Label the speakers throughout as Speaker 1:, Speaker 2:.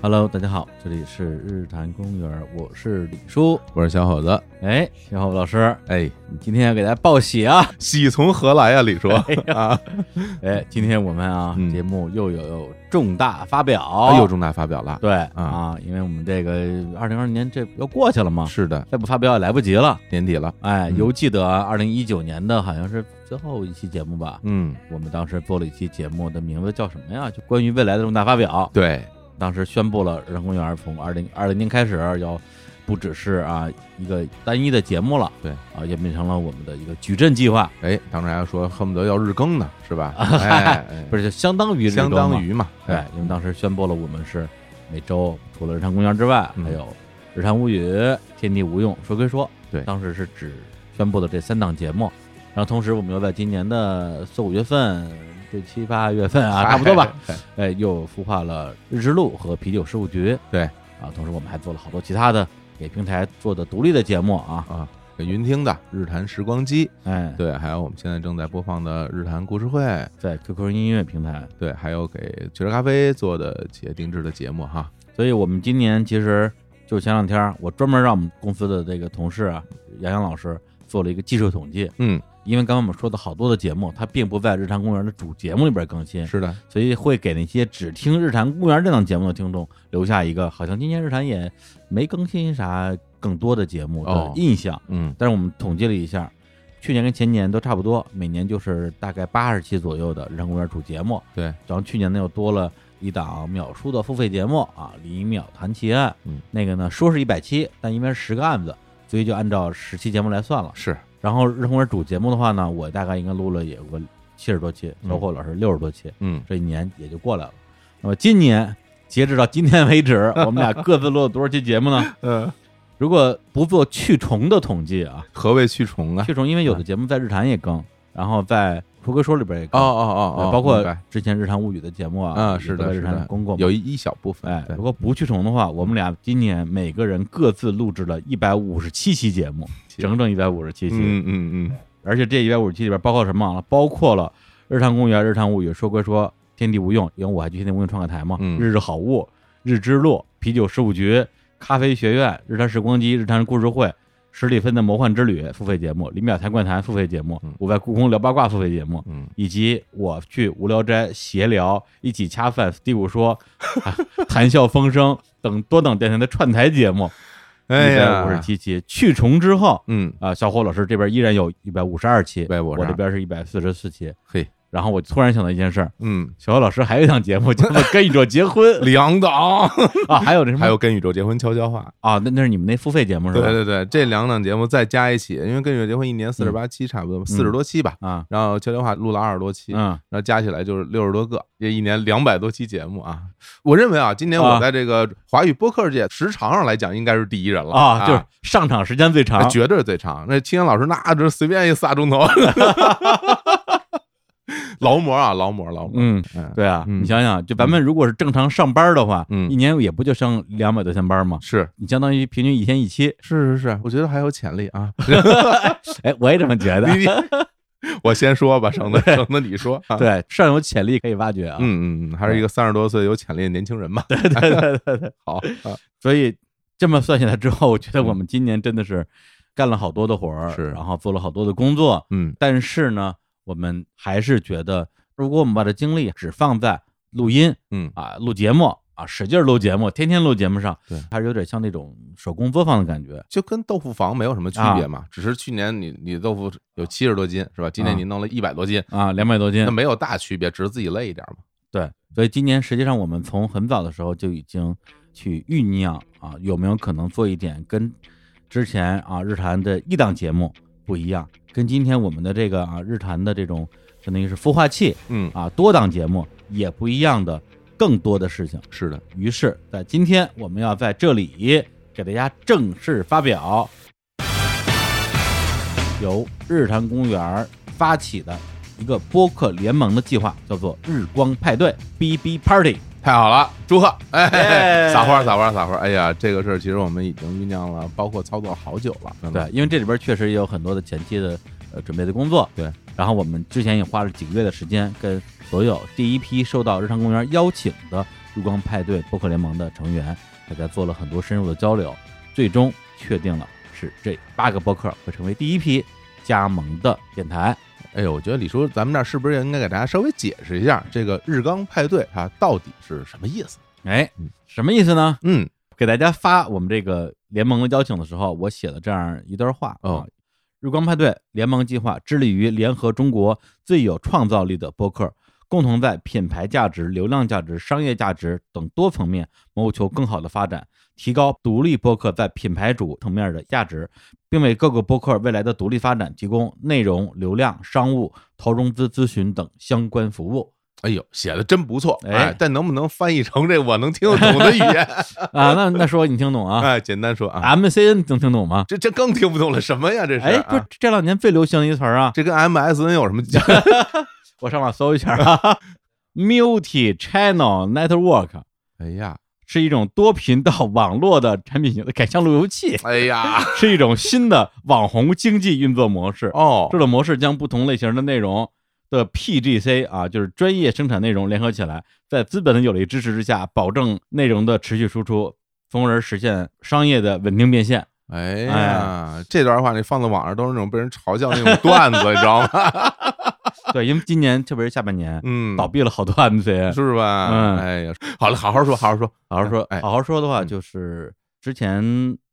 Speaker 1: Hello，大家好，这里是日坛公园，我是李叔。
Speaker 2: 我是小伙子，
Speaker 1: 哎，小伙老师，
Speaker 2: 哎，
Speaker 1: 你今天要给大家报喜啊！
Speaker 2: 喜从何来啊？李叔啊，
Speaker 1: 哎，今天我们啊、
Speaker 2: 嗯哎
Speaker 1: 节目又有重大发表，
Speaker 2: 又重大发表了，
Speaker 1: 哦对
Speaker 2: 啊
Speaker 1: 啊，因为我们这个二零二零年这要过去了嘛，
Speaker 2: 是的，
Speaker 1: 再不发表也来不及了。
Speaker 2: 年底了，
Speaker 1: 哎，
Speaker 2: 嗯
Speaker 1: 犹记得二零一九年的好像是最后一期节目吧，
Speaker 2: 嗯，
Speaker 1: 我们当时做了一期节目的名字叫什么呀？就关于未来的重大发表。
Speaker 2: 对，
Speaker 1: 当时宣布了人工园从二零二零年开始要不只是啊一个单一的节目了，
Speaker 2: 对
Speaker 1: 啊，也变成了我们的一个矩阵计划，
Speaker 2: 哎，当时还说恨不得要日更呢，是 吧？哎，哎
Speaker 1: 不是就相当于日
Speaker 2: 相
Speaker 1: 更嘛
Speaker 2: 当于嘛，哎
Speaker 1: 对，因为当时宣布了我们是每周除了日常公园之外，
Speaker 2: 嗯
Speaker 1: 还有日常物语、天地无用、说归说，
Speaker 2: 对
Speaker 1: 当时是只宣布的这三档节目，然后同时我们又在今年的四五月份。这七八月份啊，
Speaker 2: 哎
Speaker 1: 差不多吧。，
Speaker 2: 哎
Speaker 1: 哎，又孵化了日之路和啤酒事务局。
Speaker 2: 对
Speaker 1: 啊，同时我们还做了好多其他的给平台做的独立的节目啊。
Speaker 2: 啊，给云听的《日坛时光机》，
Speaker 1: 哎，
Speaker 2: 对，还有我们现在正在播放的《日坛故事会》，
Speaker 1: 在 QQ 音乐平台，
Speaker 2: 对，还有给汽车咖啡做的企业定制的节目哈，
Speaker 1: 所以我们今年其实就前两天儿，我专门让我们公司的这个同事啊，杨洋老师做了一个技术统计。
Speaker 2: 嗯，
Speaker 1: 因为刚刚我们说的好多的节目，它并不在日常公园的主节目里边更新，
Speaker 2: 是的，
Speaker 1: 所以会给那些只听日常公园这档节目的听众留下一个好像今年日坛也没更新啥更多的节目的
Speaker 2: 哦
Speaker 1: 印象。
Speaker 2: 嗯，
Speaker 1: 但是我们统计了一下，去年跟前年都差不多，每年就是大概八十期左右的人工园主节目。
Speaker 2: 对，
Speaker 1: 然后去年呢又多了一档秒叔的付费节目啊，李一秒谈奇案。
Speaker 2: 嗯，
Speaker 1: 那个呢说是一百期，但因为是十个案子，所以就按照十期节目来算了。
Speaker 2: 是，
Speaker 1: 然后人工园主节目的话呢，我大概应该录了也有个七十多期，
Speaker 2: 嗯
Speaker 1: 包括老师六十多期，
Speaker 2: 嗯，
Speaker 1: 这一年也就过来了。那么今年截止到今天为止，我们俩各自录了多少期节 目呢？
Speaker 2: 呃，
Speaker 1: 如果不做去重的统计啊，
Speaker 2: 何谓去虫啊？
Speaker 1: 去重，因为有的节目在日坛也更，然后在胡歌说里边也
Speaker 2: 哦
Speaker 1: 更，
Speaker 2: 哦哦
Speaker 1: 对
Speaker 2: 哦，
Speaker 1: 包
Speaker 2: 明
Speaker 1: 括
Speaker 2: 白
Speaker 1: 之前日常物语的节目啊，
Speaker 2: 啊，
Speaker 1: 也
Speaker 2: 是
Speaker 1: 都
Speaker 2: 的，
Speaker 1: 在
Speaker 2: 是
Speaker 1: 日坛
Speaker 2: 的，
Speaker 1: 公共嘛
Speaker 2: 有一一小部分，
Speaker 1: 哎，
Speaker 2: 对
Speaker 1: 如果不去重的话，我们俩今年每个人各自录制了一百五十七期节目，整整一百五十七期，
Speaker 2: 嗯嗯嗯，
Speaker 1: 而且这一百五十期里边包括什么啊？包括了日常公园、日常物语、说归说、天地无用，因为我还去天地无用创客台嘛，
Speaker 2: 嗯
Speaker 1: 日日好物、日之路、啤酒事务局、咖啡学院、日坛时光机、日坛故事会、史蒂芬的魔幻之旅付费节目、林秒谈怪谈付费节目
Speaker 2: 嗯、
Speaker 1: 我在故宫聊八卦付费节目。
Speaker 2: 嗯，
Speaker 1: 以及我去无聊斋闲聊，一起恰饭，第五说， 啊谈笑风生等多档电台的串台节目，一
Speaker 2: 哎
Speaker 1: 百
Speaker 2: 呀，
Speaker 1: 五十七期去重之后，
Speaker 2: 嗯，
Speaker 1: 啊，小伙老师这边依然有一百五十二期，
Speaker 2: 152
Speaker 1: 我这边是一百四十四期。
Speaker 2: 嘿，
Speaker 1: 然后我突然想到一件事儿，
Speaker 2: 嗯，
Speaker 1: 小伙老师还有一档节目叫做《跟宇宙结婚
Speaker 2: 两档，》
Speaker 1: 啊，还有那什
Speaker 2: 还
Speaker 1: 么
Speaker 2: 有跟宇宙结婚悄悄话，
Speaker 1: 啊，那那是你们那付费节目是
Speaker 2: 对
Speaker 1: 吧？
Speaker 2: 对对，这两档节目再加一起，因为跟宇宙结婚一年四十八期差不多，四十多期吧，
Speaker 1: 嗯啊，
Speaker 2: 然后悄悄话录了二十多期，然
Speaker 1: 嗯，
Speaker 2: 后加起来就是六十多个，这一年两百多期节目啊，我认为啊，今年我
Speaker 1: 啊
Speaker 2: 在这个华语播客界时长上来讲应该是第一人了
Speaker 1: 啊，就是。上场时间最长
Speaker 2: 那，绝对是最长。那青年老师那这随便一仨钟 头，劳模啊，劳模，劳模。
Speaker 1: 嗯，
Speaker 2: 嗯，
Speaker 1: 对啊，
Speaker 2: 嗯
Speaker 1: 你想想，就咱们如果是正常上班的话，
Speaker 2: 嗯
Speaker 1: 一年也不就上两百多天班嘛，
Speaker 2: 是
Speaker 1: 你相当于平均一天一期。
Speaker 2: 是是是，我觉得还有潜力啊。
Speaker 1: 哎，我也这么觉得，
Speaker 2: 你你 我先说吧， 省得省得你说。啊，
Speaker 1: 对，尚有潜力可以挖掘啊。
Speaker 2: 嗯嗯，嗯，还是一个三十多岁有潜力的年轻人吧。对
Speaker 1: 对 对对对。
Speaker 2: 好，啊
Speaker 1: 所以这么算下来之后，我觉得我们今年真的是干了好多的活儿，
Speaker 2: 是
Speaker 1: 然后做了好多的工作，
Speaker 2: 嗯，
Speaker 1: 但是呢，我们还是觉得，如果我们把这精力只放在录音，
Speaker 2: 嗯
Speaker 1: 啊，录节目啊，使劲儿录节目，天天录节目上，
Speaker 2: 对，
Speaker 1: 还是有点像那种手工作坊的感觉。
Speaker 2: 就跟豆腐房没有什么区
Speaker 1: 啊
Speaker 2: 别嘛，只是去年你你豆腐有七十多斤是吧？今年你弄了一百多斤，
Speaker 1: 啊，两百多斤
Speaker 2: 那，没有大区别，只是自己累一点嘛。
Speaker 1: 对，所以今年实际上我们从很早的时候就已经去酝酿啊，有没有可能做一点跟之前啊日坛的一档节目不一样，跟今天我们的这个啊日坛的这种相当于是孵化器
Speaker 2: 嗯，
Speaker 1: 啊多档节目也不一样的更多的事情。
Speaker 2: 是的，
Speaker 1: 于是，在今天我们要在这里给大家正式发表由日坛公园发起的一个播客联盟的计划，叫做“日光派对 ”（BB Party）。
Speaker 2: 太好了，祝 贺！
Speaker 1: 哎
Speaker 2: 哎，撒花撒花撒花！哎呀，这个事儿其实我们已经酝酿了，包括操作好久了。真的
Speaker 1: 对，，因为这里边确实也有很多的前期的呃准备的工作。
Speaker 2: 对，
Speaker 1: 然后我们之前也花了几个月的时间，跟所有第一批受到日常公园邀请的日光派对播客联盟的成员，大家做了很多深入的交流，最终确定了是这八个播客会成为第一批加盟的电台。
Speaker 2: 哎呦，我觉得李叔，咱们这儿是不是也应该给大家稍微解释一下这个日光派对啊到底是什么意思？
Speaker 1: 哎
Speaker 2: 嗯，
Speaker 1: 什么意思呢？
Speaker 2: 嗯，
Speaker 1: 给大家发我们这个联盟的邀请的时候，我写了这样一段话啊
Speaker 2: 哦：
Speaker 1: 日光派对联盟计划致力于联合中国最有创造力的播客，共同在品牌价值、流量价值、商业价值等多层面谋求更好的发展，提高独立播客在品牌主层面的价值，并为各个播客未来的独立发展提供内容、流量、商务、投融资咨询等相关服务。
Speaker 2: 哎呦，写的真不错，
Speaker 1: 哎
Speaker 2: 哎，但能不能翻译成这我能听得懂的语言？
Speaker 1: 啊，那那说你听懂啊
Speaker 2: 哎，简单说啊，
Speaker 1: ？MCN 能听懂吗？
Speaker 2: 这这更听不懂了，什么呀？这是、
Speaker 1: 哎，不
Speaker 2: 啊
Speaker 1: 是，这两年最流行的一词儿啊，
Speaker 2: 这跟 MSN 有什么 关系？
Speaker 1: 我上网搜一下啊，Multi Channel Network
Speaker 2: 哎呀，
Speaker 1: 是一种多频道网络的产品型的改向路由器，
Speaker 2: 哎呀，
Speaker 1: 是一种新的网红经济运作模式。
Speaker 2: 哦
Speaker 1: 这，种模式将不同类型的内容的 PGC 啊，就是专业生产内容联合起来，在资本的有力支持之下，保证内容的持续输出，从而实现商业的稳定变现。
Speaker 2: 哎呀，这段话你放在网上都是那种被人嘲笑的那种段子，你知道吗？
Speaker 1: 对，因为今年特别是下半年
Speaker 2: 嗯，
Speaker 1: 倒闭了好多 MCN，
Speaker 2: 是吧？
Speaker 1: 嗯
Speaker 2: 哎呀，好了，好好说，好好说，
Speaker 1: 好好说，
Speaker 2: 哎，
Speaker 1: 好好说的话，
Speaker 2: 嗯
Speaker 1: 就是之前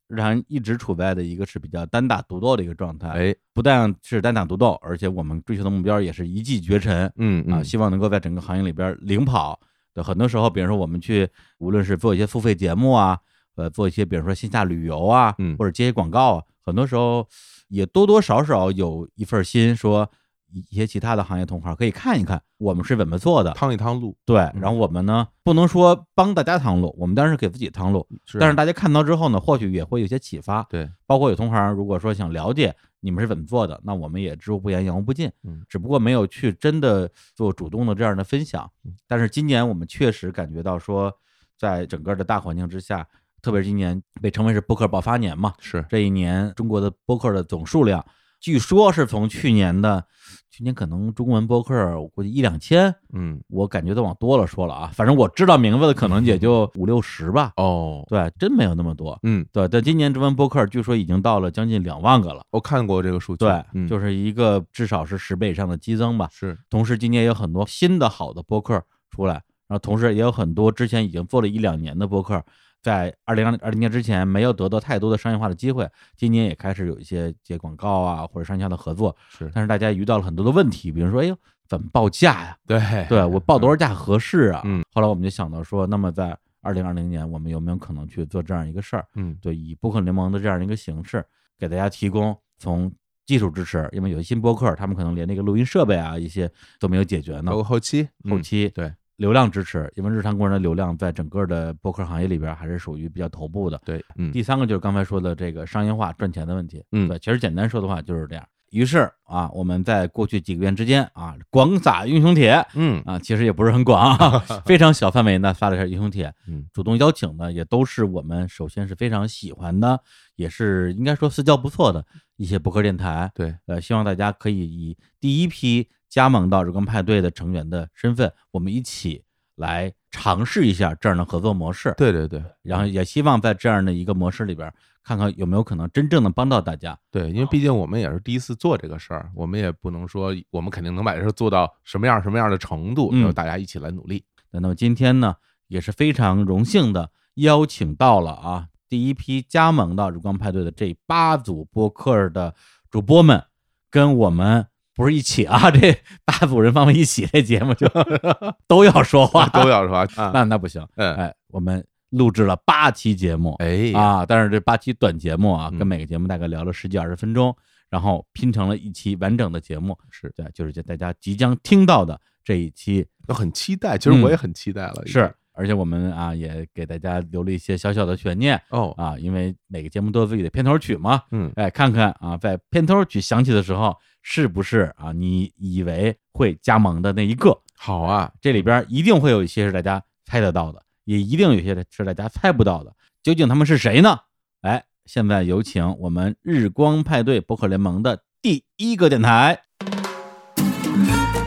Speaker 1: 日韩一直处在的一个是比较单打独斗的一个状态，
Speaker 2: 哎，
Speaker 1: 不但是单打独斗，而且我们追求的目标也是一骑绝尘
Speaker 2: 嗯
Speaker 1: 啊，
Speaker 2: 嗯，
Speaker 1: 希望能够在整个行业里边领跑。对，很多时候，比如说我们去，无论是做一些付费节目啊，呃，做一些比如说线下旅游啊，
Speaker 2: 嗯
Speaker 1: 或者接一些广告啊，很多时候也多多少少有一份心说。一些其他的行业同行可以看一看我们是怎么做的，
Speaker 2: 趟一趟路，
Speaker 1: 对，然后我们呢不能说帮大家趟路，我们当然是给自己趟路，
Speaker 2: 嗯是
Speaker 1: 但是大家看到之后呢，或许也会有些启发。
Speaker 2: 对，
Speaker 1: 包括有同行如果说想了解你们是怎么做的，那我们也知无不言，言无不尽。
Speaker 2: 嗯，
Speaker 1: 只不过没有去真的做主动的这样的分享
Speaker 2: 嗯。
Speaker 1: 但是今年我们确实感觉到说，在整个的大环境之下，特别是今年被称为是播客爆发年嘛，
Speaker 2: 是
Speaker 1: 这一年中国的播客的总数量，据说是从去年的去年可能中文播客我估计一两千。
Speaker 2: 嗯，
Speaker 1: 我感觉都往多了说了啊，反正我知道名字的可能也就五六十吧，
Speaker 2: 哦，
Speaker 1: 对，真没有那么多。
Speaker 2: 嗯，
Speaker 1: 对，但今年中文播客据说已经到了将近两万个了，
Speaker 2: 我看过这个数据，
Speaker 1: 对，
Speaker 2: 嗯
Speaker 1: 就是一个至少是十倍以上的激增吧。
Speaker 2: 是，
Speaker 1: 同时，今年也有很多新的好的播客出来，然后同时也有很多之前已经做了一两年的播客，在二零二零年之前没有得到太多的商业化的机会，今年也开始有一些接广告啊或者商业化的合作，
Speaker 2: 是，
Speaker 1: 但是大家遇到了很多的问题，比如说，哎呦，怎么报价呀、
Speaker 2: 对，
Speaker 1: 对我报多少价合适啊？
Speaker 2: 嗯，
Speaker 1: 后来我们就想到说，那么在二零二零年，我们有没有可能去做这样一个事儿？
Speaker 2: 嗯，
Speaker 1: 对，以播客联盟的这样一个形式，给大家提供从技术支持，因为有些新播客他们可能连那个录音设备啊一些都没有解决呢
Speaker 2: 包。括后期，
Speaker 1: 后
Speaker 2: 嗯，
Speaker 1: 期
Speaker 2: 对
Speaker 1: 流量支持，因为日常工人的流量在整个的播客行业里边还是属于比较头部的。
Speaker 2: 对，嗯，
Speaker 1: 第三个就是刚才说的这个商业化赚钱的问题。
Speaker 2: 嗯
Speaker 1: 对，其实简单说的话就是这样。于是啊，我们在过去几个月之间啊，广撒英雄帖，
Speaker 2: 嗯，
Speaker 1: 啊，其实也不是很 广啊，非常小范围呢发了一下英雄帖，
Speaker 2: 嗯，
Speaker 1: 主动邀请的也都是我们首先是非常喜欢的，也是应该说私交不错的一些博客电台，
Speaker 2: 对，
Speaker 1: 呃，希望大家可以以第一批加盟到日光派对的成员的身份，我们一起来尝试一下这样的合作模式，
Speaker 2: 对对对。
Speaker 1: 然后也希望在这样的一个模式里边，看看有没有可能真正的帮到大家，哦
Speaker 2: 对，因为毕竟我们也是第一次做这个事儿，我们也不能说我们肯定能把这事儿做到什么样什么样的程度，
Speaker 1: 嗯
Speaker 2: 然后大家一起来努力。
Speaker 1: 那么今天呢，也是非常荣幸的邀请到了啊，第一批加盟到日光派对的这八组播客的主播们，跟我们不是一起啊，这八组人放在一起，这节目就 都要说话，
Speaker 2: 都要 说啊，
Speaker 1: 那那不行，
Speaker 2: 嗯，
Speaker 1: 哎，我们录制了八期节目，
Speaker 2: 哎，
Speaker 1: 啊，但是这八期短节目啊，
Speaker 2: 嗯
Speaker 1: 跟每个节目大概聊了十几二十分钟，然后拼成了一期完整的节目，
Speaker 2: 是，
Speaker 1: 对，就是大家即将听到的这一期
Speaker 2: 那很期待，其实
Speaker 1: 嗯
Speaker 2: 我也很期待了。已经
Speaker 1: 是，而且我们啊也给大家留了一些小小的悬念
Speaker 2: 哦，
Speaker 1: 啊，因为每个节目都有自己的片头曲嘛，
Speaker 2: 嗯，
Speaker 1: 哎，看看啊，在片头曲响起的时候，是不是啊你以为会加盟的那一个？
Speaker 2: 好啊，
Speaker 1: 这里边一定会有一些是大家猜得到的，也一定有一些是大家猜不到的。究竟他们是谁呢？哎，现在有请我们日光派对博客联盟的第一个电台，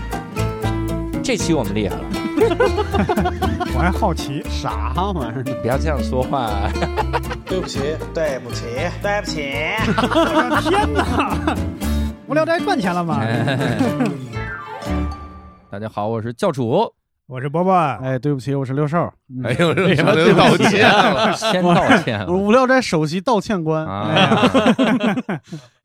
Speaker 3: 这期我们厉害了，我还好奇，
Speaker 4: 啥玩意儿？
Speaker 5: 不要这样说话、
Speaker 6: 对不起，对不起，对不起。
Speaker 3: 我的天哪！无聊斋赚钱了吗？
Speaker 5: 大家好，我是教主，
Speaker 3: 我是波波，
Speaker 4: 哎，对不起，我是六兽，
Speaker 2: 哎呦，这上头道歉了，
Speaker 5: 先道歉
Speaker 4: 我是
Speaker 5: 了
Speaker 4: 无聊斋首席道歉官。
Speaker 5: 啊
Speaker 4: 哎呀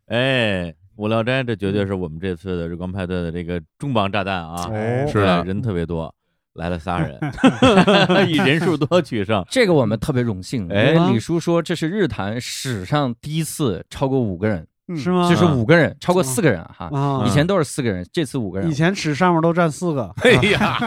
Speaker 1: 哎，无聊斋，这绝对是我们这次的日光派对的这个重磅炸弹啊！
Speaker 4: 哎
Speaker 2: 是的
Speaker 1: 哎人特别多，来了 仨人， 以人数多取胜。
Speaker 5: 这个我们特别荣幸，因
Speaker 1: 哎
Speaker 5: 为 李叔说这是日坛史上第一次超过五个人，
Speaker 3: 嗯
Speaker 4: 是吗？
Speaker 5: 就是五个人超过四个人哈，
Speaker 4: 啊，
Speaker 5: 以前都是四个人，这次五个人
Speaker 4: 以。 前纸上面都占四个，啊
Speaker 2: 哎呀，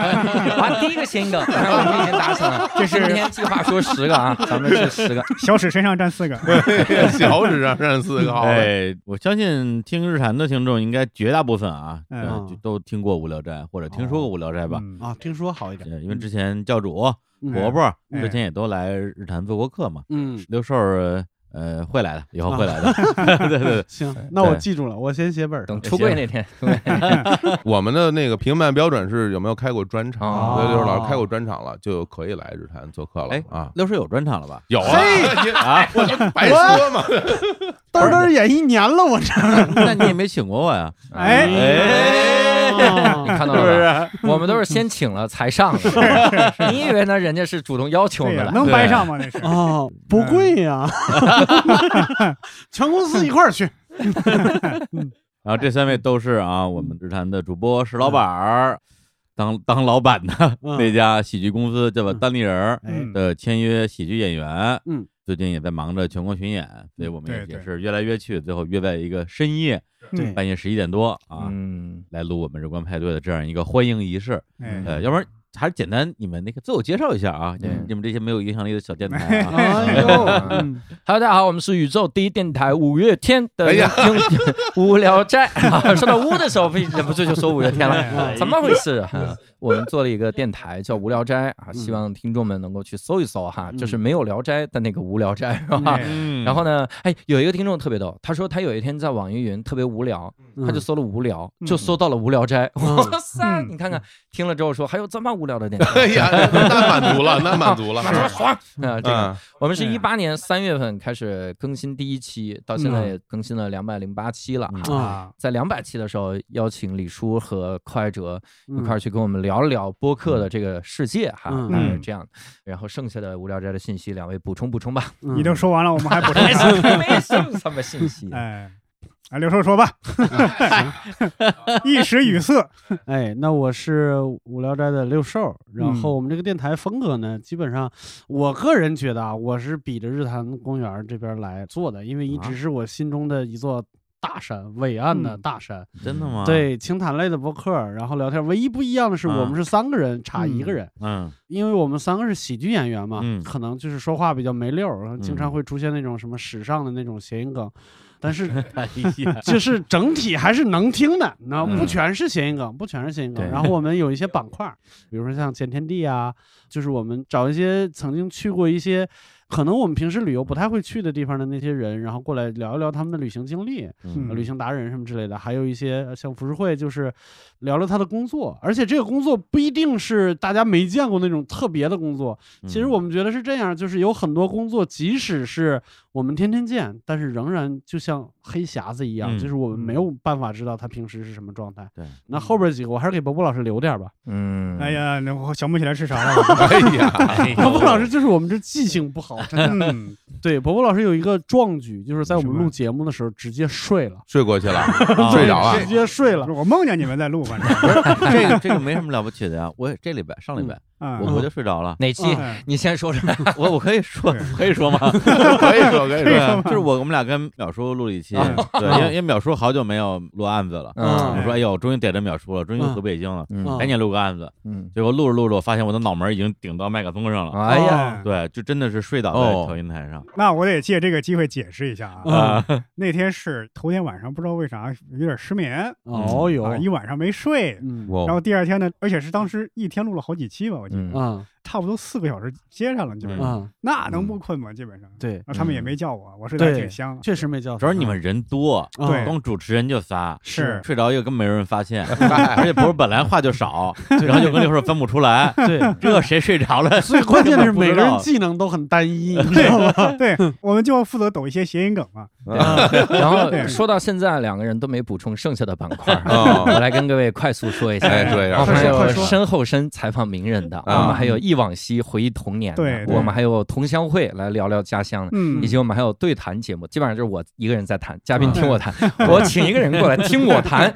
Speaker 5: 把第一个先一个，我们已经达成了，
Speaker 3: 这是
Speaker 5: 今天计划说十个啊，咱们是十个，
Speaker 3: 小史身上站 四个，
Speaker 1: 嗯
Speaker 2: 哎小指上上四个好了，
Speaker 1: 哎，我相信听日坛的听众应该绝大部分啊，
Speaker 3: 嗯
Speaker 1: 呃就都听过《无聊斋》或者听说过《无聊斋》吧？
Speaker 3: 嗯
Speaker 4: 啊，听说好一点。
Speaker 1: 呃因为之前教主、
Speaker 4: 嗯
Speaker 1: 伯伯
Speaker 3: 嗯
Speaker 1: 之前也都来日坛做过客嘛。
Speaker 4: 嗯，
Speaker 1: 刘寿儿呃会来的，以后会来的。 对对对，
Speaker 4: 啊 行，那我
Speaker 1: 对
Speaker 4: 记住了，我先写本儿上。
Speaker 5: 等出柜 那天，出柜
Speaker 2: 我们的那个评判标准是有没有开过专场，
Speaker 5: 哦
Speaker 2: 所以刘老师开过专场了，就可以来日坛做客了
Speaker 1: 哎
Speaker 2: 啊。
Speaker 1: 刘寿有专场了吧？
Speaker 2: 有啊，你啊， 我就白说嘛，
Speaker 4: 嘚嘚演一年了，我这。
Speaker 1: 那你也没请过我呀？
Speaker 3: 哎
Speaker 5: 你看到
Speaker 1: 是不
Speaker 5: 了吧？
Speaker 1: 是？
Speaker 5: 我们都是先请了才上的，你以为呢？人家是主动邀请我
Speaker 3: 对
Speaker 5: 们
Speaker 3: 呀，
Speaker 5: 来？
Speaker 3: 能掰上吗？那是。
Speaker 4: 哦，不
Speaker 1: 嗯
Speaker 4: 贵 呀，全公司一块儿 去。
Speaker 1: 然后这
Speaker 4: 嗯
Speaker 1: 三位都是啊，我们日坛的主播石老板儿，当当老板的
Speaker 4: 嗯
Speaker 1: 那家喜剧公司叫做单立人儿
Speaker 4: 哎，
Speaker 3: 嗯
Speaker 1: 的签约喜剧演员，
Speaker 4: 嗯，
Speaker 1: 最近也在忙着全国巡演，所以我们也
Speaker 3: 对对
Speaker 1: 也是约来约去，最后约在一个深夜，
Speaker 4: 对
Speaker 1: 半夜十一点多啊，
Speaker 5: 嗯，
Speaker 1: 来录我们日光派对的这样一个欢迎仪式。
Speaker 3: 哎
Speaker 1: 呃，要不然还是简单你们那个自我介绍一下啊，你们
Speaker 5: 嗯
Speaker 1: 你们这些没有影响力的小电台啊。
Speaker 4: 哎呦，嗯
Speaker 5: Hello，大家好，我们是宇宙第一电台五月天的
Speaker 2: 哎呀
Speaker 5: 英 无 聊斋。啊说到乌的时候，不忍不住就说五月天
Speaker 2: 哎
Speaker 5: 了，嗯怎么回事？ 啊 我们做了一个电台叫无聊斋
Speaker 2: 嗯
Speaker 5: 啊，希望听众们能够去搜一搜哈，就是没有聊斋的那个无聊斋，是吧？
Speaker 3: 哎
Speaker 1: 嗯
Speaker 5: 然后呢，哎，有一个听众特别逗，他说他有一天在网易云特别无聊，
Speaker 2: 嗯
Speaker 5: 他就搜了无聊，就搜到了无聊斋。哇塞，
Speaker 3: 嗯
Speaker 5: 你看看，听了之后说还有这么无聊的电台，
Speaker 2: 哎呀，那满足了，那满 足了，
Speaker 5: 说爽啊，这个
Speaker 2: 嗯，
Speaker 5: 我们是
Speaker 3: 对
Speaker 5: 一八年三月份开始更新第一期，到
Speaker 3: 嗯
Speaker 5: 现在也更新了两百零八期了
Speaker 1: 嗯
Speaker 5: 哈。
Speaker 4: 啊，
Speaker 5: 在两百期的时候，邀请李叔和寇爱哲一块儿去跟我们聊聊播
Speaker 3: 嗯
Speaker 5: 客的这个世界哈，
Speaker 4: 嗯
Speaker 5: 大概是这样的。然后剩下的无聊斋的信息，两位补充补充吧。
Speaker 4: 嗯
Speaker 3: 你都说完了，我们还补充，
Speaker 5: 没什么没什么信息
Speaker 3: 哎，啊，刘叔说吧， 一时语塞。
Speaker 4: 哎，那我是无聊斋的六兽，然
Speaker 3: 嗯
Speaker 4: 后我们这个电台风格呢，基本上我个人觉得啊，我是比着日坛公园这边来做的，因为一
Speaker 1: 啊
Speaker 4: 直是我心中的一座大山，伟岸的
Speaker 3: 嗯
Speaker 4: 大山。
Speaker 1: 真的吗？，
Speaker 4: 对，清谈类的播客，然后聊天，唯一不一样的是，我们
Speaker 1: 啊
Speaker 4: 是三个人差一个
Speaker 3: 嗯
Speaker 4: 人，
Speaker 1: 嗯
Speaker 4: 因为我们三个是喜剧演员嘛，
Speaker 1: 嗯
Speaker 4: 可能就是说话比较没溜儿，然后经常
Speaker 1: 嗯
Speaker 4: 会出现那种什么史上的那种谐音 梗，但是
Speaker 1: 哎呀，
Speaker 4: 就是整体还是能听的，你知道，
Speaker 1: 嗯
Speaker 4: 不全是谐音梗，不全是谐音梗。
Speaker 1: 对
Speaker 4: 然后我们有一些板块儿，比如说像前天地啊，就是我们找一些曾经去过一些可能我们平时旅游不太会去的地方的那些人，然后过来聊一聊他们的旅行经历，呃
Speaker 1: 嗯
Speaker 4: 旅行达人什么之类的，还有一些呃像浮世绘，就是聊聊他的工作，而且这个工作不一定是大家没见过那种特别的工作。其实我们觉得是这样，就是有很多工作，即使是我们天天见，但是仍然就像黑匣子一样，
Speaker 1: 嗯
Speaker 4: 就是我们没有办法知道他平时是什么状态。
Speaker 1: 对，
Speaker 4: 那后边几个我还是给伯伯老师留点吧。
Speaker 5: 嗯，
Speaker 3: 哎，呀，那我想不起来是啥了。
Speaker 2: 哎 呀，
Speaker 1: 哎 呦
Speaker 4: 伯伯老师就是我们这记性不好，真的。
Speaker 3: 嗯，
Speaker 4: 对，伯伯老师有一个壮举，就是在我们
Speaker 3: 什么
Speaker 4: 录节目的时候直接睡了，
Speaker 2: 睡过 去了，
Speaker 1: 啊
Speaker 2: 睡着了
Speaker 4: 直接睡了。
Speaker 3: 我梦见你们在录，反正
Speaker 1: 这个这个没什么了不起的呀。我也这礼拜上礼拜
Speaker 4: 嗯
Speaker 3: 啊，
Speaker 1: 我回去睡着了，
Speaker 5: 哪期？
Speaker 3: 哎
Speaker 5: 你先说出来。
Speaker 1: 我我可以说
Speaker 3: 对
Speaker 1: 可 以说吗？
Speaker 2: 可以说可以
Speaker 3: 可以
Speaker 2: 说，
Speaker 3: 说吗
Speaker 1: 就是我我们俩跟淼叔录了一期，
Speaker 3: 嗯
Speaker 1: 对，因为因为淼叔好久没有录案子了，
Speaker 4: 嗯
Speaker 1: 我说哎呦，终于逮着淼叔了，终于
Speaker 4: 嗯
Speaker 1: 回北京了，
Speaker 5: 嗯
Speaker 4: 嗯
Speaker 1: 赶紧录个案子。
Speaker 5: 嗯，
Speaker 1: 结果录着录着，我发现我的脑门已经顶到麦克风上了，
Speaker 5: 哎呀，
Speaker 3: 哦
Speaker 1: 对，就真的是睡倒在
Speaker 2: 哦
Speaker 1: 调音台上。
Speaker 3: 那我得借这个机会解释一下啊，
Speaker 1: 啊，
Speaker 3: 那天是头天晚上不知道为啥有点失眠
Speaker 4: 哦哟
Speaker 3: 啊，，一晚上没睡，
Speaker 4: 嗯
Speaker 2: 我
Speaker 1: 哦
Speaker 3: 然后第二天呢，而且是当时一天录了好几期吧，我记得
Speaker 5: 嗯
Speaker 4: 啊，
Speaker 7: 差不多四个小时接上了，
Speaker 1: 嗯
Speaker 7: 基本上，
Speaker 4: 啊，
Speaker 7: 那能不困吗？基本上，
Speaker 4: 对，
Speaker 7: 然后他们也没叫我，我睡得还
Speaker 4: 对
Speaker 7: 挺香。
Speaker 4: 确 实没嗯哦叫。
Speaker 1: 主要是你们人多，
Speaker 7: 对
Speaker 1: 光主持人就仨，
Speaker 7: 是
Speaker 1: 睡着一个根本没人 发现，而且不是本来话就少，然后就跟那会儿分不出来，
Speaker 4: 对，
Speaker 1: 这谁睡着了？
Speaker 4: 所以 关键是每个人
Speaker 1: 根本不知道
Speaker 4: 技能都很单一，你知道吗？
Speaker 7: 对，我们就负责抖一些谐音梗嘛。
Speaker 1: 啊
Speaker 5: 然后
Speaker 7: 对
Speaker 5: 说到现在，两个人都没补充剩下的板块儿，
Speaker 2: 哦
Speaker 5: 我来跟各位快速说一下。
Speaker 2: 哎说一下
Speaker 5: 我们还有
Speaker 7: 快说
Speaker 5: 身后身采访名人的，我
Speaker 2: 啊
Speaker 5: 们还有忆往昔回忆童年的
Speaker 7: 对，对
Speaker 5: 我们还有同乡会来聊聊家乡的。
Speaker 7: 嗯
Speaker 5: 以，及我们还有对谈节目，基本上就是我一个人在谈，嘉宾听我 谈，我请一个人过来听我谈，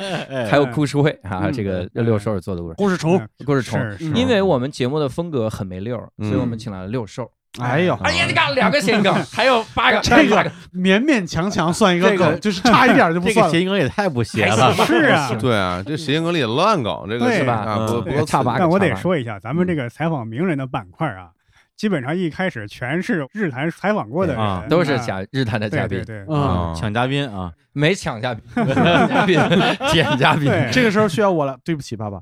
Speaker 5: 还有故事会啊，
Speaker 7: 哎嗯
Speaker 5: 这个六兽做的故事
Speaker 4: 故事虫，
Speaker 5: 嗯故事虫，
Speaker 7: 是是，
Speaker 5: 因为我们节目的风格很没溜儿，所以
Speaker 2: 嗯
Speaker 5: 我们请来了六兽。
Speaker 4: 哎呦，
Speaker 5: 哎呀，你看两个谐音 梗，还有八个，
Speaker 4: 这个勉勉强强算一个
Speaker 1: 这个
Speaker 4: 梗，就是差一点就不
Speaker 1: 这
Speaker 4: 算
Speaker 1: 个
Speaker 4: 了。
Speaker 1: 谐音梗也太不谐
Speaker 5: 还
Speaker 1: 了，
Speaker 5: 行吧
Speaker 7: 是啊
Speaker 5: 还行
Speaker 2: 对啊，这谐音梗里也乱搞，这个
Speaker 7: 对
Speaker 2: 是吧？
Speaker 5: 嗯
Speaker 2: 啊，不不
Speaker 5: 对
Speaker 2: 够
Speaker 5: 差嗯吧
Speaker 7: 但我得说一下，咱们这个采访名人的板块啊，基本上一开始全是日坛采访过的人，
Speaker 1: 啊
Speaker 5: 都是
Speaker 7: 假
Speaker 5: 讲日坛的嘉
Speaker 7: 对
Speaker 5: 宾
Speaker 7: 对，对，
Speaker 4: 嗯，
Speaker 2: 啊，
Speaker 1: 抢嘉宾啊，
Speaker 5: 没抢嘉宾，嘉宾捡嘉宾，哎
Speaker 7: 对哎
Speaker 4: 这个时候需要我了，对不起，爸爸。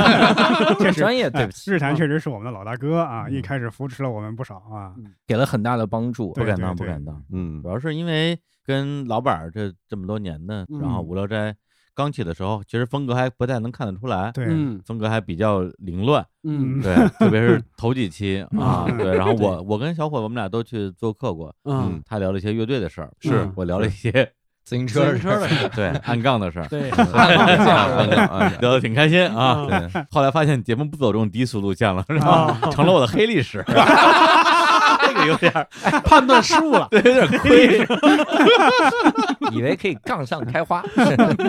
Speaker 7: 确实。哎
Speaker 5: 专业对不起，
Speaker 7: 日坛确实是我们的老大哥啊，
Speaker 5: 嗯
Speaker 7: 一开始扶持了我们不少啊。
Speaker 5: 给了很大的帮助。
Speaker 1: 不
Speaker 7: 对
Speaker 1: 敢当，不
Speaker 7: 对
Speaker 1: 敢当。
Speaker 2: 嗯
Speaker 1: 主要是因为跟老板儿这这么多年呢，然后
Speaker 4: 嗯
Speaker 1: 无聊斋刚起的时候，其实风格还不太能看得出来，
Speaker 7: 对，
Speaker 4: 嗯
Speaker 1: 风格还比较凌乱，
Speaker 4: 嗯
Speaker 1: 对，特别是头几期啊，
Speaker 7: 嗯
Speaker 1: 对。然后我我跟小伙我们俩都去做客过，
Speaker 4: 嗯，
Speaker 1: 他聊了一些乐队的事儿，
Speaker 4: 是
Speaker 1: 嗯我聊了一些
Speaker 5: 自行
Speaker 1: 自
Speaker 5: 车
Speaker 1: 行车的事儿，对，按杠的事儿，嗯
Speaker 4: 对，
Speaker 1: 聊得挺开心啊。
Speaker 4: 嗯
Speaker 1: 对后来发现节目不走这种低俗路线了，是吧？
Speaker 4: 啊，
Speaker 1: 成了我的黑历史，这个有点儿
Speaker 4: 判断失误 了。
Speaker 1: 对，有点亏。
Speaker 5: 以为可以杠上开 花，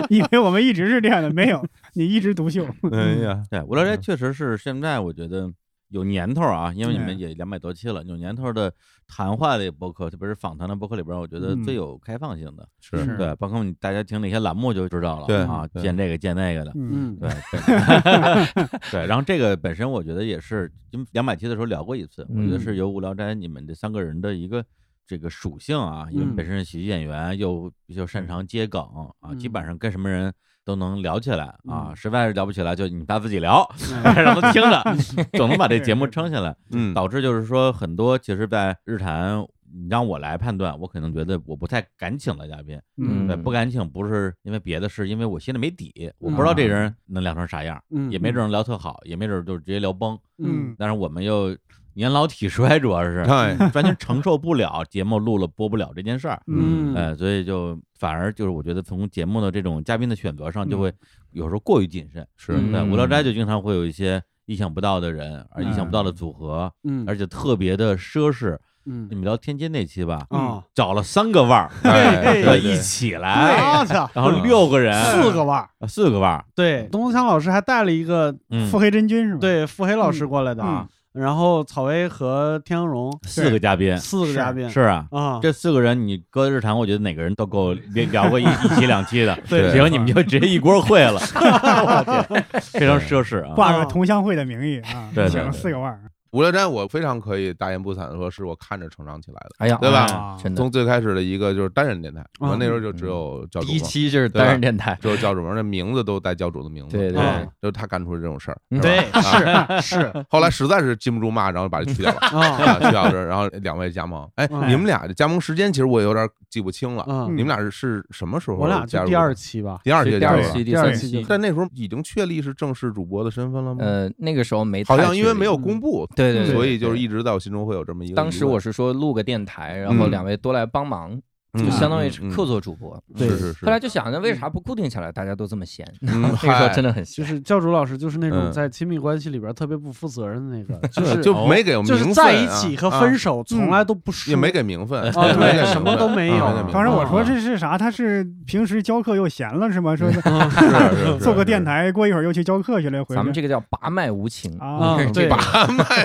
Speaker 7: 以为我们一直是这样的，没有，你一枝独秀。
Speaker 2: 哎
Speaker 4: 嗯
Speaker 2: 呀，
Speaker 1: 对，无聊斋确实是现在我觉得有年头啊，因为
Speaker 4: 哎
Speaker 1: 你们
Speaker 7: 嗯
Speaker 1: 也两百多期了，有年头的谈话类播客，特别是访谈的播客里边，我觉得
Speaker 4: 嗯
Speaker 1: 最有开放性的，
Speaker 2: 是
Speaker 7: 是
Speaker 1: 对，包括你大家听那些栏目就知道了，
Speaker 2: 对
Speaker 1: 啊，
Speaker 2: 对
Speaker 1: 见这个见那个的，
Speaker 4: 嗯
Speaker 7: 嗯，
Speaker 1: 对对对，然后这个本身我觉得也是，因为两百期的时候聊过一次，我觉得
Speaker 5: 嗯
Speaker 1: 是由无聊斋你们这三个人的一个。这个属性啊，因为
Speaker 4: 嗯
Speaker 1: 本身是喜剧演员，又又擅长接梗啊，基
Speaker 4: 嗯
Speaker 1: 本上跟什么人都能聊起来啊。
Speaker 4: 嗯
Speaker 1: 实在是聊不起来，就你爸自己聊， 让他听
Speaker 4: 嗯
Speaker 1: 着， 总能把这节 目撑下来。
Speaker 2: 嗯，
Speaker 1: 导致就是说，很多其实，在日坛，你让我来判断，我可能觉得我不太敢请来嘉宾，
Speaker 5: 嗯
Speaker 1: 对，不敢请不是因为别的，是因为我心里没底，我不知道这人能聊成啥样，
Speaker 4: 嗯，
Speaker 1: 也没准儿聊特好，也没准儿就直接聊崩。
Speaker 4: 嗯
Speaker 7: 嗯，
Speaker 1: 但是我们又年老体衰，主要是
Speaker 2: 哎，
Speaker 1: 完全承受不了节目录了播不了这件事儿，
Speaker 4: 嗯
Speaker 1: 呃，所以就反而就是我觉得从节目的这种嘉宾的选择上，
Speaker 4: 嗯
Speaker 1: 就会有时候过于谨慎。
Speaker 2: 是
Speaker 5: 嗯
Speaker 1: 对，无聊斋就经常会有一些意想不到的人，而意想不到的组合，
Speaker 4: 嗯
Speaker 1: 而且特别的奢侈。你
Speaker 4: 嗯
Speaker 1: 们聊天津那期吧，
Speaker 4: 啊，
Speaker 1: 找了三个腕儿，
Speaker 2: 哎
Speaker 1: 对，
Speaker 2: 对
Speaker 1: 一
Speaker 2: 对
Speaker 1: 起来，
Speaker 4: 我操，
Speaker 1: 然后六个人，
Speaker 4: 四个腕儿。
Speaker 1: 啊四个腕儿，
Speaker 4: 对，东东强老师还带了一个
Speaker 1: 嗯
Speaker 7: 腹，黑真菌是吧？，
Speaker 4: 对傅黑老师过来的啊
Speaker 7: 嗯，
Speaker 4: 然后草薇和天荣
Speaker 1: 四个嘉宾，
Speaker 4: 四个嘉宾
Speaker 1: 是啊。
Speaker 4: 啊，
Speaker 1: 这四个人，你搁日坛，我觉得哪个人都够聊 聊过一一期两期的，
Speaker 2: 对
Speaker 1: 结果你们就直接一锅烩了，
Speaker 4: 嗯
Speaker 1: 我天 非常奢侈啊！
Speaker 7: 挂个同乡会的名义啊，
Speaker 1: 对对
Speaker 7: 请了
Speaker 1: 对
Speaker 7: 四个腕儿。
Speaker 2: 无聊斋我非常可以大言不惭地说，是我看着成长起来的。
Speaker 5: 哎呀，
Speaker 2: 对吧
Speaker 1: 啊
Speaker 5: 真的，
Speaker 2: 从最开始的一个就是单人电台，
Speaker 4: 啊
Speaker 2: 我那时候就只
Speaker 1: 嗯
Speaker 2: 有教主
Speaker 5: 第一
Speaker 2: 嘛，
Speaker 5: 期就是单人电台，
Speaker 2: 只有教主们的名字都带教主的名字，
Speaker 5: 对对
Speaker 2: 啊就是他干出这种事儿，
Speaker 5: 嗯
Speaker 2: 是吧啊
Speaker 4: 是
Speaker 2: 后来实在是禁不住骂，然后把这去掉了。
Speaker 4: 啊，
Speaker 2: 啊，徐老师，然后两位加盟，哎，
Speaker 4: 嗯
Speaker 2: 你们俩的加盟时间其实我有点记不清了，
Speaker 4: 嗯
Speaker 2: 你们俩是是什么时候？
Speaker 4: 我俩
Speaker 2: 加
Speaker 4: 就
Speaker 2: 入
Speaker 4: 第二
Speaker 2: 的
Speaker 4: 期吧，
Speaker 2: 第二届
Speaker 5: 第
Speaker 2: 加入
Speaker 5: 二
Speaker 2: 的
Speaker 5: 期、第
Speaker 4: 第二
Speaker 5: 三
Speaker 4: 期
Speaker 5: 期，
Speaker 2: 但那时候已经确立是正式主播的身份了吗？
Speaker 4: 嗯
Speaker 5: 呃，那个时候没
Speaker 2: 嗯
Speaker 5: 太
Speaker 2: 好像因为
Speaker 5: 确立
Speaker 2: 没有公布，
Speaker 5: 对对对，
Speaker 2: 所以就是
Speaker 5: 对
Speaker 2: 一直在我心中会有这么一个疑问。
Speaker 5: 当时我是说录个电台，然后
Speaker 2: 嗯
Speaker 5: 两位多来帮忙，
Speaker 2: 嗯
Speaker 5: 就相当于
Speaker 2: 嗯
Speaker 5: 是
Speaker 2: 嗯
Speaker 5: 客座主播。
Speaker 2: 是是是，
Speaker 5: 后来就想着为啥不固定下来，大家都这么闲？
Speaker 2: 嗯
Speaker 5: 那个时候
Speaker 2: 嗨
Speaker 5: 真的很
Speaker 4: 就
Speaker 5: 闲。
Speaker 4: 是教主老师就是那种
Speaker 2: 嗯
Speaker 4: 在亲密关系里边特别不负责任的那个，就
Speaker 2: 对
Speaker 4: 是
Speaker 2: 就没给我们
Speaker 4: 就是
Speaker 2: 名
Speaker 4: 在
Speaker 2: 分
Speaker 4: 一
Speaker 2: 啊
Speaker 4: 起和
Speaker 2: 啊
Speaker 4: 分手从来都不说，
Speaker 2: 也没给名分，
Speaker 4: 啊对
Speaker 2: 没给名分
Speaker 4: 什么都没有
Speaker 1: 嗯
Speaker 2: 啊没给名分
Speaker 7: 当时我说
Speaker 2: 啊
Speaker 7: 这是啥？他是平时教课又闲了是吗？说
Speaker 2: 是
Speaker 7: 是
Speaker 2: 是是
Speaker 7: 做个电台，过一会儿又去教课去了，回
Speaker 5: 咱们
Speaker 7: 去
Speaker 5: 这个叫拔脉无情，
Speaker 7: 啊
Speaker 4: 啊，，对，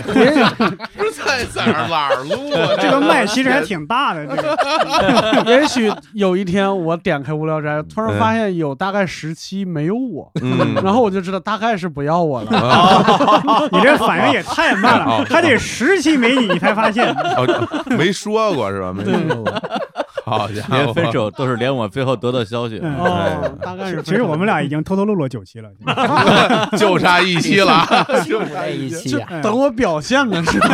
Speaker 2: 不是在在哪儿录啊？
Speaker 7: 这个麦其实还挺大 的，这个
Speaker 4: 也许有一天我点开无聊斋，突然发现有大概十期没有我，
Speaker 2: 嗯，
Speaker 4: 然后我就知道大概是不要我了。
Speaker 2: 啊。
Speaker 7: 你这反应也太慢
Speaker 2: 哦 啊
Speaker 7: 了，还得十期没你你才发现。
Speaker 2: 哦，没说过是吧？没说过。好家伙，
Speaker 1: 连分手都是连我最后得到消息。
Speaker 7: 嗯
Speaker 4: 哦，大概是
Speaker 7: 其实我们俩已经偷偷录了九期了，
Speaker 2: 就差一期了啊，
Speaker 5: 就那 一期
Speaker 4: 就
Speaker 7: 嗯
Speaker 5: 啊，
Speaker 4: 等我表现呢，是吧？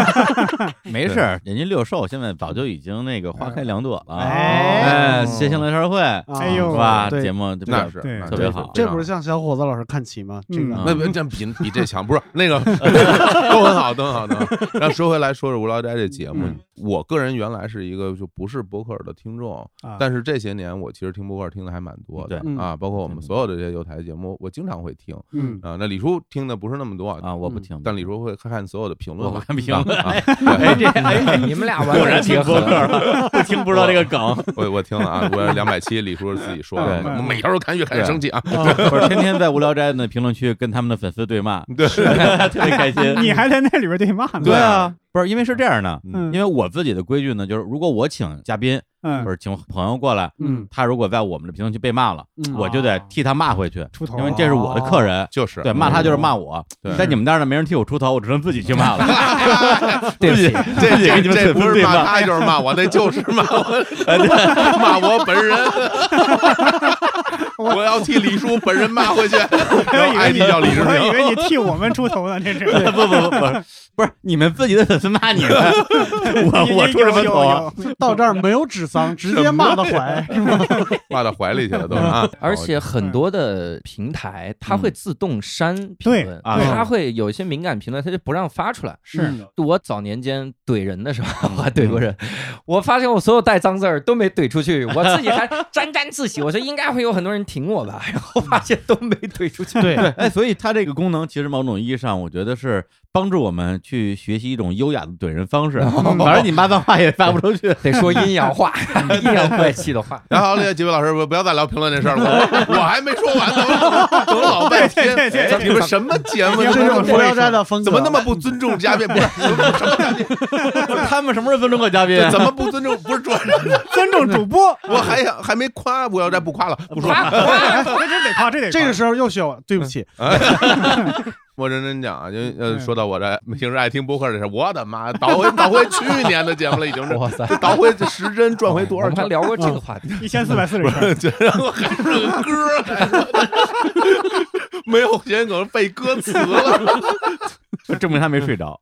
Speaker 1: 没事儿，人家六兽现在早就已经那个花开两朵了，
Speaker 4: 哎
Speaker 1: 哎，谐星联欢会
Speaker 2: 啊
Speaker 7: 哎呦
Speaker 1: 是吧？
Speaker 4: 对
Speaker 1: 节目就比较
Speaker 2: 那是
Speaker 7: 对
Speaker 2: 那
Speaker 1: 特别好
Speaker 4: 这不是向小伙子老师看齐吗？这
Speaker 1: 嗯
Speaker 4: 个
Speaker 2: 那不这比比这强，不是那个 都很好，都很好，都很好。然 后说回来，说说《无聊斋》这节目，嗯我个人原来是一个就不是博客尔的听众，
Speaker 7: 啊
Speaker 2: 但是这些年我其实听博客尔听的还蛮多的
Speaker 1: 对
Speaker 2: 啊，包括我们所有的这些有台节目，我经常会听
Speaker 7: 嗯，
Speaker 2: 啊。那李叔听的不是那么多
Speaker 1: 啊，我不听，
Speaker 2: 但李叔会看看所有的评论
Speaker 1: 我
Speaker 2: 嘛，
Speaker 7: 哦
Speaker 1: 看评论
Speaker 2: 啊，
Speaker 1: 哎这哎
Speaker 5: 你们俩完
Speaker 1: 果然
Speaker 5: 全
Speaker 1: 听
Speaker 5: 结合
Speaker 1: 博客了，不听不知道这个 梗，
Speaker 2: 我我听了啊，我两百期李叔是自己说的，
Speaker 1: 对
Speaker 2: 我每条都看，越看越生气 啊。
Speaker 1: 我天天在无聊斋的评论区跟他们的粉丝对骂，
Speaker 2: 对，
Speaker 1: 特别开心。
Speaker 7: 你还在那里边对骂呢，
Speaker 1: 对啊，不是因为是这样的，
Speaker 7: 嗯
Speaker 1: 因为我自己的规矩呢，就是如果我请嘉宾或
Speaker 7: 嗯，
Speaker 1: 者请朋友过来，
Speaker 4: 嗯
Speaker 1: 他如果在我们的评论区被骂了，
Speaker 4: 嗯
Speaker 1: 我就得
Speaker 7: 哦
Speaker 1: 替他骂回去，
Speaker 7: 出头
Speaker 1: 因为这是我的客人。
Speaker 2: 哦就是嗯
Speaker 1: 对，骂他就是骂我，
Speaker 2: 对
Speaker 1: 在你们那儿呢，没人替我出头，我只能自己去骂了。
Speaker 5: 对不起，
Speaker 2: 这
Speaker 1: 自己
Speaker 2: 这
Speaker 1: 跟你
Speaker 2: 这
Speaker 1: 们对
Speaker 2: 哎不是
Speaker 1: 对
Speaker 2: 骂
Speaker 1: 骂
Speaker 2: 他就是骂我，那就是骂我， 骂 我本人。我要替李叔本人骂回去，然后 ID 叫李志
Speaker 7: 我以
Speaker 2: 明。
Speaker 7: 为你替我们出头呢，这是
Speaker 1: 不不不不，不是你们自己的粉丝骂你们，我我出什么头啊？
Speaker 7: 有有有
Speaker 4: 到这儿没有指桑，直接骂到 怀，嗯是吗？
Speaker 2: 骂到怀里去了都是啊！
Speaker 5: 嗯
Speaker 2: 嗯
Speaker 5: 而且很多的平台它会自动删评
Speaker 7: 对
Speaker 5: 论，
Speaker 1: 啊
Speaker 5: 它会有一些敏感评论，它就不让发出来。
Speaker 4: 是
Speaker 5: 我早年间怼人的时
Speaker 2: 嗯
Speaker 5: 候，我还 怼过人，我发现我所有带脏字儿都没怼出去，我自己还沾沾自喜，我说应该会有很多人挺我吧，然后发现都没怼出去。
Speaker 4: 对
Speaker 1: 对，哎，所以它这个功能其实某种意义上，我觉得是帮助我们去学习一种优雅的怼人方式。反正你骂脏话也发不出去，
Speaker 5: 哦得说阴阳 话，阴阳怪气的话。
Speaker 2: 然后那几位老师，不不要再聊评论这事儿 了，我我还没说完呢，我我老半天哎
Speaker 7: 对对对，对
Speaker 2: 你们什么节目？
Speaker 4: 这是无聊斋的风格，
Speaker 2: 怎么那么不尊重嘉宾？不是什么嘉宾？
Speaker 1: 他们什么时候尊重过嘉宾？
Speaker 2: 这怎么不尊重？不是主
Speaker 7: 尊重主播，
Speaker 2: 我还想还没 夸，啊我要再不夸了，不说了。嗯
Speaker 7: 哎这得夸，这得夸
Speaker 4: 这个时候又需要我对不起，
Speaker 2: 我认真讲啊，就呃，
Speaker 7: 嗯
Speaker 2: 说到我这平时爱听播客这事儿，我的妈，倒回倒回去年的节目了，已经是
Speaker 5: 哇塞，
Speaker 2: 倒回这时针转回多
Speaker 5: 我
Speaker 2: 少
Speaker 5: 们还
Speaker 2: 圈？嗯
Speaker 5: 聊过这个话题，
Speaker 7: 一千四百四十圈，
Speaker 2: 觉得我还是个歌儿还是，没有谐音梗背歌词 了。
Speaker 1: 证明他没睡 着？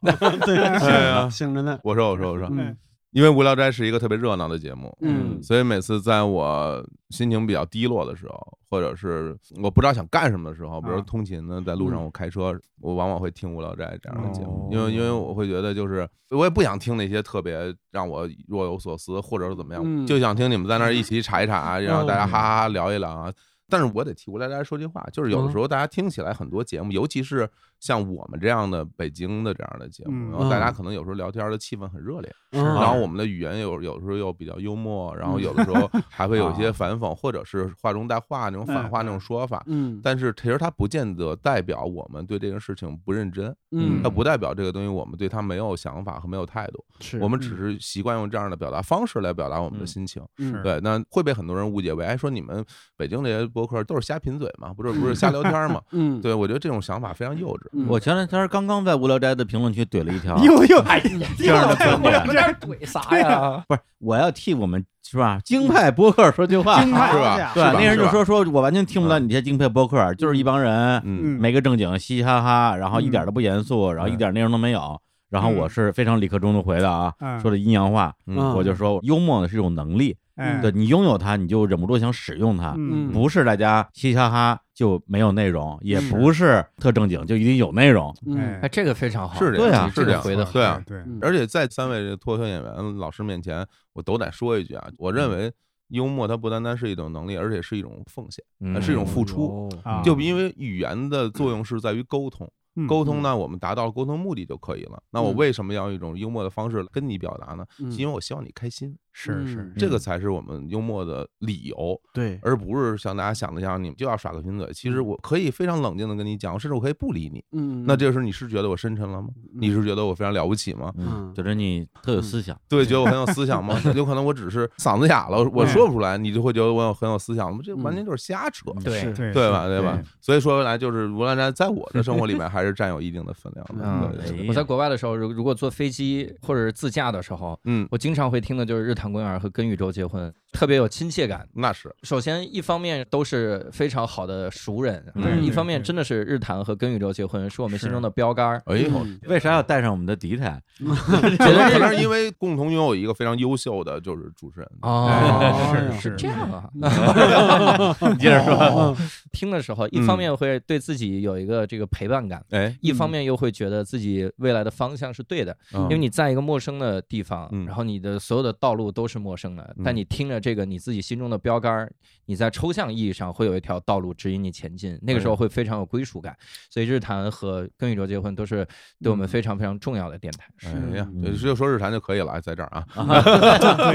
Speaker 2: 哎呀，
Speaker 4: 醒着呢。
Speaker 2: 我说我说我说，
Speaker 7: 嗯
Speaker 2: 因为《无聊斋》是一个特别热闹的节目，
Speaker 4: 嗯
Speaker 2: 所以每次在我心情比较低落的时候，或者是我不知道想干什么的时候，比如
Speaker 7: 啊
Speaker 2: 通勤呢，在路
Speaker 4: 嗯
Speaker 2: 上我开车，我往往会听《无聊斋》这样的节目
Speaker 1: 哦，
Speaker 2: 因为因为我会觉得就是我也不想听那些特别让我若有所思或者是怎么样，
Speaker 4: 嗯
Speaker 2: 就想听你们在那儿一起查一查，然后大家
Speaker 1: 嗯
Speaker 2: 哈哈哈聊一聊啊。但是我得替无聊斋说句话，就是
Speaker 4: 嗯
Speaker 2: 有的时候大家听起来很多节目，尤其是像我们这样的北京的这样的节目，
Speaker 7: 嗯
Speaker 2: 然后大家可能有时候聊天的气氛很热烈，然后我们的语言有有时候又比较幽默，然后有的时候还会有一些反讽，或者是话中带话那种反话那种说法。
Speaker 4: 嗯
Speaker 2: 但是其实它不见得代表我们对这个事情不认真，
Speaker 4: 嗯
Speaker 2: 它不代表这个东西我们对它没有想法和没有态度，
Speaker 4: 是
Speaker 2: 我们只是习惯用这样的表达方式来表达我们的
Speaker 1: 嗯
Speaker 2: 心情。
Speaker 4: 嗯
Speaker 2: 对，那会被很多人误解为，哎，说你们北京这些博客都是瞎贫嘴嘛，不是不是瞎聊天嘛？
Speaker 4: 嗯，
Speaker 2: 对，我觉得这种想法非常幼稚。
Speaker 1: 我前两天刚刚在无聊斋的评论区怼了一条，
Speaker 7: 又又
Speaker 5: 哎呀，
Speaker 1: 这样的观
Speaker 5: 我
Speaker 1: 点
Speaker 5: 俩在这儿怼啥呀？
Speaker 1: 不是我要替我们是吧？京派播客说句话，
Speaker 7: 京派
Speaker 2: 是吧？
Speaker 1: 对，
Speaker 2: 是吧
Speaker 1: 那人
Speaker 2: 是
Speaker 1: 就
Speaker 2: 吧
Speaker 1: 说说我完全听不到你这些京派播客，就是一帮人
Speaker 2: 嗯，
Speaker 1: 没个正经，嘻嘻哈哈，然后一点都不严肃，然后一点内容都没有。然后我是非常理科中的回的啊，
Speaker 7: 嗯
Speaker 1: 说的阴阳话，
Speaker 4: 嗯
Speaker 1: 我就说幽默呢是一种能力，
Speaker 7: 哎
Speaker 1: 对你拥有它，你就忍不住想使用它，
Speaker 7: 嗯
Speaker 1: 不是大家嘻嘻哈哈就没有内容，也不是特正经就一定有内容。
Speaker 4: 嗯
Speaker 5: 哎，这个非常好，
Speaker 2: 是这
Speaker 1: 对啊
Speaker 2: 样，是这
Speaker 5: 个
Speaker 2: 样，
Speaker 5: 回的好。
Speaker 2: 对啊。
Speaker 7: 对
Speaker 4: 嗯
Speaker 2: 而且在三位这脱口秀演员老师面前，我都得说一句啊，我认为幽默它不单单是一种能力，而且是一种奉献。
Speaker 5: 嗯
Speaker 2: 是一种付出
Speaker 7: 啊
Speaker 2: 就因为语言的作用是在于沟通，沟通呢，我们达到沟通目的就可以了。那我为什么要用一种幽默的方式跟你表达呢？
Speaker 4: 嗯
Speaker 2: 是因为我希望你开心，
Speaker 7: 是是
Speaker 2: 这个才是我们幽默的理由，
Speaker 4: 对，
Speaker 2: 而不是像大家想的一样，你们就要耍个贫嘴。其实我可以非常冷静的跟你讲，甚至我可以不理你。
Speaker 4: 嗯，
Speaker 2: 那这个时候你是觉得我深沉了吗？你
Speaker 5: 嗯
Speaker 2: 是觉得我非常了不起吗？
Speaker 1: 嗯
Speaker 4: 嗯，
Speaker 1: 觉得你特有思想，
Speaker 2: 对，觉得我很有思想吗？ 有可能我只是嗓子哑了，我
Speaker 7: 嗯
Speaker 2: 说不出来，你就会觉得我有很有思想吗？这完全就是瞎扯，
Speaker 5: 嗯
Speaker 8: 嗯
Speaker 5: 对
Speaker 4: 是
Speaker 7: 对
Speaker 2: 对吧？对吧？？所以说回来，就是无论在在我的生活里 面，还是占有一定的分量
Speaker 1: 嗯
Speaker 2: 的。对对对
Speaker 1: 哎呀
Speaker 5: 我在国外的时候，如如果坐飞机或者是自驾的时候，
Speaker 2: 嗯
Speaker 5: 我经常会听的就是日坛唐滚儿和根宇宙结婚，特别有亲切感。
Speaker 2: 那是
Speaker 5: 首先，一方面都是非常好的熟人，
Speaker 1: 嗯
Speaker 5: 啊
Speaker 1: 对
Speaker 5: 一方面
Speaker 7: 对
Speaker 5: 真的是日坛和根宇宙结婚是我们心
Speaker 7: 是
Speaker 5: 中的标杆儿。嗯
Speaker 2: 哎呦，
Speaker 1: 为啥要带上我们的 迪台？
Speaker 5: 觉得
Speaker 2: 可
Speaker 5: 日
Speaker 2: 能是因为共同拥有一个非常优秀的就是主持人，
Speaker 5: 哦，
Speaker 4: 哎呀
Speaker 7: 是
Speaker 5: 这
Speaker 7: 是，
Speaker 5: 样 啊。 哦
Speaker 1: 你接着说，
Speaker 5: 听的时候，一方面会对自己有一个这个陪伴感，
Speaker 2: 哎，
Speaker 5: 一方面又会觉得自己未来的方向是对的，因为你在一个陌生的地方，
Speaker 2: 嗯
Speaker 5: 然后你的所有的道路都是陌生的，
Speaker 2: 嗯
Speaker 5: 但你听着这个你自己心中的标杆儿，你在抽象意义上会有一条道路指引你前进，
Speaker 2: 哎
Speaker 5: 那个时候会非常有归属感。所以日坛和跟宇宙结婚都是对我们非常非常重要的电台。
Speaker 2: 嗯哎呀，就就说日坛就可以了，在这儿 啊，
Speaker 5: 嗯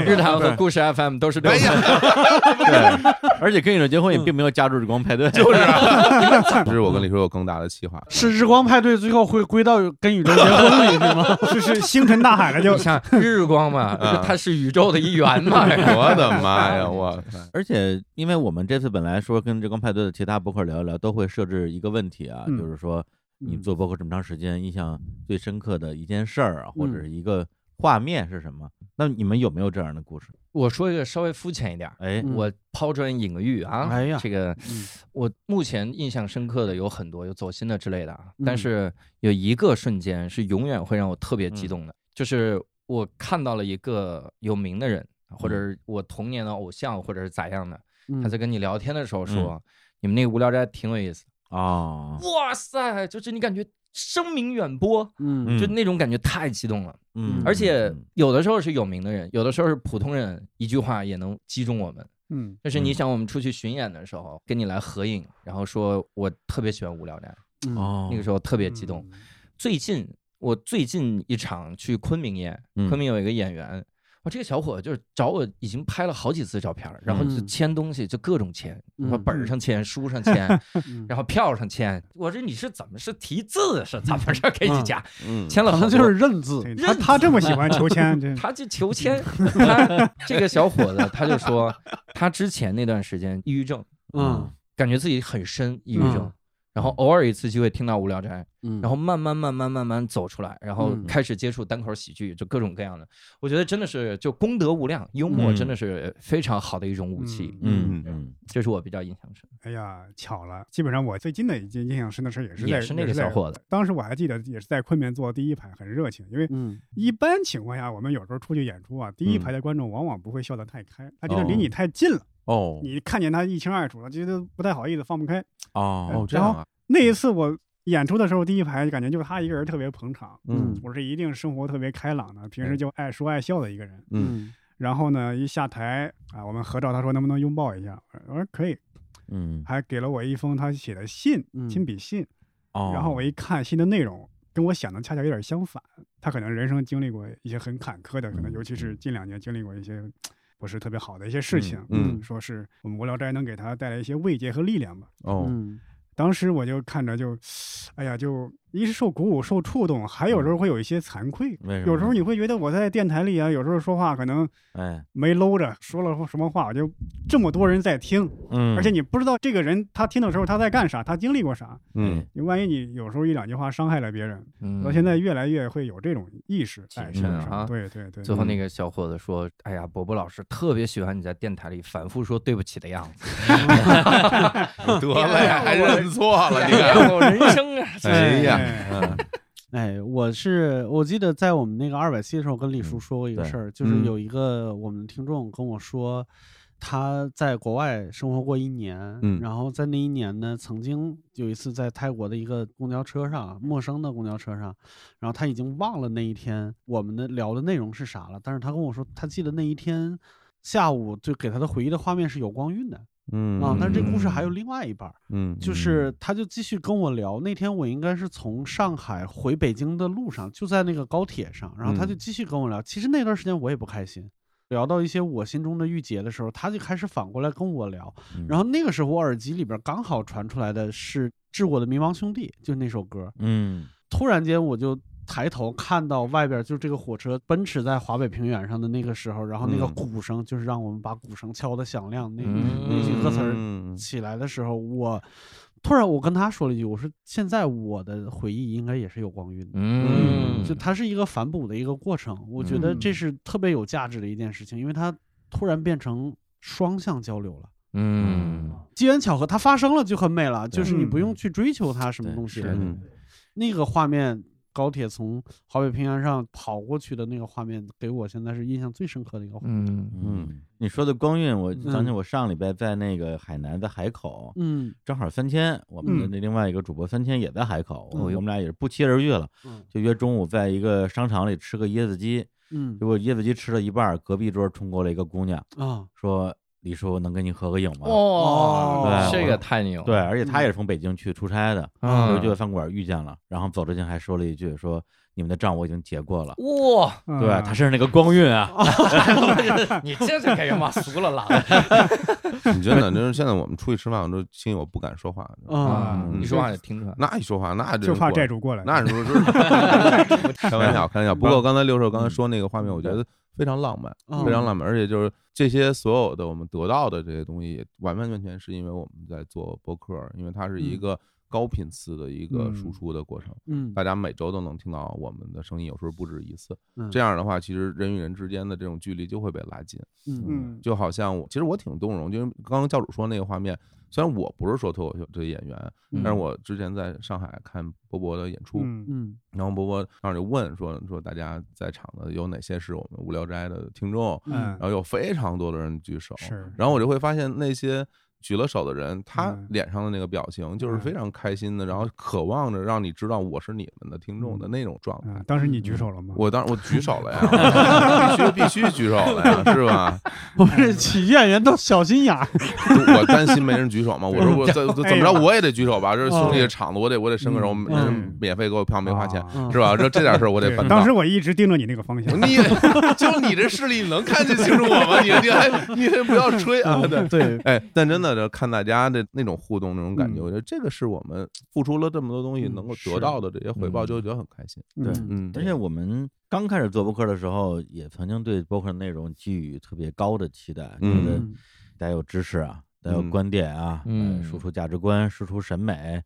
Speaker 5: 日坛和故事 FM 都是对我
Speaker 2: 哎
Speaker 5: 们
Speaker 2: 呀，
Speaker 1: 对， 而且跟你说结婚也并没有加入日光派对，就 是
Speaker 2: 这啊是我跟李叔有更大的计划，
Speaker 4: 是日光派对最后会归到跟宇宙结婚里是吗？
Speaker 7: 是是星辰大海了就
Speaker 5: 你像日光嘛，
Speaker 1: 啊
Speaker 2: 嗯
Speaker 5: 啊它是宇宙的一员 嘛。哎
Speaker 2: 我的妈 呀，我
Speaker 1: 而且，因为我们这次本来说跟日光派对的其他播客聊一聊，都会设置一个问题啊，
Speaker 7: 嗯
Speaker 1: 就是说你
Speaker 4: 嗯
Speaker 1: 做播客这么长时间，印象最深刻的一件事儿啊，或者
Speaker 4: 嗯
Speaker 1: 是一个画面是什么？那你们有没有这样的故事？
Speaker 5: 我说一个稍微肤浅一点儿，
Speaker 1: 哎，
Speaker 4: 嗯
Speaker 5: 我抛砖引玉啊，
Speaker 4: 哎呀
Speaker 5: 这个
Speaker 4: 嗯
Speaker 5: 我目前印象深刻的有很多，有走心的之类的啊，但
Speaker 4: 嗯
Speaker 5: 是有一个瞬间是永远会让我特别激动的，
Speaker 4: 嗯
Speaker 5: 就是我看到了一个有名的人，或者
Speaker 4: 嗯
Speaker 5: 是我童年的偶像，或者是咋样的，他在跟你聊天的时候
Speaker 4: 嗯
Speaker 5: 说，你们那个无聊斋挺有意思，
Speaker 1: 哦，
Speaker 9: 啊
Speaker 5: 哇塞，就是你感觉声名远播，
Speaker 4: 嗯
Speaker 5: 就那种感觉太激动了，
Speaker 1: 嗯，
Speaker 5: 而且有的时候是有名的人，有的时候是普通人，一句话也能击中我们。
Speaker 7: 嗯，
Speaker 5: 就是你
Speaker 1: 嗯
Speaker 5: 想我们出去巡演的时候，跟你来合影，然后说我特别喜欢无聊斋，
Speaker 4: 嗯
Speaker 1: 哦，
Speaker 5: 那个时候特别激动。最近我最近一场去昆明演，
Speaker 1: 嗯
Speaker 5: 昆明有一个演员，我这个小伙就是找我已经拍了好几次照片儿，然后就
Speaker 4: 嗯
Speaker 5: 签东西就各种签，什么
Speaker 4: 嗯
Speaker 5: 本儿上签、书上签，
Speaker 4: 嗯
Speaker 5: 然后票上签。我说你是怎么是题字是怎么着给你
Speaker 4: 嗯
Speaker 5: 加
Speaker 2: 嗯，
Speaker 5: 签了
Speaker 4: 可
Speaker 5: 好
Speaker 4: 能
Speaker 5: 多
Speaker 4: 就是认字，
Speaker 7: 对他他这么 喜欢求签，这
Speaker 5: 他就 求签，他这个小伙子他就说他之前那段时间抑郁症，
Speaker 4: 嗯
Speaker 5: 感觉自己很深抑郁症，
Speaker 4: 嗯
Speaker 5: 然后偶尔一次机会听到《无聊斋》，
Speaker 4: 嗯
Speaker 5: 然后慢慢慢慢慢慢走出来，然后
Speaker 4: 嗯
Speaker 5: 开始接触单口喜剧，就各种各样的。我觉得真的是就功德无量，幽默
Speaker 1: 嗯
Speaker 5: 真的是非常好的一种武器，
Speaker 1: 嗯嗯
Speaker 5: 这是我比较印象深。
Speaker 7: 哎呀，巧了！基本上我最近的一件印象深的事儿也是在
Speaker 5: 也是那个
Speaker 7: 在
Speaker 5: 小伙子，
Speaker 7: 当时我还记得也是在昆明坐第一排，很热情。因为
Speaker 4: 嗯
Speaker 7: 一般情况下，我们有时候出去演出啊，第
Speaker 1: 嗯
Speaker 7: 一排的观众往往不会笑得太开，他觉得离
Speaker 2: 哦
Speaker 7: 你太近了，
Speaker 2: 哦
Speaker 7: 你看见他一清二楚了，觉得不太好意思，放不开。
Speaker 1: 哦
Speaker 2: 哦，这样啊，
Speaker 7: 嗯那一次我演出的时候，第一排感觉就是他一个人特别捧场。
Speaker 2: 嗯
Speaker 7: 我是一定生活特别开朗的，平时就爱说爱笑的一个人。
Speaker 2: 嗯，
Speaker 7: 然后呢，一下台啊，我们合照，他说能不能拥抱一下？我说可以，
Speaker 1: 嗯
Speaker 7: 还给了我一封他写的信，
Speaker 4: 嗯
Speaker 7: 亲笔信。
Speaker 1: 哦，
Speaker 7: 然后我一看信的内容，跟我想的恰恰有点相反。他可能人生经历过一些很坎坷的，可能尤其是近两年经历过一些不是特别好的一些事情。
Speaker 2: 嗯嗯嗯
Speaker 7: 说是我们无聊斋能给他带来一些慰藉和力量吧。
Speaker 2: 哦，
Speaker 4: 嗯
Speaker 7: 当时我就看着就，哎呀，就一是受鼓舞、受触动，还有时
Speaker 2: 嗯
Speaker 7: 候会有一些惭愧。
Speaker 1: 为什么
Speaker 7: 有时候你会觉得我在电台里啊，有时候说话可能
Speaker 1: 哎
Speaker 7: 没搂着，说了什么话，我就这么多人在听，
Speaker 1: 嗯，
Speaker 7: 而且你不知道这个人他听的时候他在干啥，他经历过啥。
Speaker 2: 嗯，
Speaker 7: 万一你有时候一两句话伤害了别人，
Speaker 5: 嗯
Speaker 7: 到现在越来越会有这种意识在
Speaker 5: 谨
Speaker 7: 身
Speaker 5: 慎啊
Speaker 7: 上。对对对，
Speaker 5: 最后
Speaker 2: 嗯
Speaker 5: 那个小伙子说：“哎呀，伯伯老师特别喜欢你在电台里反复说对不起的样 子，
Speaker 2: 得嘞，还认错了，你看，
Speaker 5: 我人 生啊，这
Speaker 2: 哎呀，
Speaker 7: 哎
Speaker 4: 哎，我是我记得在我们那个二百期的时候，跟李
Speaker 2: 嗯
Speaker 4: 叔说过一个
Speaker 1: 对
Speaker 4: 事儿，就是有一个我们听众跟我说，他在国外生活过一年，
Speaker 2: 嗯
Speaker 4: 然后在那一年呢，曾经有一次在泰国的一个公交车上，陌生的公交车上，然后他已经忘了那一天我们的聊的内容是啥了，但是他跟我说，他记得那一天下午就给他的回忆的画面是有光晕的
Speaker 2: 嗯
Speaker 4: 啊，但是这故事还有另外一半儿。
Speaker 2: 嗯
Speaker 4: 就是他就继续跟我聊。那天我应该是从上海回北京的路上，就在那个高铁上，然后他就
Speaker 2: 嗯
Speaker 4: 继续跟我聊。其实那段时间我也不开心，聊到一些我心中的郁结的时候，他就开始反过来跟我聊。
Speaker 2: 嗯
Speaker 4: 然后那个时候我耳机里边刚好传出来的是《致我的迷茫兄弟》，就那首歌。
Speaker 1: 嗯
Speaker 4: 突然间我就抬头看到外边就这个火车奔驰在华北平原上的那个时候，然后那个
Speaker 2: 嗯
Speaker 4: 鼓声就是让我们把鼓声敲得响亮，那、
Speaker 5: 嗯
Speaker 4: 那句歌词儿
Speaker 2: 嗯
Speaker 4: 起来的时候，我突然我跟他说了一句，我说现在我的回忆应该也是有光晕的。
Speaker 5: 嗯，
Speaker 4: 就它是一个反哺的一个过程，我觉得这
Speaker 7: 嗯
Speaker 4: 是特别有价值的一件事情，因为它突然变成双向交流了。
Speaker 5: 嗯，
Speaker 4: 机缘巧合，它发生了就很美了，就是你不用
Speaker 7: 嗯
Speaker 4: 去追求它什么
Speaker 5: 对
Speaker 4: 东西
Speaker 5: 是
Speaker 4: 了。
Speaker 2: 嗯
Speaker 4: 那个画面，高铁从华北平原上跑过去的那个画面，给我现在是印象最深刻的一个画面。
Speaker 5: 嗯
Speaker 1: 嗯，你说的光晕，我想起
Speaker 4: 嗯
Speaker 1: 我上礼拜在那个海南的海口，
Speaker 4: 嗯
Speaker 1: 正好三千，我们的那另外一个主播三千也在海口，
Speaker 4: 嗯
Speaker 1: 我我们俩也是不期而遇了，
Speaker 4: 嗯
Speaker 1: 就约中午在一个商场里吃个椰子鸡，
Speaker 4: 嗯
Speaker 1: 结果椰子鸡吃了一半儿，隔壁桌冲过来一个姑娘，
Speaker 4: 啊
Speaker 1: 说：“李叔，能跟你合个影吗？”
Speaker 5: 哦，
Speaker 1: 对
Speaker 5: 这个太牛，
Speaker 1: 对，，而且
Speaker 4: 嗯
Speaker 1: 她也是从北京去出差的，
Speaker 5: 嗯
Speaker 1: 我就在饭馆遇见了，然后走之前还说了一句：“说你们的账我已经结过了。”
Speaker 5: 哇，
Speaker 1: 对，她身上那个光晕 啊，
Speaker 5: 你这是给人往俗 了拉。
Speaker 2: 你真的，就是现在我们出去吃饭，我都心里我不敢说话。
Speaker 4: 啊！
Speaker 5: 嗯你说话也听出来，
Speaker 2: 那一说话，那
Speaker 7: 就怕债
Speaker 2: 主，
Speaker 7: 主过来。
Speaker 2: 那你说 就是开玩笑，开玩笑。不过刚才六兽刚才说那个画面，我觉得非常浪漫，
Speaker 4: 嗯
Speaker 2: 非常浪漫，而且就是这些所有的我们得到的这些东西，完完全全是因为我们在做播客，因为它是
Speaker 5: 嗯
Speaker 2: 一个高频次的一个输出的过程。
Speaker 4: 嗯
Speaker 2: 大家每周都能听到我们的声音，有时候不止一次。
Speaker 4: 嗯
Speaker 2: 这样的话，其实人与人之间的这种距离就会被拉近。
Speaker 4: 嗯
Speaker 7: 嗯，
Speaker 2: 就好像我，其实我挺动容，就是刚刚教主说那个画面，虽然我不是说脱口秀这演员，但是我之前在上海看波波的演出，
Speaker 7: 嗯
Speaker 4: 嗯
Speaker 2: 然后波波当时就问说说大家在场的有哪些是我们无聊斋的听众，
Speaker 7: 嗯
Speaker 2: 然后有非常多的人举手，
Speaker 7: 是，
Speaker 2: 然后我就会发现那些举了手的人，他
Speaker 7: 嗯
Speaker 2: 脸上的那个表情就是非常开心的，然后渴望着让你知道我是你们的听众的那种状态
Speaker 7: 啊，。当时你举手了吗？
Speaker 2: 我当我举手了 呀，必须必须举手了呀，是吧？
Speaker 4: 我们这起演员都小心眼儿。嗯哎
Speaker 2: 就 我担心没人举手嘛，我说
Speaker 7: 嗯
Speaker 2: 我怎
Speaker 7: 哎
Speaker 2: 怎么着我也得举手吧，这是兄弟的场子我得我得伸个手，
Speaker 4: 嗯
Speaker 2: 人免费给我票没花钱
Speaker 7: 啊
Speaker 4: 嗯
Speaker 2: 是吧？这这点事儿我得
Speaker 7: 对
Speaker 2: 办到。
Speaker 7: 当时我一直盯着你那个方向，
Speaker 2: 你 就你这视力，你能看见清楚我吗？你你还你还不要吹啊！ 对，
Speaker 4: 对，
Speaker 2: 哎，但真
Speaker 1: 嗯
Speaker 2: 的，这看大家的那种互动、那种感觉，
Speaker 7: 嗯
Speaker 2: 我觉得这个是我们付出了这么多东西
Speaker 4: 嗯
Speaker 2: 能够
Speaker 4: 是
Speaker 2: 得到的这些回报，
Speaker 1: 嗯
Speaker 2: 就会觉得很开心。
Speaker 1: 对
Speaker 4: 嗯
Speaker 2: 嗯，
Speaker 1: 而且我们刚开始做播客的时候，也曾经对播客内容寄予特别高的期待，觉得
Speaker 4: 嗯
Speaker 1: 得有知识啊，得有
Speaker 2: 嗯
Speaker 1: 观点啊，
Speaker 5: 嗯
Speaker 1: 呃输出价值观，输出审美。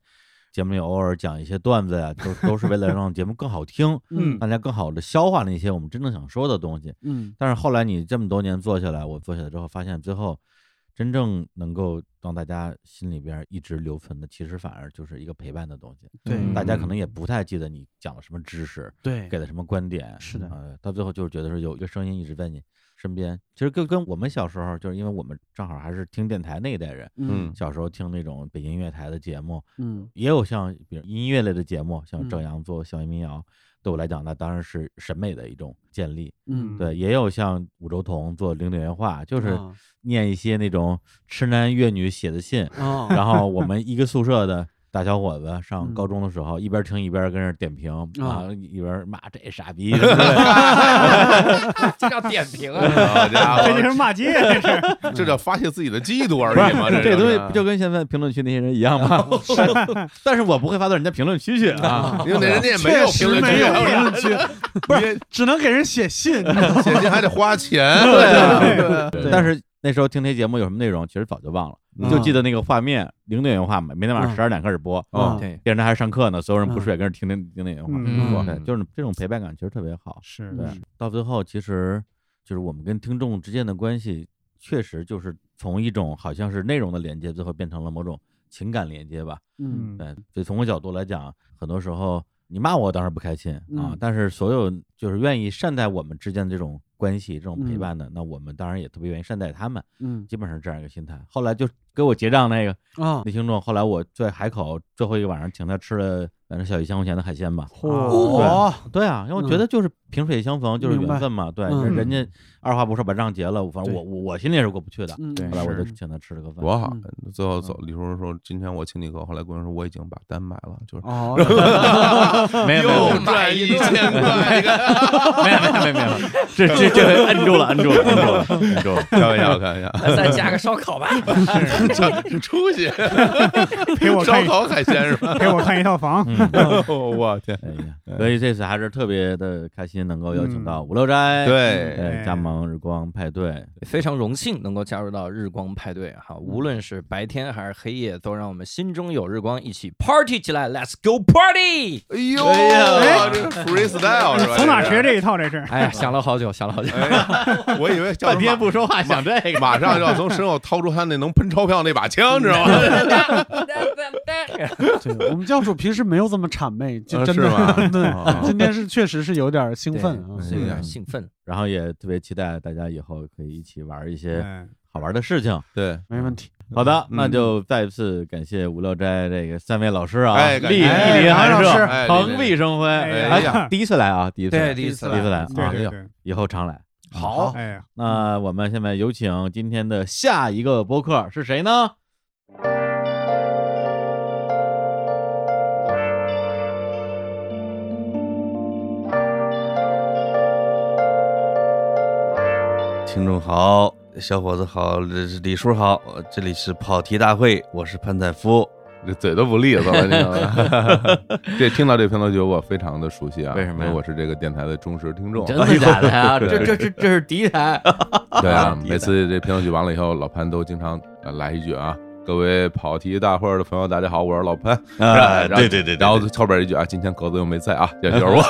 Speaker 1: 节目里偶尔讲一些段子呀、都都是为 了让节目更好听，
Speaker 4: 嗯
Speaker 1: 大家更好的消化那些我们真正想说的东西。
Speaker 4: 嗯
Speaker 1: 但是后来你这么多年做下来，我做下来之后，发现最后真正能够让大家心里边一直留存的，其实反而就是一个陪伴的东西。
Speaker 4: 对
Speaker 1: 大家可能也不太记得你讲了什么知识，
Speaker 4: 对
Speaker 1: 给了什么观点，
Speaker 4: 是的
Speaker 1: 呃，到最后就是觉得是有一个声音一直在你身边。其实跟跟我们小时候，就是因为我们正好还是听电台那一代人，
Speaker 2: 嗯
Speaker 1: 小时候听那种北京音乐台的节目，
Speaker 4: 嗯
Speaker 1: 也有像比如音乐类的节目，像
Speaker 4: 嗯
Speaker 1: 郑阳做校园民谣，对我来讲，那当然是审美的一种建立。
Speaker 4: 嗯，
Speaker 1: 对，也有像五洲同做零点原画，就是
Speaker 4: 啊
Speaker 1: 念一些那种痴男怨女写的信，
Speaker 4: 啊，
Speaker 1: 然 后我们一个宿舍的大小伙子上
Speaker 4: 嗯
Speaker 1: 高中的时候，一边听一边跟人点评
Speaker 4: 啊
Speaker 1: 啊，一边骂这傻 逼什么之类的，
Speaker 5: 这叫点评啊！
Speaker 2: 哎好家
Speaker 7: 这就
Speaker 2: 伙，
Speaker 7: 是骂街，这是。
Speaker 2: 这叫发泄自己的嫉妒而已嘛，
Speaker 1: 这
Speaker 2: 东
Speaker 1: 东西
Speaker 2: 西
Speaker 1: 不就跟现在评论区那些人一样 吗？ 但是我不会发到人家评论区去啊，
Speaker 2: 因为那人家也没有评论区，
Speaker 4: 没有
Speaker 2: 还
Speaker 4: 评
Speaker 2: 有
Speaker 4: 论区，不是只能给人写信。
Speaker 2: 写信还得花 钱，对啊
Speaker 4: 对
Speaker 1: 但是。那时候听这节目有什么内容，其实早就忘了，
Speaker 2: 嗯
Speaker 1: 就记得那个画面，零点原画嘛，每天
Speaker 4: 嗯
Speaker 1: 晚上十二点开始播，
Speaker 2: 哦嗯
Speaker 5: 对，
Speaker 1: 电视台还上课呢，所有人不睡，跟着听听听那原话。
Speaker 7: 嗯
Speaker 5: 嗯
Speaker 1: 对，就是这种陪伴感其实特别好。
Speaker 7: 是
Speaker 1: 对，
Speaker 4: 嗯
Speaker 1: 到最后其实就是我们跟听众之间的关系，确实就是从一种好像是内容的连接，最后变成了某种情感连接吧。
Speaker 4: 嗯
Speaker 7: 嗯
Speaker 1: 对，所以从我角度来讲，很多时候你骂我当然不开心啊
Speaker 4: 嗯，
Speaker 1: 但是所有就是愿意善待我们之间的这种关系、这种陪
Speaker 4: 嗯
Speaker 1: 伴的，那我们当然也特别愿意善待他们，
Speaker 4: 嗯
Speaker 1: 基本上是这样一个心态。后来就给我结账那个
Speaker 4: 啊，
Speaker 1: 那听众，后来我在海口最后一个晚上请他吃了反正小一千块钱的海鲜吧，
Speaker 4: 嚯，
Speaker 1: 对啊，因为我觉
Speaker 4: 嗯
Speaker 1: 得就是萍水相逢，就是
Speaker 4: 明白
Speaker 1: 缘分嘛。对，
Speaker 4: 嗯
Speaker 1: 人人家二话不说把账结了，反
Speaker 4: 对
Speaker 1: 正我我我心里也是过不去的。
Speaker 4: 嗯
Speaker 1: 后来我
Speaker 4: 是
Speaker 1: 就请他吃了个饭。
Speaker 2: 多好
Speaker 4: 嗯！
Speaker 2: 最后走，李叔叔说：“今天我请你喝。”后来姑娘说：“我已经把单买了。”就是
Speaker 4: 哦，
Speaker 1: 没有没有
Speaker 2: 又赚一千块，
Speaker 1: 没有没有没有没有，这这这回摁住了摁住了摁住了摁 住了。
Speaker 2: 开玩笑，开玩 笑，
Speaker 5: 再加个烧烤吧。
Speaker 2: 这哎 出息，
Speaker 7: 陪我
Speaker 2: 烧
Speaker 7: 看一
Speaker 2: 烤 海鲜是吧？ 哦
Speaker 7: 陪我看一套房，
Speaker 1: 嗯，
Speaker 2: 我天，哎
Speaker 1: 哎呀，所以这次还是特别的开心能够邀请
Speaker 7: 嗯
Speaker 1: 到五六斋，
Speaker 2: 对，
Speaker 1: 对，加
Speaker 7: 哎
Speaker 1: 盟日光派对，
Speaker 5: 非常荣幸能够加入到日光派对哈，
Speaker 2: 嗯
Speaker 5: 无论是白天还是黑夜，都让我们心中有日光，一起 party 起来，Let's go party！
Speaker 2: 哎呦，
Speaker 7: 哎
Speaker 2: 这个 freestyle 是吧？
Speaker 7: 从哪学
Speaker 2: 这
Speaker 7: 这一套？这是
Speaker 5: 哎 呀，想了好久，想了好久
Speaker 2: 个？，哎我以为叫
Speaker 1: 半天
Speaker 2: 天
Speaker 1: 不说话 想这个，
Speaker 2: 马上就要 从身后掏出他那能喷钞票那把枪，知道吗？
Speaker 4: 对我们教主平时没有这么谄媚，就
Speaker 2: 呃
Speaker 4: 真的
Speaker 2: 是吗
Speaker 4: 对
Speaker 2: 哦，
Speaker 4: 今天是确实是有点兴奋啊。
Speaker 5: 是有
Speaker 2: 嗯
Speaker 5: 点兴奋。
Speaker 1: 然后也特别期待大家以后可以一起玩一些
Speaker 7: 嗯，
Speaker 1: 好玩的事情。
Speaker 2: 对，
Speaker 4: 没问题，
Speaker 1: 好的，
Speaker 2: 嗯
Speaker 1: 那就再次感谢无聊斋这个三位老师啊，
Speaker 2: 哎感
Speaker 1: 莅
Speaker 2: 谢
Speaker 1: 莅临寒
Speaker 7: 哎
Speaker 1: 舍，
Speaker 2: 哎
Speaker 1: 蓬荜生辉。
Speaker 7: 哎
Speaker 2: 呀
Speaker 1: 第一次来啊，第一次来，
Speaker 5: 对第一次
Speaker 1: 第一次来
Speaker 7: 对
Speaker 1: 啊，
Speaker 7: 对对，
Speaker 1: 以后常来。
Speaker 5: 好，
Speaker 7: 哎呀，
Speaker 1: 那我们现在有请今天的下一个播客是谁呢？
Speaker 10: 听众好，小伙子好，李李叔好，这里是跑题大会，我是潘采夫。
Speaker 2: 这嘴都不利索了，你知道 吗？ 这听到这片头曲，我非常的熟悉啊，
Speaker 1: 为什么呀
Speaker 2: 因为我是这个电台的忠实听众，
Speaker 1: 真的假的呀？
Speaker 2: 对
Speaker 1: 这这这这是第一台，
Speaker 2: 对啊，
Speaker 1: 第一
Speaker 2: 每次这片头曲完了以后，老潘都经常呃来一句啊。各位跑题大会儿的朋友，大家好，我是老潘。
Speaker 10: 啊
Speaker 2: 然后
Speaker 10: 对对对对
Speaker 2: 然后后边一句啊，今天格子又没在啊，也就是 我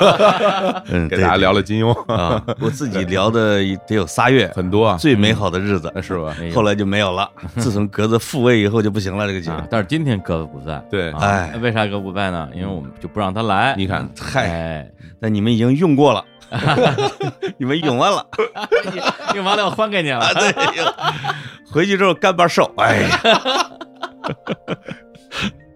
Speaker 10: 嗯，
Speaker 2: 给
Speaker 10: 对
Speaker 2: 大家
Speaker 10: 对
Speaker 2: 聊聊金庸，
Speaker 10: 啊，我自己聊的呃得有仨月，
Speaker 2: 很多啊，
Speaker 10: 最美好的日子
Speaker 1: 嗯
Speaker 2: 是
Speaker 1: 哎
Speaker 2: 吧？
Speaker 10: 后来就没有 了。自从格子复位以后就不行了，这个节目
Speaker 1: 啊。但是今天哥不在，
Speaker 2: 对
Speaker 1: 啊
Speaker 10: 哎
Speaker 1: 那为啥哥不在呢？因为我们就不让他来。
Speaker 2: 你看，
Speaker 10: 嗨，
Speaker 1: 哎，
Speaker 10: 那你们已经用过 了， 你们用完了，
Speaker 1: 用完了我还给你了。
Speaker 10: 对， 回去之后干巴瘦，哎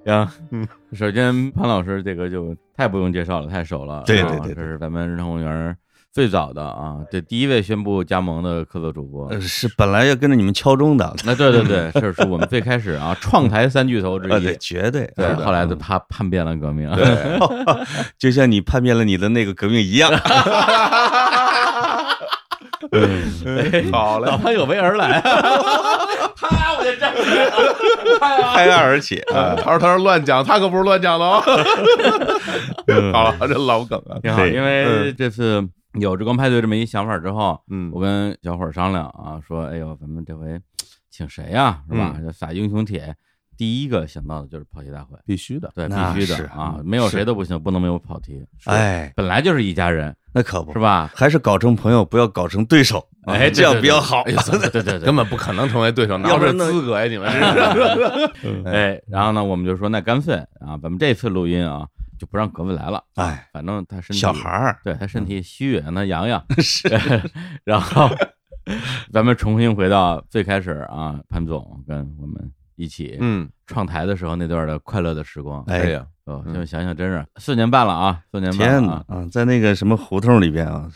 Speaker 10: 呀，
Speaker 1: 行，首先潘老师这个就太不用介绍了，太熟了。
Speaker 10: 对
Speaker 1: 啊
Speaker 10: 对对对
Speaker 1: 这是咱们日常公园最早的啊，这第一位宣布加盟的客座主播。
Speaker 10: 呃是本来要跟着你们敲钟 的，
Speaker 1: 那啊对对 对，这是我们最开始啊，创台三巨头之
Speaker 10: 啊，
Speaker 1: 一
Speaker 10: 对，。绝对，
Speaker 1: 对
Speaker 10: 是，的
Speaker 1: 后来的他叛变了革命。
Speaker 10: 就像你叛变了你的那个革命一样，
Speaker 2: 好嘞
Speaker 1: 老，潘有备而来，啊啪，我就站起 来了。
Speaker 10: 拍案而起。
Speaker 2: 啊他说他是乱讲，他可不是乱讲的哦。好了，这老梗啊，
Speaker 1: 挺好，因为这次有这光派对这么一想法之后，
Speaker 2: 嗯
Speaker 1: 我跟小伙儿商量啊，说，哎呦，咱们这回请谁呀、是吧？就撒英雄帖，第一个想到的就是跑题大会，
Speaker 2: 必须的，
Speaker 1: 对，
Speaker 10: 那
Speaker 1: 必须
Speaker 10: 是
Speaker 1: 的啊，没有谁都不行，不能没有跑题。
Speaker 10: 哎，
Speaker 1: 本来就是一家人，
Speaker 10: 那可不
Speaker 1: 是，吧？
Speaker 10: 还是搞成朋友，不要搞成对手，
Speaker 1: 哎，
Speaker 10: 这样比较好。
Speaker 1: 对对对 对对对
Speaker 2: 根本不可能成为对手，哪有
Speaker 10: 要不
Speaker 2: 这
Speaker 10: 然呢
Speaker 2: 资格呀？你们 是
Speaker 10: 嗯
Speaker 1: 哎，然后呢，我们就说，那干脆啊，咱们这次录音啊，就不让格子来了，啊
Speaker 10: 哎，
Speaker 1: 反正他身体
Speaker 10: 小孩儿嗯
Speaker 1: 对他身体虚，让他养 养。是， 然后咱们重新回到最开始啊，潘总跟我们一起
Speaker 2: 嗯，
Speaker 1: 创台的时候那段的快乐的时光。
Speaker 10: 哎
Speaker 2: 哎呀，
Speaker 1: 哦，
Speaker 2: 嗯
Speaker 1: 现在想想真是四年半了啊，四年半
Speaker 10: 天
Speaker 1: 了
Speaker 10: 哪
Speaker 1: 啊，！
Speaker 10: 啊，在那个什么胡同里边啊，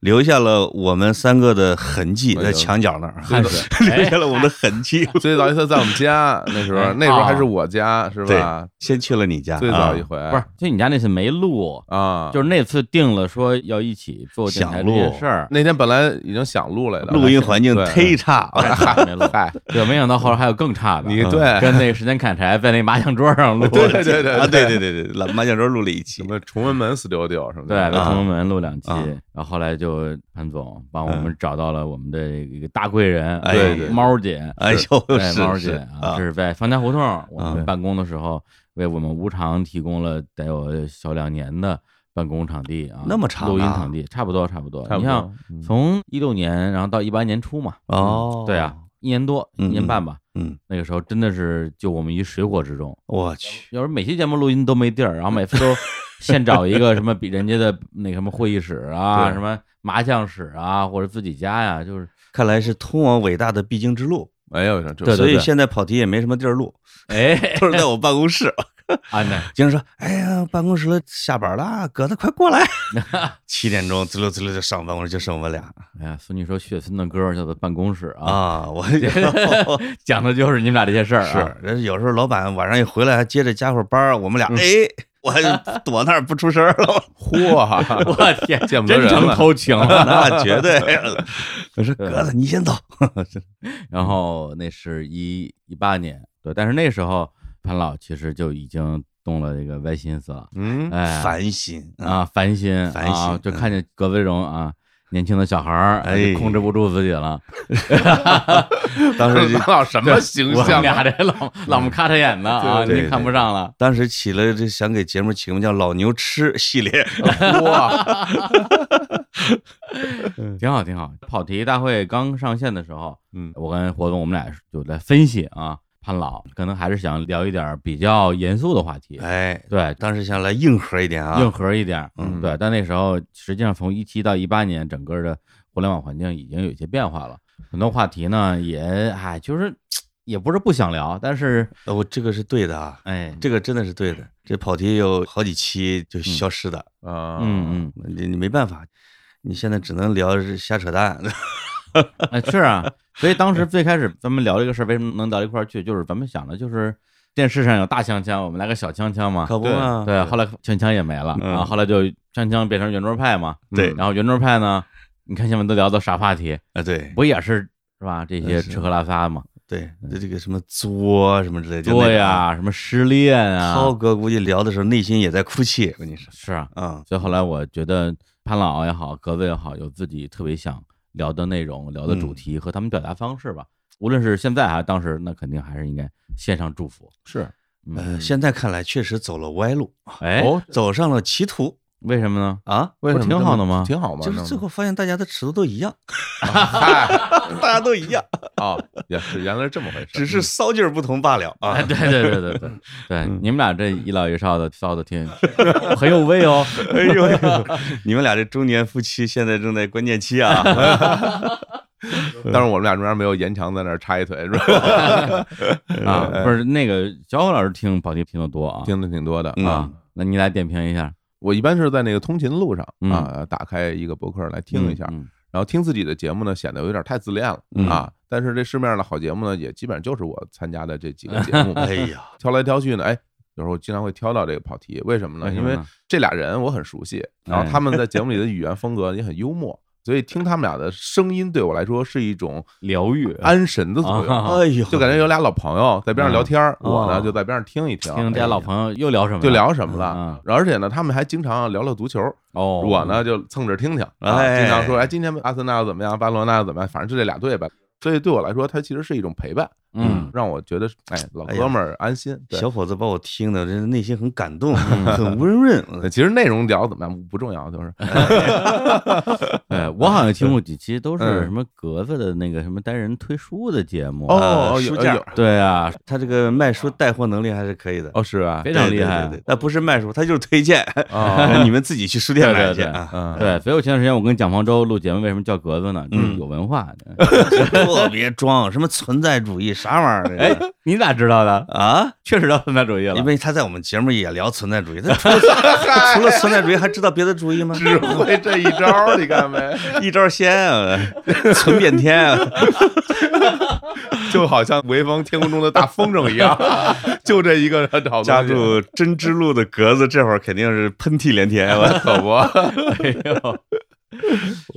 Speaker 10: 留下了我们三个的痕迹，
Speaker 2: 哎呦
Speaker 10: 在墙角那 儿
Speaker 1: 汗水。
Speaker 10: 留下了我们的痕迹。
Speaker 2: 最早一次在我们家那时候，那时候还是我家是吧？
Speaker 10: 先去了你家，
Speaker 2: 最早
Speaker 10: 啊
Speaker 2: 一回
Speaker 1: 不是，就你家那次没录，
Speaker 2: 啊，
Speaker 1: 就是那次定了说要一起做电台
Speaker 10: 想
Speaker 1: 这
Speaker 10: 录
Speaker 1: 件事儿，
Speaker 2: 那天本来已经想录来的，
Speaker 10: 录音环境
Speaker 2: 对嗯
Speaker 10: 忒 差了。
Speaker 1: 没录。对，没想到后来还有更差的，
Speaker 2: 你
Speaker 1: 嗯
Speaker 2: 对
Speaker 1: 跟那个时间砍柴在那麻将桌上录，
Speaker 2: 对对对
Speaker 10: 啊，
Speaker 2: 对
Speaker 10: 对对对对，老麻将桌录了一期
Speaker 2: 什，么崇文门四丢丢什么
Speaker 1: 对，
Speaker 2: 的，
Speaker 1: 跟
Speaker 10: 啊
Speaker 1: 同门录两期
Speaker 10: 啊，嗯
Speaker 1: 然后后来就潘总帮我们找到了我们的一个大贵人，
Speaker 10: 哎
Speaker 1: 对
Speaker 2: 对
Speaker 1: 猫姐，
Speaker 10: 哎呦，
Speaker 1: 对猫
Speaker 10: 是
Speaker 1: 姐
Speaker 10: 是
Speaker 1: 啊，这是在方家胡同我们
Speaker 10: 啊
Speaker 1: 办公的时候，为我们无偿提供了得有小两年的办公场地啊，
Speaker 10: 那么长啊
Speaker 1: 录音场地，差不多差不多。
Speaker 2: 差不
Speaker 1: 你像
Speaker 2: 多。嗯
Speaker 1: 从一六年，然后到一八年初嘛，
Speaker 10: 哦，
Speaker 1: 对啊，，一年多，一
Speaker 10: 嗯
Speaker 1: 年半吧。
Speaker 10: 嗯，
Speaker 1: 那个时候真的是救我们于水火之中，
Speaker 10: 我去，
Speaker 1: 要是每期节目录音都没地儿，然后每次都现找一个什么比人家的那个什么会议室啊，
Speaker 2: 对
Speaker 1: 什么麻将室啊，或者自己家呀，就是
Speaker 10: 看来是通往伟大的必经之路，
Speaker 2: 哎呦，这
Speaker 1: 对
Speaker 10: 所以现在跑题也没什么地儿录，
Speaker 1: 哎
Speaker 10: 都是在我办公 室。
Speaker 1: 啊，那
Speaker 10: 经常说：“哎呀，办公室了下班啦，格子快过来！”七点钟滋溜滋溜就上办公室，就剩我们俩
Speaker 1: 哎呀，孙女说雪村的歌叫做办公室啊，
Speaker 10: 啊。 我
Speaker 1: 讲的就是你们俩这些事儿啊。
Speaker 10: 是，人有时候老板晚上一回来还接着加会儿班儿，我们
Speaker 1: 嗯
Speaker 10: 俩哎，我还躲那儿不出声儿 了，
Speaker 2: 嚯，
Speaker 1: 我天，
Speaker 2: 见不得
Speaker 1: 真
Speaker 2: 人
Speaker 1: 成
Speaker 2: 了，
Speaker 1: 偷情啊了。
Speaker 10: 那绝对。 我说：“格子，你先走。
Speaker 1: 然后那是一一八年，对，但是那时候潘老其实就已经动了这个歪心思了，
Speaker 2: 嗯，
Speaker 1: 哎，
Speaker 10: 烦心
Speaker 1: 啊，，烦心，
Speaker 10: 烦心
Speaker 1: 啊，就
Speaker 10: 嗯
Speaker 1: 看见葛卫荣啊，年轻的小孩儿，
Speaker 10: 哎
Speaker 1: 就控制不住自己了，
Speaker 10: 当时就
Speaker 2: 老什么形
Speaker 1: 我们
Speaker 2: 象啊？
Speaker 1: 俩这老老么咔嚓眼的啊，
Speaker 10: 对对
Speaker 1: 您看不上了，
Speaker 10: 当时起了这想给节目起个名叫“老牛吃”系 列，
Speaker 2: 哇，
Speaker 10: 嗯
Speaker 1: 挺好，挺好。跑题大会刚上线的时候，
Speaker 2: 嗯
Speaker 1: 我跟活动我们俩就在分析啊，潘老可能还是想聊一点比较严肃的话题，
Speaker 10: 哎，
Speaker 1: 对，
Speaker 10: 当时想来硬核一点啊，
Speaker 1: 硬核一点，
Speaker 10: 嗯
Speaker 1: 对。但那时候实际上从一七到一八年，整个的互联网环境已经有一些变化了，很多话题呢也哎就是。也不是不想聊，但是
Speaker 10: 呃我这个是对的啊，
Speaker 1: 哎，
Speaker 10: 这个真的是对的，这跑题有好几期就消失的，
Speaker 2: 啊，
Speaker 1: 嗯
Speaker 10: 你你没办法，你现在只能聊是瞎扯淡，
Speaker 1: 嗯， 哎是啊，所以
Speaker 10: 哎
Speaker 1: 当时最开始咱们聊这个事儿，为什么能聊一块儿去？就是咱们想的就是电视上有大枪枪，我们来个小枪枪嘛，
Speaker 10: 可不嘛，
Speaker 1: 对，后来枪枪也没了，
Speaker 10: 嗯
Speaker 1: 然后后来就枪枪变成圆桌派嘛。
Speaker 10: 对
Speaker 1: 然后圆桌派呢，你看现在都聊到啥话题？
Speaker 10: 啊对呃
Speaker 1: 不也是是吧？这些
Speaker 10: 是
Speaker 1: 吃喝拉撒嘛，
Speaker 10: 对，这这个什么作什么之类的，就那
Speaker 1: 对
Speaker 10: 个啊。
Speaker 1: 呀，什么失恋
Speaker 10: 涛
Speaker 1: 啊，
Speaker 10: 哥估计聊的时候内心也在哭泣，我跟你说
Speaker 1: 是啊。
Speaker 10: 啊，
Speaker 1: 所以后来我觉得潘老也好，格子也好，有自己特别想聊的内容、聊的
Speaker 10: 嗯
Speaker 1: 主题和他们表达方式吧。无论是现在还是当时，那肯定还是应该线上祝福。
Speaker 2: 是，
Speaker 10: 呃，
Speaker 1: 嗯，
Speaker 10: 现在看来确实走了歪路，
Speaker 1: 哎，
Speaker 2: 哦
Speaker 10: 走上了歧途
Speaker 1: 为什么呢？
Speaker 10: 啊，
Speaker 2: 为什么
Speaker 1: 挺好的吗
Speaker 2: 挺好吗？
Speaker 10: 就是最
Speaker 2: 后
Speaker 10: 后发现大家的尺度都一 样，
Speaker 2: 啊，
Speaker 10: 大家都一样，
Speaker 2: 也是原来是这么回事，
Speaker 10: 哦只是骚劲儿不同罢了啊嗯
Speaker 1: 哎，。对对对对对 对，你们俩这一老一少的骚的挺 很有味哦。
Speaker 10: 哎呦， 哎呦你们俩这中年夫妻现在正在关键期 啊！
Speaker 2: 但是我们俩中间没有严强在那儿插一腿，是吧？
Speaker 1: 啊，
Speaker 10: 哎
Speaker 1: 不是那个小欧老师听跑题听得多啊，
Speaker 2: 听的挺多的
Speaker 10: 嗯
Speaker 2: 啊
Speaker 1: 啊。，那你来点评一下，
Speaker 2: 我一般是在那个通勤路上
Speaker 1: 嗯
Speaker 2: 啊，打开一个博客来听一下，
Speaker 1: 嗯
Speaker 2: 然后听自己的节目呢，显得有点太自恋了
Speaker 1: 嗯
Speaker 2: 啊。但是这市面上的好节目呢，也基本上就是我参加的这几个节 目，
Speaker 10: 哎呀，
Speaker 2: 挑来挑去呢，哎，有时候经常会挑到这个跑题，为什么呢？
Speaker 1: 为什
Speaker 2: 因
Speaker 1: 么呢哎
Speaker 2: 为这俩人我很熟悉，然后他们在节目里的语言风格也很幽默， 所以听他们俩的声音对我来说是一种
Speaker 1: 疗愈
Speaker 2: 安神的作 用，
Speaker 1: 啊
Speaker 10: 哎呦，
Speaker 2: 就感觉有俩老朋友在边上聊天儿，
Speaker 1: 嗯
Speaker 2: 我呢
Speaker 1: 哦
Speaker 2: 就在边上听一听，
Speaker 1: 听人家老
Speaker 2: 友
Speaker 1: 朋友又聊什么了，
Speaker 2: 就聊什么了。
Speaker 1: 啊
Speaker 2: 而且呢，他们还经常聊聊足球，
Speaker 1: 哦，
Speaker 2: 我呢就蹭着听听啊，
Speaker 10: 哎
Speaker 2: 经常说哎，今天阿森纳又怎么样，巴塞罗那又怎么样，反正就这俩队吧。所以对我来说，它其实是一种陪伴，
Speaker 1: 嗯，
Speaker 2: 让我觉得哎，老
Speaker 10: 哎呀
Speaker 2: 哥们儿安心。对
Speaker 10: 小伙子把我听的，这内心很感动，
Speaker 1: 嗯
Speaker 10: 很温润。啊
Speaker 2: 呃 其实内容聊得怎么样不重要， 就是
Speaker 1: 哎，我好像听过几期都是
Speaker 2: 嗯
Speaker 1: 什么格子的那个什么单人推书的节目，啊
Speaker 2: 哦，
Speaker 10: 书
Speaker 2: 有
Speaker 10: 架
Speaker 2: 有
Speaker 1: 对啊，
Speaker 10: 他这个卖书带货能力还是可以的，
Speaker 2: 哦是啊，
Speaker 1: 非常厉害哦
Speaker 10: 对，对对那不是卖书，他就是推荐，
Speaker 2: 啊
Speaker 10: 哦 哎你们自己去书店买去
Speaker 1: 对对对
Speaker 10: 啊，
Speaker 2: 嗯，
Speaker 1: 对，所以我前段时间我跟蒋方舟录节目，为什么叫格子呢？就是
Speaker 10: 嗯
Speaker 1: 有文化，
Speaker 10: 特别装，什么存在主义啥玩意儿？哎
Speaker 1: 你咋知道的？
Speaker 10: 啊，
Speaker 1: 确实聊存在主义
Speaker 10: 因
Speaker 1: 了，
Speaker 10: 为他在我们节目也聊存在主义， 他除了他除了存在主义还知道别的主义吗？
Speaker 2: 只会这一招儿，你 看没？
Speaker 10: 一招鲜 啊，存遍天啊！
Speaker 2: 就好像潍坊天空中的大风筝一样， 就这一个好
Speaker 10: 家住针织路的格子，这会儿肯定是喷嚏连天 了。
Speaker 2: 可不，
Speaker 1: 哎呦，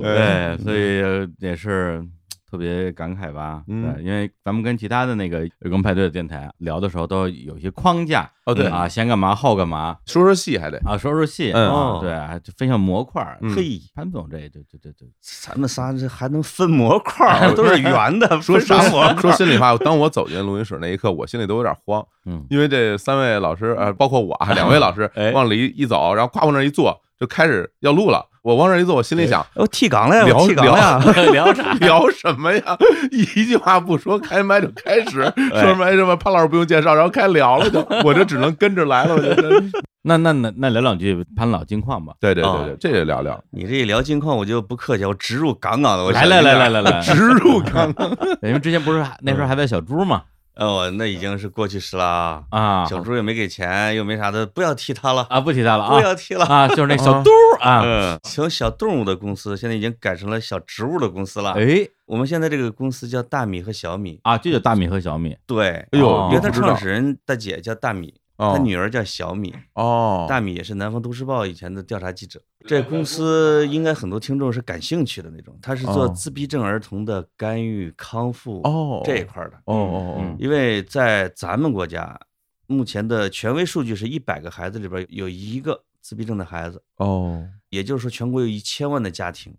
Speaker 2: 哎
Speaker 1: 对，所以也是特别感慨吧。
Speaker 2: 嗯
Speaker 1: 对，因为咱们跟其他的那个月光派对的电台啊聊的时候，都有一些框架。
Speaker 2: 哦对
Speaker 1: 嗯啊，先干嘛后干嘛
Speaker 2: 说说戏还得
Speaker 1: 啊，说说戏
Speaker 2: 嗯
Speaker 1: 啊
Speaker 10: 哦，
Speaker 1: 对啊，就分享模块儿。
Speaker 2: 嗯
Speaker 10: 嘿，
Speaker 1: 潘总这这这这这，
Speaker 10: 咱们仨这还能分模块儿， 都是圆的，
Speaker 2: 哎说
Speaker 10: 分啥模块儿？
Speaker 2: 说心里话，当我走进录音室那一刻，我心里都有点慌，
Speaker 1: 嗯
Speaker 2: 因为这三位老师，呃，包括我啊，两位老师
Speaker 1: 哎
Speaker 2: 往里一走，然后夸往那儿一坐，就开始要录了。我往那儿一坐，我心里想，
Speaker 10: 我哎哦剃岗了 呀，
Speaker 2: 聊
Speaker 10: 我剃岗了呀！
Speaker 1: 聊啥？
Speaker 2: 聊什么呀？一句话不说，开麦就开始，说什么哎什么潘老师不用介绍，然后开聊了就，我就只能跟着来了。我觉得，
Speaker 1: 那那那那聊两句潘老近况吧。
Speaker 2: 对对对
Speaker 10: 哦
Speaker 2: 对，这就聊聊，
Speaker 10: 你这一聊近况，我就不客气，我直入杠杠的。我
Speaker 1: 来来来来来 来，
Speaker 2: 植入刚 刚
Speaker 1: 因为之前不是还那时候还在小猪嘛
Speaker 10: 呃，我那已经是过去式了啊。
Speaker 1: 啊
Speaker 10: 小猪也没给钱，又没啥的，不要提他了，
Speaker 1: 啊，不提他了
Speaker 10: 不
Speaker 1: 啊
Speaker 10: 要提了。
Speaker 1: 啊，就是那小嘟儿啊，
Speaker 10: 嗯，从小动物的公司现在已经改成了小植物的公司了。
Speaker 1: 哎
Speaker 10: 我们现在这个公司叫大米和小米，
Speaker 1: 啊，就叫大米和小米
Speaker 10: 对，
Speaker 2: 哎呦
Speaker 1: 哦
Speaker 10: 因为它
Speaker 2: 不知道
Speaker 10: 创始人大姐叫大米，她
Speaker 2: 哦
Speaker 10: 女儿叫小米，
Speaker 2: 哦，
Speaker 10: 大米也是南方都市报以前的调查记者。这公司应该很多听众是感兴趣的那种，它是做
Speaker 2: 哦
Speaker 10: 自闭症儿童的干预康复
Speaker 2: 哦
Speaker 10: 这一块儿的。
Speaker 2: 哦哦
Speaker 1: 嗯
Speaker 2: 哦，
Speaker 10: 因为在咱们国家，目前的权威数据是一百个孩子里边有一个自闭症的孩子，
Speaker 2: 哦，
Speaker 10: 也就是说全国有一千万的家庭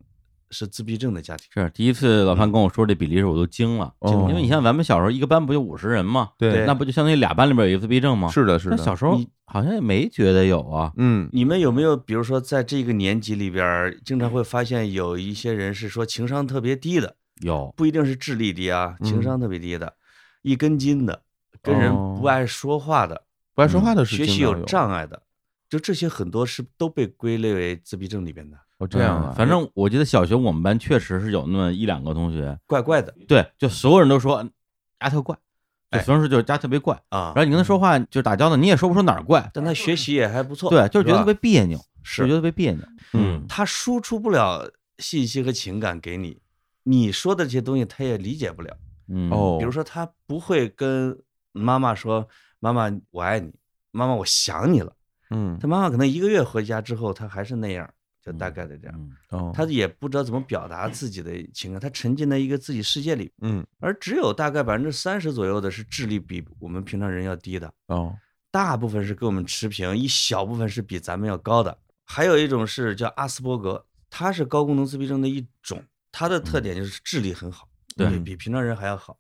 Speaker 10: 是自闭症的家庭。
Speaker 1: 是第一次老潘跟我说这比例时，我都惊了，
Speaker 2: 哦
Speaker 1: 因为你像咱们小时候一个班不就五十人嘛，
Speaker 2: 对
Speaker 1: 那不就相当于俩班里边有一个自闭症吗？
Speaker 2: 是的，是
Speaker 1: 那
Speaker 2: 的，
Speaker 1: 小时候
Speaker 10: 你
Speaker 1: 好像也没觉得有啊，
Speaker 2: 嗯，
Speaker 10: 你们有没有比如说在这个年级里边儿，经常会发现有一些人是说情商特别低的，
Speaker 1: 有
Speaker 10: 不一定是智力低啊，情
Speaker 2: 嗯
Speaker 10: 商特别低的，一根筋的，跟人
Speaker 2: 哦
Speaker 10: 不爱说话的，嗯
Speaker 2: 不爱说话的是
Speaker 10: 学习
Speaker 2: 经常
Speaker 10: 有障碍的，就这些很多是都被归类为自闭症里边的，
Speaker 2: 哦，这样
Speaker 1: 嗯
Speaker 2: 啊，
Speaker 1: 反正我记得小学我们班确实是有那么一两个同学，
Speaker 10: 怪怪的
Speaker 1: 对，就所有人都说嗯丫特怪，就
Speaker 10: 哎
Speaker 1: 所有人说就是丫特别怪，
Speaker 10: 啊
Speaker 1: 然。后你跟他说话就打交道，你也说不出哪儿怪，
Speaker 10: 但他学习也还不错，
Speaker 1: 对，就是觉得
Speaker 10: 吧
Speaker 1: 特别别扭，就觉
Speaker 10: 是
Speaker 1: 得特别别扭，
Speaker 2: 嗯，
Speaker 10: 他输出不了信息和情感给你，你说的这些东西他也理解不了。
Speaker 1: 嗯，
Speaker 2: 哦，
Speaker 10: 比如说，他不会跟妈妈说：“妈妈，我爱你，妈妈，我想你了。”
Speaker 2: 嗯，
Speaker 10: 他妈妈可能一个月回家之后，他还是那样，就大概的这样。
Speaker 1: 嗯，
Speaker 2: 哦，
Speaker 10: 他也不知道怎么表达自己的情感，他沉浸在一个自己世界里，
Speaker 2: 嗯，
Speaker 10: 而只有大概百分之三十左右的是智力比我们平常人要低的，
Speaker 2: 哦，
Speaker 10: 大部分是跟我们持平，一小部分是比咱们要高的。还有一种是叫阿斯伯格，它是高功能自闭症的一种，它的特点就是智力很好，
Speaker 1: 对
Speaker 10: 比比平常人还要好。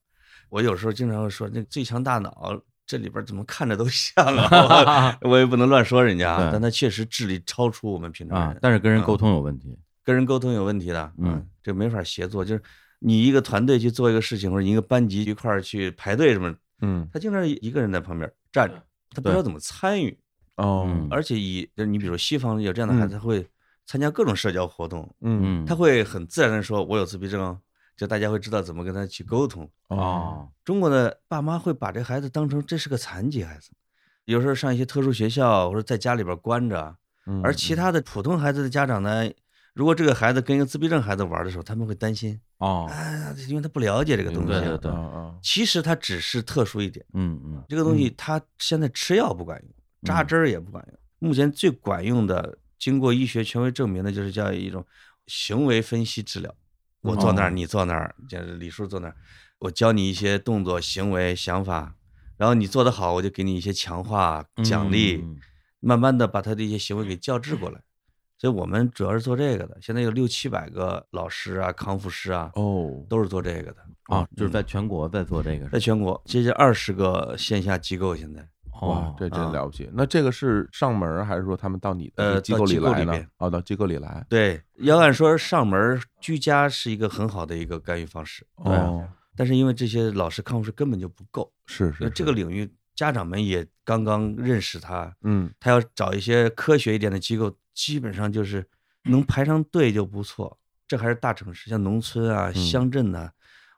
Speaker 10: 我有时候经常会说，那最强大脑这里边怎么看着都像啊，我我也 不能乱说人家啊
Speaker 1: 对，
Speaker 10: 但他确实智力超出我们平常
Speaker 1: 啊
Speaker 10: 人，，嗯
Speaker 1: 但是跟人沟通有问题，
Speaker 10: 跟人沟通有问题的，
Speaker 1: 嗯，
Speaker 10: 这没法协作，就是你一个团队去做一个事情，或者你一个班级一块儿去排队什么，
Speaker 2: 嗯，
Speaker 10: 他经常一个人在旁边站着，他不知道怎么参与，
Speaker 2: 哦，
Speaker 10: 而且以就是你比如西方有这样的孩子，他会参加各种社交活动，
Speaker 2: 嗯，
Speaker 1: 嗯，
Speaker 10: 他会很自然的说“我有自闭症哦”，就大家会知道怎么跟他去沟通。
Speaker 2: 哦，
Speaker 1: 哦，
Speaker 10: 中国的爸妈会把这孩子当成这是个残疾孩子，有时候上一些特殊学校或者在家里边关着，啊
Speaker 2: 嗯
Speaker 10: 而其他的普通孩子的家长呢，如果这个孩子跟一个自闭症孩子玩的时候，他们会担心，
Speaker 1: 哦，
Speaker 10: 啊，因为他不了解这个东
Speaker 1: 对对
Speaker 10: 西。
Speaker 1: 对，
Speaker 2: 啊
Speaker 10: 其实他只是特殊一点，
Speaker 1: 嗯嗯，
Speaker 10: 这个东西他现在吃药不管用，扎针儿也不管用。目前最管用的，经过医学权威证明的，就是叫一种行为分析治疗。我坐
Speaker 1: 哦
Speaker 10: 那儿，你坐那儿，就是李叔坐那儿，我教你一些动作、行为、想法，然后你做得好，我就给你一些强化啊奖励。
Speaker 1: 嗯
Speaker 10: 慢慢的把他的一些行为给校制过来。所以我们主要是做这个的，现在有六七百个老师啊、康复师啊，
Speaker 2: 哦，
Speaker 10: 都是做这个的。嗯
Speaker 1: 哦，就是在全国在做这个
Speaker 10: 在
Speaker 1: 是吧，
Speaker 10: 全国接近二十个线下机构，现在
Speaker 2: 哇
Speaker 1: 哦，，
Speaker 2: 这真
Speaker 10: 啊
Speaker 2: 了不起！那这个是上门儿还是说他们到你的这个
Speaker 10: 呃
Speaker 2: 机
Speaker 10: 到
Speaker 2: 构
Speaker 10: 机
Speaker 2: 里
Speaker 10: 构
Speaker 2: 来
Speaker 10: 里
Speaker 2: 呢
Speaker 10: 边？
Speaker 2: 哦，到机构里来。
Speaker 10: 对，要按说上门儿居家是一个很好的一个干预方式，啊
Speaker 2: 哦，
Speaker 10: 但是因为这些老师康复师根本就不够，
Speaker 2: 是
Speaker 10: 因
Speaker 2: 是
Speaker 10: 为这个
Speaker 2: 是
Speaker 10: 领域家长们也刚刚认识他，
Speaker 2: 嗯
Speaker 10: 他要找一些科学一点的机构，基本上就是能排上队就不错。这还是大城市，像农村
Speaker 1: 嗯
Speaker 10: 啊、乡镇呐、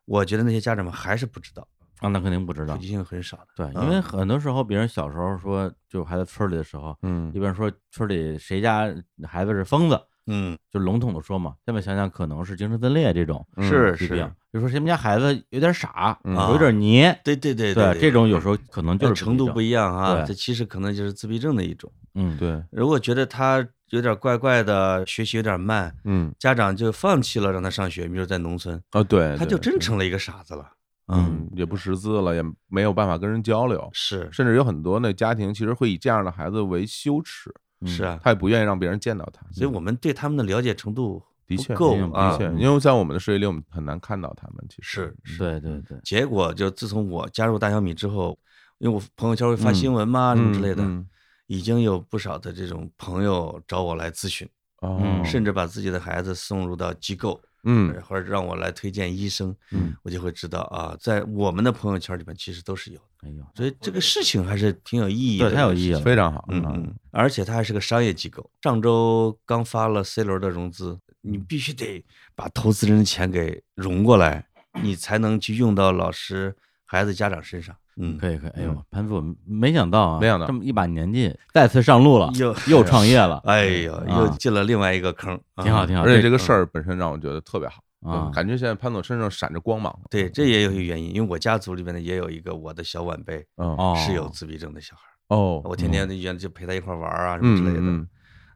Speaker 10: 我觉得那些家长们还是不知道，
Speaker 1: 啊，那肯定不知
Speaker 10: 普
Speaker 1: 道
Speaker 10: 及，性很少的。
Speaker 1: 对，
Speaker 10: 嗯
Speaker 1: 因为很多时候别人小时候说，就还在村里的时候，
Speaker 2: 嗯
Speaker 1: 一般说村里谁家孩子是疯子，
Speaker 10: 嗯，
Speaker 1: 就笼统的说嘛，现在想想可能是精神分裂这种
Speaker 2: 嗯
Speaker 10: 是
Speaker 1: 疾
Speaker 10: 是啊
Speaker 1: 病，就说谁们家孩子有点傻，
Speaker 2: 嗯
Speaker 1: 有点黏，
Speaker 10: 对对对
Speaker 1: 这种有时候可能就
Speaker 10: 但
Speaker 1: 是
Speaker 10: 程度不
Speaker 1: 一，
Speaker 10: 一样啊
Speaker 1: 对，
Speaker 10: 这其实可能就是自闭症的一种。
Speaker 1: 嗯，
Speaker 2: 对
Speaker 10: 如果觉得他有点怪怪的，学习有点慢，
Speaker 2: 嗯
Speaker 10: 家长就放弃了让他上学，比如在农村，
Speaker 2: 哦对，
Speaker 10: 他
Speaker 2: 对
Speaker 10: 就真
Speaker 2: 对
Speaker 10: 成了一个傻子了。
Speaker 2: 嗯也不识字了，也没有办法跟人交流，
Speaker 10: 是
Speaker 2: 甚至有很多那家庭其实会以这样的孩子为羞耻，嗯
Speaker 10: 是啊，
Speaker 2: 他也不愿意让别人见到他。嗯
Speaker 10: 所以我们对他们的了解程度
Speaker 2: 的确
Speaker 10: 不够
Speaker 2: 的确
Speaker 10: 啊
Speaker 2: 的确，因为在我们的世界里，我们很难看到他们。其实
Speaker 10: 是嗯
Speaker 1: 对对对，
Speaker 10: 结果就自从我加入大小米之后，因为我朋友圈会发新闻嘛，什么之类的，
Speaker 2: 嗯
Speaker 10: 已经有不少的这种朋友找我来咨询，嗯
Speaker 2: 哦，
Speaker 10: 甚至把自己的孩子送入到机构，
Speaker 2: 嗯
Speaker 10: 或者让我来推荐医生，
Speaker 2: 嗯
Speaker 10: 我就会知道啊，在我们的朋友圈里面其实都是有的，
Speaker 1: 哎呦，
Speaker 10: 所以这个事情还是挺有意义的，
Speaker 1: 对，太有意义了，
Speaker 2: 非常好，
Speaker 10: 嗯嗯，而且它还是个商业机构。上周刚发了 C 轮的融资，你必须得把投资人的钱给融过来，你才能去用到老师、孩子、家长身上。嗯，
Speaker 1: 可以可以，哎呦，潘总没想到啊，
Speaker 2: 没想到
Speaker 1: 这么一把年纪再次上路了，
Speaker 10: 又
Speaker 1: 又创业了，
Speaker 10: 哎呦，又
Speaker 1: 啊
Speaker 10: 进了另外一个坑，啊
Speaker 1: 挺好挺好，
Speaker 2: 而且这个事儿本身让我觉得特别好，嗯
Speaker 1: 啊，
Speaker 2: 感觉现在潘总身上闪着光芒。嗯
Speaker 10: 对，这也有一个原因，因为我家族里面呢也有一个我的小晚辈
Speaker 2: 嗯
Speaker 1: 哦
Speaker 10: 是有自闭症的小孩儿，
Speaker 2: 哦，
Speaker 10: 我天天在医院就陪他一块儿玩儿啊什么之类
Speaker 2: 嗯
Speaker 10: 的。
Speaker 2: 嗯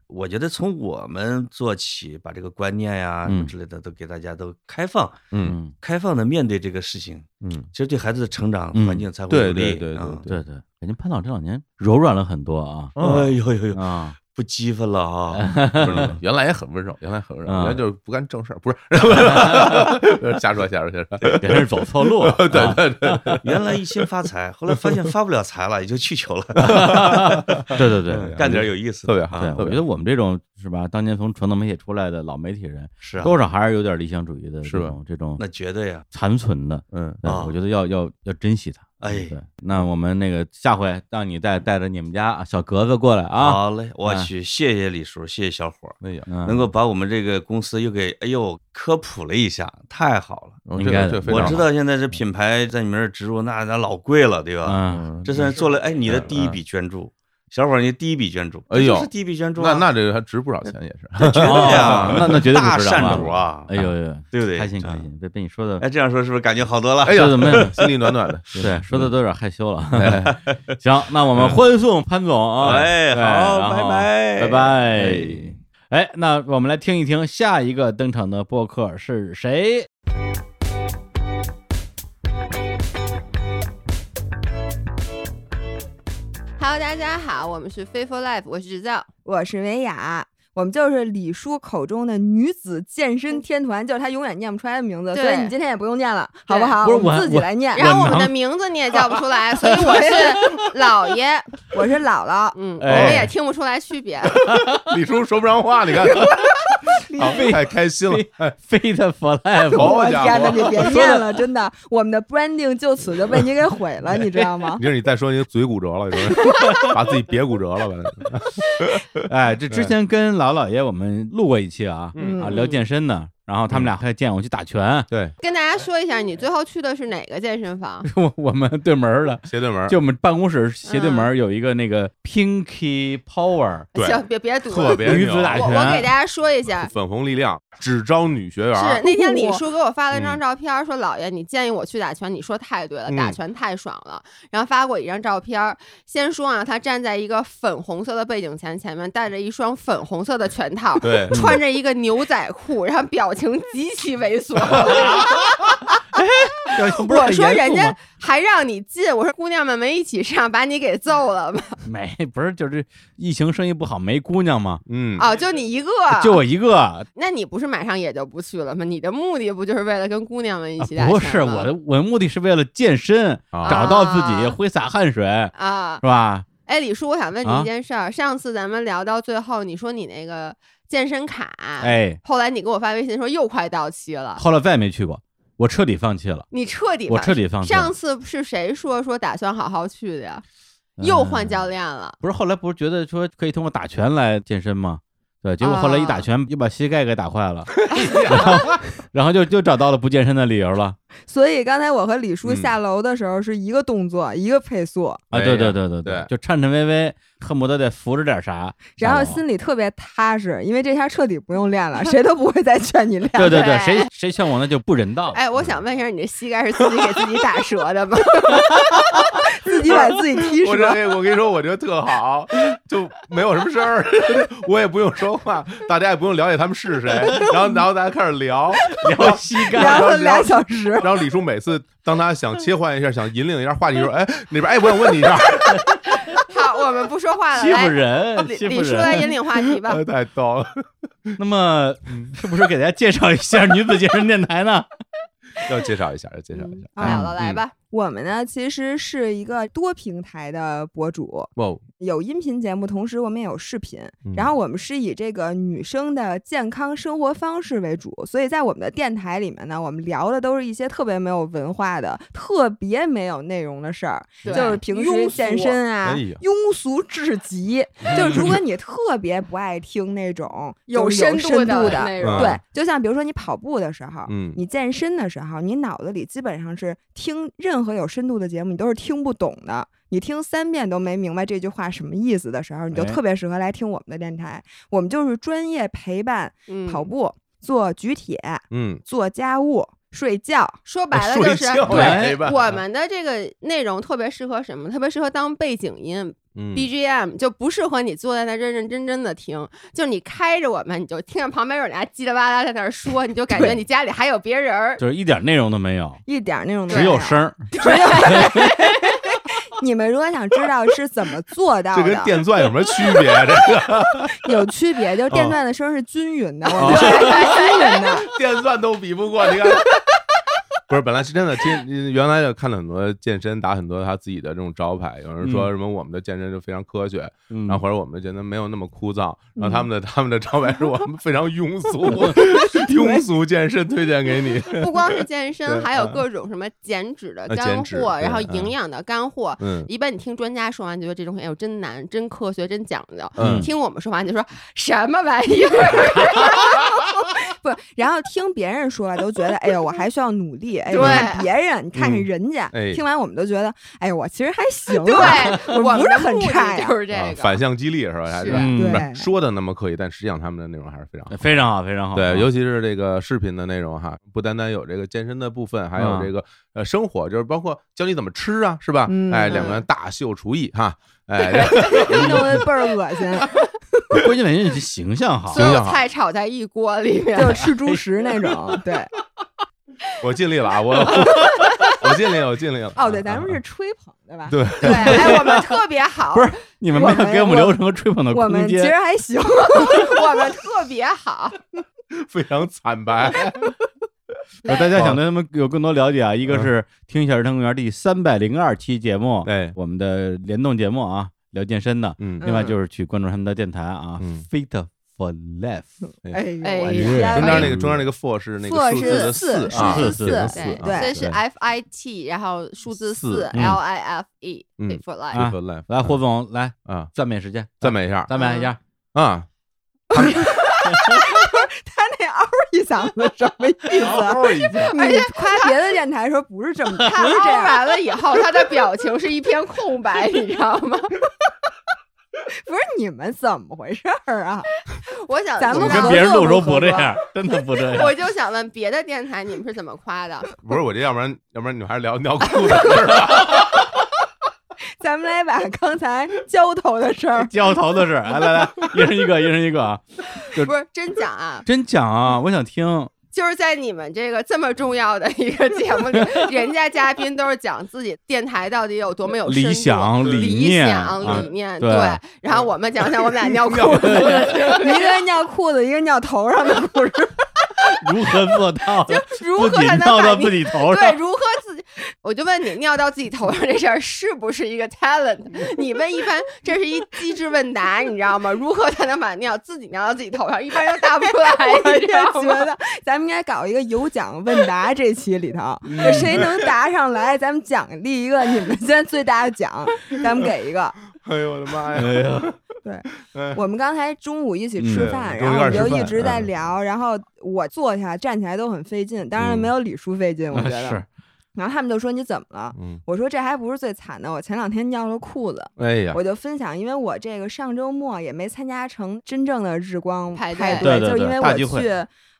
Speaker 10: 我觉得从我们做起，把这个观念呀、什么
Speaker 1: 嗯
Speaker 10: 之类的都给大家都开放，
Speaker 2: 嗯
Speaker 10: 开放的面对这个事情，
Speaker 2: 嗯，
Speaker 10: 其实对孩子的成长
Speaker 1: 嗯
Speaker 10: 环境才会有
Speaker 2: 对
Speaker 10: 利
Speaker 2: 对。对
Speaker 10: 嗯
Speaker 2: 对
Speaker 1: 对对，感觉潘导这两年柔软了很多啊
Speaker 10: 哎呦呦呦，
Speaker 1: 啊，
Speaker 10: 不欺负了 啊！
Speaker 2: 对，原来也很温柔，原来很温柔，
Speaker 1: 嗯
Speaker 2: 原来就是不干正事儿， 不是瞎说瞎说瞎说，
Speaker 1: 给人走 错路了，啊对
Speaker 10: 原来一心发财，后来发现发不了财了，也就去球了，
Speaker 1: 对对对。
Speaker 10: 干点有意思
Speaker 2: 特
Speaker 10: 的。啊
Speaker 2: 别好，
Speaker 1: 对，
Speaker 2: 特
Speaker 1: 我觉
Speaker 2: 别
Speaker 1: 得
Speaker 2: 好。
Speaker 1: 我们这种是吧，当年从传统媒体出来的老媒体人，
Speaker 10: 是啊，
Speaker 1: 多少还是有点理想主义的
Speaker 2: 是
Speaker 1: 这
Speaker 2: 吧
Speaker 1: 种这种
Speaker 10: 那绝对啊！
Speaker 1: 残存的，
Speaker 2: 嗯，
Speaker 1: 对，
Speaker 10: 啊
Speaker 1: 我觉得要要要珍惜它。
Speaker 10: 哎，
Speaker 1: 对，那我们那个下回让你带带着你们家啊小格子过来啊，嗯
Speaker 10: 好嘞，我
Speaker 1: 啊
Speaker 10: 去，谢谢李叔，谢谢小伙儿，
Speaker 2: 哎呀，
Speaker 1: 能
Speaker 10: 能够把我们这个公司又给哎呦科普了一下，太好了。
Speaker 2: 哦
Speaker 1: 应
Speaker 2: 这个
Speaker 1: 该的
Speaker 2: 这个非
Speaker 10: 我
Speaker 2: 常
Speaker 10: 知
Speaker 2: 好，
Speaker 10: 道现在这品牌在你们这儿植入，那那老贵了，对吧？
Speaker 1: 嗯，
Speaker 10: 这算是做了哎你的第一笔捐助，小伙儿你第一笔捐助，
Speaker 2: 哎呦
Speaker 10: 这就是第一笔捐助啊，
Speaker 2: 那那这个还值不少钱也是，
Speaker 10: 绝对
Speaker 1: 哦
Speaker 10: 呀，
Speaker 1: 那那 绝对
Speaker 10: 大
Speaker 1: 不知道
Speaker 10: 善主啊，
Speaker 1: 哎呦哎呦，
Speaker 10: 对不对？
Speaker 1: 开心
Speaker 10: 这
Speaker 1: 开
Speaker 10: 样。
Speaker 1: 心，被被你说的
Speaker 10: 哎，这样说是不是感觉好多了？
Speaker 2: 哎呀
Speaker 1: 说得闷，
Speaker 2: 心里暖暖的，
Speaker 1: 对，说的都有点害羞了。行，那我们欢送潘总啊！
Speaker 10: 哎好
Speaker 1: 对然
Speaker 10: 拜
Speaker 1: 后
Speaker 10: 拜
Speaker 1: 拜拜。哎，那我们来听一听下一个登场的播客是谁？
Speaker 11: Hello，大家好，我们是 Faithful Life，我是制造，我是维雅，我们就是李叔口中的女子健身天团，就是他永远念不出来的名字，所以
Speaker 12: 对
Speaker 11: 你今天也不用念了，
Speaker 12: 对
Speaker 11: 好不好？
Speaker 1: 不是我
Speaker 11: 们自己来念。
Speaker 12: 然后我
Speaker 1: 能
Speaker 12: 们的名字你也叫不出 来，所以我是姥爷，
Speaker 11: 我是姥姥，
Speaker 12: 嗯，我
Speaker 1: 哎
Speaker 12: 们也听不出来区 别。
Speaker 2: 李叔说不上话，你 看，好太开心了，
Speaker 1: 飞的 for life，
Speaker 2: 好
Speaker 11: 我
Speaker 2: 家
Speaker 11: 天哪，
Speaker 2: 伙
Speaker 11: 你 别念了，真的，我们的 branding 就此就被你给毁 了，你知道
Speaker 1: 啊
Speaker 11: 吗？
Speaker 2: 你说你再说你嘴骨折了，你说把自己别骨折了吧？
Speaker 1: 哎，这之前跟老姥爷我们录过一期啊，
Speaker 11: 嗯
Speaker 1: 啊聊健身的，然后他
Speaker 10: 嗯
Speaker 1: 们俩还见我去打拳，
Speaker 2: 对，
Speaker 12: 跟大家说一下，你最后去的是哪个健身房？
Speaker 1: 我我们对门儿的，
Speaker 2: 斜对门儿
Speaker 1: 就我们办公室斜对门儿有一个那个 Pinky Power
Speaker 2: 对
Speaker 12: 行，嗯别别读
Speaker 2: 特
Speaker 12: 了。
Speaker 2: 别
Speaker 1: 女
Speaker 2: 牛
Speaker 1: 子打
Speaker 12: 我我给大
Speaker 1: 拳，
Speaker 12: 家说一
Speaker 1: 哎
Speaker 12: 下，
Speaker 2: 粉红力量只招女学员
Speaker 12: 是
Speaker 1: 啊
Speaker 2: 儿，
Speaker 12: 那天李叔给我发了一
Speaker 1: 嗯
Speaker 12: 张照片儿，说姥爷，你建议我去打拳，你说太对了，打
Speaker 2: 嗯
Speaker 12: 拳太爽了。然后发过一张照片儿，先说啊，他站在一个粉红色的背景前前面，戴着一双粉红色的拳套，
Speaker 2: 对
Speaker 12: 穿着一个牛仔裤，然后表情极其 猥琐。
Speaker 1: 表情不是
Speaker 12: 我
Speaker 1: 很
Speaker 12: 说
Speaker 1: 严
Speaker 12: 人
Speaker 1: 肃
Speaker 12: 家
Speaker 1: 吗
Speaker 12: 还让你进，我说姑娘们没一起上，把你给揍了吧？
Speaker 1: 没不是就是疫情生意不好没姑娘吗？
Speaker 2: 嗯，
Speaker 12: 哦，就你一个，
Speaker 1: 啊就我一个，
Speaker 12: 那你不是马上也就不去了吗？你的目的不就是为了跟姑娘们一起打
Speaker 1: 啊、
Speaker 12: 拳吗？
Speaker 1: 不是我的，我的目的是为了健身，
Speaker 2: 啊
Speaker 1: 找到自己，
Speaker 12: 啊
Speaker 1: 挥洒汗水，
Speaker 12: 啊
Speaker 1: 是，吧？
Speaker 12: 哎，李叔，我想问你
Speaker 1: 啊
Speaker 12: 一件事儿。上次咱们聊到最后，你说你那个健身卡，，
Speaker 1: 哎，
Speaker 12: 后来你给我发微信说又快到期了，
Speaker 1: 后来再也没去过，我彻底放弃了，
Speaker 12: 你彻底
Speaker 1: 我
Speaker 12: 吧
Speaker 1: 彻底放弃了。
Speaker 12: 上次是谁说说打算好好去的呀？
Speaker 1: 嗯
Speaker 12: 又换教练了，
Speaker 1: 不是后来不是觉得说可以通过打拳来健身吗？对，结果后来
Speaker 12: 啊
Speaker 1: 一打拳又把膝盖给打坏 了，然后然后就就找到了不健身的理由了
Speaker 11: 所以刚才我和李叔
Speaker 2: 嗯
Speaker 11: 下楼的时候是一个动作，一个配速，
Speaker 1: 啊！
Speaker 2: 哎呀
Speaker 1: 对对对对
Speaker 2: 对
Speaker 1: 就颤颤巍巍，恨不得得扶着点啥，
Speaker 11: 然
Speaker 1: 下
Speaker 11: 后
Speaker 1: 楼
Speaker 11: 心里特别踏实，因为这下彻底不用练了， 谁都不会再劝你练。
Speaker 1: 对对对，
Speaker 12: 对
Speaker 1: 谁谁劝我那就不人道了。
Speaker 12: 哎，我想问一下，你这膝盖是自己给自己打折的吗？
Speaker 11: 自己把自己踢
Speaker 2: 我这
Speaker 11: 折。
Speaker 2: 哎我跟你说，我觉得特好，就没有什么事儿， 我也不用说话，大家也不用了解他们是谁，然后然后大家开始聊
Speaker 1: 聊膝盖，
Speaker 11: 聊了
Speaker 2: 聊
Speaker 11: 俩小时，
Speaker 2: 然后李叔每次当他想切换一下，想引领一下话题的时候，哎，那边哎，我想问你一 下，
Speaker 12: 好，我们不说话了，
Speaker 1: 欺负
Speaker 12: 来，哦
Speaker 1: 人，
Speaker 12: 李
Speaker 1: 欺
Speaker 12: 李
Speaker 1: 负
Speaker 12: 叔来
Speaker 1: 人。
Speaker 12: 引领话 题吧。
Speaker 2: 哎太逗了，
Speaker 1: 那么，是不是给大家介绍一下女子健身电台 呢？
Speaker 2: 要介绍一下，要介绍一下
Speaker 12: 嗯，姥姥来吧，
Speaker 11: 我们呢其实是一个多平台的博主，
Speaker 2: 哇，
Speaker 11: 有音频节目，同时我们也有视频。
Speaker 2: 嗯
Speaker 11: 然后我们是以这个女生的健康生活方式为主，所以在我们的电台里面呢，我们聊的都是一些特别没有文化的、特别没有内容的事儿，
Speaker 12: 对
Speaker 11: 就是平
Speaker 12: 庸
Speaker 11: 时
Speaker 12: 俗嗯
Speaker 11: 健身啊
Speaker 2: 哎呀，
Speaker 11: 庸俗至极。就是如果你特别不爱听那种
Speaker 12: 有
Speaker 11: 就是有
Speaker 12: 深
Speaker 11: 深
Speaker 12: 度
Speaker 11: 的
Speaker 2: 嗯
Speaker 12: 内容，
Speaker 11: 对，就像比如说你跑步的时候，
Speaker 2: 嗯
Speaker 11: 你健身的时候，你脑子里基本上是听任何有深度的节目，你都是听不懂的。你听三遍都没明白这句话什么意思的时候，你就
Speaker 1: 哎
Speaker 11: 特别适合来听我们的电台。我们就是专业陪伴
Speaker 12: 嗯
Speaker 11: 跑步、做举铁、
Speaker 2: 嗯，啊
Speaker 11: 做家务、睡觉。
Speaker 12: 说白了就是
Speaker 2: 睡觉
Speaker 12: 对
Speaker 2: 没办法
Speaker 12: 我们的这个内容特别适合什么？特别适合当背景音，
Speaker 2: 嗯
Speaker 12: BGM 就不适合你坐在那认认真真的听，就你开着我们，你就听见旁边有人家叽里哇啦在那儿说，你就感觉你家里还有别 人儿，
Speaker 1: 就是一点内容都没有，
Speaker 11: 一点那种
Speaker 1: 只
Speaker 12: 啊
Speaker 1: 有声儿。
Speaker 11: 你们如果想知道是怎么做到
Speaker 2: 这
Speaker 11: 的，
Speaker 2: 跟电钻有什么区别？这个
Speaker 11: 有区别，就是
Speaker 2: 嗯
Speaker 11: 电钻的声儿是均匀的，我们
Speaker 2: 哦
Speaker 11: 是均匀的。
Speaker 2: 电钻都比不过，你看。 不是，本来是真的，听原来就看了很多健身打很多他自己的这种招牌，有人说
Speaker 1: 嗯
Speaker 2: 什么我们的健身就非常科学，
Speaker 1: 嗯
Speaker 2: 然后或者我们的健身没有那么枯燥，
Speaker 1: 嗯
Speaker 2: 然后他们的他们的招牌是我们非常庸 俗，庸俗健身推荐给你，
Speaker 12: 不光是健
Speaker 2: 对
Speaker 12: 身，还有
Speaker 2: 嗯
Speaker 12: 各种什么减脂的
Speaker 2: 呃
Speaker 12: 干
Speaker 2: 减脂
Speaker 12: 货，
Speaker 2: 对
Speaker 12: 然后
Speaker 2: 嗯
Speaker 12: 营养的干货。
Speaker 2: 嗯
Speaker 12: 一般你听专家说完，觉得这东西哎呦真难，真科学，真讲究。
Speaker 2: 嗯
Speaker 12: 听我们说完就说什么玩意 儿？
Speaker 11: 不，然后听别人说了都觉得，哎呦，我还需要努力。哎呦，
Speaker 12: 对
Speaker 11: 你看别人，你看看
Speaker 2: 嗯
Speaker 11: 人家，
Speaker 2: 哎
Speaker 11: 听完我们都觉得，哎呦，我其实还行啊，
Speaker 12: 对，
Speaker 11: 我
Speaker 12: 我们
Speaker 11: 不是
Speaker 12: 的
Speaker 11: 很
Speaker 12: 目的
Speaker 11: 差呀。
Speaker 12: 就是这
Speaker 2: 啊
Speaker 12: 个。
Speaker 2: 反向激励是吧？还是
Speaker 12: 是
Speaker 2: 嗯
Speaker 11: 对
Speaker 2: 不是说的那么刻意，但实际上他们的内容还是非常好。
Speaker 1: 呃非常好，非常好。
Speaker 2: 对，
Speaker 1: 有
Speaker 2: 尤其是这个视频的内容哈，不单单有这个健身的部分，还有
Speaker 1: 嗯
Speaker 2: 这个呃生活，就是包括教你怎么吃啊，是吧？
Speaker 11: 嗯
Speaker 2: 哎，
Speaker 11: 嗯
Speaker 2: 两个人大秀厨艺哈， 哎，这
Speaker 11: 弄得倍儿恶 心，
Speaker 1: 关键点是形象好
Speaker 12: 所。有
Speaker 2: 形象好
Speaker 12: 菜炒在一锅里
Speaker 2: 啊
Speaker 12: 面，
Speaker 11: 就是吃猪食那种。 对，
Speaker 2: 我尽力了啊，我 我尽力了，我尽力了。
Speaker 11: 哦，对，咱们
Speaker 2: 啊
Speaker 11: 是吹捧，对吧？
Speaker 2: 对
Speaker 11: 对，哎，我们特 别好，
Speaker 1: 不是你们没有给我们留什么吹捧的
Speaker 11: 我们
Speaker 1: 空
Speaker 11: 其实
Speaker 1: 间，
Speaker 11: 还 行。
Speaker 12: 我们特别好。
Speaker 2: 非常惨白，
Speaker 1: 呃大家想对他们有更多了解啊，
Speaker 2: 嗯
Speaker 1: 一个是听一下《儿童公园》第三百零二期节目，
Speaker 2: 对
Speaker 1: 我们的联动节目啊，聊健身的。
Speaker 2: 嗯
Speaker 1: 另外
Speaker 12: 嗯
Speaker 1: 就是去关注他们的电台啊
Speaker 2: 嗯
Speaker 1: ，Fit for Life，
Speaker 11: 哎呦，我
Speaker 12: 哎
Speaker 11: 的
Speaker 12: 呀
Speaker 11: 天
Speaker 2: 中
Speaker 11: 哪
Speaker 2: 间那个中间那个 for 是那个
Speaker 11: ，for
Speaker 2: 数字的
Speaker 11: 是四
Speaker 2: 啊，
Speaker 1: 是
Speaker 11: 四
Speaker 1: 四
Speaker 11: 四
Speaker 12: 对，
Speaker 11: 对
Speaker 12: 所以是
Speaker 2: 对
Speaker 12: F I T，然后数字
Speaker 2: 四
Speaker 12: 四
Speaker 1: 嗯
Speaker 12: ，L I F E
Speaker 2: 嗯
Speaker 12: for
Speaker 1: 啊
Speaker 12: life。
Speaker 2: for life 嗯
Speaker 1: 来霍总来
Speaker 2: 啊，
Speaker 1: 赞美时间，
Speaker 2: 赞美一下
Speaker 1: 赞美一下，
Speaker 12: 嗯
Speaker 2: 啊，
Speaker 11: 他那嗷一嗓子什么意思啊？
Speaker 2: 嗷一下，
Speaker 11: 你夸别的电台的时候不是这么，
Speaker 12: 他
Speaker 11: 不是这
Speaker 12: 凹
Speaker 11: 样，
Speaker 12: 完了以后，他的表情是一片空白，你知道吗？
Speaker 11: 不是你们怎么回事儿啊？
Speaker 12: 我想
Speaker 11: 咱
Speaker 12: 知
Speaker 11: 们
Speaker 12: 道
Speaker 11: 跟别人录时候不这
Speaker 1: 样，真的不这，
Speaker 12: 我就想问别的电台你们是怎么夸的？
Speaker 2: 不是我这，要不然要不然你们还是聊尿裤子的事儿吧，
Speaker 11: 咱们来把刚才交头的事儿
Speaker 1: 掉
Speaker 2: 啊
Speaker 1: 头 的事儿，来来来，一人一个，一人一个啊！
Speaker 12: 不是真讲啊，
Speaker 1: 真讲啊，我想听。
Speaker 12: 就是在你们这个这么重要的一个节目里，人家嘉宾都是讲自己电台到底有多么有深度
Speaker 1: 理想理
Speaker 12: 理
Speaker 1: 念啊
Speaker 12: 想、理念，
Speaker 1: 对
Speaker 12: 对。然后
Speaker 1: 嗯
Speaker 12: 我们讲讲我 们俩尿裤子，
Speaker 11: 一个尿裤子，一个尿头上的故事，
Speaker 1: 如何做到的
Speaker 12: 如
Speaker 1: 不
Speaker 12: 何
Speaker 1: 仅
Speaker 12: 才能
Speaker 1: 闹
Speaker 12: 把
Speaker 1: 到
Speaker 12: 你
Speaker 1: 自己头
Speaker 12: 对
Speaker 1: 上？
Speaker 12: 如何自己？我就问你，尿到自己头上这事儿是不是一个 talent？你们一般这是一机智问答，你知道吗？如何才能把尿自己尿到自己头上？一般人答不出 来，
Speaker 11: 我
Speaker 12: 你
Speaker 11: 就
Speaker 12: 知道吗？
Speaker 11: 觉得咱们应该搞一个有奖问答这期里头，
Speaker 1: 嗯
Speaker 11: 这 谁能答上来，咱们奖励一个你们现在最大的 奖，咱们给一个。
Speaker 2: 哎呦我的妈呀！
Speaker 1: 哎呀， 嗯
Speaker 11: 我们刚才中午一起吃饭，
Speaker 2: 嗯
Speaker 11: 然后我们
Speaker 2: 中午一块儿吃
Speaker 11: 就
Speaker 2: 饭
Speaker 11: 一直在聊，然后我坐下站起来都很费劲，当然没有李叔费劲，我觉得。
Speaker 1: 嗯啊是
Speaker 11: 然后他们就说你怎么了？
Speaker 2: 嗯，
Speaker 11: 我说这还不是最惨的，我前两天尿了裤子。
Speaker 2: 哎呀，
Speaker 11: 我就分享，因为我这个上周末也没参加成真正的日光
Speaker 12: 派对
Speaker 11: 派
Speaker 1: 对对
Speaker 11: 就是
Speaker 1: 对
Speaker 11: 因为
Speaker 1: 大
Speaker 11: 我
Speaker 1: 聚会
Speaker 11: 去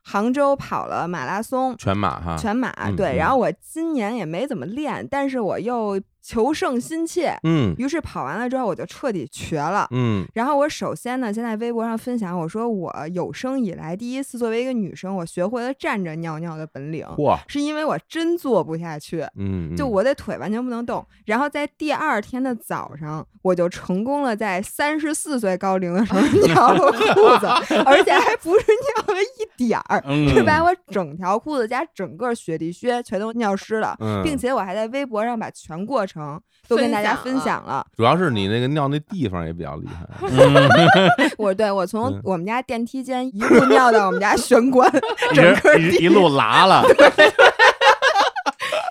Speaker 11: 杭州跑了马拉松。
Speaker 2: 全马哈，
Speaker 11: 全马
Speaker 2: 嗯
Speaker 11: 对，
Speaker 2: 嗯
Speaker 11: 然后我今年也没怎么练，但是我又求胜心切，
Speaker 2: 嗯
Speaker 11: 于是跑完了之后我就彻底瘸了。
Speaker 2: 嗯
Speaker 11: 然后我首先呢，先在微博上分享，我说我有生以来第一次作为一个女生，我学会了站着尿尿的本领，
Speaker 2: 嚯，
Speaker 11: 是因为我真坐不下去，
Speaker 2: 嗯，
Speaker 11: 就我的腿完全不能动。然后在第二天的早上，我就成功了，在三十四岁高龄的时候尿了裤子，而且还不是尿了一点儿，
Speaker 1: 嗯
Speaker 11: 是把我整条裤子加整个雪地靴全都尿湿了，
Speaker 2: 嗯
Speaker 11: 并且我还在微博上把全过程都跟大家分
Speaker 12: 分享
Speaker 11: 享了。
Speaker 2: 主要是你那个尿那地方也比较厉 害，
Speaker 11: 我对我从
Speaker 2: 嗯
Speaker 11: 我们家电梯间一路尿到我们家玄关，
Speaker 1: 一
Speaker 11: 整
Speaker 1: 人
Speaker 11: 个
Speaker 1: 一
Speaker 11: 地
Speaker 1: 一路拉 了，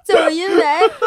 Speaker 11: 就是因为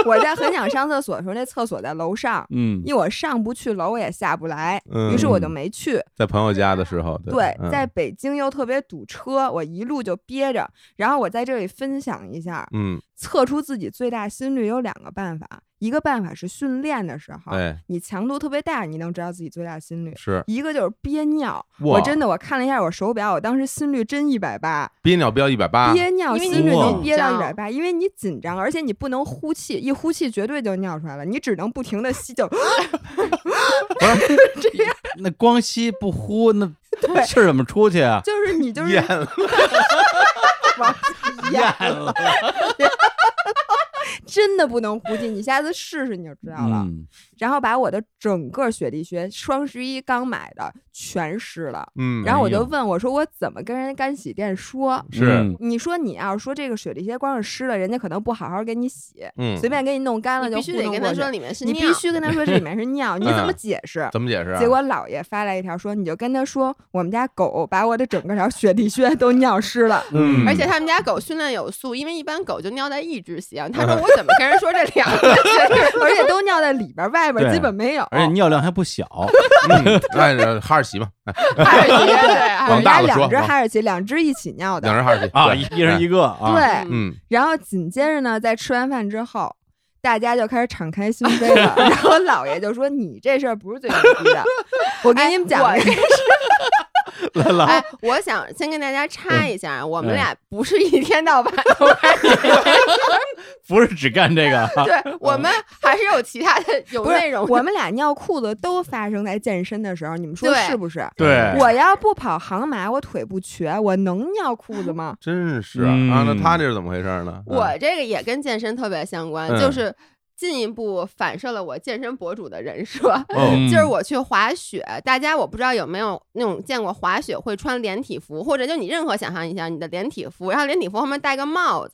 Speaker 11: 我在很想上厕所的时候，那厕所在楼上，
Speaker 1: 嗯，
Speaker 11: 因为我上不去楼，我也下不来，
Speaker 2: 嗯
Speaker 11: 于是我就没去。
Speaker 2: 在朋友家的时候，
Speaker 11: 对，
Speaker 2: 嗯
Speaker 11: 在北京又特别堵车，我一路就憋着。然后我在这里分享一下，
Speaker 2: 嗯
Speaker 11: 测出自己最大心率有两个办法，一个办法是训练的时候，
Speaker 2: 哎
Speaker 11: 你强度特别大，你能知道自己最大心率；
Speaker 2: 是
Speaker 11: 一个就是憋尿。
Speaker 2: 哇
Speaker 11: 我真的我看了一下我手表，我当时心率真一百八，
Speaker 2: 憋尿飙一百八，
Speaker 11: 憋尿心率
Speaker 2: 哇
Speaker 11: 能憋到一百八，因为你紧张，而且你不能呼气，一呼气绝对就尿出来了，你只能不停的吸就
Speaker 1: 那光吸不呼，那气儿怎么出去啊？
Speaker 11: 就是你就是
Speaker 1: 咽了，
Speaker 11: 咽
Speaker 1: 了，
Speaker 11: 真的不能呼气，你下次试试你就知道了。
Speaker 1: 嗯
Speaker 11: 然后把我的整个雪地靴，双十一刚买的全湿了。
Speaker 2: 嗯
Speaker 11: 然后我
Speaker 2: 哎
Speaker 11: 就
Speaker 2: 呦
Speaker 11: 问我说我怎么跟人家干洗店说？
Speaker 2: 是嗯
Speaker 11: 你说你要、说这个雪地靴光是湿了，人家可能不好好给你洗，
Speaker 2: 嗯
Speaker 11: 随便给你弄干了
Speaker 12: 你
Speaker 11: 就
Speaker 12: 必须
Speaker 11: 糊
Speaker 12: 得
Speaker 11: 弄
Speaker 12: 跟他
Speaker 11: 过去
Speaker 12: 说里面是
Speaker 11: 你必
Speaker 12: 尿
Speaker 11: 须跟他说这里面是 尿，你怎么
Speaker 2: 嗯
Speaker 11: 解释？
Speaker 2: 怎么解释啊
Speaker 11: 结果姥爷发来一条说，你就跟他说我们家狗把我的整个条雪地靴都尿湿了。
Speaker 2: 嗯
Speaker 12: 而且他们家狗训练有素，因为一般狗就尿在一只鞋。他说
Speaker 1: 嗯
Speaker 12: 我怎么跟人说这两个鞋？
Speaker 11: 而且都尿在里边，外边
Speaker 1: 对
Speaker 11: 基本没有。
Speaker 1: 而且尿量还不 小，
Speaker 2: 嗯哎，哈士奇嘛，哎
Speaker 12: 哈士奇
Speaker 11: 我
Speaker 12: 对
Speaker 2: 往
Speaker 11: 们
Speaker 2: 大了
Speaker 11: 家
Speaker 2: 说
Speaker 11: 两只
Speaker 2: 往
Speaker 11: 哈士奇，两只一起尿的。
Speaker 2: 两人哈士奇
Speaker 1: 啊，
Speaker 2: 对
Speaker 1: 一一人一个啊，
Speaker 11: 对，
Speaker 2: 嗯，
Speaker 11: 然后紧接着呢，在吃完饭之后，大家就开始敞开心扉 了。然后姥爷就说：“你这事儿不是最牛逼的，我给你们讲
Speaker 12: 我
Speaker 11: 一个。
Speaker 12: 哎，我想先跟大家
Speaker 1: 嗯
Speaker 12: 插一下，啊我们俩不是一天到晚 都干这个，
Speaker 1: 不是只干这个啊，
Speaker 12: 对我们还是有其他的有
Speaker 11: 不是
Speaker 12: 内容的。
Speaker 11: 我们俩尿裤子都发生在健身的时候，你们说
Speaker 12: 对
Speaker 11: 是不是？
Speaker 1: 对
Speaker 11: 我要不跑航马，我腿不瘸，我能尿裤子 吗？
Speaker 2: 真是啊，啊那
Speaker 1: 嗯
Speaker 2: 他这是怎么回事呢？
Speaker 12: 我这个也跟健身特别相关，
Speaker 2: 嗯
Speaker 12: 就是进一步反射了我健身博主的人设。
Speaker 2: 哦，
Speaker 12: 就是我去滑雪，大家我不知道有没有那种见过滑雪会穿连体服，或者就你任何想象一下你的连体服，然后连体服后面戴个帽子，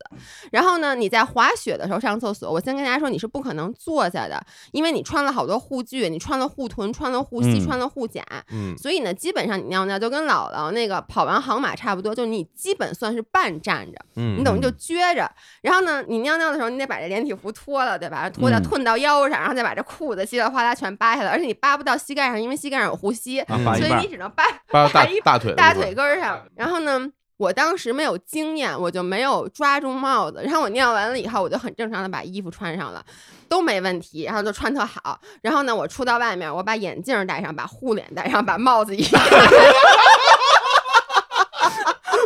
Speaker 12: 然后呢你在滑雪的时候上厕所，我先跟大家说你是不可能坐下的，因为你穿了好多护具，你穿了护臀，穿了护膝，
Speaker 1: 嗯
Speaker 12: 穿了护甲，
Speaker 2: 嗯
Speaker 12: 所以呢基本上你尿尿就跟姥姥那个跑完航马差不多，就你基本算是半站着。
Speaker 2: 嗯，
Speaker 12: 你等于就撅着，然后呢，你尿尿的时候，你得把这连体服脱了，对吧？脱掉
Speaker 1: 嗯
Speaker 12: 褪到腰上，然后再把这裤子稀里哗啦全扒下来，而且你扒不到膝盖上，因为膝盖上有呼吸，
Speaker 1: 啊扒一
Speaker 12: 所以
Speaker 1: 半
Speaker 12: 你只能 扒
Speaker 2: 把大
Speaker 12: 大一
Speaker 2: 大腿的
Speaker 12: 大
Speaker 2: 部分
Speaker 12: 腿根儿上。 然后呢，我当时没有经验，我就没有抓住帽子。然后我尿完了以后，我就很正常的把衣服穿上了，都没问题，然后就穿特好。然后呢，我出到外面，我把眼镜儿戴上，把护脸戴上，把帽子一 戴。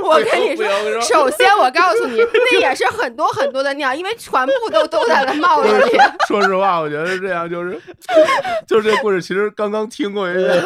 Speaker 12: 我跟你说，首先我告诉你，那也是很多很多的尿，因为全部都都在了帽子 里。
Speaker 2: 说实话，我觉得这样就是，就是这故事其实刚刚听过一遍，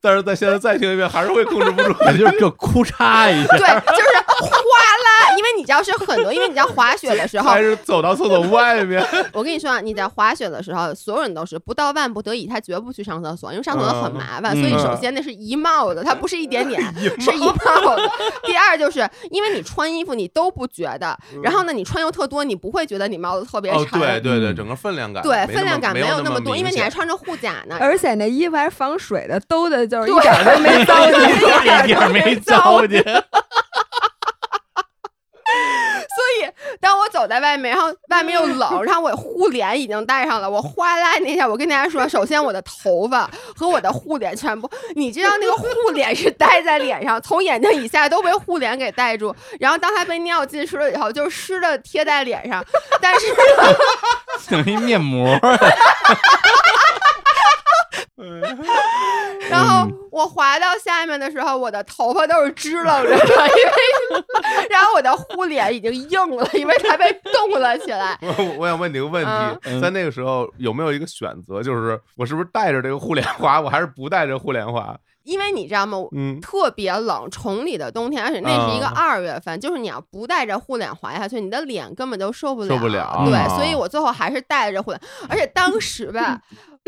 Speaker 2: 但是在现在再听一遍还是会控制不住。
Speaker 1: 感觉就哭嚓一下，
Speaker 12: 对，就是哗啦，因为你知道是很多，因为你知道滑雪的时候
Speaker 2: 还，是走到厕所外面，
Speaker 12: 我跟你说啊，你在滑雪的时候，所有人都是不到万不得已，他绝不去上厕所，因为上厕所很麻烦。
Speaker 1: 嗯
Speaker 12: 所以首
Speaker 2: 嗯
Speaker 12: 先那是一帽子，它不是一点点，是一帽子。第二就是因为你穿衣服你都不觉得，然后呢你穿又特多，你不会觉得你帽子特别
Speaker 2: 哦，
Speaker 12: 长。
Speaker 2: 对对对，
Speaker 1: 嗯
Speaker 2: 整个分量感，
Speaker 12: 对
Speaker 2: 没那么
Speaker 12: 分量感
Speaker 2: 没
Speaker 12: 有
Speaker 2: 那
Speaker 12: 么多，因为你还
Speaker 2: 明显
Speaker 12: 穿着护甲呢。
Speaker 11: 而且那衣服还是防水的，兜的就是一
Speaker 12: 对
Speaker 11: 点儿都没糟践。
Speaker 1: 一点儿没糟践，
Speaker 12: 所以当我走在外面，然后外面又冷，然后我护脸已经戴上了，我哗啦那一下，我跟大家说，首先我的头发和我的护脸全部，你知道那个护脸是戴在脸上，从眼睛以下都被护脸给盖住，然后当它被尿浸湿了以后，就湿的贴在脸上，但是呢
Speaker 1: 等于面膜。
Speaker 12: 然后我滑到下面的时候，我的头发都是支棱着的，因为 然后我的护脸已经硬了，因为它被冻了起来。
Speaker 2: 我我想问你个问
Speaker 12: 嗯
Speaker 2: 题，在那个时候有没有一个选择，就是我是不是带着这个互联滑，我还是不带着互联滑？
Speaker 12: 因为你知道吗？
Speaker 2: 嗯
Speaker 12: 特别冷，崇礼的冬天，而且那是一个
Speaker 2: 啊
Speaker 12: 二月份，就是你要不带着护脸滑下去，你的脸根本就受不了。
Speaker 2: 受不了
Speaker 12: 对，
Speaker 2: 啊
Speaker 12: 所以我最后还是带着护脸，而且当时 吧，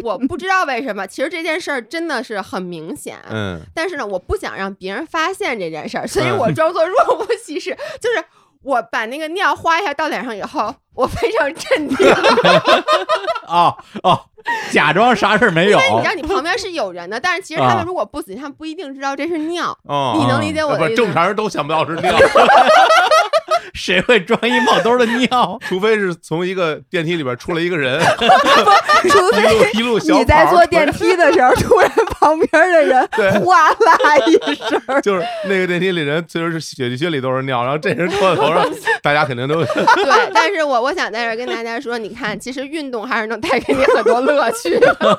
Speaker 12: 我不知道为什么，其实这件事儿真的是很明显。
Speaker 2: 嗯，
Speaker 12: 但是呢，我不想让别人发现这件事儿，所以
Speaker 2: 嗯
Speaker 12: 我装作若无其事，就是我把那个尿哗一下到脸上以后，我非常镇定。
Speaker 1: 哦哦，假装啥事儿
Speaker 2: 哎
Speaker 1: 没有
Speaker 12: 因为你知道，你旁边是有人的，但是其实他
Speaker 1: 啊
Speaker 12: 们如果不仔细，他们不一定知道这是尿。
Speaker 2: 哦，
Speaker 12: 你能理解我
Speaker 2: 不
Speaker 12: 的
Speaker 2: 是
Speaker 12: 意思
Speaker 2: 正
Speaker 12: 吗？
Speaker 2: 常人都想不到是 尿，
Speaker 1: 谁会装一帽兜的尿？
Speaker 2: 除非是从一个电梯里边出来一个人，
Speaker 11: 除非
Speaker 2: 一路一路小跑
Speaker 11: 你在
Speaker 2: 儿
Speaker 11: 坐电梯的时候，突然旁边的人
Speaker 2: 对
Speaker 11: 哗啦一声 儿，
Speaker 2: 就是那个电梯里人，虽然是血滴血里都是尿，然后这人拖在头 上，大家肯定都
Speaker 12: 对，但是我我想在这儿跟大家说，你看，其实运动还是能带给你很多乐趣 的。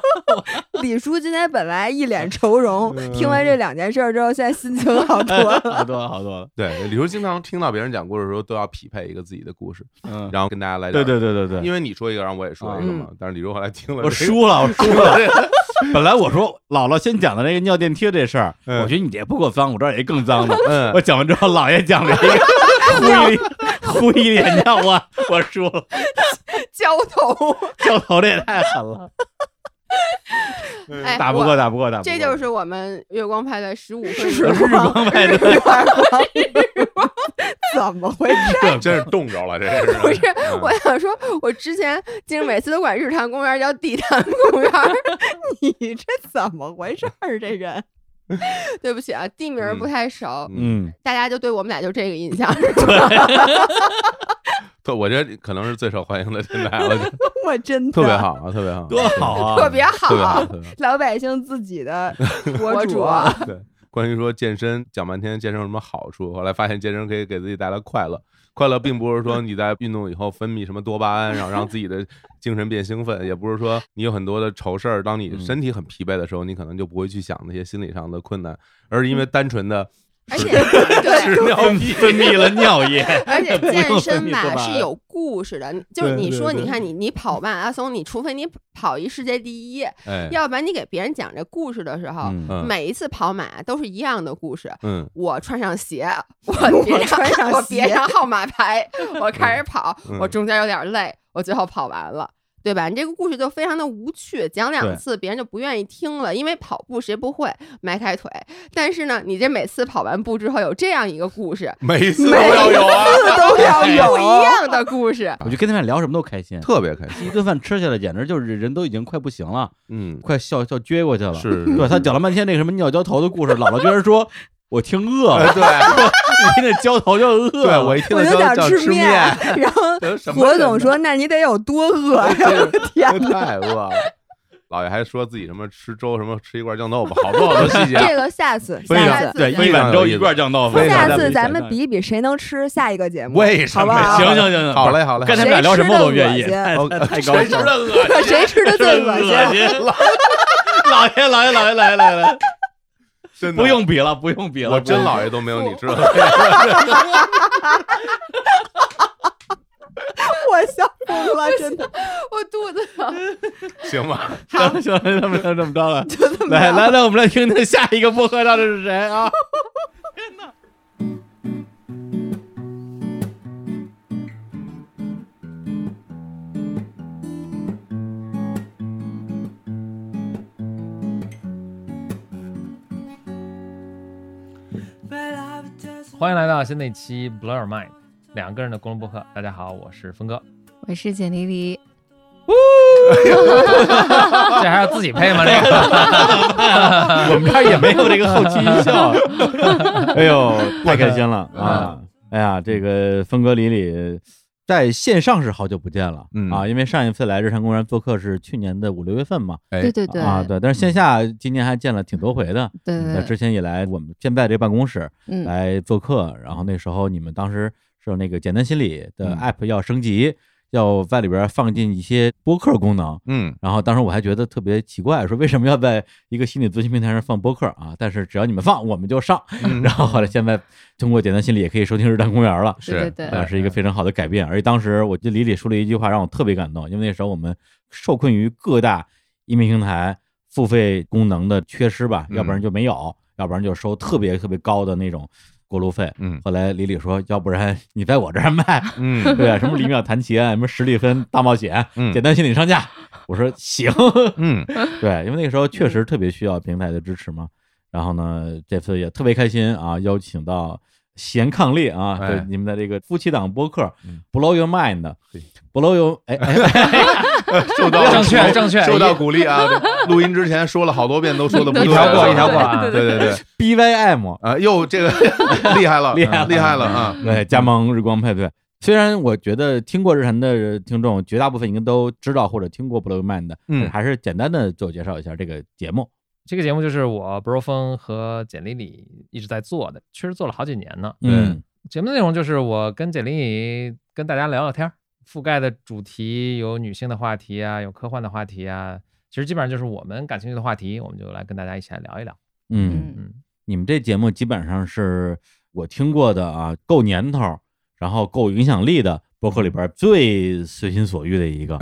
Speaker 11: 李叔今天本来一脸愁容，
Speaker 1: 嗯
Speaker 11: 听完这两件事儿之后，现在心情好多了。
Speaker 1: 好多了好多了，
Speaker 2: 对。李叔经常听到别人讲故事的时候，都要匹配一个自己的故事，
Speaker 1: 嗯，
Speaker 2: 然后跟大家来
Speaker 1: 对
Speaker 2: 点
Speaker 1: 对对对对，
Speaker 2: 因为你说一个，然后我也说一个嘛。但是李叔后来听了，
Speaker 1: 我输了，我输了。 本来我说姥姥先讲的那个尿电梯这事儿，
Speaker 2: 嗯
Speaker 1: 我觉得你这不够脏，我这儿也更脏的。
Speaker 2: 嗯
Speaker 1: 我讲完之后，姥爷讲了一个呼一呼一脸尿，我我输了，
Speaker 12: 浇头，
Speaker 1: 掉头这也太狠了，
Speaker 12: 哎，
Speaker 2: 嗯
Speaker 1: 打不过
Speaker 12: 我
Speaker 1: 打不过打不过。
Speaker 12: 这就是我们月光派对十五分
Speaker 11: 日
Speaker 12: 钟。
Speaker 11: 光
Speaker 1: 派对
Speaker 11: 日光 怎么回事？
Speaker 2: 这真是冻着了，这是 嗯
Speaker 12: 不是，
Speaker 1: 嗯
Speaker 12: 我想说，我之前经每次都管日坛公园叫地坛公园儿，
Speaker 11: 你这怎么回事儿？这人
Speaker 12: 对不起啊，地名儿不
Speaker 2: 嗯
Speaker 12: 太熟，
Speaker 1: 嗯，
Speaker 12: 大家就对我们俩就这个印象。
Speaker 2: 对，我觉得可能是最受欢迎的现在， 我觉得
Speaker 11: 我真的
Speaker 2: 特别好啊，特别好，
Speaker 1: 多好
Speaker 2: 哦
Speaker 1: 啊！
Speaker 12: 特别好
Speaker 2: 特别好，特别好。
Speaker 11: 老百姓自己的
Speaker 12: 博
Speaker 11: 博
Speaker 12: 主
Speaker 11: 主，啊
Speaker 2: 对，关于说健身讲半天健身有什么好处，后来发现健身可以给自己带来快乐。快乐并不是说你在运动以后分泌什么多巴胺，然后让自己的精神变兴奋，也不是说你有很多的愁事儿。当
Speaker 1: 嗯
Speaker 2: 你身体很疲惫的时候，你可能就不会去想那些心理上的困难，而是因为单纯的
Speaker 12: 而且 对，
Speaker 1: 尿分泌了尿液，
Speaker 12: 而且
Speaker 1: 不 用
Speaker 12: 健
Speaker 1: 分
Speaker 12: 身
Speaker 1: 泌多
Speaker 12: 吧
Speaker 1: 巴胺
Speaker 12: 是有故事的，就
Speaker 1: 对
Speaker 12: 是你
Speaker 1: 对
Speaker 12: 说，
Speaker 1: 对
Speaker 12: 你看你你跑马拉松，你除非你跑一世界第一，
Speaker 2: 哎，
Speaker 12: 要不然你给别人讲这故事的时候，
Speaker 1: 嗯
Speaker 2: 嗯
Speaker 12: 每一次跑马都是一样的故事。
Speaker 2: 嗯
Speaker 12: 我穿上鞋，我别上
Speaker 11: 穿上
Speaker 12: 我
Speaker 11: 鞋
Speaker 12: 别上号码牌，我开始跑，
Speaker 2: 嗯
Speaker 12: 我中间有点累，我最后跑完了。对吧？你这个故事就非常的无趣，讲
Speaker 1: 对
Speaker 12: 两次别人就不愿意听了，因为跑步谁不会迈开腿？但是呢，你这每次跑完步之后有这样一个故事，
Speaker 2: 每一次都要有啊，
Speaker 11: 都要
Speaker 12: 不一
Speaker 11: 有。
Speaker 12: 样的故事。
Speaker 1: 我就跟他们俩聊什么都开心。
Speaker 2: 特别开心。
Speaker 1: 一顿饭吃下来，简直就是人都已经快不行了，
Speaker 2: 嗯，
Speaker 1: 快笑笑撅过去了。
Speaker 2: 是
Speaker 1: 对他讲了半天那个什么尿浇头的故事，姥姥居然说：“我听 饿
Speaker 2: 哎
Speaker 1: 了，
Speaker 2: 对
Speaker 1: 一听这浇头就饿
Speaker 2: 对，
Speaker 1: 了。”
Speaker 2: 我一听
Speaker 11: 我
Speaker 2: 到
Speaker 11: 就
Speaker 2: 叫
Speaker 11: 想
Speaker 2: 叫
Speaker 11: 吃
Speaker 2: 吃
Speaker 11: 面， 然后
Speaker 2: 这什么
Speaker 11: 火
Speaker 2: 人
Speaker 11: 总
Speaker 2: 呢
Speaker 11: 说：“那你得有多饿呀？”我的天
Speaker 2: 这太饿了。老爷还说自己什么吃粥什么吃一罐酱豆腐，好多好多细节。
Speaker 11: 这个下次，
Speaker 2: 非常
Speaker 11: 下次，
Speaker 1: 对，
Speaker 2: 非
Speaker 1: 一
Speaker 2: 常
Speaker 1: 碗
Speaker 2: 有
Speaker 1: 粥
Speaker 2: 意思
Speaker 1: 一罐酱豆腐。
Speaker 2: 非常
Speaker 11: 下
Speaker 2: 有
Speaker 11: 次
Speaker 2: 意思
Speaker 11: 咱们比一比谁能吃下一个节目，
Speaker 2: 为什
Speaker 11: 好不
Speaker 2: 么呀
Speaker 11: 好？
Speaker 1: 行行行行，
Speaker 2: 好嘞好嘞，哦
Speaker 1: 跟他们俩聊什么我都愿意。 哎
Speaker 11: 谁吃得
Speaker 1: 太太高兴了，
Speaker 2: 恶
Speaker 11: 谁吃
Speaker 1: 真
Speaker 11: 的最恶
Speaker 1: 恶
Speaker 11: 心？
Speaker 1: 心！老爷老爷老爷老爷老爷老爷，
Speaker 2: 心，
Speaker 1: 不，用比了，不用比了，
Speaker 2: 我真
Speaker 1: 不用
Speaker 2: 老爷都没有你知道。
Speaker 11: 我笑疯了，真的。
Speaker 12: 我肚子疼，
Speaker 2: 行吧，
Speaker 1: 行行，那么着这么着了，来来来，我们来听听下一个不合照的是谁啊？
Speaker 8: 欢迎来到新的一期 Blur Mind，两个人的公路播客。大家好，我是峰哥。
Speaker 13: 我是简丽丽，
Speaker 8: 这还要自己配吗？这个
Speaker 1: 我们这儿也没有这个后期音效。 哎呦，太开心了 啊！哎呀，这个峰哥李李在线上是好久不见了、
Speaker 2: 嗯
Speaker 1: 啊，因为上一次来日坛公园做客是去年的五六月份嘛。
Speaker 2: 哎
Speaker 13: 对对对，
Speaker 1: 啊，对，但是线下今年还见了挺多回的。
Speaker 13: 对
Speaker 1: 呃
Speaker 13: 对对，
Speaker 1: 之前也来我们现在这办公室
Speaker 13: 嗯，
Speaker 1: 来做客，然后那时候你们当时是有那个简单心理的
Speaker 2: 嗯
Speaker 1: app 要升级，要在里边放进一些播客功能。
Speaker 2: 嗯，
Speaker 1: 然后当时我还觉得特别奇怪，说为什么要在一个心理咨询平台上放播客啊？但是只要你们放，我们就上。
Speaker 2: 嗯
Speaker 1: 然后后来现在通过简单心理也可以收听《日坛公园》了，
Speaker 13: 对对
Speaker 2: 是，
Speaker 13: 对，
Speaker 1: 啊，是一个非常好的改变。而且当时我记得李李说了一句话让我特别感动，因为那时候我们受困于各大音频平台付费功能的缺失吧，
Speaker 2: 嗯
Speaker 1: 要不然就没有，要不然就收特别特别高的那种过路费。
Speaker 2: 嗯
Speaker 1: 后来李李说，要不然你在我这儿卖，
Speaker 2: 嗯
Speaker 1: 对啊，什么李淼谈奇案，什么十里芬大冒险，
Speaker 2: 嗯
Speaker 1: 简单心理上架。我说行，
Speaker 2: 嗯，
Speaker 1: 对，因为那个时候确实特别需要平台的支持嘛。然后呢，这次也特别开心啊，邀请到贤伉俪啊，
Speaker 2: 哎
Speaker 1: 对你们的这个夫妻档播客
Speaker 2: 嗯
Speaker 1: Blow Your Mind 的
Speaker 2: 对
Speaker 1: Blow Your 哎哎，
Speaker 2: 受到
Speaker 8: 正确正确
Speaker 2: 受到鼓励 啊！这录音之前说了好多遍，都说的 不
Speaker 8: 一
Speaker 2: 对
Speaker 8: 条过
Speaker 2: 啊
Speaker 8: 一条过啊
Speaker 2: 对对对，
Speaker 1: B Y M
Speaker 2: 啊，哟， 这个厉害了，
Speaker 1: 厉害了
Speaker 2: 厉害了啊！
Speaker 1: 对，加盟日光派对。虽然我觉得听过日坛的听众，绝大部分应该都知道或者听过 Blow Your Mind 的，
Speaker 2: 嗯
Speaker 1: 还是简单的自我介绍一下这个节目。
Speaker 8: 这个节目就是我 bro 峰和简丽丽一直在做的，确实做了好几年呢。
Speaker 1: 嗯，
Speaker 8: 节目内容就是我跟简丽丽跟大家聊聊天儿，覆盖的主题有女性的话题啊，有科幻的话题啊，其实基本上就是我们感兴趣的话题，我们就来跟大家一起来聊一聊。
Speaker 1: 嗯，你们这节目基本上是我听过的啊，够年头，然后够影响力的播客里边最随心所欲的一个。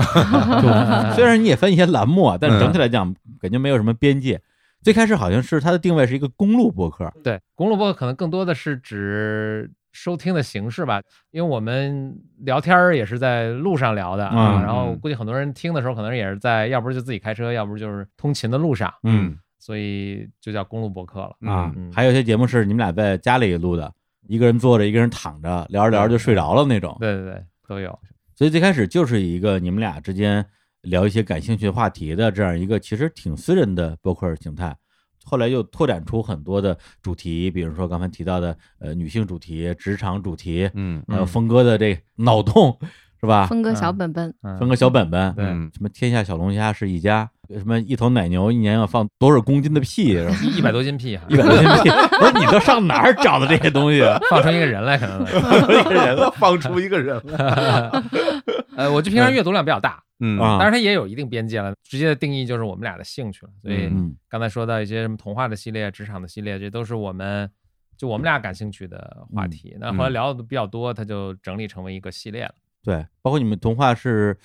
Speaker 1: 就虽然你也分一些栏目啊，但是整体来讲感觉没有什么边界。最开始好像是它的定位是一个公路播客，
Speaker 8: 对，公路播客可能更多的是指收听的形式吧，因为我们聊天儿也是在路上聊的啊，
Speaker 1: 嗯
Speaker 8: 然后估计很多人听的时候可能也是在，要不就自己开车，要不就是通勤的路上，
Speaker 1: 嗯，
Speaker 8: 所以就叫公路播客了
Speaker 1: 啊
Speaker 8: 嗯，
Speaker 1: 还有一些节目是你们俩在家里录的，一个人坐着，一个人躺着，聊着聊着就睡着了那种。
Speaker 8: 对对对，都有。
Speaker 1: 所以最开始就是一个你们俩之间聊一些感兴趣话题的这样一个其实挺私人的播客形态，后来又拓展出很多的主题，比如说刚才提到的呃女性主题、职场主题，
Speaker 2: 嗯
Speaker 1: 还有峰哥的这脑洞 是吧？
Speaker 13: 峰哥小本本，
Speaker 1: 分个小本本，
Speaker 8: 嗯
Speaker 1: 嗯
Speaker 8: 对，
Speaker 1: 什么天下小龙虾是一家，什么一头奶牛一年要放多少公斤的屁，是吧
Speaker 8: 一百多斤屁啊哈
Speaker 1: 一百多斤屁，不是你都上哪儿找的这些东西啊？
Speaker 8: 放成一个人来可能
Speaker 1: 放出一个人了，
Speaker 2: 放出一个人了。
Speaker 8: 呃，我就平常阅读量比较大，
Speaker 2: 嗯
Speaker 8: 当然它也有一定边界了，直接的定义就是我们俩的兴趣了。所以
Speaker 2: 嗯
Speaker 8: 刚才说到一些什么童话的系列、职场的系列，这都是我们就我们俩感兴趣的
Speaker 2: 嗯
Speaker 8: 话题。那后来聊的比较多，它就整理成为一个系列了。
Speaker 1: 对，包括你们童话是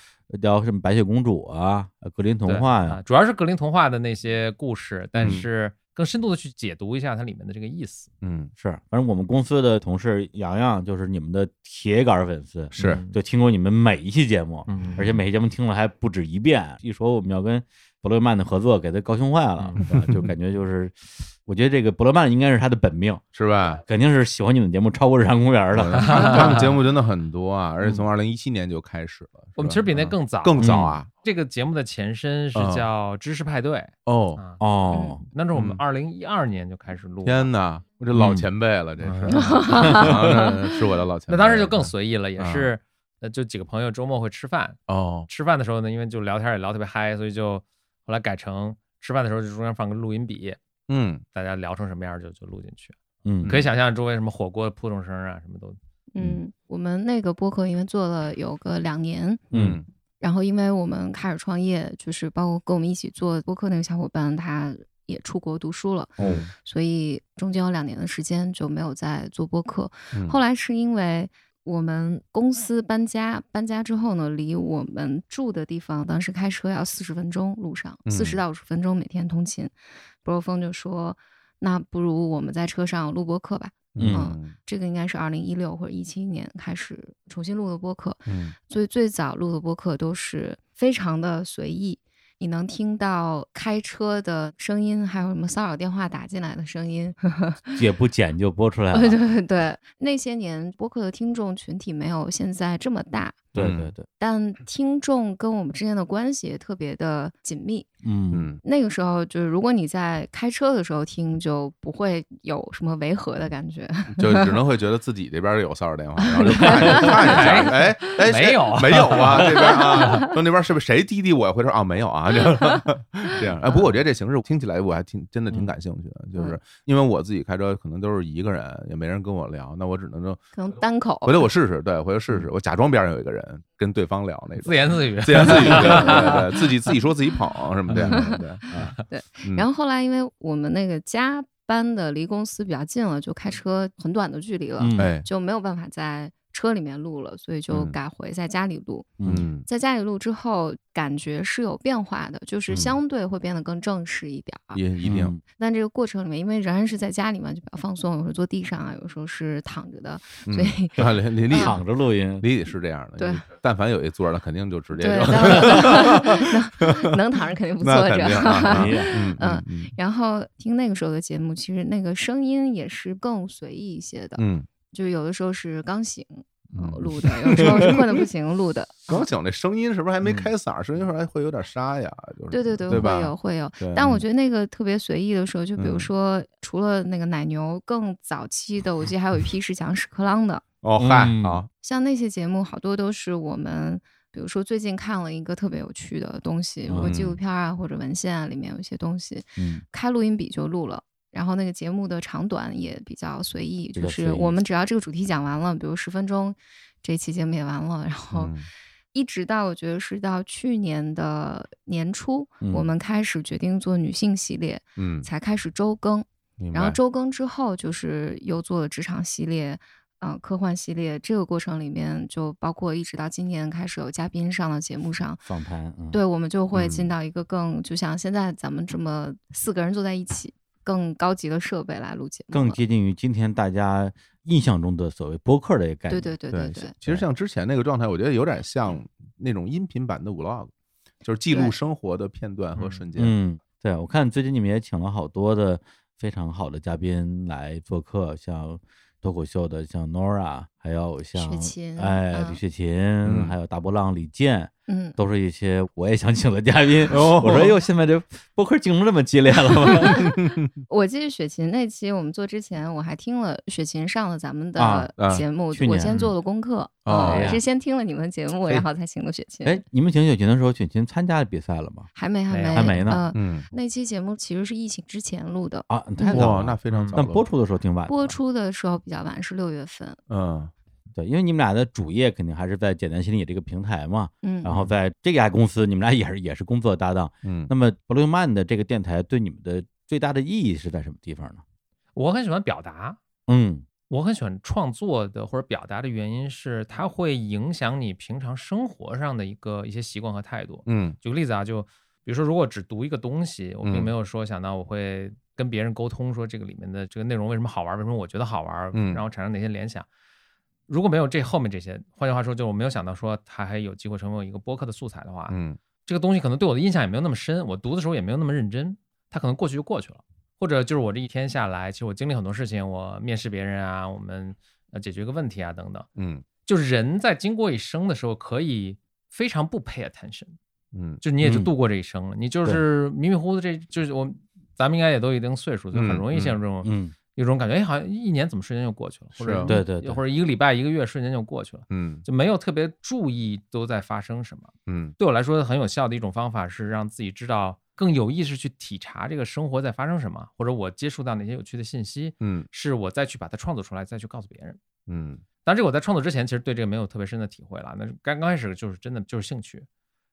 Speaker 1: 聊什么白雪公主啊、呃格林童
Speaker 8: 对
Speaker 1: 话呀、
Speaker 8: 啊，主要是格林童话的那些故事，但
Speaker 1: 嗯
Speaker 8: 是更深度的去解读一下它里面的这个意思。
Speaker 1: 嗯，是，反正我们公司的同事洋洋就是你们的铁杆粉丝，
Speaker 2: 是
Speaker 1: 就听过你们每一期节目，
Speaker 8: 嗯
Speaker 1: 而且每期节目听了还不止一遍。一说我们要跟伯乐曼的合作，给他高兴坏了，
Speaker 13: 嗯
Speaker 1: 是吧就感觉就是，我觉得这个伯乐曼应该是他的本命，
Speaker 2: 是吧？
Speaker 1: 肯定是喜欢你们节目超过日常公园的。
Speaker 2: 他们节目真的很多啊，而且从二零一七年就开始了。
Speaker 8: 我们其实比那更早，
Speaker 2: 更早啊
Speaker 8: 嗯！这个节目的前身是
Speaker 2: 嗯
Speaker 8: 叫《知识派对》，
Speaker 2: 哦
Speaker 1: 哦，
Speaker 8: 那是我们二零一二年就开始录了。
Speaker 2: 嗯天哪，我这老前辈了，这是
Speaker 8: 嗯
Speaker 2: 啊是我的老前辈。
Speaker 8: 那当时就更随意了，也
Speaker 2: 啊
Speaker 8: 是，呃，就几个朋友周末会吃饭，
Speaker 2: 哦，
Speaker 8: 吃饭的时候呢，因为就聊天也聊特别嗨，所以就后来改成吃饭的时候就中间放个录音笔，
Speaker 2: 嗯，
Speaker 8: 大家聊成什么样就就录进去，
Speaker 1: 嗯
Speaker 8: 可以想象周围什么火锅的扑通声啊，什么都，
Speaker 13: 嗯，我们那个播客因为做了有个两年，
Speaker 2: 嗯
Speaker 13: 然后因为我们开始创业，就是包括跟我们一起做播客那个小伙伴，他也出国读书了，
Speaker 2: 哦
Speaker 9: 嗯
Speaker 13: 所以中间有两年的时间就没有再做播客。
Speaker 2: 嗯
Speaker 13: 后来是因为我们公司搬家，搬家之后呢，离我们住的地方当时开车要四十分钟，路上
Speaker 9: 嗯
Speaker 13: 四十到五十分钟每天通勤。博若峰就说：“那不如我们在车上录播客吧。”
Speaker 9: 嗯
Speaker 13: 这个应该是二零一六或者一七年开始重新录的播客。
Speaker 9: 嗯
Speaker 13: 所以最早录的播客都是非常的随意，你能听到开车的声音，还有什么骚扰电话打进来的声音。
Speaker 1: 嗯也不剪就 播出来了。
Speaker 13: 对对对，那些年播客的听众群体没有现在这么大，
Speaker 1: 对
Speaker 2: 嗯
Speaker 1: 对对，
Speaker 13: 但听众跟我们之间的关系也特别的紧密。
Speaker 1: 嗯
Speaker 13: 那个时候就是，如果你在开车的时候听，就不会有什么违和的感觉。
Speaker 2: 就只能会觉得自己这边有骚扰电话， 然 后就看一下看一下，哎哎，
Speaker 8: 没有
Speaker 2: 谁没有啊，这边啊，说那边是不是谁滴滴我？回头啊，没有 啊，这样这样。哎，不过我觉得这形式听起来我还挺真
Speaker 8: 嗯
Speaker 2: 的挺感兴趣的，就是因为我自己开车可能都是一个人，也没人跟我聊，那我只能就
Speaker 13: 可能单口。嗯
Speaker 2: 回头我试试，对，回头试试，我假装边上有一个人跟对方聊那种
Speaker 8: 自言自语
Speaker 2: 自言自语，对对对，自己自己说自己捧什么的，对对啊
Speaker 13: 对，
Speaker 2: 嗯
Speaker 13: 然后后来因为我们那个家搬的离公司比较近了，就开车很短的距离了，
Speaker 2: 嗯哎
Speaker 13: 就没有办法在车里面录了，所以就
Speaker 9: 嗯
Speaker 13: 改回在家里录。
Speaker 2: 嗯
Speaker 13: 在家里录之后，感觉是有变化的，
Speaker 2: 嗯
Speaker 13: 就是相对会变得更正式一点儿。
Speaker 2: 啊也一
Speaker 1: 嗯
Speaker 2: 定
Speaker 13: 但这个过程里面，因为仍然是在家里嘛，就比较放松，有时候坐地上啊，有时候是躺着的，
Speaker 2: 嗯
Speaker 13: 所以、 嗯
Speaker 2: 啊李李丽
Speaker 1: 躺着录音，
Speaker 2: 李李是这样的，
Speaker 13: 对，
Speaker 2: 但凡有一座儿，那肯定就直接
Speaker 13: 对，
Speaker 2: 就
Speaker 13: 能能躺着肯定不
Speaker 2: 那
Speaker 13: 坐
Speaker 2: 肯
Speaker 13: 着
Speaker 2: 定 啊嗯嗯嗯
Speaker 13: 嗯，然后听那个时候的节目，其实那个声音也是更随意一些的，
Speaker 2: 嗯，
Speaker 13: 就是有的时候是刚醒
Speaker 2: 嗯
Speaker 13: 录的，有时候是困得不 行录的，嗯
Speaker 2: 刚讲这声音是不是还没开嗓儿？声音会儿还会有点沙哑，啊就是
Speaker 13: 对对
Speaker 2: 对，吧
Speaker 13: 会有会有
Speaker 2: 对，
Speaker 13: 但我觉得那个特别随意的时候，就比如
Speaker 2: 嗯
Speaker 13: 说除了那个奶牛，更早期的我
Speaker 1: 嗯
Speaker 13: 记得还有一批是讲屎壳郎的，
Speaker 2: 哦嗨啊，
Speaker 13: 像那些节目好多都是我们比如说最近看了一个特别有趣的东西，如果纪录片啊或者文献啊里面有一些东西，
Speaker 1: 嗯
Speaker 13: 开录音笔就录了。然后那个节目的长短也比较随意，
Speaker 1: 比
Speaker 13: 就
Speaker 1: 较
Speaker 13: 是
Speaker 1: 随
Speaker 13: 我
Speaker 1: 意
Speaker 13: 们只要这个主题讲完了，比如十分钟，这期节目也完了，然
Speaker 1: 嗯
Speaker 13: 后一直到我觉得是到去年的年初，我
Speaker 9: 嗯
Speaker 13: 们开始决定做女性系列，
Speaker 9: 嗯
Speaker 13: 才开始周更。
Speaker 9: 明
Speaker 13: 然后
Speaker 9: 白
Speaker 13: 周更之后，就是又做了职场系列，嗯、科幻系列。这个过程里面，就包括一直到今年开始有嘉宾上到节目上，
Speaker 1: 访谈，嗯
Speaker 13: 对，我们就会进到一个更，就像现在咱们这么四个人坐在一起，更高级的设备来录节目。
Speaker 1: 更接近于今天大家印象中的所谓播客这个概念。
Speaker 13: 对对对对对
Speaker 2: 其实像之前那个状态，我觉得有点像那种音频版的 vlog，就是记录
Speaker 1: 对
Speaker 2: 生活的片段和瞬间。
Speaker 1: 嗯，对，我看最近你们也请了好多的非常好的嘉宾来做客，像脱口秀的像 Nora，还有像
Speaker 9: 琴
Speaker 1: 哎
Speaker 13: 啊
Speaker 9: 嗯
Speaker 1: 李雪琴，还有大波浪李健。
Speaker 9: 嗯
Speaker 1: 都是一些我也想请的嘉 宾。
Speaker 9: 哦
Speaker 1: 我说，哟，现在这播客竞争这么激烈 了吗？
Speaker 13: 我记得雪琴那期我们做之前，我还听了雪琴上了咱们
Speaker 1: 啊
Speaker 13: 的
Speaker 1: 啊
Speaker 13: 节目，
Speaker 1: 去
Speaker 13: 我
Speaker 1: 年
Speaker 13: 先做了功课，
Speaker 1: 嗯哦
Speaker 13: 嗯
Speaker 1: 哎
Speaker 13: 我
Speaker 1: 呀
Speaker 13: 是先听了你们节目，
Speaker 1: 哎
Speaker 13: 然后才请的雪琴。
Speaker 1: 哎，你们请雪琴的时候，雪琴参加比赛了吗？
Speaker 13: 还没，
Speaker 1: 没
Speaker 13: 没，
Speaker 1: 有
Speaker 13: 还
Speaker 1: 还没呢嗯
Speaker 13: 嗯，那期节目其实是疫情之前录的
Speaker 1: 啊，太
Speaker 13: 嗯
Speaker 1: 早了，
Speaker 2: 那非常早
Speaker 1: 但
Speaker 2: 了
Speaker 1: 播出的时候挺晚的。
Speaker 13: 播出的时候比较晚，是六月份。
Speaker 1: 嗯，对，因为你们俩的主业肯定还是在简单心理这个平台嘛，
Speaker 13: 嗯
Speaker 1: 然后在这家公司，你们俩也是也是工作搭档，
Speaker 2: 嗯，
Speaker 1: 那么伯伦曼的这个电台对你们的最大的意义是在什么地方呢？
Speaker 8: 我很喜欢表达，
Speaker 1: 嗯
Speaker 8: 我很喜欢创作的或者表达的原因是，它会影响你平常生活上的一个一些习惯和态度。
Speaker 2: 嗯
Speaker 8: 举个例子啊，就比如说，如果只读一个东西，我并没有说想到我会跟别人沟通，说这个里面的这个内容为什么好玩，为什么我觉得好玩，
Speaker 2: 嗯
Speaker 8: 然后产生哪些联想。如果没有这后面这些，换句话说，就是我没有想到说它还有机会成为一个播客的素材的话，
Speaker 2: 嗯，
Speaker 8: 这个东西可能对我的印象也没有那么深，我读的时候也没有那么认真，它可能过去就过去了。或者就是我这一天下来，其实我经历很多事情，我面试别人啊，我们呃解决一个问题啊等等，
Speaker 2: 嗯
Speaker 8: 就是人在经过一生的时候，可以非常不 pay attention，
Speaker 2: 嗯，
Speaker 8: 就你也就
Speaker 2: 嗯
Speaker 8: 度过这一生了，你就
Speaker 2: 对
Speaker 8: 是迷迷糊糊，这就是我们咱们应该也都一定岁数，就很容易陷入这种
Speaker 1: 嗯嗯
Speaker 8: 有种感觉，哎，好像一年怎么瞬间就过去了，或
Speaker 1: 是
Speaker 8: 者
Speaker 1: 啊对对对
Speaker 8: 或者一个礼拜一个月瞬间就过去了，
Speaker 2: 嗯
Speaker 8: 就没有特别注意都在发生什么。
Speaker 2: 嗯
Speaker 8: 对我来说很有效的一种方法是让自己知道更有意识去体察这个生活在发生什么，或者我接触到哪些有趣的信息，
Speaker 2: 嗯
Speaker 8: 是我再去把它创作出来，再去告诉别人。
Speaker 2: 嗯
Speaker 8: 当然，这个我在创作之前其实对这个没有特别深的体会了，那刚刚开始就是真的就是兴趣，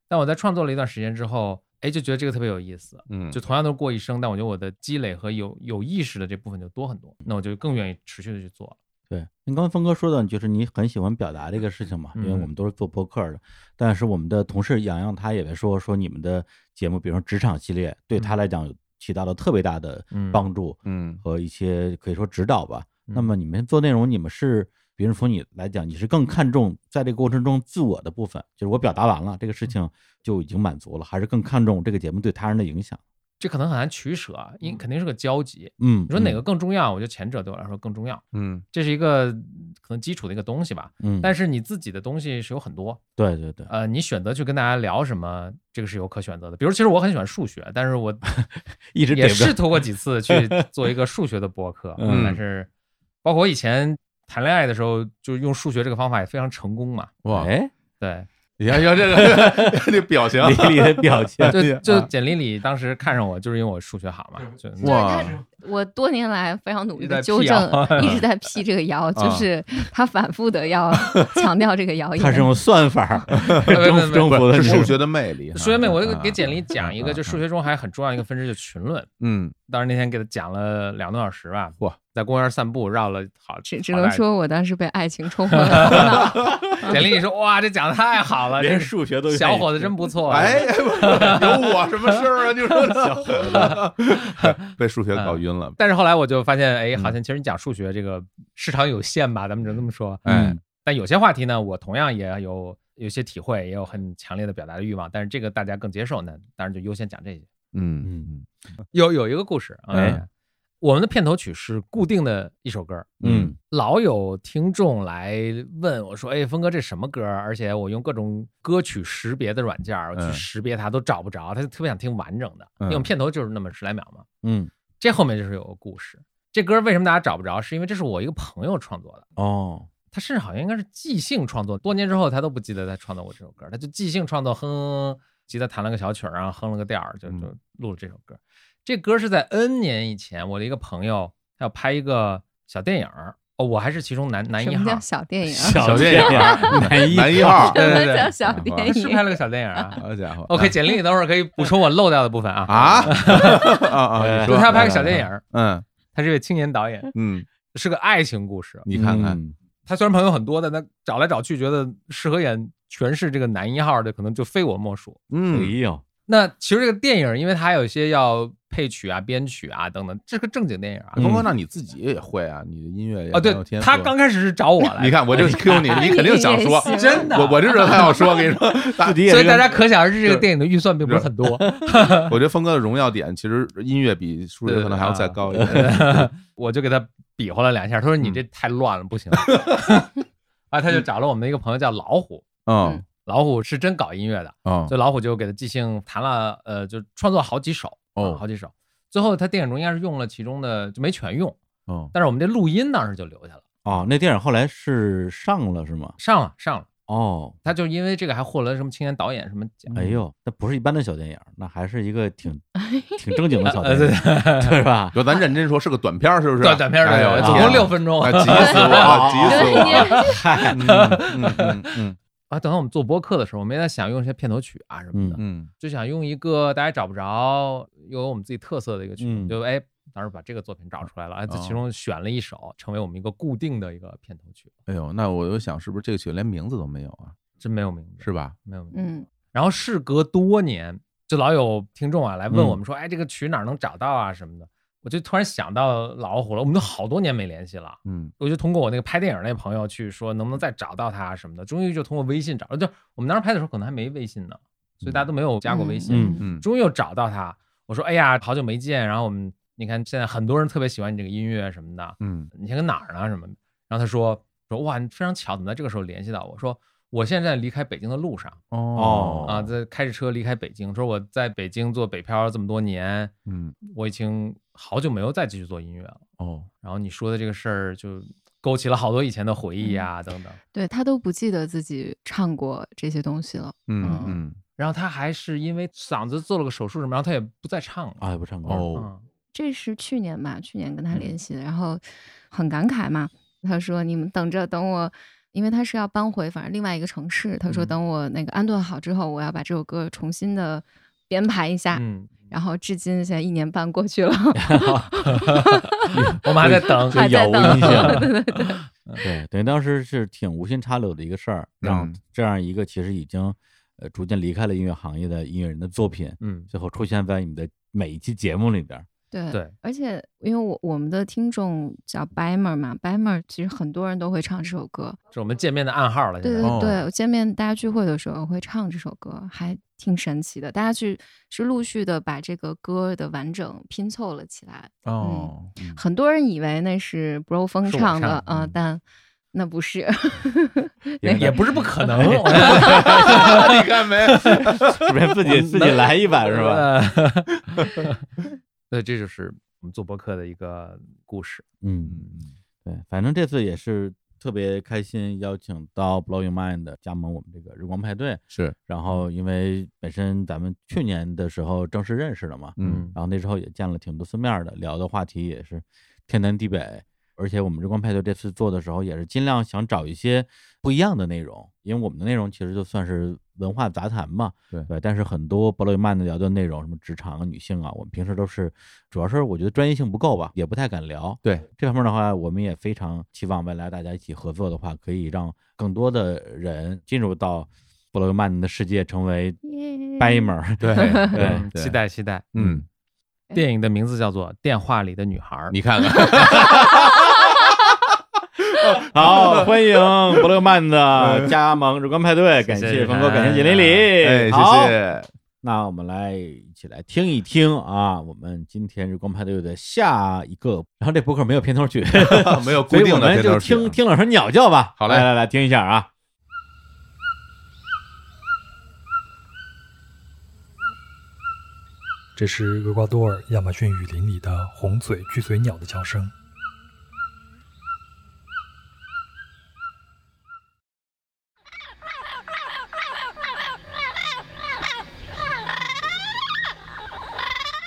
Speaker 8: 但我在创作了一段时间之后，哎，就觉得这个特别有意思。
Speaker 2: 嗯
Speaker 8: 就同样都是过一生，但我觉得我的积累和有有意识的这部分就多很多，那我就更愿意持续的去做了。
Speaker 1: 对，您刚才峰哥说的，就是你很喜欢表达这个事情嘛，因为我
Speaker 8: 嗯
Speaker 1: 们都是做播客的，但是我们的同事洋洋他也在说说你们的节目，比如说职场系列，对他来讲起到了特别大的
Speaker 8: 嗯
Speaker 1: 帮助，
Speaker 2: 嗯，
Speaker 1: 和一些可以说指导吧。那
Speaker 8: 嗯
Speaker 1: 么你们做内容，你们是，比如从你来讲，你是更看重在这个过程中自我的部分，就是我表达完了这个事情就已经满足了，还是更看重这个节目对他人的影响？
Speaker 8: 这可能很难取舍啊，因肯定是个交集。
Speaker 1: 嗯
Speaker 8: 你说哪
Speaker 1: 嗯
Speaker 8: 个更重要？我觉得前者对我来说更重要。
Speaker 2: 嗯，
Speaker 8: 这是一个可能基础的一个东西吧。
Speaker 1: 嗯
Speaker 8: 但是你自己的东西是有很多。
Speaker 1: 对对对，
Speaker 8: 呃，你选择去跟大家聊什么，这个是有可选择的。比如，其实我很喜欢数学，但是我
Speaker 1: 一直
Speaker 8: 也
Speaker 1: 逮不着
Speaker 8: 试图过几次去做一个数学的博客，
Speaker 1: 嗯
Speaker 8: 但是包括我以前谈恋爱的时候，就用数学这个方法也非常成功嘛。哎
Speaker 2: 哇
Speaker 1: 哎，
Speaker 8: 对，
Speaker 2: 你看，你看这个这表 情，
Speaker 8: 就就简历里当时看上我，就是因为我数学好嘛。就
Speaker 13: 对，但我多年来非常努力
Speaker 8: 一直
Speaker 13: 的
Speaker 8: 在辟
Speaker 13: 纠正
Speaker 8: 谣，
Speaker 13: 一直在辟这个谣，就
Speaker 8: 啊
Speaker 13: 是他反复的 要强调这个谣言。
Speaker 1: 他是用算法儿 征服征服
Speaker 2: 是
Speaker 1: 了你
Speaker 2: 数学的魅力哈，
Speaker 8: 数学妹，我
Speaker 2: 啊
Speaker 8: 给简历讲一个，就数学中还很重要一个分支，就群论。
Speaker 2: 嗯，
Speaker 8: 当时那天给他讲了两个多小时吧，
Speaker 2: 哇，
Speaker 8: 在公园散步绕了好，只
Speaker 13: 只能说 我当时被爱情冲昏了头脑。
Speaker 8: 简历里说哇，这讲的太好了，
Speaker 1: 连
Speaker 8: 这
Speaker 1: 数学都愿意
Speaker 8: 小伙子真不错。啊
Speaker 2: 哎，有我什么事儿啊？你说
Speaker 8: 小
Speaker 2: 伙 子被数学
Speaker 8: 嗯
Speaker 2: 搞晕了，
Speaker 8: 但是后来我就发现，哎，
Speaker 2: 嗯
Speaker 8: 好像其实你讲数学这个市场有限吧，咱们只能这么说。
Speaker 2: 嗯，
Speaker 8: 但有些话题呢，我同样也有有些体会，也有很强烈的表达的欲望，但是这个大家更接受呢，当然就优先讲这些。
Speaker 2: 嗯
Speaker 8: 有有一个故事，
Speaker 2: 哎
Speaker 8: 嗯，我们的片头曲是固定的一首歌，
Speaker 2: 嗯，
Speaker 8: 老有听众来问我说：“哎，峰哥，这什么歌？”而且我用各种歌曲识别的软件儿我去
Speaker 2: 嗯
Speaker 8: 识别它，都找不着，他就特别想听完整的，因为我们
Speaker 2: 嗯
Speaker 8: 片头就是那么十来秒嘛。
Speaker 1: 嗯，
Speaker 8: 这后面就是有个故事，这歌为什么大家找不着？是因为这是我一个朋友创作的，
Speaker 1: 哦，
Speaker 8: 他甚至好像应该是即兴创作，多年之后他都不记得他创作过这首歌，他就即兴创作，哼哼哼，吉他弹了个小曲儿，然后哼了个调儿，就就录了这首歌。这歌是在 N 年以前，我的一个朋友他要拍一个小电影儿，哦，我还是其中男男一
Speaker 13: 什么
Speaker 8: 号
Speaker 13: 叫。小电影？
Speaker 8: 小电影儿，
Speaker 2: 啊男一号
Speaker 8: 对
Speaker 13: 什
Speaker 8: 对对，
Speaker 13: 么叫小电影
Speaker 8: 是拍了个小电影啊，
Speaker 2: 好家伙
Speaker 8: ！OK，简历等会儿可以补充我漏掉的部分啊
Speaker 2: 啊 啊 啊！你
Speaker 8: 就
Speaker 2: 说
Speaker 8: 他拍个小电影，
Speaker 2: 嗯，
Speaker 8: 他是个青年导演，
Speaker 2: 嗯，
Speaker 8: 是个爱情故事。嗯
Speaker 2: 你看看，
Speaker 8: 他虽然朋友很多，但他找来找去，觉得适合演全是这个男一号的，可能就非我莫属。
Speaker 2: 嗯，
Speaker 1: 哎呦，
Speaker 8: 那其实这个电影，因为它有一些要配曲啊、编曲啊等等，这是个正经电影啊。
Speaker 2: 峰哥，那你自己也会啊？你的音乐也
Speaker 8: 啊，对
Speaker 2: 很有天，赋
Speaker 8: 他刚开始是找我来的，，
Speaker 2: 你看我就是 Q 你，你肯定想说
Speaker 8: 真的，
Speaker 2: 我我就知道他要说，跟你 说，
Speaker 8: 所以大家可想而知，这个电影的预算并不是很 多。
Speaker 2: 我觉得峰哥的荣耀点其实音乐比数学可能还要再高一
Speaker 8: 对对
Speaker 2: 点 嗯
Speaker 8: 对。啊 我就给他比划了两下，他说你这太乱了，不 行。啊，他就找了我们的一个朋友叫老虎，
Speaker 2: 嗯，
Speaker 8: 老虎是真搞音乐的，
Speaker 2: 哦
Speaker 8: 所以老虎就给他即兴弹了，呃，就创作好几首，
Speaker 2: 哦
Speaker 8: 好几首。最后他电影中应该是用了其中的，就没全用，
Speaker 1: 哦
Speaker 8: 但是我们这录音当时就留下了，
Speaker 1: 哦，那电影后来是上了是吗？
Speaker 8: 上了上了。
Speaker 1: 哦，
Speaker 8: 他就因为这个还获了什么青年导演什么奖，
Speaker 1: 哎呦，那不是一般的小电影，那还是一个 挺挺正经的小电影，
Speaker 8: 呃对
Speaker 1: 对吧？
Speaker 2: 就咱认真说，是个短片儿，是不是？
Speaker 8: 对短片儿
Speaker 2: 哎呦我
Speaker 8: 对总
Speaker 2: 天
Speaker 8: 共
Speaker 2: 哪
Speaker 8: 6分钟
Speaker 2: 哎急死我了，急死我了！
Speaker 8: 对
Speaker 2: 嗨，嗯嗯嗯嗯，
Speaker 8: 啊，等到我们做播客的时候，我们也在想用一些片头曲啊什么的，
Speaker 2: 嗯，
Speaker 8: 就想用一个大家找不着又有我们自己特色的一个曲，
Speaker 1: 嗯
Speaker 8: 就哎，当时把这个作品找出来了，哎，这其
Speaker 2: 哦
Speaker 8: 中选了一首成为我们一个固定的一个片头曲，
Speaker 2: 哎呦，那我就想，是不是这个曲连名字都没有啊？
Speaker 8: 真没有名字，
Speaker 2: 是吧？
Speaker 8: 没有名字。
Speaker 13: 嗯，
Speaker 8: 然后事隔多年，就老有听众啊来问
Speaker 2: 嗯
Speaker 8: 我们说，哎，这个曲哪儿能找到啊什么的。我就突然想到老虎了，我们都好多年没联系了。
Speaker 2: 嗯，
Speaker 8: 我就通过我那个拍电影那朋友去说，能不能再找到他啊什么的。终于就通过微信找，就我们当时拍的时候可能还没微信呢，所以大家都没有加过微信。
Speaker 2: 嗯嗯嗯
Speaker 8: 终于又找到他，我说，哎呀，好久没见。然后我们你看现在很多人特别喜欢你这个音乐什么的，
Speaker 2: 嗯，
Speaker 8: 你现在哪儿呢什么的。然后他说说哇，你非常巧，怎么在这个时候联系到我？说我现在在离开北京的路上。
Speaker 2: 哦
Speaker 8: 啊，在开着车离开北京，说我在北京做北漂这么多年，
Speaker 2: 嗯，
Speaker 8: 我已经好久没有再继续做音乐了。
Speaker 2: 哦，
Speaker 8: 然后你说的这个事儿就勾起了好多以前的回忆
Speaker 1: 嗯
Speaker 8: 啊，等等。
Speaker 13: 对他都不记得自己唱过这些东西了。
Speaker 2: 嗯嗯，
Speaker 8: 啊然后他还是因为嗓子做了个手术什么，然后他也不再唱了。嗯
Speaker 1: 啊，也不唱歌
Speaker 8: 了
Speaker 2: 哦，
Speaker 13: 这是去年吧，去年跟他
Speaker 8: 嗯
Speaker 13: 联系的，然后很感慨嘛，他说你们等着，等我。因为他是要搬回，反正另外一个城市。他说：“
Speaker 8: 嗯
Speaker 13: 等我那个安顿好之后，我要把这首歌重新的编排一下。
Speaker 8: 嗯”
Speaker 13: 然后至今现在一年半过去了，
Speaker 2: 啊
Speaker 8: 我们还在等
Speaker 1: 这杳无音
Speaker 13: 还在等对对
Speaker 1: 信。
Speaker 13: 对
Speaker 1: 对，等于当时是挺无心插柳的一个事儿，让
Speaker 2: 嗯
Speaker 1: 这样一个其实已经呃逐渐离开了音乐行业的音乐人的作品，
Speaker 8: 嗯，
Speaker 1: 最后出现在你们的每一期节目里边儿。
Speaker 13: 对
Speaker 1: 对
Speaker 13: 而且因为我我们的听众叫 Bimer 嘛，Bimer 其实很多人都会唱这首歌。
Speaker 8: 这是我们见面的暗号了。
Speaker 13: 对
Speaker 8: 现在
Speaker 13: 对对，
Speaker 1: 哦
Speaker 13: 我见面大家聚会的时候会唱这首歌，还挺神奇的。大家去是陆续的把这个歌的完整拼凑了起来。嗯
Speaker 2: 哦，
Speaker 13: 很多人以为那是 Bro 风
Speaker 8: 嗯是我
Speaker 13: 唱
Speaker 8: 唱
Speaker 13: 的
Speaker 8: 的嗯
Speaker 13: 啊、但那不是，
Speaker 8: 也也不是不 可能。
Speaker 2: 你看没？
Speaker 1: 是不是 自己自己来一版是吧？
Speaker 8: 对，这就是我们做播客的一
Speaker 2: 呃
Speaker 8: 个故事。
Speaker 1: 嗯，对，反正这次也是特别开心，邀请到 Blow Your Mind 加盟我们这个日光派对。
Speaker 2: 是，
Speaker 1: 然后因为本身咱们去年的时候正式认识了嘛，
Speaker 2: 嗯
Speaker 1: 然后那时候也见了挺多次面儿的，聊的话题也是天南地北。而且我们日光派对这次做的时候，也是尽量想找一些不一样的内容，因为我们的内容其实就算是文化杂谈嘛，
Speaker 2: 对
Speaker 1: 但是很多伯雷曼的聊的内容，什么职场啊、女性啊，我们平时都是，主要是我觉得专业性不够吧，也不太敢聊。
Speaker 2: 对
Speaker 1: 这方面的话，我们也非常期望未来大家一起合作的话，可以让更多的人进入到伯雷曼的世界，成为
Speaker 13: 耶
Speaker 1: Bimer。
Speaker 2: 对
Speaker 8: 嗯
Speaker 2: 对
Speaker 8: 期待期待。
Speaker 2: 嗯，
Speaker 8: 电影的名字叫做《电话里的女孩》，
Speaker 2: 你看看，
Speaker 1: 好，欢迎伯乐曼
Speaker 2: 嗯
Speaker 1: 的加盟日光派对，感
Speaker 8: 谢
Speaker 1: 谢
Speaker 8: 谢
Speaker 1: 峰哥，感谢简丽
Speaker 2: 哎，
Speaker 1: 丽，好
Speaker 2: 谢。谢。
Speaker 1: 那我们来一起来听一听啊，我们今天日光派对的下一个，然后这博客没有片头曲
Speaker 2: 嗯，没有固
Speaker 1: 所以
Speaker 2: 定
Speaker 1: 我
Speaker 2: 的
Speaker 1: 们
Speaker 2: 片
Speaker 1: 就
Speaker 2: 头曲啊
Speaker 1: 听听两声鸟叫吧。
Speaker 2: 好嘞
Speaker 1: 来来来，听一下啊。
Speaker 9: 这是厄瓜多尔亚马逊雨林里的红嘴巨嘴鸟的叫声。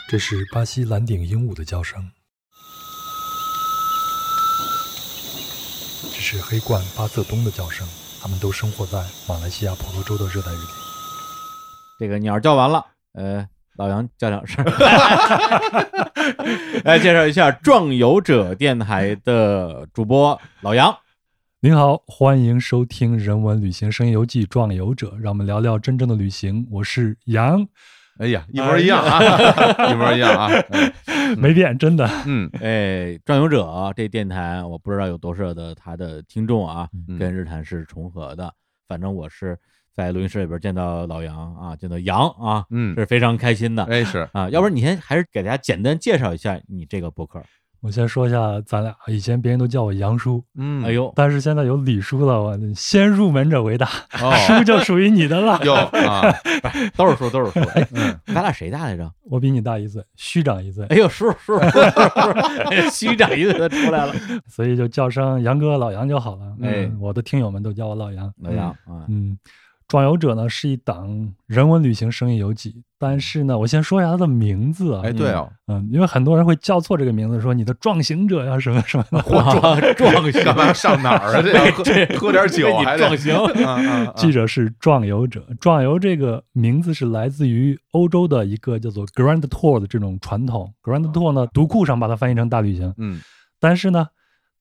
Speaker 9: 这是巴西蓝顶鹦鹉的叫声，这是黑冠巴色东的叫声，它们都生活在马来西亚婆罗洲的热带雨林。
Speaker 1: 这个鸟叫完了，呃，老杨叫 两声。 来介绍一下壮游者电台的主播老杨。
Speaker 9: 您好，欢迎收听《人文旅行声游记·壮游者》，让我们聊聊真正的旅行。我是杨。
Speaker 2: 哎呀，一模一样 啊，一 模一样啊，
Speaker 9: 没变，真的。
Speaker 2: 嗯，
Speaker 1: 嗯哎，壮游者这电台，我不知道有多少的他的听众啊，
Speaker 9: 嗯
Speaker 1: 跟日坛是重合的。反正我是在录音室里边见到老杨啊，见到杨啊，
Speaker 2: 嗯
Speaker 1: 是非常开心的。
Speaker 2: 哎是
Speaker 1: 啊，要不然你先还是给大家简单介绍一下你这个博客。
Speaker 9: 我先说一下，咱俩以前别人都叫我杨叔，
Speaker 2: 嗯
Speaker 1: 哎呦，
Speaker 9: 但是现在有李叔了，我先入门者为大，
Speaker 1: 哦
Speaker 9: 叔就属于你的了。
Speaker 2: 哟 啊，
Speaker 1: 不是都是叔，都是叔。哎，
Speaker 2: 嗯
Speaker 1: 咱俩谁大来着？
Speaker 9: 我比你大一岁，虚长一岁。
Speaker 1: 哎呦，叔叔叔叔
Speaker 13: 嗯
Speaker 1: 叔， 虚长一岁都出来了。
Speaker 9: 所以就叫声杨哥、老杨就好了。
Speaker 1: 哎
Speaker 9: 嗯，我的听友们都叫我老杨。
Speaker 1: 老杨
Speaker 9: 嗯
Speaker 1: 啊，
Speaker 9: 嗯，壮游者呢是一档人文旅行声音游记，但是呢，我先说一下它的名字啊。
Speaker 2: 哎对哦
Speaker 9: 嗯，嗯，因为很多人会叫错这个名字，说你的壮行者呀、什么什么 的。
Speaker 2: 壮壮 行干嘛上哪儿啊这要喝
Speaker 9: 对
Speaker 2: 喝点酒还得壮行啊啊 啊
Speaker 9: 记者是壮游者，壮游这个名字是来自于欧洲的一个叫做 Grand Tour 的这种传统。Grand Tour 呢，读库上把它翻译成大旅行。
Speaker 2: 嗯，
Speaker 9: 但是呢，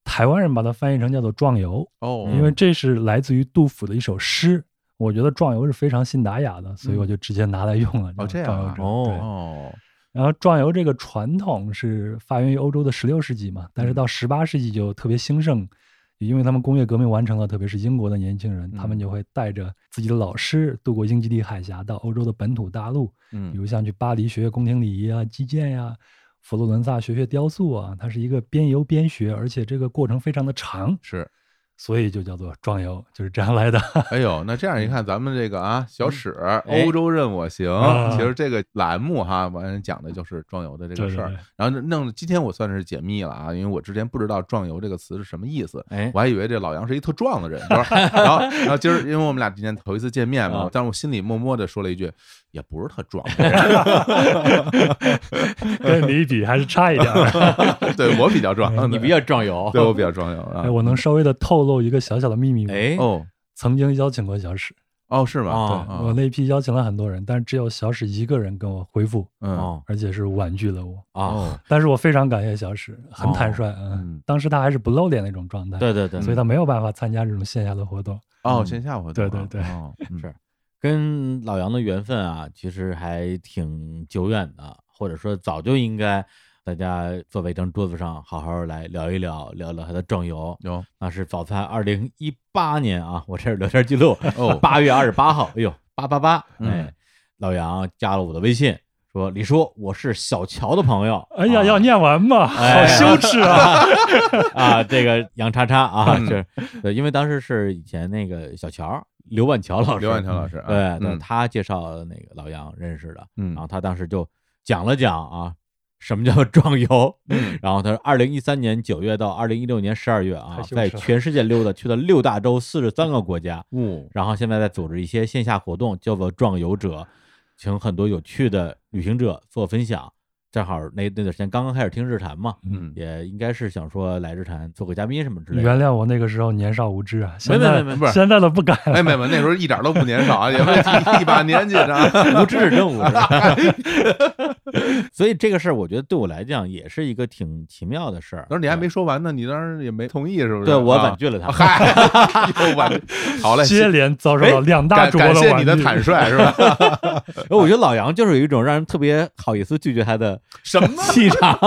Speaker 9: 台湾人把它翻译成叫做壮游。
Speaker 2: 哦
Speaker 9: 因为这是来自于杜甫的一首诗。我觉得壮游是非常信达雅的，所以我就直接拿来用了。
Speaker 2: 嗯哦这
Speaker 9: 叫
Speaker 2: 样啊
Speaker 9: 壮游者对
Speaker 2: 哦，
Speaker 9: 然后壮游这个传统是发源于欧洲的十六世纪嘛，
Speaker 2: 嗯
Speaker 9: 但是到十八世纪就特别兴盛，也因为他们工业革命完成了，特别是英国的年轻人，他
Speaker 2: 嗯
Speaker 9: 们就会带着自己的老师渡过英吉利海峡到欧洲的本土大陆，
Speaker 2: 嗯
Speaker 9: 比如像去巴黎学学宫廷礼仪啊、击剑呀、佛罗伦萨学学雕塑啊，它是一个边游边学，而且这个过程非常的长，
Speaker 2: 是，
Speaker 9: 所以就叫做壮游，就是这样来的。
Speaker 2: 哎呦，那这样一看，咱们这个啊，小史
Speaker 9: 哎
Speaker 2: 欧洲任我行
Speaker 9: 啊，
Speaker 2: 其实这个栏目哈，完了讲的就是壮游的这个
Speaker 9: 对对
Speaker 2: 事儿
Speaker 9: 对。
Speaker 2: 然后弄，今天我算是解密了啊，因为我之前不知道“壮游”这个词是什么意思
Speaker 1: 哎，
Speaker 2: 我还以为这老杨是一特壮的人。你知道吧 然后，然后今儿因为我们俩今天头一次见面嘛
Speaker 1: 啊，
Speaker 2: 但是我心里默默的说了一句，也不是特壮，
Speaker 9: 跟你比还是差一点
Speaker 2: 对我比较壮，
Speaker 1: 你比较壮游
Speaker 2: 对我比较壮游啊
Speaker 9: 哎，。我能稍微的透露一个小小的秘密吗？
Speaker 1: 哎
Speaker 2: 哦，
Speaker 9: 曾经邀请过小史。
Speaker 2: 哦，是吗？
Speaker 9: 对，
Speaker 2: 啊
Speaker 9: 我那批邀请了很多人，但是只有小史一个人跟我回复，
Speaker 2: 嗯，
Speaker 9: 而且是婉拒了我
Speaker 1: 哦。
Speaker 9: 但是我非常感谢小史，很坦率，
Speaker 2: 哦
Speaker 9: 嗯，当时他还是不露脸那种状态，
Speaker 1: 对对对
Speaker 9: 哦所以他没有办法参加这种线下的活动。
Speaker 2: 哦，
Speaker 9: 嗯
Speaker 2: 线下活动
Speaker 9: 对
Speaker 2: 啊，
Speaker 9: 对对，
Speaker 2: 哦，
Speaker 1: 是跟老杨的缘分啊，其实还挺久远的，或者说早就应该大家坐在一张桌子上，好好来聊一聊，聊聊他的壮游。
Speaker 2: 有，
Speaker 1: 那是早在二零一八年啊，我这儿聊天记录
Speaker 2: 哦
Speaker 1: 八月二十八号，哎呦，八八八，
Speaker 2: 嗯
Speaker 1: 哎，老杨加了我的微信，说李叔，我是小乔的 朋友，
Speaker 9: 哎
Speaker 2: 啊
Speaker 9: 呀，要念完嘛，好
Speaker 1: 哎
Speaker 9: 羞耻啊！
Speaker 1: 啊，这个杨叉叉啊，
Speaker 2: 嗯
Speaker 1: 就是对，因为当时是以前那个小乔刘万乔老师，
Speaker 2: 刘万乔老师
Speaker 1: 对
Speaker 2: 嗯
Speaker 1: 对，
Speaker 2: 嗯
Speaker 1: 他介绍那个老杨认识的，
Speaker 2: 嗯
Speaker 1: 然后他当时就讲了讲啊。什么叫壮游？
Speaker 2: 嗯
Speaker 1: 然后他说，二零一三年九月到二零一六年十二月啊
Speaker 9: 太，羞耻
Speaker 1: 在
Speaker 9: 了
Speaker 1: 全世界溜达，去了六大洲四十三个国家。
Speaker 2: 嗯，
Speaker 1: 然后现在在组织一些线下活动，叫做“壮游者”，请很多有趣的旅行者做分享。正好那那段时间刚刚开始听日坛嘛，
Speaker 2: 嗯，
Speaker 1: 也应该是想说来日坛做个嘉宾什么之类的。
Speaker 9: 原谅我那个时候年少无 知啊，
Speaker 1: 没
Speaker 9: 现
Speaker 1: 没
Speaker 9: 在
Speaker 1: 没
Speaker 2: 不是
Speaker 9: 现在都不敢了。
Speaker 2: 哎，妹妹那时候一点都不年少啊，也没一把年纪呢，
Speaker 1: 无知是真无知。所以这个事儿，我觉得对我来讲也是一个挺奇妙的事儿。
Speaker 2: 当时你还没说完呢，你当时也没同意，是不是？
Speaker 1: 对我
Speaker 2: 啊
Speaker 1: 婉拒了他
Speaker 2: 嗨，又婉拒， 好嘞，
Speaker 9: 接连遭受了
Speaker 2: 哎
Speaker 9: 两大
Speaker 2: 感
Speaker 9: 主播
Speaker 2: 感
Speaker 9: 的
Speaker 2: 谢
Speaker 9: 婉
Speaker 2: 你的
Speaker 9: 拒
Speaker 2: 坦率，是吧？
Speaker 1: 哎我觉得老杨就是有一种让人特别好意思拒绝他的
Speaker 2: 什么
Speaker 1: 气场，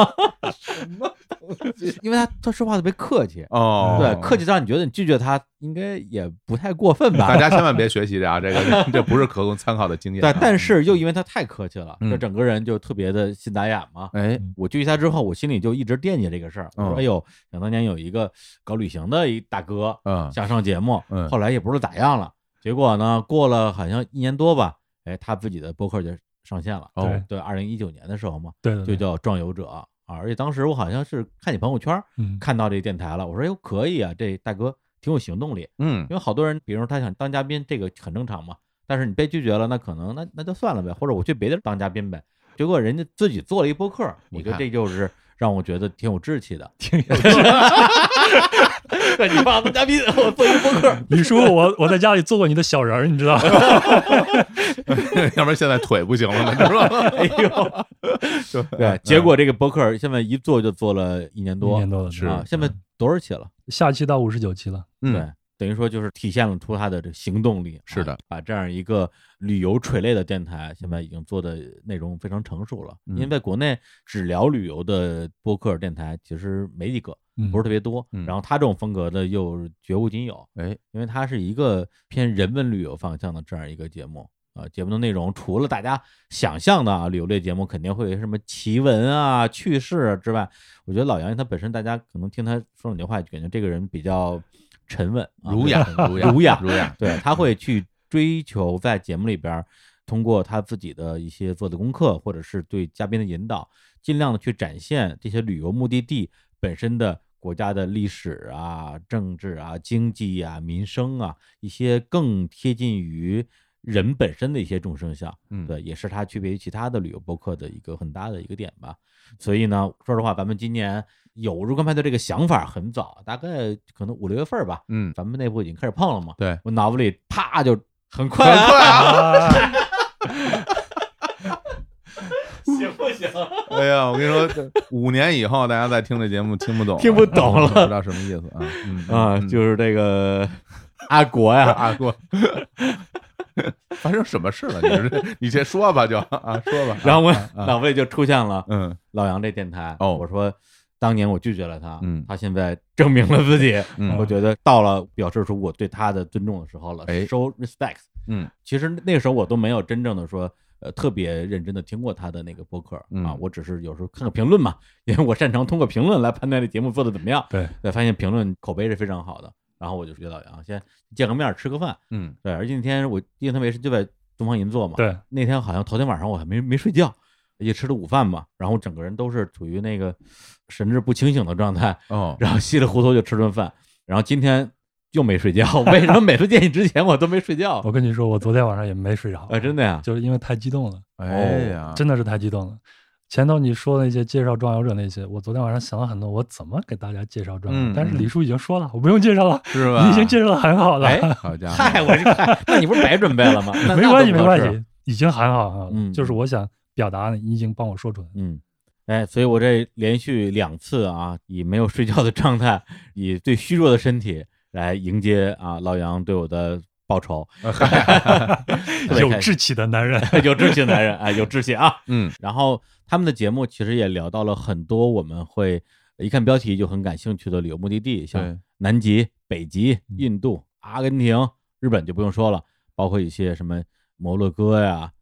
Speaker 1: 因为他他说 话特别客气
Speaker 2: 哦
Speaker 1: 对，客气到你觉得你拒绝他应该也不 太过分吧？
Speaker 2: 大家千万别学习这啊，这个这不是可供参考的经验啊。
Speaker 1: 对，但是又因为他太客气了，
Speaker 2: 嗯
Speaker 1: 这整个人就特别的信达雅嘛。
Speaker 2: 哎，
Speaker 1: 我拒绝他之后，我心里就一直惦记这个事儿。我说：“
Speaker 2: 嗯
Speaker 1: 哎呦，想当年有一个搞旅行的一大哥，
Speaker 2: 嗯
Speaker 1: 想上节目，
Speaker 2: 嗯
Speaker 1: 后来也不知道咋样了。结果呢，过了好像一年多吧，哎，他自己的博客就上线了。
Speaker 2: 哦对
Speaker 1: 对，二零一九年的时候嘛，
Speaker 9: 对对
Speaker 1: 就
Speaker 9: 对
Speaker 1: 叫《壮游者》啊。而且当时我好像是看你朋友圈，
Speaker 9: 嗯
Speaker 1: 看到这电台了，我说：“哟，可以啊，这大哥挺有行动力。”
Speaker 2: 嗯
Speaker 1: 因为好多人，比如说他想当嘉宾，这个很正常嘛。但是你被拒绝了，那可能那那就算了呗，或者我去别的当嘉宾呗。结果人家自己做了一播客，我觉得
Speaker 5: 看
Speaker 1: 这就是让我觉得挺有志气的，
Speaker 9: 挺有
Speaker 1: 志气。对 你把我们嘉宾，我做一播 客，
Speaker 9: 李叔，我我在家里做过你的小人儿，你知道吗？
Speaker 2: 要不然现在腿不行了，你知道吗？
Speaker 1: 哎
Speaker 2: 呦，
Speaker 1: 对，结果这个博客现在一做就做了一年多，
Speaker 9: 一年多了
Speaker 1: 啊
Speaker 9: 是！
Speaker 1: 现在多少期了？
Speaker 9: 下期到五十九期了，
Speaker 2: 嗯
Speaker 1: 对，等于说就是体现了出他的这个行动力。嗯是的，把这样一个旅游垂类的电台，现在已经做的内容非常成熟了。
Speaker 5: 嗯
Speaker 1: 因为在国内只聊旅游的播客电台其实没几个
Speaker 5: 嗯，
Speaker 1: 不是特别多。然后他这种风格的又绝无仅有，
Speaker 5: 哎，
Speaker 1: 因为它是一个偏人文旅游方向的这样一个节目。啊，节目的内容除了大家想象的啊，旅游类节目肯定会有什么奇闻啊、趣事啊之外，我觉得老杨他本身，大家可能听他说两句话，就感觉这个人比较沉稳、啊
Speaker 2: 儒 雅儒
Speaker 1: 儒
Speaker 2: 雅
Speaker 1: 雅，
Speaker 2: 儒雅
Speaker 1: 对，他会去追求在节目里边儿，通过他自己的一些做的功课，或者是对嘉宾的引导，尽量的去展现这些旅游目的地本身的国家的历史啊、政治啊、经济啊、民生啊一些更贴近于。人本身的一些众生相，
Speaker 2: 嗯
Speaker 1: 对，也是它区别于其他的旅游播客的一个很大的一个点吧。所以呢，说实话，咱们今年有入坑派对这个想法很早，大概可能五六月份吧。
Speaker 2: 嗯，
Speaker 1: 咱们内部已经开始碰了嘛。
Speaker 2: 对，
Speaker 1: 我脑子里啪就很快、啊，
Speaker 2: 很快啊
Speaker 1: 行不行？
Speaker 2: 哎呀，我跟你说，五年以后大家再听这节目听不懂，
Speaker 1: 听不懂了
Speaker 2: 不知道什么意思啊？嗯
Speaker 1: 啊，就是这个阿国呀，
Speaker 2: 阿国， 发生什么事了？你这你先说吧，就啊，说吧。
Speaker 1: 然后我
Speaker 2: 啊啊
Speaker 1: 脑子里就出现了，
Speaker 2: 嗯，
Speaker 1: 老杨这电台
Speaker 2: 哦
Speaker 1: 我说当年我拒绝了他，
Speaker 2: 嗯
Speaker 1: 他现在证明了自己，
Speaker 2: 嗯
Speaker 1: 我觉得到了表示出我对他的尊重的时候了
Speaker 2: 哎
Speaker 1: ，show respect，
Speaker 2: 嗯，
Speaker 1: 其实那时候我都没有真正的说。呃，特别认真的听过他的那个播客啊
Speaker 2: 嗯，
Speaker 1: 我只是有时候看看评论嘛， 因为我擅长通过评论来判断这节目做的怎么样。
Speaker 9: 对，
Speaker 1: 发现评论口碑是非常好的，然后我就约老杨先见个面儿吃个饭，
Speaker 2: 嗯，
Speaker 1: 对，而且那天我印象特别深，就在东方银座嘛。
Speaker 9: 对，
Speaker 1: 那天好像头天晚上我还没没睡觉，也吃了午饭嘛，然后整个人都是处于那个神志不清醒的状态。
Speaker 2: 哦
Speaker 1: 然后稀里糊涂就吃顿饭，然后今天又没睡觉。 为什么每次 见你之前我都没睡觉？
Speaker 9: 我跟你说，我昨天晚上也没睡着
Speaker 1: 啊真的呀
Speaker 9: 就是因为太激动了。
Speaker 2: 哎
Speaker 1: 哦
Speaker 2: 呀
Speaker 9: 真的是太激动了。前头你说那些介绍壮游者那些，我昨天晚上想了很多，我怎么给大家介绍壮游？
Speaker 2: 嗯
Speaker 9: 但是李叔已经说了，我不用介绍了，
Speaker 2: 是吧
Speaker 9: 你已经介绍的很好了。
Speaker 2: 哎好家伙
Speaker 1: 嗨我这嗨 那你不是白准备了吗那
Speaker 9: 没关系，
Speaker 1: 那都不
Speaker 9: 没
Speaker 1: 合
Speaker 9: 关
Speaker 1: 适
Speaker 9: 系，已经很好啊。
Speaker 1: 嗯
Speaker 9: 就是我想表达，你已经帮我说出来了。，
Speaker 1: 嗯，哎，所以我这连续两次啊，以没有睡觉的状态，以最虚弱的身体来迎接啊老杨对我的报仇
Speaker 9: 有志气的男人
Speaker 1: 有志气的男人，哎，有志气啊，
Speaker 2: 嗯。
Speaker 1: 然后他们的节目其实也聊到了很多我们会一看标题就很感兴趣的旅游目的地，
Speaker 2: 对嗯
Speaker 1: 像南极、北极、印度、阿根廷、日本就不用说了，包括一些什么摩洛哥呀、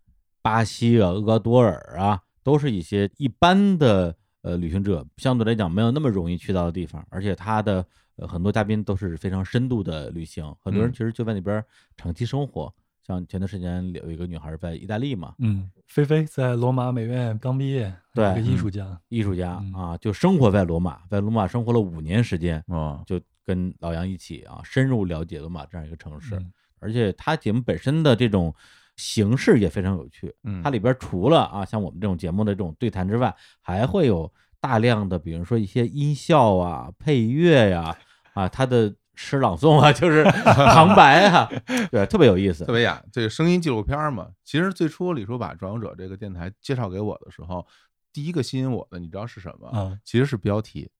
Speaker 1: 巴西啊、厄瓜多尔啊，都是一些一般的呃旅行者相对来讲没有那么容易去到的地方，而且他的。呃，很多嘉宾都是非常深度的旅行，很多人
Speaker 2: 嗯
Speaker 1: 其实就在那边长期生活。像前段时间有一个女孩在意大利嘛，
Speaker 9: 嗯，菲菲在罗马美院刚毕业，
Speaker 1: 对，
Speaker 9: 一个艺术家。
Speaker 1: 嗯艺术家啊，就生活在罗马，在罗马生活了五年时间
Speaker 2: 啊，
Speaker 1: 就跟老杨一起啊，深入了解罗马这样一个城市
Speaker 9: 嗯，
Speaker 1: 而且他节目本身的这种。形式也非常有趣，
Speaker 2: 嗯
Speaker 1: 它里边除了啊像我们这种节目的这种对谈之外，还会有大量的，比如说一些音效啊、配乐呀、啊，他的诗朗诵啊， 就是旁白啊， 对，特别有意思，
Speaker 2: 特别雅，这个声音纪录片儿嘛。其实最初李叔把《转游者》这个电台介绍给我的时候，第一个吸引我的，你知道是什么？
Speaker 9: 嗯
Speaker 2: 其实是标题。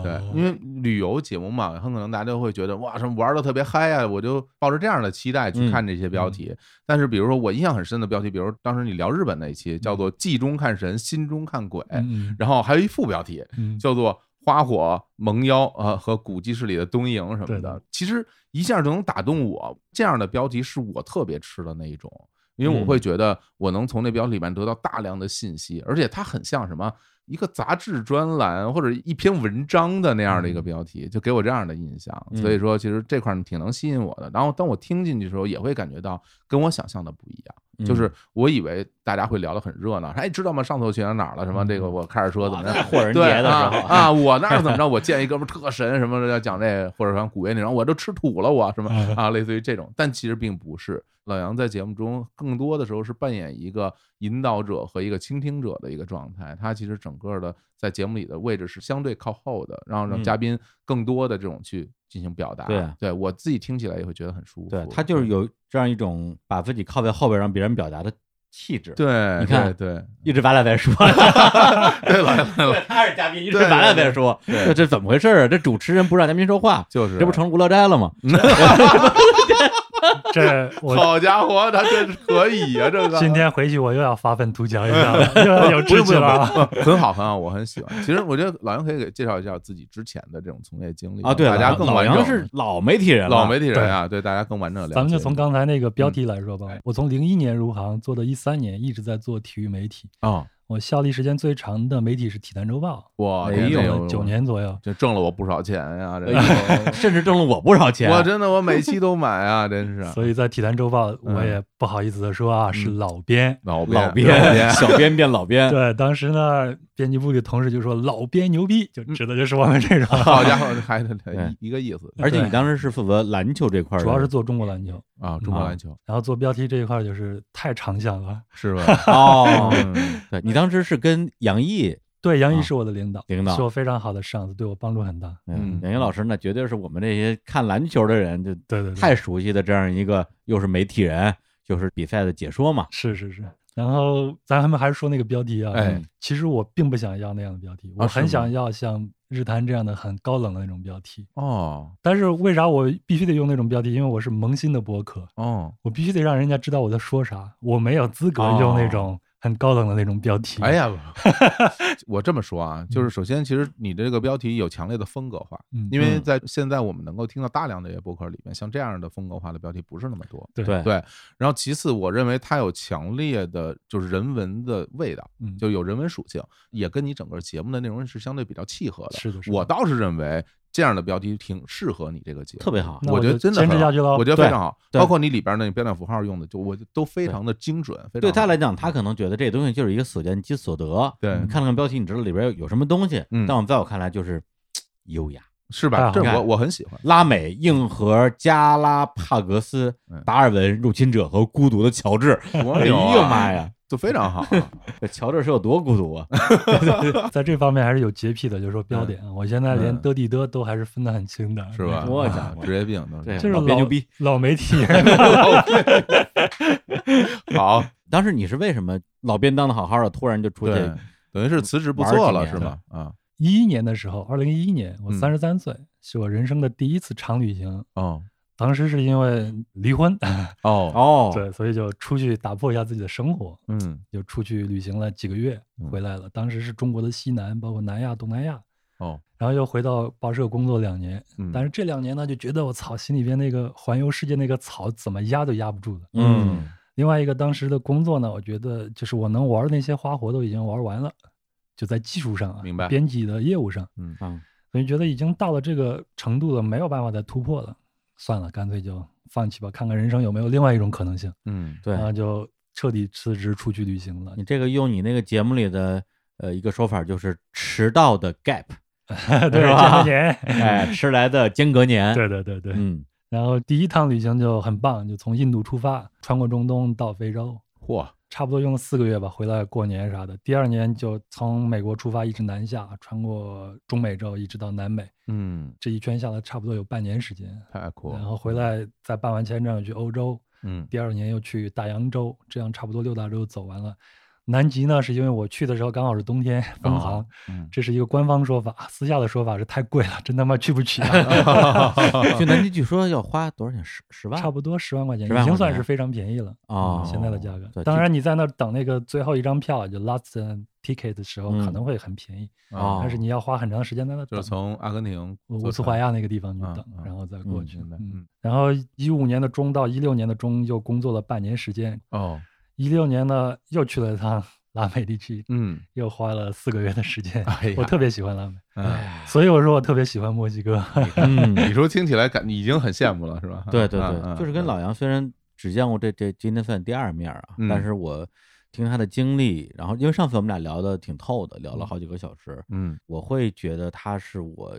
Speaker 2: 对，因为旅游节目嘛，很可能大家都会觉得哇，什么玩的特别嗨啊，我就抱着这样的期待
Speaker 1: 嗯
Speaker 2: 去看这些标题。但是，比如说我印象很深的标题，比如当时你聊日本那一
Speaker 1: 嗯
Speaker 2: 期，叫做“记中看神，心中看鬼”，
Speaker 9: 嗯
Speaker 2: 然后还有一副标题
Speaker 9: 嗯
Speaker 2: 叫做“花火蒙妖”啊、和古迹市里的东营什么
Speaker 9: 对
Speaker 2: 的
Speaker 9: 的，
Speaker 2: 其实一下就能打动我。这样的标题是我特别吃的那一种，因为我
Speaker 9: 嗯
Speaker 2: 会觉得我能从那标题里面得到大量的信息，而且它很像什么一个杂志专栏或者一篇文章的那样的一个标题，就给我这样的印象。
Speaker 9: 嗯
Speaker 2: 所以说，其实这块儿挺能吸引我的。然后当我听进去的时候，也会感觉到跟我想象的不一样。就是我以为大家会聊得很热闹，说哎，知道吗？上次我去哪儿哪儿了？什么这个我开始说怎么着，
Speaker 14: 霍人节的时候
Speaker 2: 对啊啊，我那儿怎么着？我见一哥们儿特神，什么要讲这，或者像古月那种，我都吃土了，我什么啊，类似于这种。但其实并不是，老杨在节目中更多的时候是扮演一个引导者和一个倾听者的一个状态。他其实整个的在节目里的位置是相对靠后的，然后让
Speaker 1: 嗯
Speaker 2: 嘉宾更多的这种去进行表达。
Speaker 1: 对啊
Speaker 2: 对我自己听起来也会觉得很舒服。
Speaker 1: 对他就是有这样一种把自己靠在后边让别人表达的气质。
Speaker 2: 对
Speaker 1: 你看，
Speaker 2: 对对，
Speaker 1: 一直完了再说。
Speaker 2: 对了对了
Speaker 1: 他是嘉宾，一直
Speaker 2: 对
Speaker 1: 完了再说。
Speaker 2: 对
Speaker 1: 这这怎么回事啊？这主持人不让嘉宾说话，
Speaker 2: 就是
Speaker 1: 这不成了无聊斋了 吗？
Speaker 9: 这 我
Speaker 2: 好家伙，他真是可以呀、这个
Speaker 9: 今天回去我又要发愤图强一 下了，又要有志气了啊。
Speaker 2: 嗯不用 不用不用 很好很好，我很喜欢。其实我觉得老杨可以给介绍一下自己之前的这种从业经历
Speaker 1: 啊对
Speaker 2: 大家
Speaker 1: 老
Speaker 2: 更
Speaker 1: 老
Speaker 2: 完
Speaker 1: 杨
Speaker 2: 整
Speaker 1: 是老媒体人了
Speaker 2: 老媒体人啊，对大家更完整的了解。哎
Speaker 9: 咱们就从刚才那个标题来说吧。我从零一年入行，做到一三年，一直在做体育媒体。
Speaker 2: 啊，
Speaker 9: 我效力时间最长的媒体是《体坛周报》，
Speaker 2: 哇，
Speaker 9: 没
Speaker 2: 天哪
Speaker 9: 有九年左右，，
Speaker 2: 这哎挣了我不少钱呀、 这
Speaker 9: 哎
Speaker 2: 个
Speaker 9: 呦甚至挣了我不少钱
Speaker 2: 我真的我每期都买啊，真是。
Speaker 9: 所以在《体坛周报》，我也不好意思的说啊，是老编，
Speaker 2: 嗯老
Speaker 1: 编老编 老编小编变老编
Speaker 9: 对，当时呢，编辑部里同事就说老编牛逼，就指的就是我们这种。
Speaker 2: 好家伙，还是
Speaker 9: 对
Speaker 2: 一个意思。
Speaker 1: 哎而且你当时是负责篮球这块儿的，
Speaker 9: 主要是 做中国篮球嗯
Speaker 2: 啊中国篮球
Speaker 9: 然后做标题这一块儿就是太长项了，
Speaker 2: 是 吧
Speaker 1: 哦，对你当时是跟杨毅，
Speaker 9: 对，杨毅是
Speaker 1: 啊
Speaker 9: 我的领导，
Speaker 1: 领导
Speaker 9: 是我非常好的上司，对我帮助很大。
Speaker 1: 嗯，杨毅老师那绝对是我们这些看篮球的人就
Speaker 9: 对对
Speaker 1: 太熟悉的这样一个，又是媒体人，又是比赛的解说嘛。
Speaker 9: 是是是，然后咱们还是说那个标题啊，
Speaker 1: 哎
Speaker 9: 其实我并不想要那样的标题，
Speaker 1: 啊
Speaker 9: 我
Speaker 1: 是
Speaker 9: 很
Speaker 1: 吗
Speaker 9: 想要像日坛这样的很高冷的那种标题。
Speaker 2: 哦，
Speaker 9: 但是为啥我必须得用那种标题？因为我是萌新的博客，
Speaker 2: 哦，
Speaker 9: 我必须得让人家知道我在说啥，我没有资格用那种很高冷的那种标题。
Speaker 2: 哎 呀，我这么说啊，就是首先，其实你的这个标题有强烈的风格化
Speaker 9: 嗯，
Speaker 2: 因为
Speaker 9: 嗯
Speaker 2: 在现在我们能够听到大量的这些博客里面，像这样的风格化的标题不是那么多。
Speaker 9: 对
Speaker 2: 对。然后其次，我认为它有强烈的就是人文的味道
Speaker 9: 嗯，
Speaker 2: 就有人文属性，也跟你整个节目的内容是相对比较契合的。
Speaker 9: 是的是
Speaker 2: 我倒是认为。这样的标题挺适合你这个节目，
Speaker 1: 特别好那
Speaker 2: 我
Speaker 1: 我
Speaker 2: 觉得
Speaker 1: 就
Speaker 2: 真的
Speaker 1: 坚持
Speaker 2: 很好
Speaker 1: 下去喽
Speaker 2: 我觉得非
Speaker 1: 对
Speaker 2: 常好。
Speaker 1: 对
Speaker 2: 包括你里边儿那个标点符号用的，就我觉得都非常的精准，非常
Speaker 1: 对
Speaker 2: 好嗯
Speaker 1: 他来讲，他可能觉得这东西就是一个所见即所得。
Speaker 2: 对
Speaker 1: 你看了看标题，你知道里边有有什么东西。
Speaker 2: 嗯
Speaker 1: 但我在我看来就是嘖优雅，
Speaker 2: 是吧太好这
Speaker 1: 你看
Speaker 2: 我我很喜欢
Speaker 1: 拉美、硬核、加拉帕格斯、达尔文、入侵者和孤独的乔治。
Speaker 2: 多
Speaker 1: 哎
Speaker 2: 牛
Speaker 1: 呦
Speaker 2: 嗯啊
Speaker 1: 妈呀，
Speaker 2: 就非常好。啊
Speaker 1: 这乔治是有多孤独 啊？
Speaker 9: 在这方面还是有洁癖的，就是说标点，我现在连
Speaker 1: 嗯
Speaker 9: 的地的都还是分得很清的，
Speaker 2: 是吧？
Speaker 9: 我
Speaker 2: 啊职业病都
Speaker 9: 这是老 老 媒体人
Speaker 2: 好，
Speaker 1: 当时你是为什么老编当的好好的，突然就出去
Speaker 2: 对，等于是辞职不做了是吗？？啊，
Speaker 9: 一一年的时候，二零一一年，我
Speaker 2: 嗯
Speaker 9: 三十三岁，是我人生的第一次长旅行。
Speaker 2: 哦，
Speaker 9: 当时是因为离婚。
Speaker 2: 哦
Speaker 1: 哦
Speaker 9: 对，所以就出去打破一下自己的生活。
Speaker 2: 嗯，
Speaker 9: 就出去旅行了几个月，回来了。当时是中国的西南，包括南亚、东南亚。
Speaker 2: 哦，
Speaker 9: 然后又回到报社工作两年。
Speaker 2: 嗯
Speaker 9: 但是这两年呢，就觉得我操，心里边那个环游世界那个草怎么压都压不住的。
Speaker 1: 嗯。
Speaker 9: 另外一个当时的工作呢，我觉得就是我能玩的那些花活都已经玩完了，就在技术上啊，
Speaker 2: 明白
Speaker 9: 编辑的业务上，
Speaker 2: 嗯
Speaker 1: 啊，
Speaker 9: 所以觉得已经到了这个程度了，没有办法再突破了，算了，干脆就放弃吧，看看人生有没有另外一种可能性。
Speaker 2: 嗯，
Speaker 1: 对
Speaker 9: 然后就彻底辞职出去旅行了。
Speaker 1: 你这个用你那个节目里的呃一个说法，就是迟到的 gap，
Speaker 9: 对
Speaker 1: 是吧
Speaker 9: 间隔年
Speaker 1: 哎，迟来的间隔年，
Speaker 9: 对对对对，
Speaker 1: 嗯，
Speaker 9: 然后第一趟旅行就很棒，就从印度出发，穿过中东到非洲，
Speaker 2: 嚯，
Speaker 9: 差不多用了四个月吧，回来过年啥的。第二年就从美国出发，一直南下，穿过中美洲，一直到南美，
Speaker 2: 嗯，
Speaker 9: 这一圈下来差不多有半年时间，
Speaker 2: 太酷了
Speaker 9: 然后回来再办完签证又去欧洲，
Speaker 2: 嗯
Speaker 9: 第二年又去大洋洲，这样差不多六大洲走完了。南极呢，是因为我去的时候刚好是冬天封航，
Speaker 2: 哦嗯
Speaker 9: 这是一个官方说法，私下的说法是太贵了，真他妈去不起 啊
Speaker 1: 去南极据说要花多少钱？十十万，
Speaker 9: 差不多十万块钱，
Speaker 1: 十万
Speaker 9: 已经
Speaker 1: 块
Speaker 9: 算
Speaker 1: 钱
Speaker 9: 是非常便宜了
Speaker 1: 哦
Speaker 9: 嗯现在的价格
Speaker 1: 对。
Speaker 9: 当
Speaker 1: 这
Speaker 9: 然，你在那儿等那个最后一张票，就 last ticket 的时候，可
Speaker 2: 嗯
Speaker 9: 能会很便宜，啊
Speaker 2: 哦
Speaker 9: 但是你要花很长时间在那
Speaker 2: 就
Speaker 9: 等
Speaker 2: 是。从阿根廷
Speaker 9: 乌
Speaker 2: 坐
Speaker 9: 斯
Speaker 2: 船
Speaker 9: 呃怀亚那个地方去
Speaker 2: 嗯
Speaker 9: 等，
Speaker 2: 嗯
Speaker 9: 然后再过
Speaker 2: 嗯
Speaker 9: 去。
Speaker 2: 明白
Speaker 9: 嗯，然后一五年的中到一六年的中又工作了半年时间。
Speaker 2: 哦，
Speaker 9: 一六年呢又去了趟 拉美地区，
Speaker 2: 嗯，
Speaker 9: 又花了四个月的时间。
Speaker 2: 哎呀
Speaker 9: 我特别喜欢拉美，
Speaker 2: 哎
Speaker 9: 所以我说我特别喜欢墨西哥。
Speaker 1: 嗯
Speaker 2: 你说听起来感你已经很羡慕了是吧？
Speaker 1: 对对
Speaker 2: 嗯嗯
Speaker 1: 对，就是跟老杨虽然只见过这这今天算第二面啊，
Speaker 2: 嗯
Speaker 1: 但是我听他的经历，然后因为上次我们俩聊的挺透的，聊了好几个小时，
Speaker 2: 嗯，
Speaker 1: 我会觉得他是我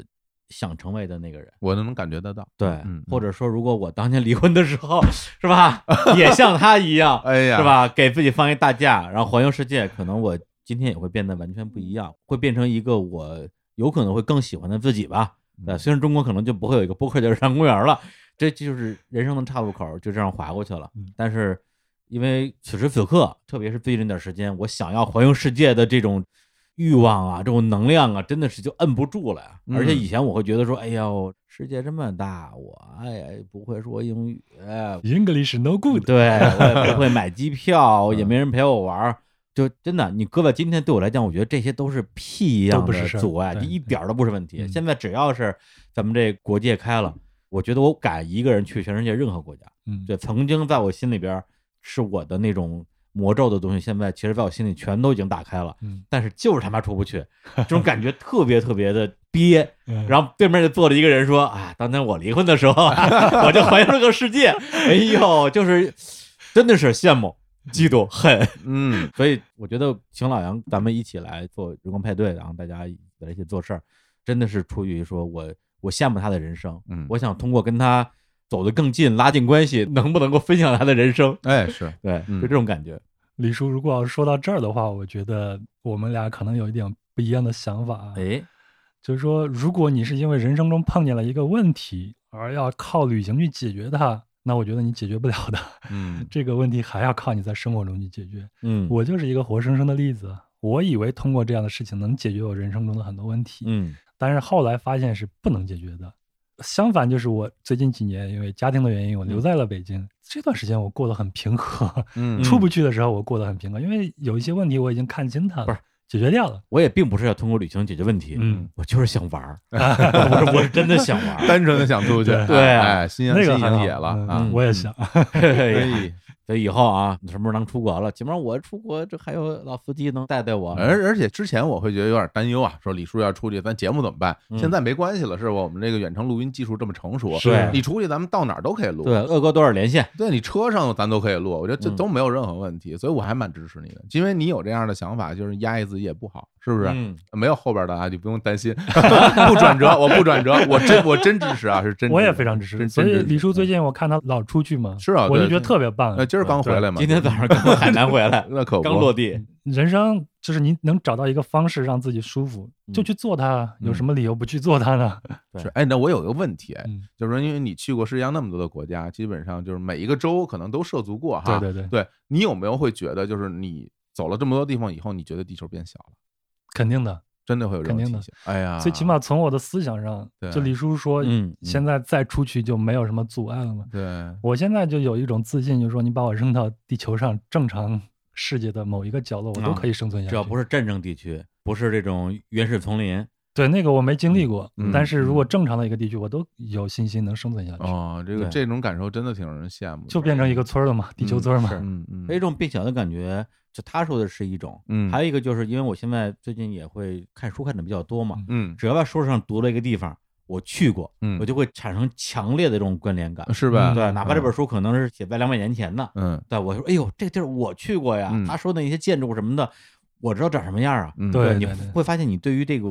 Speaker 1: 想成为的那个人，
Speaker 2: 我都能感觉得到。
Speaker 1: 对，
Speaker 2: 嗯
Speaker 1: 或者说如果我当年离婚的时候， 是吧，也像他一样，
Speaker 2: 哎呀
Speaker 1: 是吧，给自己放一大假，然后环游世界，可能我今天也会变得完全不一样，会变成一个我有可能会更喜欢的自己吧。呃，虽然中国可能就不会有一个播客叫《日坛公园》了，这就是人生的岔路口，就这样划过去了。但是因为此时此刻，特别是最近这段时间，我想要环游世界的这种欲望啊，这种能量啊，真的是就摁不住了呀。而且以前我会觉得说，哎呦，世界这么大，我哎呀不会说英语
Speaker 9: ，English no good，
Speaker 1: 对我也不 会买机票，
Speaker 9: 嗯
Speaker 1: 也没人陪我玩儿。就真的，你搁在今天对我来讲，我觉得这些都是屁一
Speaker 9: 都
Speaker 1: 样
Speaker 9: 不是
Speaker 1: 的
Speaker 9: 事儿
Speaker 1: 阻碍，
Speaker 9: 对嗯
Speaker 1: 一点儿都不是问题。现在只要是咱们这国界开了，我觉得我敢一个人去全世界任何国家。
Speaker 9: 嗯
Speaker 1: 对，曾经在我心里边儿是我的那种魔咒的东西，现在其实在我心里全都已经打开了，
Speaker 9: 嗯
Speaker 1: 但是就是他妈出不 去，这种感觉特别特别的憋。
Speaker 9: 嗯
Speaker 1: 然后对面就坐着一个人说：“啊，当年我离婚的时候，啊 我就环游了个世界。”哎呦，就是真的是羡慕。嫉妒 恨，
Speaker 2: 嗯，
Speaker 1: 所以我觉得请老杨，咱们一起来做人工派对，然后大家在一起做事儿，真的是出于说我我羡慕他的人生，
Speaker 2: 嗯
Speaker 1: 我想通过跟他走得更近，拉近关系，能不能够分享他的人生？
Speaker 2: 哎，是
Speaker 1: 对，
Speaker 2: 嗯
Speaker 1: 就这种感觉。
Speaker 9: 李叔，如果要说到这儿的话，我觉得我们俩可能有一点不一样的想法。啊
Speaker 1: 哎，
Speaker 9: 就是说，如果你是因为人生中碰见了一个问题，而要靠旅行去解决它，那我觉得你解决不了的。
Speaker 2: 嗯，
Speaker 9: 这个问题还要靠你在生活中去解决。
Speaker 1: 嗯
Speaker 9: 我就是一个活生生的例子。啊我以为通过这样的事情能解决我人生中的很多问题，
Speaker 1: 嗯，
Speaker 9: 但是后来发现是不能解决的。相反，就是我最近几年因为家庭的原因，我
Speaker 1: 嗯
Speaker 9: 留在了北京。这段时间我过得很平和，
Speaker 2: 嗯
Speaker 9: 出不去的时候我过得很平和，因为有一些问题我已经看清它了，不是解决掉了。
Speaker 1: 我也并不是要通过旅行解决问题，
Speaker 9: 嗯，
Speaker 1: 我就是想玩 儿， 我是我是真的想玩 儿，
Speaker 2: 单纯地想出去
Speaker 1: 对啊，
Speaker 2: 哎心那个心很好野了嗯啊我也想
Speaker 1: 对，所以以后啊，你什么时候能出国了？起码我出国，这还有老司机能带带我。
Speaker 9: 嗯
Speaker 2: 而而且之前我会觉得有点担忧啊，说李叔要出去，咱节目怎么办？
Speaker 1: 嗯
Speaker 2: 现在没关系了，是吧？我们这个远程录音技术这么成熟，
Speaker 1: 是
Speaker 2: 你出去咱们到哪儿都可以录，
Speaker 1: 对恶搞多少连线，
Speaker 2: 对你车上咱都可以录，我觉得
Speaker 9: 嗯
Speaker 2: 这都没有任何问题，所以我还蛮支持你的，因为你有这样的想法，就是压抑自己也不好，是不是？
Speaker 1: 嗯
Speaker 2: 没有后边的啊，你不用担心， 不转折，我不转折，我真我真支持啊，是真，
Speaker 9: 我也非常支持。
Speaker 2: 真
Speaker 9: 所以
Speaker 2: 真支
Speaker 9: 李
Speaker 2: 持。嗯
Speaker 9: 叔最近我看他老出去嘛，
Speaker 2: 是啊，
Speaker 9: 我就
Speaker 2: 对
Speaker 9: 觉得特别棒。
Speaker 2: 呃，今儿刚回来嘛，
Speaker 1: 今天早上刚从海南回来
Speaker 2: 那可不
Speaker 1: 刚落地。
Speaker 9: 人生就是你能找到一个方式让自己舒服，
Speaker 1: 嗯
Speaker 9: 就去做它，有什么理由不去做它呢？
Speaker 2: 嗯是，哎，那我有一个问题，哎，
Speaker 9: 嗯
Speaker 2: 就是说，因为你去过世界上那么多的国家，基本上就是每一个州可能都涉足过哈。
Speaker 9: 对对对
Speaker 2: 对你有没有会觉得，就是你走了这么多地方以后，你觉得地球变小了？
Speaker 9: 肯定的，
Speaker 2: 真的会有这
Speaker 9: 肯
Speaker 2: 种
Speaker 9: 定
Speaker 2: 情
Speaker 9: 的
Speaker 2: 形。哎呀，
Speaker 9: 最起码从我的思想上
Speaker 2: 对，
Speaker 9: 就李叔说，
Speaker 2: 嗯嗯
Speaker 9: 现在再出去就没有什么阻碍了嘛。
Speaker 2: 对，
Speaker 9: 我现在就有一种自信，就是说你把我扔到地球上正常世界的某一个角落，我
Speaker 1: 啊
Speaker 9: 都可以生存下
Speaker 1: 只
Speaker 9: 去。
Speaker 1: 要不是战争地区，不是这种原始丛林，
Speaker 9: 对，那个我没经历过，
Speaker 1: 嗯
Speaker 9: 但是如果正常的一个地区，我都有信心能生存下去。
Speaker 2: 哦，这个
Speaker 9: 对
Speaker 2: 这种感受真的挺让人羡慕的。
Speaker 9: 就变成一个村儿了嘛，地球村儿嘛。
Speaker 2: 嗯嗯，
Speaker 1: 有一种变小的感觉，就他说的是一种，
Speaker 2: 嗯
Speaker 1: 还有一个就是因为我现在最近也会看书看的比较多嘛，
Speaker 2: 嗯
Speaker 1: 只要在书上读了一个地方，我去过，
Speaker 2: 嗯
Speaker 1: 我就会产生强烈的这种关联感，
Speaker 2: 是吧
Speaker 1: 对，哪怕这
Speaker 2: 嗯
Speaker 1: 本书可能是写在两百年前的，
Speaker 2: 嗯，
Speaker 1: 对我说，哎呦，这个地儿我去过呀，
Speaker 2: 嗯
Speaker 1: 他说的那些建筑什么的，我知道长什么样啊，
Speaker 2: 嗯
Speaker 1: 对，
Speaker 2: 对
Speaker 1: 你
Speaker 2: 对对
Speaker 1: 会发现你对于这个。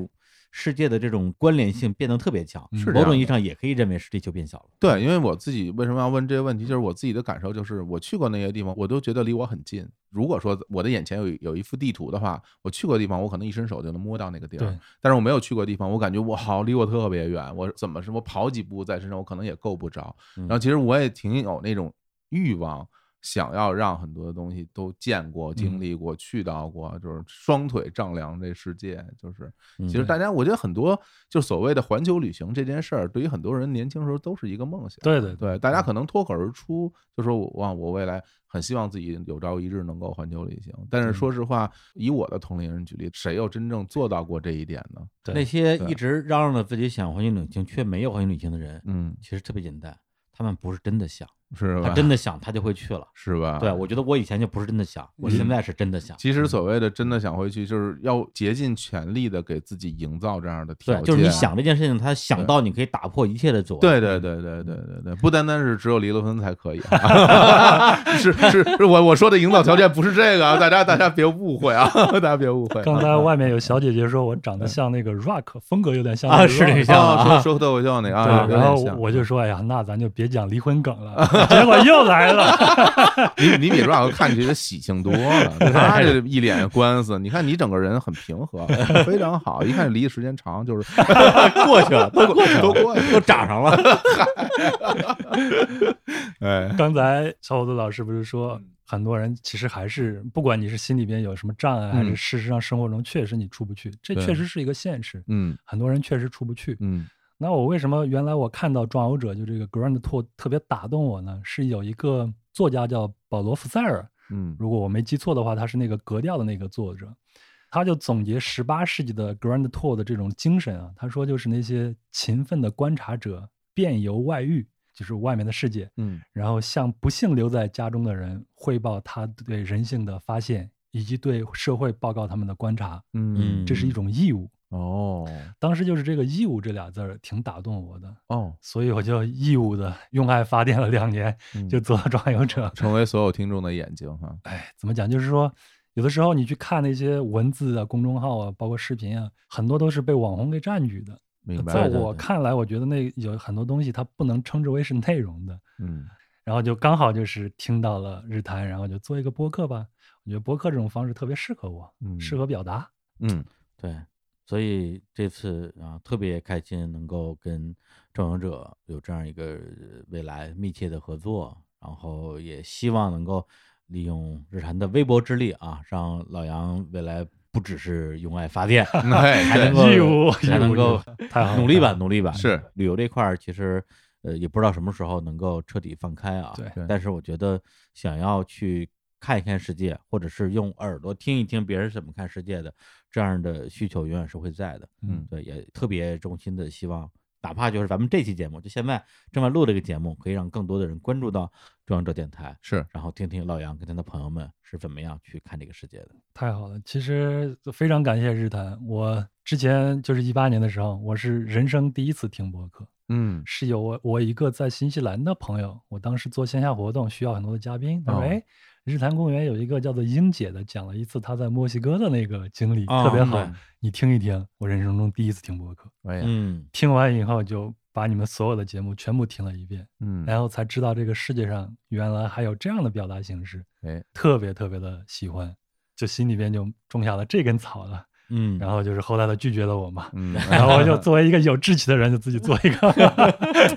Speaker 1: 世界的这种关联性变得特别强，
Speaker 2: 嗯是这
Speaker 1: 某
Speaker 2: 样
Speaker 1: 种意义
Speaker 2: 的
Speaker 1: 上也可以认为是地球变小了。
Speaker 2: 对，因为我自己为什么要问这些问题，就是我自己的感受，就是我去过那些地方，我都觉得离我很近。如果说我的眼前有有一幅地图的话，我去过的地方，我可能一伸手就能摸到那个地儿
Speaker 9: 对。
Speaker 2: 但是我没有去过的地方，我感觉我好离我特别远，我怎么是我跑几步在身上，我可能也够不着。然后其实我也挺有那种欲望。想要让很多的东西都见过、经历过、去到过，就是双腿丈量这世界，就是
Speaker 1: 嗯
Speaker 2: 其实大家，我觉得很多就所谓的环球旅行这件事儿，对于很多人年轻时候都是一个梦想。啊
Speaker 9: 对对嗯
Speaker 2: 对，大家可能脱口而出就说我哇，我未来很希望自己有朝一日能够环球旅行。但
Speaker 9: 嗯
Speaker 2: 是说实话，以我的同龄人举例，谁又真正做到过这一点呢？
Speaker 1: 那些
Speaker 2: 对
Speaker 1: 一直嚷嚷着自己想环球旅行却没有环球旅行的人，
Speaker 2: 嗯，
Speaker 1: 其实特别简单，他们不是真的想，
Speaker 2: 是吧
Speaker 1: 他真的想，他就会去了，
Speaker 2: 是吧？嗯
Speaker 1: 对，我觉得我以前就不是真的想，我现在是真的想。嗯
Speaker 2: 其实所谓的真的想回去，就是要竭尽全力的给自己营造这样的条件，，
Speaker 1: 对就是你想这件事情，他想到你可以打破一切的阻碍。嗯
Speaker 2: 对对对对对对对，不单单是只有离了婚才可以、 啊，是是是我我说的营造条件不是这个啊，大家大家别误会啊，大家别误会啊。
Speaker 9: 刚才外面有小姐姐说我长得像那个 Rock，风格有点
Speaker 2: 嗯
Speaker 9: 像
Speaker 2: 啊
Speaker 9: 那个
Speaker 2: 是
Speaker 9: Rock
Speaker 2: 挺像的啊 说说脱口秀那个啊
Speaker 9: 对
Speaker 2: 有点
Speaker 9: 然后
Speaker 2: 像
Speaker 9: 我就说，哎呀，那咱就别讲离婚梗 了。结果又来了，
Speaker 2: 你你比 Rock 看起来喜庆多了，他这一脸官司，你看你整个人很平和，非常好，一看离的时间长就是
Speaker 1: 过去了，
Speaker 2: 都过去了，都过去了，
Speaker 1: 都长上了。
Speaker 2: 哎，嗯
Speaker 9: 刚才小伙子老师不是说，很多人其实还是不管你是心里边有什么障碍，还是
Speaker 2: 嗯
Speaker 9: 事实上生活中确实你出不去，这
Speaker 2: 对
Speaker 9: 确实是一个现实。
Speaker 2: 嗯，
Speaker 9: 很多人确实出不去。
Speaker 2: 嗯，
Speaker 9: 那我为什么原来我看到《壮游者》就这个 Grand Tour 特别打动我呢？是有一个作家叫保罗·福塞尔，
Speaker 2: 嗯
Speaker 9: 如果我没记错的话，他是那个格调的那个作者，他就总结十八世纪的 Grand Tour 的这种精神啊，他说就是那些勤奋的观察者遍游外域，就是外面的世界，
Speaker 2: 嗯，
Speaker 9: 然后向不幸留在家中的人汇报他对人性的发现，以及对社会报告他们的观察，
Speaker 2: 嗯
Speaker 9: 这是一种义务。
Speaker 2: 哦，
Speaker 9: 当时就是这个“义务”这俩字儿挺打动我的，
Speaker 2: 哦，
Speaker 9: 所以我就义务的用爱发电了两年，
Speaker 2: 嗯
Speaker 9: 就做了壮游者。
Speaker 2: 成为所有听众的眼睛哈，
Speaker 9: 哎，怎么讲？就是说，有的时候你去看那些文字啊、公众号啊，包括视频啊，很多都是被网红给占据的。
Speaker 2: 明白
Speaker 9: 在
Speaker 2: 对对
Speaker 9: 我
Speaker 2: 对
Speaker 9: 看来，我觉得那有很多东西它不能称之为是内容的。
Speaker 2: 嗯，
Speaker 9: 然后就刚好就是听到了日谈，然后就做一个播客吧。我觉得播客这种方式特别适合我，
Speaker 2: 嗯
Speaker 9: 适合表达。
Speaker 2: 嗯，
Speaker 1: 对，所以这次啊，特别开心能够跟郑游者有这样一个呃未来密切的合作，然后也希望能够利用日坛的微薄之力啊，让老杨未来。不只是用爱发电，
Speaker 2: 哎
Speaker 1: 还能
Speaker 2: 对义务
Speaker 1: 够还能
Speaker 2: 义务
Speaker 1: 够
Speaker 2: 太好了
Speaker 1: 努力吧，努力吧。
Speaker 2: 是
Speaker 1: 旅游这块儿，其实呃也不知道什么时候能够彻底放开啊。
Speaker 9: 对
Speaker 1: 但是我觉得想要去看一看世界，或者是用耳朵听一听别人是怎么看世界的，这样的需求永远是会在的。
Speaker 9: 嗯
Speaker 1: 对，也特别衷心的希望，哪怕就是咱们这期节目，就现在正在录这个节目，可以让更多的人关注到中央这电台，
Speaker 2: 是，
Speaker 1: 然后听听老杨跟他的朋友们是怎么样去看这个世界的。
Speaker 9: 太好了，其实非常感谢日坛。我之前就是一八年的时候，我是人生第一次听播客，
Speaker 2: 嗯，
Speaker 9: 是有我我一个在新西兰的朋友，我当时做线下活动需要很多的嘉宾，他
Speaker 2: 哦
Speaker 9: 说：“哎，日坛公园有一个叫做英姐的，讲了一次她在墨西哥的那个经历，
Speaker 1: 哦
Speaker 9: 特别好
Speaker 1: 对，
Speaker 9: 你听一听。”我人生中第一次听播客，
Speaker 2: 哎
Speaker 1: 呀嗯，
Speaker 9: 听完以后就把你们所有的节目全部听了一遍，
Speaker 2: 嗯
Speaker 9: 然后才知道这个世界上原来还有这样的表达形式，
Speaker 2: 哎，
Speaker 9: 特别特别的喜欢，就心里边就种下了这根草了。
Speaker 1: 嗯，
Speaker 9: 然后就是后来他拒绝了我嘛，
Speaker 2: 嗯
Speaker 9: 然后我就作为一个有志气的人，就自己做一个。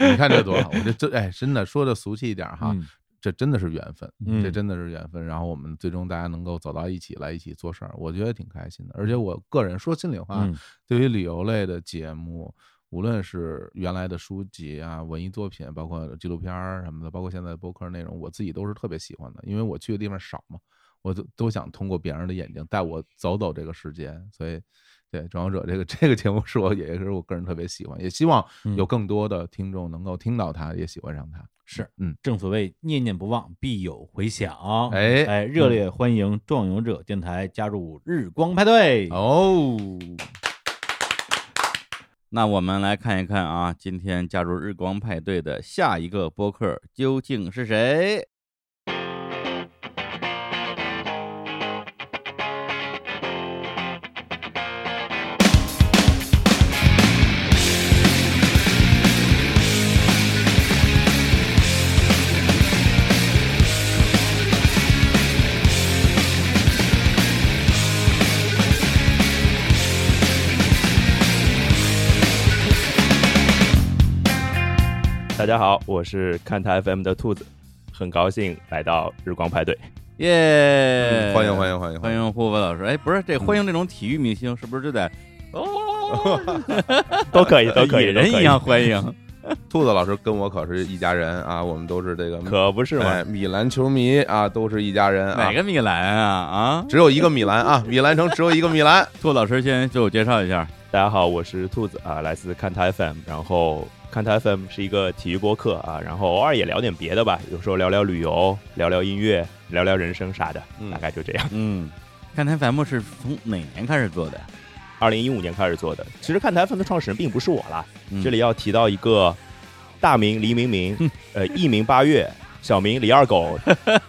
Speaker 2: 你看这多好，我这这哎，真的说的俗气一点哈，
Speaker 9: 嗯
Speaker 2: 这真的是缘分，
Speaker 9: 嗯
Speaker 2: 这真的是缘分。然后我们最终大家能够走到一起来一起做事儿，我觉得挺开心的。而且我个人说心里话，
Speaker 1: 嗯
Speaker 2: 对于旅游类的节目。无论是原来的书籍啊、文艺作品，包括纪录片儿什么的，包括现在的播客内容，我自己都是特别喜欢的，因为我去的地方少嘛，我都都想通过别人的眼睛带我走走这个世界，所以对《转游者》这个 这个节目是我也是我个人特别喜欢，也希望
Speaker 1: 嗯
Speaker 2: 有更多的听众能够听到它，也喜欢上它。
Speaker 1: 是，
Speaker 2: 嗯，
Speaker 1: 正所谓念念不忘，必有回响。
Speaker 2: 哎
Speaker 1: 哎，热烈欢迎壮游者电台加入日光派对
Speaker 2: 哦。
Speaker 14: 那我们来看一看啊，今天加入日光派对的下一个播客究竟是谁？
Speaker 15: 大家好，我是看台 FM 的兔子，很高兴来到日光派对。
Speaker 14: 耶！
Speaker 15: 欢迎欢迎欢迎
Speaker 14: 欢迎霍霍老师！哎，不是这欢迎这种体育明星，是不是就 得哦，
Speaker 15: 都可以 都可 以
Speaker 14: 野人一样欢迎。。
Speaker 2: 兔子老师跟我可是一家人啊，我们都是这个，
Speaker 15: 可不是
Speaker 2: 嘛、米兰球迷啊，都是一家人啊。
Speaker 14: 哪个米兰啊？啊，
Speaker 2: 只有一个米兰 啊，米兰城只有一个米兰。
Speaker 14: 兔老师先自我介绍一下。
Speaker 15: 大家好，我是兔子啊，来自看台 FM，然后看台 FM 是一个体育播客啊，然后偶尔也聊点别的吧，有时候聊聊旅游，聊聊音乐，聊聊人生啥的，大概就这样。
Speaker 1: 嗯，看台 FM 是从哪年开始做的？
Speaker 15: 二零一五年开始做的。其实看台 FM 的创始人并不是我啦，
Speaker 1: 嗯
Speaker 15: 这里要提到一个大名黎明明，呃，艺名八月，小名李二狗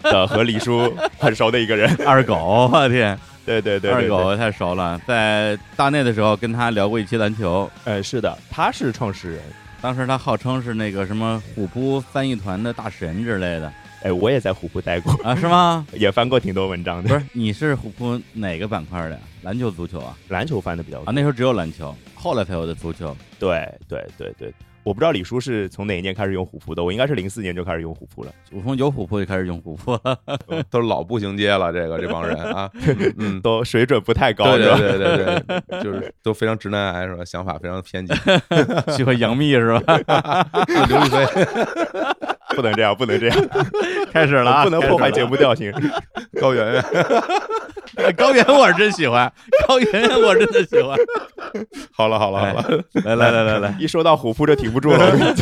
Speaker 15: 的和李叔很熟的一个人。
Speaker 1: 二狗，我天！
Speaker 15: 对对对，
Speaker 1: 二
Speaker 15: 对
Speaker 1: 狗太熟了，在大内的时候跟他聊过一期篮球。
Speaker 15: 呃，是的，他是创始人，
Speaker 1: 当时他号称是那个什么虎扑翻译团的大神之类的。
Speaker 15: 哎，我也在虎扑待过
Speaker 1: 啊，是吗？
Speaker 15: 也翻过挺多文章的。
Speaker 1: 不是，你是虎扑哪个板块的呀？篮球、足球啊？
Speaker 15: 篮球翻的比较多
Speaker 1: 啊，那时候只有篮球，后来才有的足球。
Speaker 15: 对对对对，我不知道李叔是从哪一年开始用虎扑的，我应该是零四年就开始用虎扑了。
Speaker 1: 我从有虎扑就开始用虎 扑了，，
Speaker 2: 嗯都是老步行街了，这个这帮人 啊，嗯，
Speaker 15: 都水准 不太高，
Speaker 2: 对
Speaker 15: 是吧
Speaker 2: 对对对对，就是都非常直男癌是吧？想法非常偏激
Speaker 1: 喜欢杨幂 是吧
Speaker 2: 刘亦菲，
Speaker 15: 不能这样，不能这样，
Speaker 1: 开始了啊
Speaker 15: 不能破坏节目调性。
Speaker 2: 高圆圆，
Speaker 1: 高原我是真喜欢，高原我真的喜欢。
Speaker 15: 好了好了好了，
Speaker 1: 哎来来来来来，
Speaker 15: 一说到虎扑就挺不住了。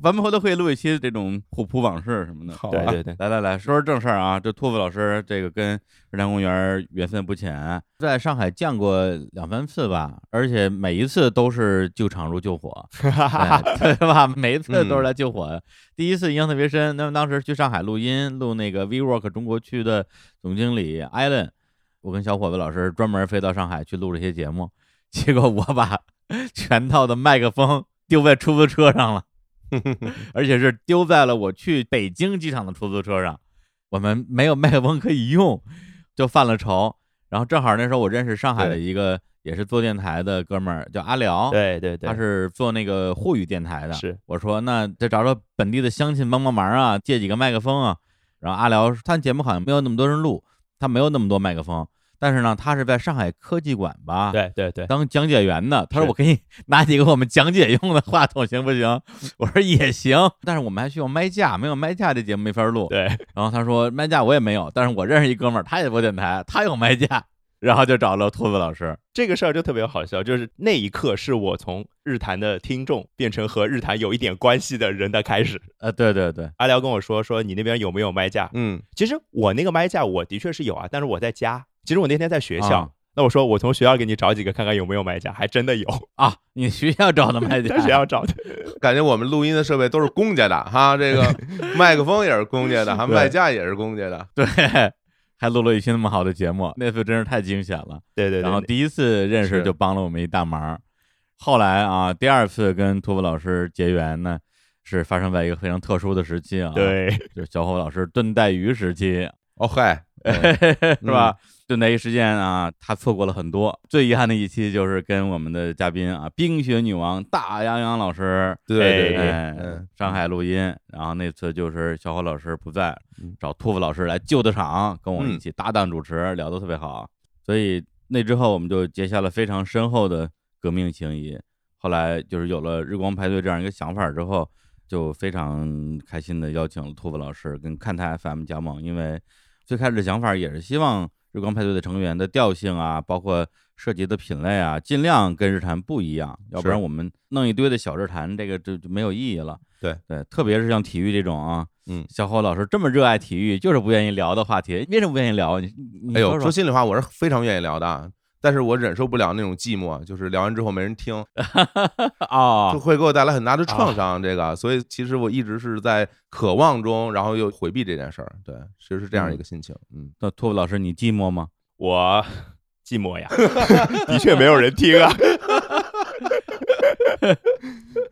Speaker 1: 咱们回头可以录一期这种虎扑往事什么的。好
Speaker 15: 对啊对对，
Speaker 1: 来来来说说正事儿啊，这托付老师这个跟日坛公园缘分不浅，在上海见过两三次吧，而且每一次都是救场如救 火， 对对吧？每一次都是来救火的。第一次印象特别深，那么当时去上海录音，录那个 VWork 中国区的总经理 Allen，我跟小伙子老师专门飞到上海去录这些节目，结果我把全套的麦克风丢在出租车上了。而且是丢在了我去北京机场的出租车上，我们没有麦克风可以用，就犯了愁。然后正好那时候我认识上海的一个也是做电台的哥们儿，叫阿辽，
Speaker 15: 对对对
Speaker 1: 他是做那个沪语电台的。
Speaker 15: 是，
Speaker 1: 我说那得找找本地的乡亲帮帮忙啊，借几个麦克风啊。然后阿辽他节目好像没有那么多人录，他没有那么多麦克风，但是呢，他是在上海科技馆吧？
Speaker 15: 对对对，
Speaker 1: 当讲解员的。他说我给你拿几个我们讲解用的话筒行不行？我说也行，但是我们还需要麦架，没有麦架这节目没法录。
Speaker 15: 对。
Speaker 1: 然后他说麦架我也没有，但是我认识一 哥们儿，他也播电台，他 有麦架，然后就找了兔子老师。
Speaker 15: 这个事儿就特别好笑，就是那一刻是我从日坛的听众变成和日坛有一点关系的人的开始。
Speaker 1: 呃，对对 对，
Speaker 15: 阿辽跟我说说你那边有没有麦架？
Speaker 2: 嗯，
Speaker 15: 其实我那个麦架我的确是有啊，但是我在家。其实我那天在学校，
Speaker 1: 啊
Speaker 15: 那我说我从学校给你找几个看看有没有麦架，还真的有
Speaker 1: 啊。你学校找的麦架
Speaker 15: 在学校找的。
Speaker 2: 感觉我们录音的设备都是公家的哈，这个 麦克风也是公家的，哈，
Speaker 1: 对
Speaker 2: 麦架也是公家的，
Speaker 1: 对，还录了一期那么好的节目，那次真是太惊险了。
Speaker 15: 对对对
Speaker 1: 然后第一次认识
Speaker 15: 是
Speaker 1: 就帮了我们一大忙。后来啊，第二次跟托福老师结缘呢，是发生在一个非常特殊的时期啊，
Speaker 15: 对，
Speaker 1: 就是小伙老师炖带鱼时期。
Speaker 2: 哦嗨，
Speaker 1: 是吧？炖带鱼事件啊，他错过了很多。最遗憾的一期就是跟我们的嘉宾啊，冰雪女王大洋洋老师，
Speaker 2: 对对对
Speaker 1: 哎
Speaker 2: 嗯
Speaker 1: 上海录音，然后那次就是小伙老师不在，
Speaker 2: 嗯
Speaker 1: 找托福老师来救的场，跟我一起搭档主持，聊得特别好。所以那之后我们就结下了非常深厚的革命情谊。后来就是有了日光派对这样一个想法之后，就非常开心的邀请了兔子老师跟看台 FM 加盟，因为最开始的想法也是希望日光派对的成员的调性啊，包括涉及的品类啊，尽量跟日坛不一样，要不然
Speaker 2: 是
Speaker 1: 我们弄一堆的小日坛，这个就就没有意义了。
Speaker 2: 对
Speaker 1: 对，特别是像体育这种啊，
Speaker 2: 嗯，
Speaker 1: 小侯老师这么热爱体育，就是不愿意聊的话题，为什么不愿意聊？啊你你
Speaker 2: 哎呦，
Speaker 1: 说
Speaker 2: 说心里话，我是非常愿意聊的啊，但是我忍受不了那种寂寞，就是聊完之后没人听
Speaker 1: 啊，
Speaker 2: 就会给我带来很大的创伤。这个，所以其实我一直是在渴望中，然后又回避这件事儿。对，其实是这样一个心情。嗯，
Speaker 1: 那托福老师，你寂寞吗？
Speaker 15: 我寂寞呀， 的确没有人听啊。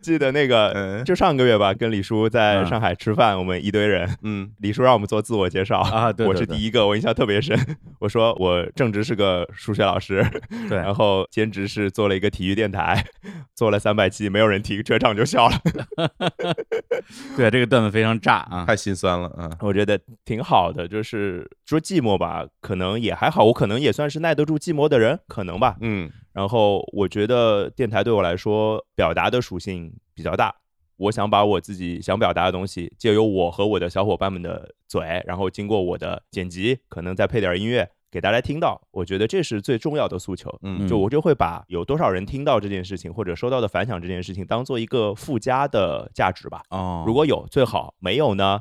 Speaker 15: 记得那
Speaker 1: 嗯
Speaker 15: 个，就上个月吧，跟李叔在上海吃饭，我们一堆人，
Speaker 2: 嗯，
Speaker 15: 李叔让我们做自我介绍
Speaker 1: 啊对对
Speaker 15: 我是
Speaker 1: 对
Speaker 15: 第一个，我印象特别深。 我说我正职是个数学老师，
Speaker 1: 对，
Speaker 15: 然后兼职是做了一个体育电台，做了三百期，没有人听，全场就笑了。
Speaker 1: 对，这个段子非常炸啊，
Speaker 2: 太心酸了啊！
Speaker 15: 我觉得挺好的，就是说寂寞吧，可能也还好，我可能也算是耐得住寂寞的人，可能吧，
Speaker 2: 嗯。
Speaker 15: 然后我觉得电台对我来说，表达的属性比较大，我想把我自己想表达的东西，借由我和我的小伙伴们的嘴，然后经过我的剪辑，可能再配点音乐，给大家听到，我觉得这是最重要的诉求。
Speaker 1: 嗯
Speaker 15: 就我就会把有多少人听到这件事情或者收到的反响这件事情当做一个附加的价值吧。
Speaker 1: 哦
Speaker 15: 如果有最好，没有呢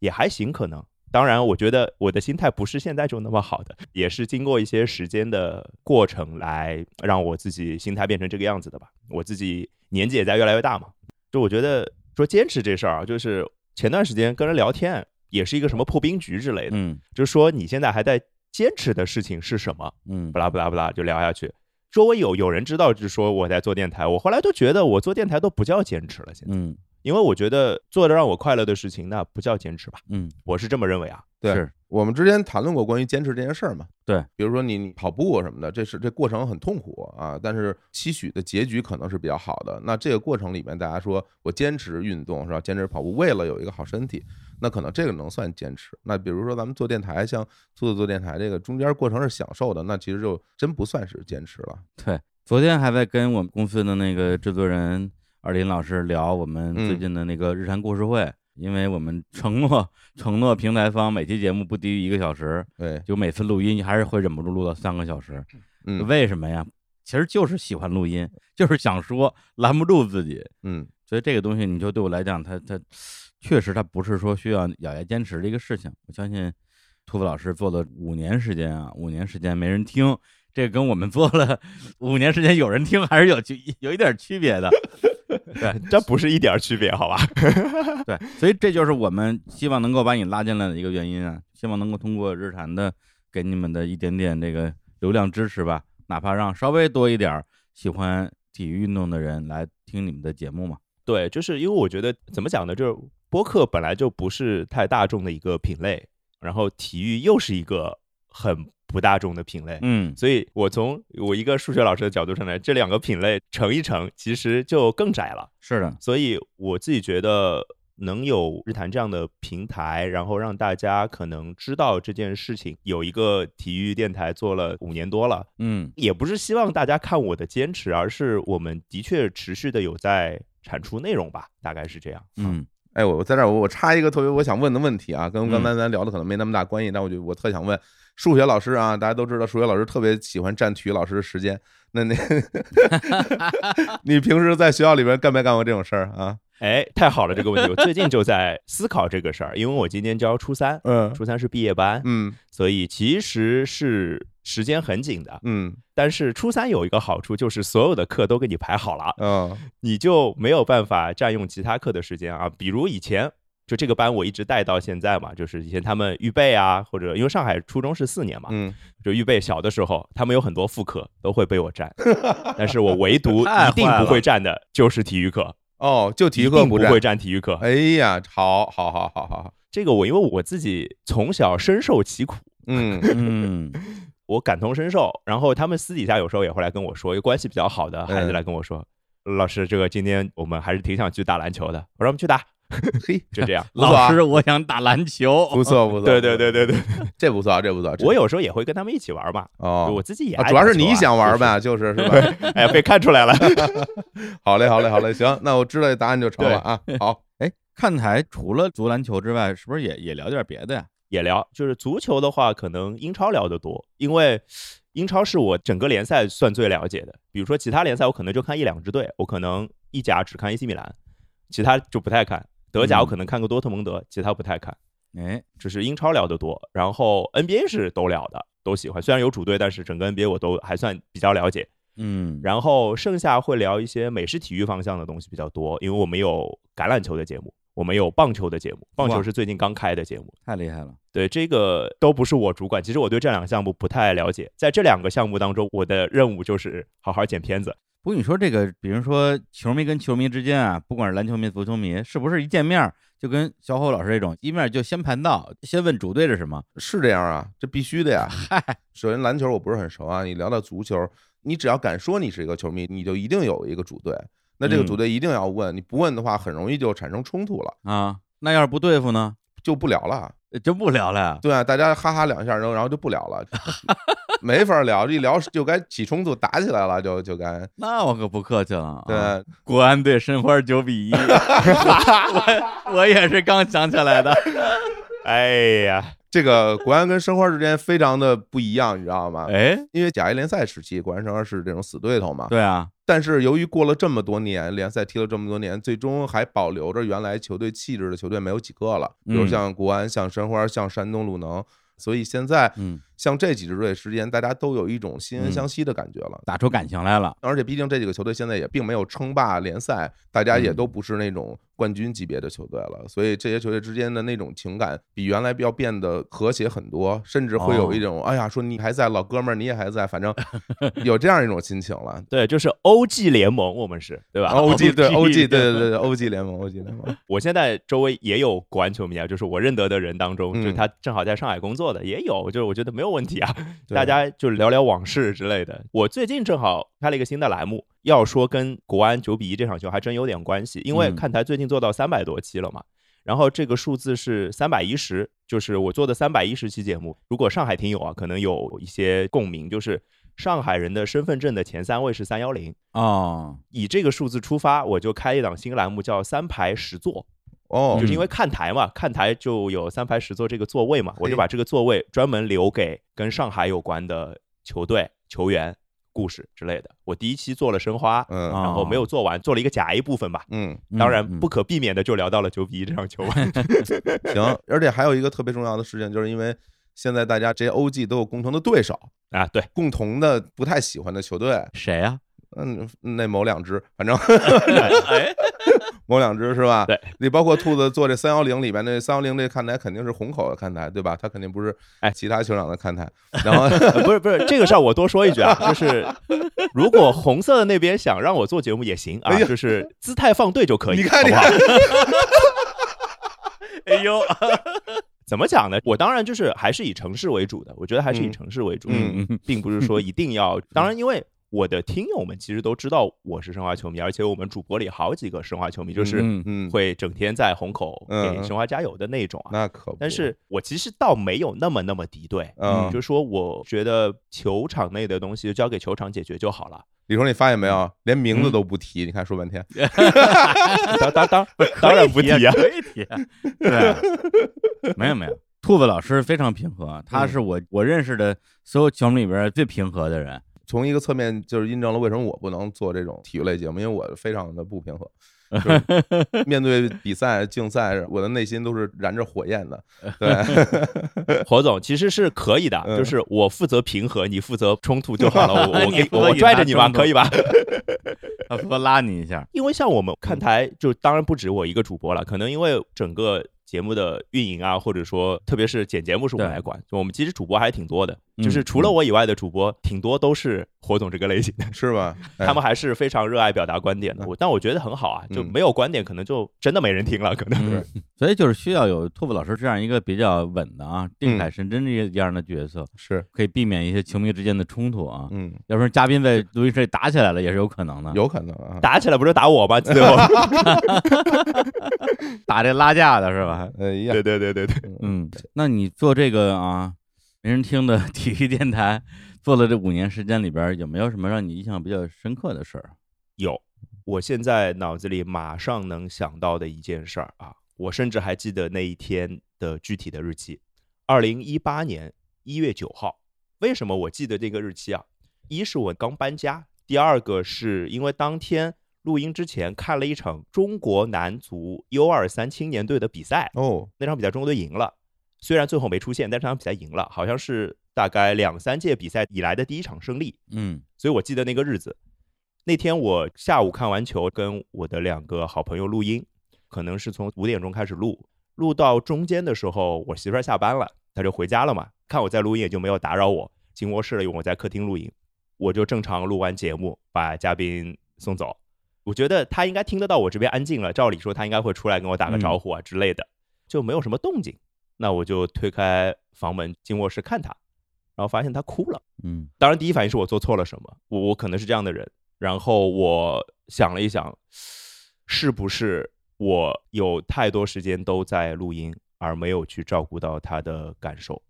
Speaker 15: 也还行，可能。当然，我觉得我的心态不是现在就那么好的，也是经过一些时间的过程来让我自己心态变成这个样子的吧。我自己年纪也在越来越大嘛，就我觉得说坚持这事儿啊，就是前段时间跟人聊天，也是一个什么破冰局之类的，
Speaker 1: 嗯，
Speaker 15: 就说你现在还在坚持的事情是什么，
Speaker 1: 嗯，
Speaker 15: 不啦不啦不啦，就聊下去。周围有有人知道，就是说我在做电台，我后来都觉得我做电台都不叫坚持了，现在，
Speaker 1: 嗯，
Speaker 15: 因为我觉得做的让我快乐的事情，那不叫坚持吧，
Speaker 1: 嗯，
Speaker 15: 我是这么认为啊，
Speaker 2: 对，我们之前谈论过关于坚持这件事儿嘛，
Speaker 1: 对，
Speaker 2: 比如说你你跑步啊什么的，这是这过程很痛苦啊，但是期许的结局可能是比较好的。那这个过程里面，大家说我坚持运动是吧？坚持跑步，为了有一个好身体，那可能这个能算坚持。那比如说咱们做电台，像兔子做电台这个中间过程是享受的，那其实就真不算是坚持了。
Speaker 1: 对，昨天还在跟我们公司的那个制作人二林老师聊我们
Speaker 2: 嗯
Speaker 1: 最近的那个日坛故事会，因为我们承诺承诺平台方每期节目不低于一个小时，
Speaker 2: 对，
Speaker 1: 就每次录音还是会忍不住录到三个小时，
Speaker 2: 嗯
Speaker 1: 为什么呀？其实就是喜欢录音，就是想说，拦不住自己，
Speaker 2: 嗯，
Speaker 1: 所以这个东西，你说对我来讲，它它确实它不是说需要咬牙坚持的一个事情，我相信。兔子老师做了五年时间啊，五年时间没人听，这跟我们做了 五年时间有人听还是有区有一点区别的。对，
Speaker 15: 这不是一点区别，好吧？
Speaker 1: 对，所以这就是我们希望能够把你拉进来的一个原因啊，希望能够通过日坛的给你们的一点点这个流量支持吧，哪怕让稍微多一点儿喜欢体育运动的人来听你们的节目嘛。
Speaker 15: 对，就是因为我觉得怎么讲呢，就是播客本来就不是太大众的一个品类，然后体育又是一个很不大众的品类，
Speaker 1: 嗯
Speaker 15: 所以我从我一个数学老师的角度上来，这两个品类乘一乘，其实就更窄了。
Speaker 1: 是的，
Speaker 15: 所以我自己觉得能有日坛这样的平台，然后让大家可能知道这件事情，有一个体育电台做了五年多了，
Speaker 1: 嗯
Speaker 15: 也不是希望大家看我的坚持，而是我们的确持续的有在产出内容吧，大概是这样。
Speaker 1: 嗯，
Speaker 2: 哎，我我在这儿我我插一个特别我想问的问题啊，跟
Speaker 15: 嗯
Speaker 2: 刚才咱聊的可能没那么大关系，但我就我特想问数学老师啊，大家都知道数学老师特别喜欢占体育老师的时间，那 那你平时在学校里边干没干过这种事儿啊？
Speaker 15: 哎，太好了，这个问题我最近就在思考这个事儿，因为我今年教初三，
Speaker 2: 嗯，
Speaker 15: 初三是毕业班，
Speaker 2: 嗯，
Speaker 15: 所以其实是时间很紧的，
Speaker 2: 嗯，
Speaker 15: 但是初三有一个好处就是所有的课都给你排好了，
Speaker 2: 嗯，
Speaker 15: 你就没有办法占用其他课的时间啊，比如以前。就这个班我一直带到现在嘛，就是以前他们预备啊，或者因为上海初中是四年嘛，
Speaker 2: 嗯，
Speaker 15: 就预备小的时候，他们有很多副课都会被我 占，但是我唯独
Speaker 2: 太坏
Speaker 15: 一定不
Speaker 2: 了
Speaker 15: 会占的就是体育课，
Speaker 2: 哦，就体育
Speaker 15: 一
Speaker 2: 课
Speaker 15: 定不
Speaker 2: 占，
Speaker 15: 会占体育课。
Speaker 2: 哎呀，好，好，好，好，好，好，
Speaker 15: 这个我因为我自己从小深受其苦，
Speaker 2: 嗯
Speaker 1: 嗯，
Speaker 15: 我感同身受。然后他们私底下有时候也会来跟我说，有关系比较好的孩子来跟我
Speaker 2: 哎
Speaker 15: 说，老师，这个今天我们还是挺想去打篮球的，我说我们 去打，
Speaker 2: 嘿，
Speaker 15: 就这样。
Speaker 1: 老师，我想打篮球，
Speaker 2: 啊不错，不错，
Speaker 15: 对对对对对，
Speaker 2: 这不错，啊这不错。这
Speaker 15: 我有时候也会跟他们一起玩嘛，
Speaker 2: 哦，
Speaker 15: 我自己也
Speaker 2: 啊
Speaker 15: 爱
Speaker 2: 主要是
Speaker 15: 打球
Speaker 2: 你
Speaker 15: 啊
Speaker 2: 想玩呗，就是是吧？
Speaker 15: 哎，被看出来 了。
Speaker 2: 好嘞，好嘞，好嘞，行，那我知道这答案就成了啊。 好，
Speaker 1: 哎，看台除了足篮球之外，是不是也也聊点别的呀？
Speaker 15: 也聊，就是足球的话，可能英超聊得多，因为英超是我整个联赛算最了解的。比如说其他联赛，我可能就看一两支队，我可能意甲只看 AC 米兰，其他就不太看。
Speaker 2: 嗯
Speaker 15: 德甲我可能看个多特蒙德，其他不太看。
Speaker 1: 哎，
Speaker 15: 只是英超聊得多，然后 NBA 是都聊的，都喜欢。虽然有主队，但是整个 NBA 我都还算比较了解。
Speaker 1: 嗯，
Speaker 15: 然后剩下会聊一些美式体育方向的东西比较多，因为我们有橄榄球的节目，我们有棒球的节目，棒球
Speaker 1: 哇
Speaker 15: 是最近刚开的节目。
Speaker 1: 太厉害了，
Speaker 15: 对，这个都不是我主管，其实我对这两个项目不太了解。在这两个项目当中，我的任务就是好好剪片子。
Speaker 1: 不过你说这个，比如说球迷跟球迷之间啊，不管是篮球迷、足球迷，是不是一见面儿就跟小伙老师这种一面就先盘道，先问主队是什么？
Speaker 2: 是这样啊，这必须的 呀。首先篮球我不是很熟啊，你聊到足球，你只要敢说你是一个球迷，你就一定有一个主队。那
Speaker 15: 嗯
Speaker 2: 这个主队一定要问，你不问的话，很容易就产生冲突了
Speaker 1: 啊。那要是不对付呢，呃
Speaker 2: 就不聊了，
Speaker 1: 就不聊了。
Speaker 2: 对啊，大家哈哈两下，然后然后就不聊了， 没法聊，一聊就该起冲突，打起来了，就就该。
Speaker 1: 那我可不客气了、啊。
Speaker 2: 对，
Speaker 1: 国安队申花 九比一，我我也是刚想起来的。
Speaker 15: 哎呀，
Speaker 2: 这个国安跟申花之间非常的不一样，你知道吗？
Speaker 14: 哎，
Speaker 2: 因为甲 A 联赛时期，国安申花是这种死对头嘛。
Speaker 14: 对啊。
Speaker 2: 但是由于过了这么多年，联赛踢了这么多年，最终还保留着原来球队气质的球队没有几个了，比如
Speaker 14: 嗯
Speaker 2: 像国安、像申花、像山东鲁能。所以现在，
Speaker 14: 嗯，
Speaker 2: 像这几支队之间，大家都有一种惺
Speaker 14: 嗯
Speaker 2: 惺相惜的感觉了。
Speaker 14: 打出感情来了。
Speaker 2: 而且毕竟这几个球队现在也并没有称霸联赛，大家也
Speaker 14: 嗯
Speaker 2: 都不是那种冠军级别的球队了，所以这些球队之间的那种情感比原来要变得和谐很多，甚至会
Speaker 14: 哦
Speaker 2: 有一种、哎呀，说你还在，老哥们儿你也还在，反正有这样一种心情了。
Speaker 15: 对，就是欧 G 联盟，我们是对吧
Speaker 2: ？OG 对 OG 对对对对
Speaker 15: 对。
Speaker 2: OG 联盟 OG 联盟，
Speaker 15: 我现在周围也有国安球迷啊，就是我认得的人当中，
Speaker 2: 嗯
Speaker 15: 就是他正好在上海工作的也有，就是我觉得没有问题啊，
Speaker 2: 对
Speaker 15: 大家就是聊聊往事之类的。我最近正好开了一个新的栏目，要说跟国安九比一这场球还真有点关系，因为
Speaker 14: 嗯
Speaker 15: 看台最近做到三百多期了嘛，然后这个数字是三百一十，就是我做的三百一十期节目。如果上海听友啊，可能有一些共鸣，就是上海人的身份证的前三位是三幺零
Speaker 14: 哦，
Speaker 15: 以这个数字出发，我就开一档新栏目叫“三排十座”。
Speaker 2: 哦
Speaker 15: 就是因为看台嘛，看台就有三排十座这个座位嘛，我
Speaker 2: 哎
Speaker 15: 就把这个座位专门留给跟上海有关的球队、球员、故事之类的。我第一期做了申花，
Speaker 2: 嗯
Speaker 15: 然后没有做完，做了一个甲 A 部分吧，
Speaker 2: 嗯，
Speaker 15: 当然不可避免的就聊到了 九比一这场球嘛。
Speaker 2: 行，而且还有一个特别重要的事情，就是因为现在大家这些 OG 都有共同的对手
Speaker 15: 啊，对，啊
Speaker 2: 共同的不太喜欢的球队，
Speaker 14: 谁呀、
Speaker 2: 嗯，那某两支，反正
Speaker 15: 哎
Speaker 2: 某两支是吧？
Speaker 15: 对，
Speaker 2: 你包括兔子做这三幺零里边那三幺零这看台肯定是虹口的看台，对吧？他肯定不是
Speaker 15: 哎
Speaker 2: 其他球场的看 台。然后
Speaker 15: 不是不是这个事儿，我多说一句啊， 就是如果 红色的那边想让我做节目也行啊，就是姿态放对就可以，
Speaker 2: 哎你看
Speaker 15: 好不好
Speaker 2: 你看
Speaker 15: 哎呦，怎么讲呢？我当然就是还是以城市为主的，我觉得还是以城市为主，
Speaker 2: 嗯
Speaker 15: 并不是说一定 要。当然，因为我的听友们其实都知道我是申花球迷，而且我们主播里好几个申花球迷，就是
Speaker 2: 嗯嗯
Speaker 15: 会整天在虹口
Speaker 2: 嗯
Speaker 15: 给申花加油的那种啊。
Speaker 2: 那可不，
Speaker 15: 但是我其实倒没有那么那么敌对，
Speaker 2: 嗯
Speaker 15: 就是说我觉得球场内的东西就交给球场解决就好了。嗯
Speaker 2: 李叔，你发现没有，连名字都不提，你看说半天。
Speaker 15: 当当当，当然不提啊，
Speaker 14: 可以提啊， 对，没有没有，兔子老师非常平和，
Speaker 2: 嗯
Speaker 14: 他是我我认识的所有球迷里边最平和的 人。
Speaker 2: 从一个侧面就是印证了为什么我不能做这种体育类节目，因为我非常的不平 衡。就是面对比赛、竞赛，我的内心都是燃着火焰 的。对，嗯
Speaker 15: 侯总其实是可以的，就是我负责平和，你负责冲突就好 了。我我
Speaker 14: 嗯你
Speaker 15: 给
Speaker 14: 负责
Speaker 15: 我我
Speaker 14: 引
Speaker 15: 拽
Speaker 14: 发
Speaker 15: 着你吧，
Speaker 14: 冲突
Speaker 15: 可以吧？
Speaker 14: 他说拉你一下，嗯
Speaker 15: 因为像我们看台，就当然不止我一个主播了，可能因为整个节目的运营啊，或者说特别是剪节目是我来管，就我们其实主播还挺多的，
Speaker 14: 嗯
Speaker 15: 就是除了我以外的主播，挺多都是火总这个类型的，
Speaker 2: 是 吧？哎
Speaker 15: 他们还是非常热爱表达观
Speaker 14: 嗯
Speaker 15: 点的，我但我觉得很好啊，就没有观点可能就真的没人听了，可能
Speaker 14: 嗯，所以就是需要有兔子老师这样一个比较稳的啊，定海神针这样的角色，
Speaker 2: 嗯是
Speaker 14: 可以避免一些球迷之间的冲突啊。
Speaker 2: 嗯，
Speaker 14: 要不然嘉宾在录音室里打起来了也是有可能的，
Speaker 2: 有可能啊。
Speaker 15: 打起来不是打我吗？最 后
Speaker 14: 打这拉架的是吧？
Speaker 2: 哎 呀，
Speaker 15: 对对对对对，
Speaker 14: 嗯，那你做这个啊没人听的 体育电台，做了这五年时间里边，有没有什么让你印象比较深刻的事儿？啊
Speaker 15: 有，我现在脑子里马上能想到的一件事儿啊，我甚至还记得那一天的具体的日期，二零一八年一月九号。为什么我记得这个日期啊？一是我刚搬家，第二个是因为当天录音之前看了一场中国男足 U 二三青年队的比赛
Speaker 2: 哦，
Speaker 15: 那场比赛中国队赢了，虽然最后没出现，但这场比赛赢了，好像是大概两三届比赛以来的第一场胜利。
Speaker 14: 嗯
Speaker 15: 所以我记得那个日子。那天我下午看完球，跟我的两个好朋友录音，可能是从五点钟开始录，录到中间的时候，我媳妇儿下班了，她就回家了嘛。看我在录音，也就没有打扰我，进卧室了，因为我在客厅录音。我就正常录完节目，把嘉宾送走。我觉得他应该听得到我这边安静了，照理说他应该会出来跟我打个招呼啊之类的，就没有什么动静。那我就推开房门进卧室看他，然后发现他哭了。
Speaker 14: 嗯，
Speaker 15: 当然第一反应是我做错了什么，我我可能是这样的人。然后我想了一想，是不是我有太多时间都在录音，而没有去照顾到他的感受？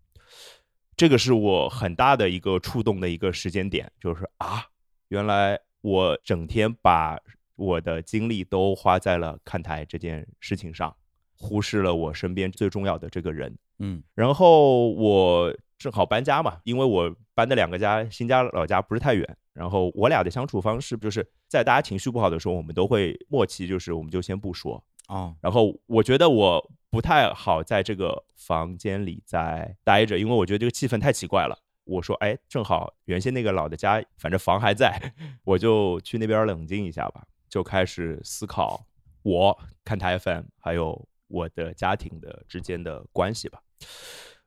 Speaker 15: 这个是我很大的一个触动的一个时间点，就是啊，原来我整天把我的精力都花在了看台这件事情上，忽视了我身边最重要的这个人。
Speaker 1: 嗯，
Speaker 15: 然后我正好搬家嘛，因为我搬的两个家，新家老家不是太远。然后我俩的相处方式就是在大家情绪不好的时候，我们都会默契，就是我们就先不说。
Speaker 1: 哦，
Speaker 15: 然后我觉得我不太好在这个房间里再待着，因为我觉得这个气氛太奇怪了。我说，哎，正好原先那个老的家，反正房还在， 我就去那边冷静一下吧。就开始思考我看台 FM 还有我的家庭的之间的关系吧。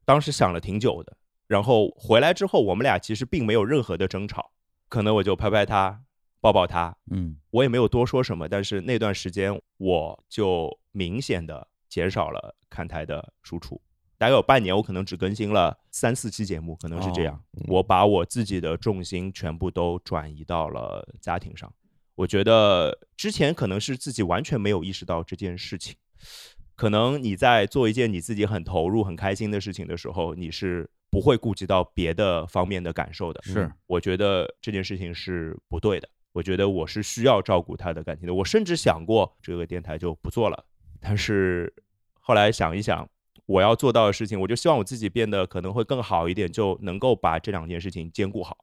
Speaker 15: 当时想了挺久的，然后回来之后，我们俩其实并没有任何的争吵，可能我就拍拍他，抱抱他，
Speaker 1: 嗯，
Speaker 15: 我也没有多说什么，但是那段时间我就明显的减少了看台的输出，大概有半年，我可能只更新了三四期节目，可能是这样。
Speaker 1: 哦
Speaker 15: 我把我自己的重心全部都转移到了家庭上。我觉得之前可能是自己完全没有意识到这件事情，可能你在做一件你自己很投入、很开心的事情的时候，你是不会顾及到别的方面的感受的。
Speaker 1: 是
Speaker 15: 我觉得这件事情是不对的。我觉得我是需要照顾他的感情的。我甚至想过这个电台就不做了，但是后来想一想，我要做到的事情，我就希望我自己变得可能会更好一点，就能够把这两件事情兼顾好。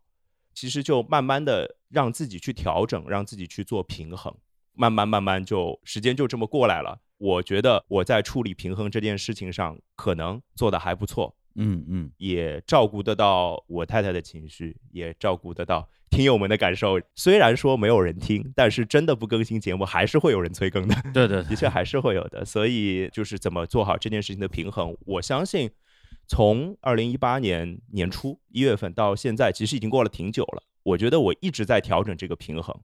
Speaker 15: 其实就慢慢的让自己去调整，让自己去做平衡，慢慢慢慢就时间就这么过来了。我觉得我在处理平衡这件事情上，可能做的还不错，
Speaker 1: 嗯嗯，
Speaker 15: 也照顾得到我太太的情绪，也照顾得到听友们的感受。虽然说没有人听，但是真的不更新节目，还是会有人催更的。
Speaker 1: 对对，
Speaker 15: 的确还是会有的。所以就是怎么做好这件事情的平衡，我相信从二零一八年年初一月份到现在，其实已经过了挺久了。我觉得我一直在调整这个平衡。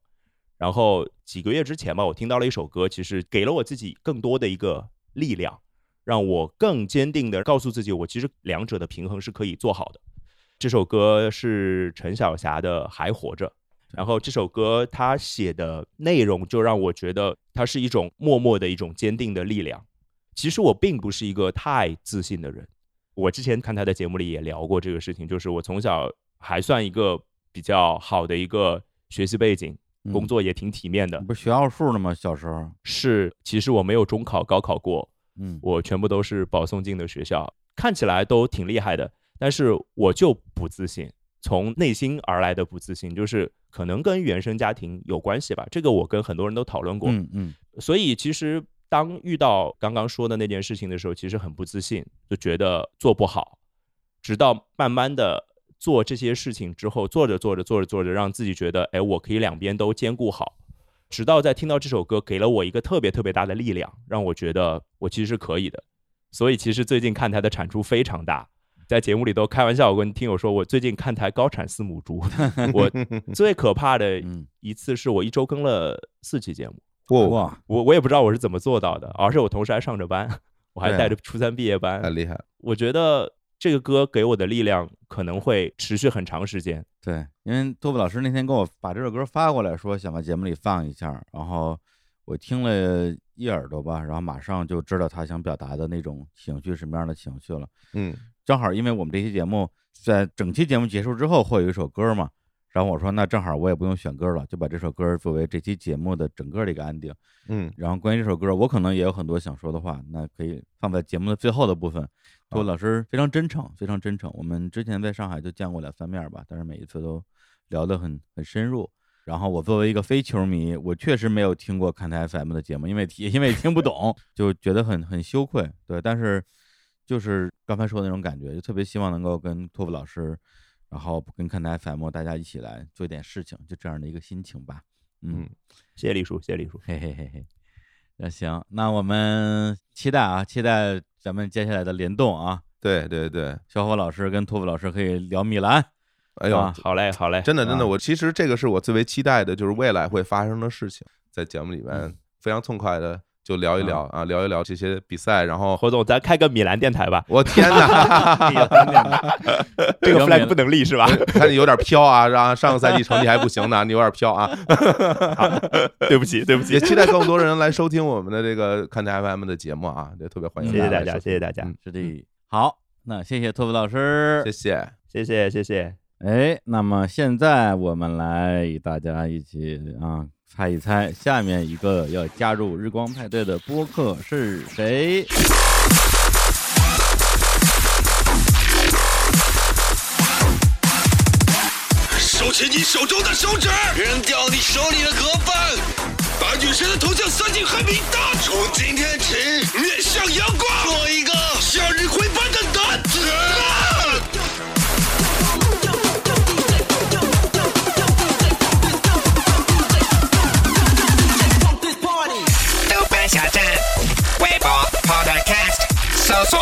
Speaker 15: 然后几个月之前吧，我听到了一首歌，其实给了我自己更多的一个力量，让我更坚定的告诉自己，我其实两者的平衡是可以做好的。这首歌是陈小霞的《还活着》，然后这首歌她写的内容就让我觉得它是一种默默的一种坚定的力量。其实我并不是一个太自信的人，我之前看他的节目里也聊过这个事情，就是我从小还算一个比较好的一个学习背景，工作也挺体面的。
Speaker 1: 嗯不是学奥数的吗？小时候
Speaker 15: 是，其实我没有中考、高考过，
Speaker 1: 嗯，
Speaker 15: 我全部都是保送进的学校，看起来都挺厉害的，但是我就不自信，从内心而来的不自信，就是可能跟原生家庭有关系吧。这个我跟很多人都讨论过，
Speaker 1: 嗯嗯，
Speaker 15: 所以其实当遇到刚刚说的那件事情的时候，其实很不自信，就觉得做不好。直到慢慢的做这些事情之后，做着做着做着做着，让自己觉得，哎，我可以两边都兼顾好。直到在听到这首歌，给了我一个特别特别大的力量，让我觉得我其实是可以的。所以其实最近看台的产出非常大，在节目里都开玩笑，我跟听友说，我最近看台高产四母猪。我最可怕的一次是我一周更了四期节目，
Speaker 1: 哇，
Speaker 15: 我我也不知道我是怎么做到的，而且我同时还上着班，我还
Speaker 2: 对啊
Speaker 15: 带着初三毕业班，
Speaker 2: 太厉害了。
Speaker 15: 我觉得这个歌给我的力量可能会持续很长时间。
Speaker 1: 对，因为多布老师那天给我把这首歌发过来，说想把节目里放一下儿，然后我听了一耳朵吧，然后马上就知道他想表达的那种情绪是什么样的情绪了。
Speaker 2: 嗯，
Speaker 1: 正好因为我们这期节目在整期节目结束之后会有一首歌嘛，然后我说那正好我也不用选歌了，就把这首歌作为这期节目的整个的一个安定。
Speaker 2: 嗯，
Speaker 1: 然后关于这首歌，我可能也有很多想说的话，那可以放在节目的最后的部分。多老师非常真诚，非常真诚。我们之前在上海就见过两三面吧，但是每一次都聊得很很深入。然后我作为一个非球迷，我确实没有听过看台 FM 的节目，因为因为听不懂，就觉得很很羞愧。对，但是就是刚才说的那种感觉，就特别希望能够跟托福老师，然后跟看台 FM 大家一起来做一点事情，就这样的一个心情吧。嗯
Speaker 15: 嗯，谢谢李叔，谢谢李叔，
Speaker 1: 嘿嘿嘿嘿。那行，那我们期待啊，期待咱们接下来的联动啊。
Speaker 2: 对对对，
Speaker 1: 小伙老师跟托福老师可以聊米兰。
Speaker 2: 哎呦
Speaker 1: 啊，
Speaker 15: 好嘞，好嘞，
Speaker 2: 真的，真
Speaker 1: 啊
Speaker 2: 的，我其实这个是我最为期待的，就是未来会发生的事情，在节目里
Speaker 15: 嗯
Speaker 2: 面非常痛快的就聊一聊啊，聊一聊这些比赛，然后
Speaker 15: 侯总，咱开个米兰电台吧。，
Speaker 2: 我天哪
Speaker 15: 这个 flag 不能立是吧？
Speaker 2: 看你有点飘啊，然后上个赛季成绩还不行呢，你有点飘 啊。
Speaker 15: 对不起，对不起
Speaker 2: 也期待 更多人来收听我们的这个看台 FM 的节目啊，也特别欢迎。
Speaker 15: 谢谢大家谢谢大
Speaker 2: 嗯
Speaker 15: 家
Speaker 1: 是的，好，那谢谢托福老师，
Speaker 2: 谢谢，
Speaker 15: 谢嗯谢，谢谢。
Speaker 1: 哎，那么现在我们来大家一起啊
Speaker 16: 猜一猜，下面一个要加入日光派对的播客是谁？
Speaker 17: 收起你手中的手指，扔掉你手里的盒饭，把女神的头像塞进黑名单。从今天起，面向阳光，做一个向日葵般的男子。
Speaker 3: 豆瓣小站、微博、Podcast，搜索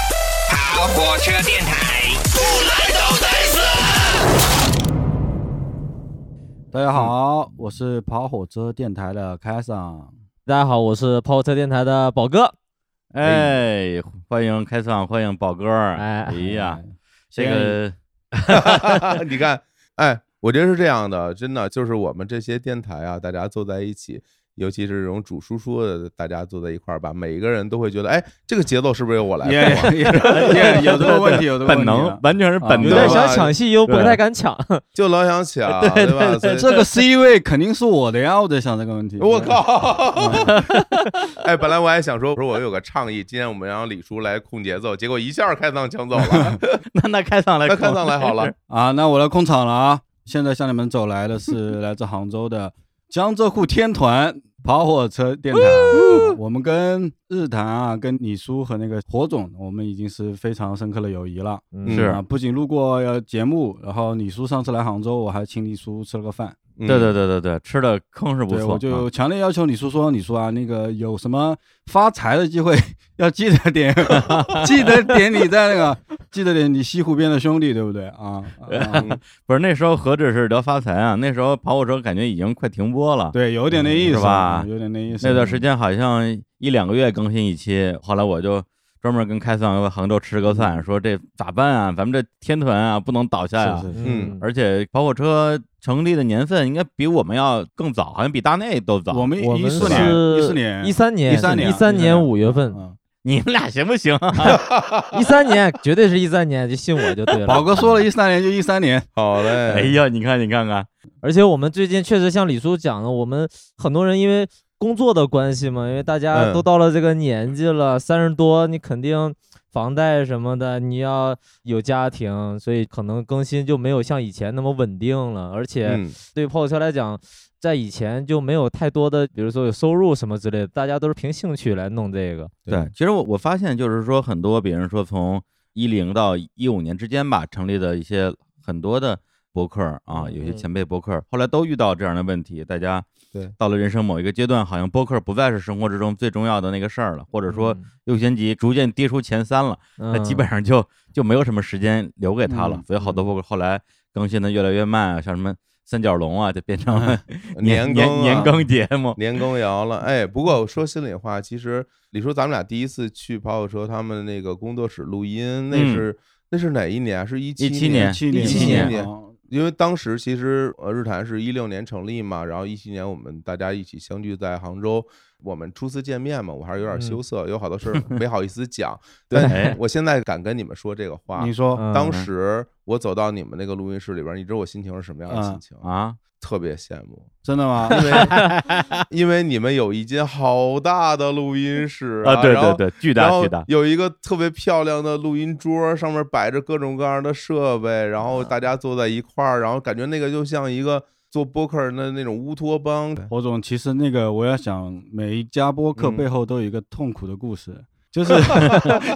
Speaker 3: “跑火车电台”。不来都得死。
Speaker 16: 大家
Speaker 1: 嗯
Speaker 16: 好，我是跑火车电台的开桑。
Speaker 18: 大家好，我是跑火车电台的宝哥。
Speaker 16: 哎，欢迎开桑，欢迎宝哥儿。哎呀，这个
Speaker 2: 嗯 你看，哎，我觉得是这样的，真的就是我们这些电台啊，大家坐在一起，尤其是这种主输出的，大家坐在一块儿吧，每一个人都会觉得，哎，这个节奏是不是由我来
Speaker 16: 也
Speaker 2: 做啊？
Speaker 16: 也也有这个问题有这个问题啊本啊能完全是本能
Speaker 18: 有点想抢戏又不太敢抢，
Speaker 2: 就老想抢，
Speaker 18: 对对
Speaker 2: 吧？所以
Speaker 16: 哎这个 C 位肯定是我的呀！我在想这个问题。
Speaker 2: 我靠！ 哎，本来我还想说，我说我有个倡议，今天我们让李叔来控节奏，结果一下开档抢走了。
Speaker 16: 那那开上来，
Speaker 2: 那开上来好了
Speaker 16: 啊！那我来控场了啊！现在向你们走来的 是来自杭州的江浙沪天团跑火车电台。我们跟日坛啊，跟李叔和那个火总，我们已经是非常深刻的友谊了。
Speaker 2: 嗯是
Speaker 16: 啊，不仅路过呃节目，然后李叔上次来杭州，我还请李叔吃了个饭。
Speaker 1: 对对对对对，吃的坑是不
Speaker 16: 嗯对，
Speaker 1: 错。啊
Speaker 16: 我就强烈要求李叔说，李叔啊，那个有什么发财的机会，要记得点， 记得点你在那个，记得点你西湖边的兄弟，对不对啊？
Speaker 1: 啊不是那时候何止是聊发财啊，那时候跑火车感觉已经快停播了。嗯
Speaker 16: 对，有点那意思
Speaker 1: 是吧？
Speaker 16: 有点那意思
Speaker 1: 那段时间好像一两个月更新一期，后来我就。专门跟开桑杭州吃个
Speaker 16: 嗯
Speaker 1: 饭，说这咋办啊？咱们这天团啊不能倒下呀、
Speaker 16: 是是是
Speaker 1: 嗯，而且跑火车成立的年份应该比我们要更早，好像比大内都早。
Speaker 16: 我们
Speaker 18: 我们
Speaker 16: 14
Speaker 18: 是
Speaker 16: 年14年
Speaker 18: 一三年，
Speaker 16: 13年
Speaker 18: 一
Speaker 16: 13
Speaker 18: 三
Speaker 16: 年
Speaker 18: 年五月份。
Speaker 1: 你们 俩行不 行？
Speaker 18: 一三年绝对是一三年，就信我就对了。
Speaker 16: 宝哥说了一三年就一三年，
Speaker 2: 好嘞
Speaker 1: 哎呀，你看你看看，
Speaker 18: 而且我们最近确实像李叔讲的，我们很多人因为工作的关系嘛，因为大家
Speaker 1: 嗯
Speaker 18: 都到了这个年纪了，三十、多，你肯定房贷什么的，你要有家庭，所以可能更新就没有像以前那么稳定了。而且
Speaker 1: 嗯
Speaker 18: 对于泡泡车来讲，在以前就没有太多的，比如说有收入什么之类的，大家都是凭兴趣来弄这个。
Speaker 1: 对，其实我我发现就是说，很多比如说从一零到一五年之间吧，成立的一些很多的博客啊，有些前辈博客，后来都遇到这样的问题，大家
Speaker 2: 对
Speaker 1: 到了人生某一个阶段，好像播客不再是生活之中最重要的那个事儿了，或者说优先级逐渐跌出前三了，那基本上就就没有什么时间留给他了
Speaker 16: 嗯，
Speaker 1: 所以好多播客后来更新的越来越慢啊，像什么。三角龙啊，就变成 了
Speaker 2: 年
Speaker 1: 年
Speaker 2: 更啊
Speaker 1: 年更节目，
Speaker 2: 年羹尧了。哎，不过说心里话，其实李叔，咱们俩第一次去跑火车他们那个工作室录音，那
Speaker 1: 嗯
Speaker 2: 是、那是哪一年啊？是一七
Speaker 1: 17
Speaker 2: 年，
Speaker 1: 年
Speaker 2: 一
Speaker 1: 17
Speaker 2: 年。
Speaker 1: 年
Speaker 2: 因为当时其实呃，日坛是一六年成立嘛，然后一七年我们大家一起相聚在杭州，我们初次见面嘛，我还是有点羞涩，有好多事儿没好意思讲。
Speaker 1: 哎
Speaker 2: 但我现在敢跟你们说这个话，
Speaker 16: 你说
Speaker 2: 当
Speaker 16: 嗯
Speaker 2: 时我走到你们那个录音室里边，你知道我心情是什么样的心
Speaker 16: 嗯
Speaker 2: 情
Speaker 1: 啊？
Speaker 2: 特别羡慕，
Speaker 16: 真的吗？
Speaker 2: 因为 因为你们有一间好大的录音室
Speaker 1: 啊对
Speaker 2: 然后
Speaker 1: 对对巨大
Speaker 2: 然后
Speaker 1: 巨大
Speaker 2: 有一个特别漂亮的录音桌，上面摆着各种各样的设备，然
Speaker 1: 啊
Speaker 2: 后大家坐在一块儿，然后感觉那个就像一个做播客人的那种乌托邦。
Speaker 16: 侯总，其实那个我要想，每一家播
Speaker 2: 嗯
Speaker 16: 客背后都有一个痛苦的故事，就是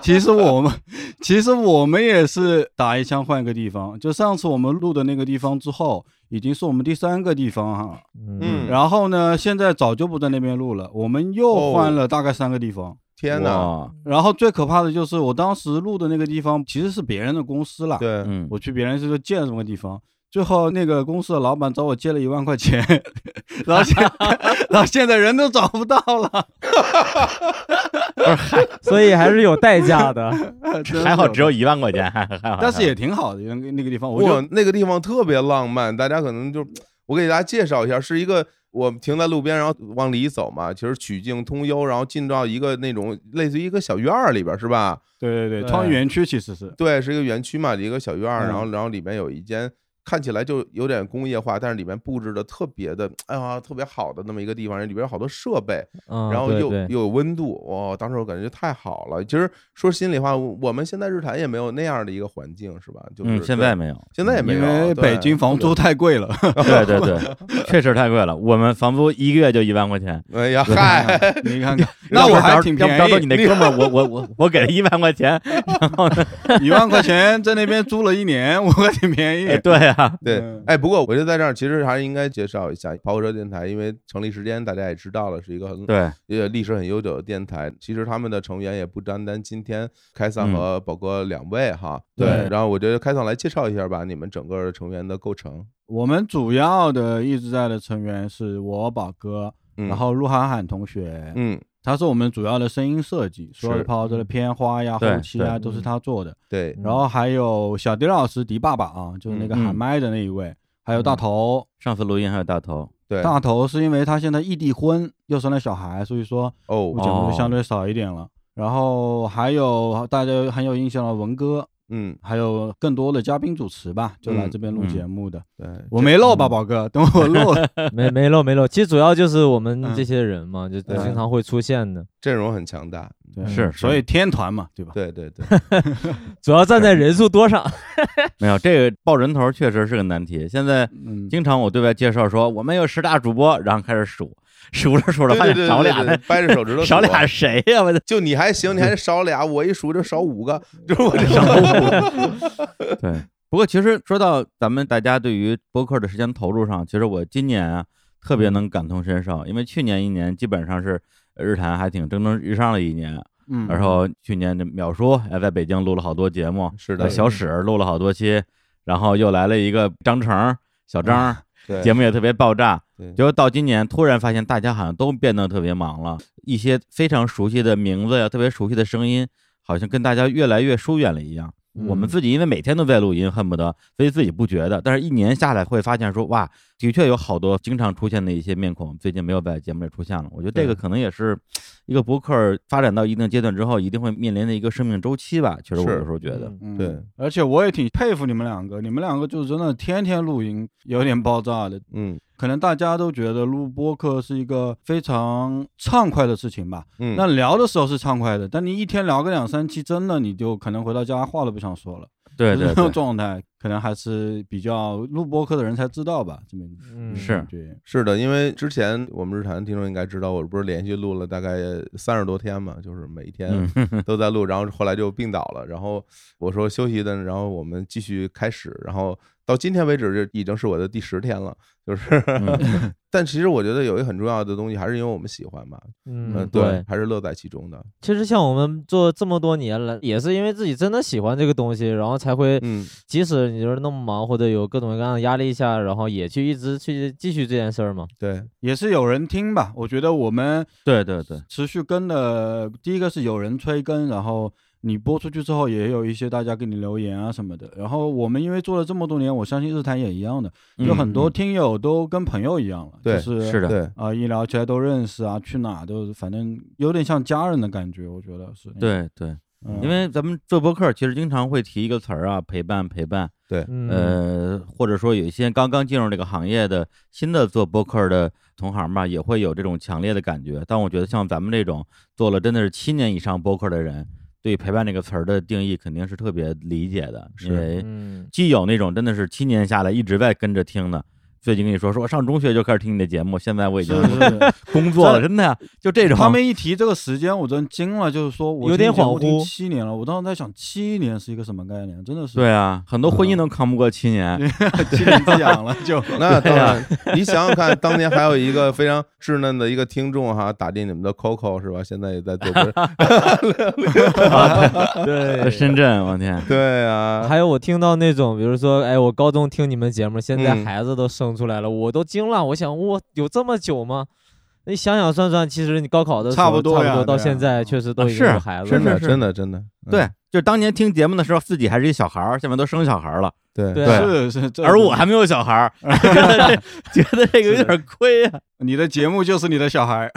Speaker 16: 其实我们其实我们也是打一枪换一个地方。就上次我们录的那个地方之后，已经是我们第三个地方哈，
Speaker 2: 嗯
Speaker 16: 然后呢，现在早就不在那边录了，我们又换了大概三个地方。
Speaker 2: 哦天哪！
Speaker 16: 然后最可怕的就是我当时录的那个地方其实是别人的公司啦，
Speaker 2: 对，
Speaker 1: 嗯，
Speaker 16: 我去别人是借了什么地方。最后那个公司的老板找我借了一万块钱， 然后现然后现在人都找不到了，
Speaker 18: 所以还是有代价的
Speaker 16: 真的
Speaker 1: 还好只有一万块钱， 还好。
Speaker 16: 但是也挺好的，那个那个地方，我
Speaker 2: 我
Speaker 16: 就
Speaker 2: 那个地方特别浪漫，大家可能就我给大家介绍一下，是一个我们停在路边，然后往里走嘛，其实曲径通幽，然后进到一个那种类似于一个小院儿里边，是吧？
Speaker 16: 对对对，
Speaker 2: 对
Speaker 16: 创园区其实是
Speaker 2: 对，是一个园区嘛，一个小院儿，
Speaker 16: 嗯
Speaker 2: 然后然后里面有一间看起来就有点工业化，但是里面布置的特别的，哎呀，特别好的那么一个地方，里边有好多设备，
Speaker 18: 嗯
Speaker 2: 然后
Speaker 18: 对
Speaker 2: 又
Speaker 18: 对
Speaker 2: 又有温度，哇、当时我感觉太好了。其实说心里话，我们现在日坛也没有那样的一个环境，是吧？就是、
Speaker 1: 嗯现在没有
Speaker 2: 现在也没有，
Speaker 1: 因为
Speaker 2: 对
Speaker 1: 北京房租太贵了 对对对确实太贵了我们房租一个月就一万块钱
Speaker 2: 哎呀，
Speaker 1: 对
Speaker 2: 嗨，
Speaker 1: 你看看那我还挺便宜要不找你那哥们儿我我我我给了一万块钱，然后呢一万块钱在那边租了一年， 我还挺便宜。对啊，
Speaker 2: 对，哎，不过我觉得在这儿其实还是应该介绍一下跑火车电台，因为成立时间大家也知道了，是一个很
Speaker 1: 对
Speaker 2: 呃历史很悠久的电台。其实他们的成员也不单单今天开桑
Speaker 1: 嗯
Speaker 2: 和宝哥两位哈，
Speaker 1: 对
Speaker 2: 然后我觉得开桑来介绍一下吧，你们整个成员的构成。
Speaker 16: 我们主要的一直在的成员是我宝哥，
Speaker 2: 嗯
Speaker 16: 然后陆涵涵同学，
Speaker 2: 嗯，
Speaker 16: 他是我们主要的声音设计，所有的泡泡车的片花呀、
Speaker 2: 对
Speaker 16: 后期啊
Speaker 2: 对
Speaker 16: 都是他做的。
Speaker 1: 嗯
Speaker 2: 对，
Speaker 16: 然后还有小迪老师迪爸爸啊，就是那个喊麦的那一位，还有大头。
Speaker 1: 上次录音还有大头，
Speaker 2: 对
Speaker 16: 大头是因为他现在异地婚，又生了小孩，所以说
Speaker 2: 哦
Speaker 16: 节目就
Speaker 1: 哦
Speaker 16: 相对少一点了。然后还有大家很有印象的文哥，
Speaker 2: 嗯，
Speaker 16: 还有更多的嘉宾主持吧，就来
Speaker 18: 嗯
Speaker 16: 这边录
Speaker 18: 嗯
Speaker 16: 节目的。
Speaker 2: 对嗯
Speaker 16: 我没漏吧，宝哥？等 我漏 了。
Speaker 18: 没没漏没漏，其实主要就是我们这些人嘛，就
Speaker 16: 对
Speaker 18: 经常会出现的，
Speaker 2: 嗯阵容很强大，嗯
Speaker 16: 对是所以天团嘛，对吧？
Speaker 2: 对对对，
Speaker 18: 主要站在人数多上。
Speaker 1: 没有这个报人头确实是个难题。现在
Speaker 2: 嗯
Speaker 1: 经常我对外介绍说我们有十大主播，然后开始数，数着数着发
Speaker 2: 对对
Speaker 1: 现
Speaker 2: 对
Speaker 1: 少
Speaker 2: 对
Speaker 1: 俩
Speaker 2: 对
Speaker 1: 了，
Speaker 2: 掰着手指头
Speaker 1: 少俩
Speaker 2: 数啊
Speaker 1: 谁呀？我的
Speaker 2: 就你还行，你还少俩，我一数就少五 个，就是我这少 五
Speaker 1: 对，不过其实说到咱们大家对于播客的时间投入上，其实我今年啊特
Speaker 16: 嗯
Speaker 1: 别能感同身受，因为去年一年基本上是呃日坛还挺蒸蒸日上的一年。
Speaker 16: 嗯
Speaker 1: 然后去年的淼叔也在北京录了好多节目，
Speaker 2: 是的
Speaker 1: 呃
Speaker 16: 嗯
Speaker 1: 小史录了好多期，然后又来了一个张成，小张，
Speaker 16: 啊对
Speaker 1: 节目也特别爆炸
Speaker 2: 对。
Speaker 1: 结果到今年，突然发现大家好像都变得特别忙了，一些非常熟悉的名字呀，特别熟悉的声音，好像跟大家越来越疏远了一样。
Speaker 18: 嗯
Speaker 1: 我们自己因为每天都在录音，恨不得，所以自己不觉得。但是，一年下来会发现说，哇，的确有好多经常出现的一些面孔，最近没有在节目里出现了。我觉得这个
Speaker 18: 对
Speaker 1: 可能也是一个博客发展到一定阶段之后，一定会面临的一个生命周期吧。其实我
Speaker 16: 是
Speaker 1: 有时候觉得，
Speaker 16: 嗯对而且我也挺佩服你们两个，你们两个就真的天天录音，有点爆炸的。
Speaker 2: 嗯，
Speaker 16: 可能大家都觉得录播客是一个非常畅快的事情吧。
Speaker 2: 嗯
Speaker 16: 那聊的时候是畅快的，但你一天聊个两三期，真的你就可能回到家话都不想说了。
Speaker 1: 对对
Speaker 16: 就那种
Speaker 1: 对
Speaker 16: 状态可能还是比较录播客的人才知道吧。这么嗯对，
Speaker 2: 是的，因为之前我们日坛听众应该知道，我不是连续录了大概三十多天嘛，就是每一天
Speaker 1: 嗯
Speaker 2: 都在录，然后后来就病倒了，然后我说休息一顿，然后我们继续开始，然后到今天为止，这已经是我的第十天了，就是， 但其实我觉得有一个很重要的东西，还是因为我们喜欢嘛，
Speaker 18: 嗯
Speaker 2: 呃
Speaker 18: 对
Speaker 2: 还是乐在其中的，
Speaker 18: 其实像我们做这么多年了，也是因为自己真的喜欢这个东西，然后才会，
Speaker 2: 嗯
Speaker 18: 即使你就是那么忙或者有各种各样的压力下，然后也去一直去继续这件事儿嘛。
Speaker 2: 对，
Speaker 16: 也是有人听吧。我觉得我们
Speaker 1: 对对对，
Speaker 16: 持续跟的第一个是有人催更，然后你播出去之后也有一些大家给你留言啊什么的。然后我们因为做了这么多年，我相信日坛也一样的，
Speaker 1: 嗯
Speaker 16: 有很多听友都跟朋友一样了，
Speaker 1: 对
Speaker 16: 就是
Speaker 1: 是的对
Speaker 16: 啊、一聊起来都认识啊，去哪都反正有点像家人的感觉，我觉得是。
Speaker 1: 对对
Speaker 16: 嗯，
Speaker 1: 因为咱们做播客，其实经常会提一个词儿啊，陪伴陪伴。
Speaker 2: 对
Speaker 18: 嗯
Speaker 1: 呃，或者说有一些刚刚进入这个行业的新的做播客的同行吧，也会有这种强烈的感觉。但我觉得像咱们这种做了真的是七年以上播客的人，对“陪伴”这个词儿的定义肯定是特别理解的，
Speaker 18: 是
Speaker 1: 因为
Speaker 18: 嗯
Speaker 1: 既有那种真的是七年下来一直在跟着听的。最近跟你说，说我上中学就开始听你的节目，现在我已经
Speaker 16: 是是是
Speaker 1: 工作了，
Speaker 16: 真的
Speaker 1: 真的呀，就这种。
Speaker 16: 他们一提这个时间，我真惊了，就是说我
Speaker 1: 有点
Speaker 16: 听节目
Speaker 1: 恍
Speaker 16: 听
Speaker 1: 惚
Speaker 16: 七年了，我当时在想，七年是一个什么概念？真的是。嗯
Speaker 1: 对啊，很多
Speaker 18: 嗯
Speaker 1: 婚姻 都扛不过七 年，
Speaker 16: 七年之痒了 就
Speaker 2: 那
Speaker 1: 对
Speaker 2: 当
Speaker 1: 啊呀
Speaker 2: 然，你想想看，当年还有一个非常稚嫩的一个听众哈，打进你们的 Coco 是吧？现在也在做 播
Speaker 18: 啊对
Speaker 1: 深圳，我天，
Speaker 2: 对啊，
Speaker 18: 还有我听到那种，比如说，哎，我高中听你们节目，现在
Speaker 1: 嗯
Speaker 18: 孩子都生出来了，我都惊了。我想，我有这么久吗？你想想算算，其实你高考的时候
Speaker 1: 差不多呀
Speaker 18: 到
Speaker 1: 对呀
Speaker 18: 现在确实都
Speaker 1: 啊
Speaker 18: 已经有孩子了，
Speaker 1: 是是是
Speaker 2: 真的嗯
Speaker 1: 对，就是当年听节目的时候，自己还是一小孩儿，现在都生小孩儿了。
Speaker 2: 对
Speaker 1: 对，
Speaker 18: 啊
Speaker 16: 是是这
Speaker 1: 而我还没有小孩 儿， 觉得这个有点亏啊。
Speaker 16: 你的节目就是你的小 孩，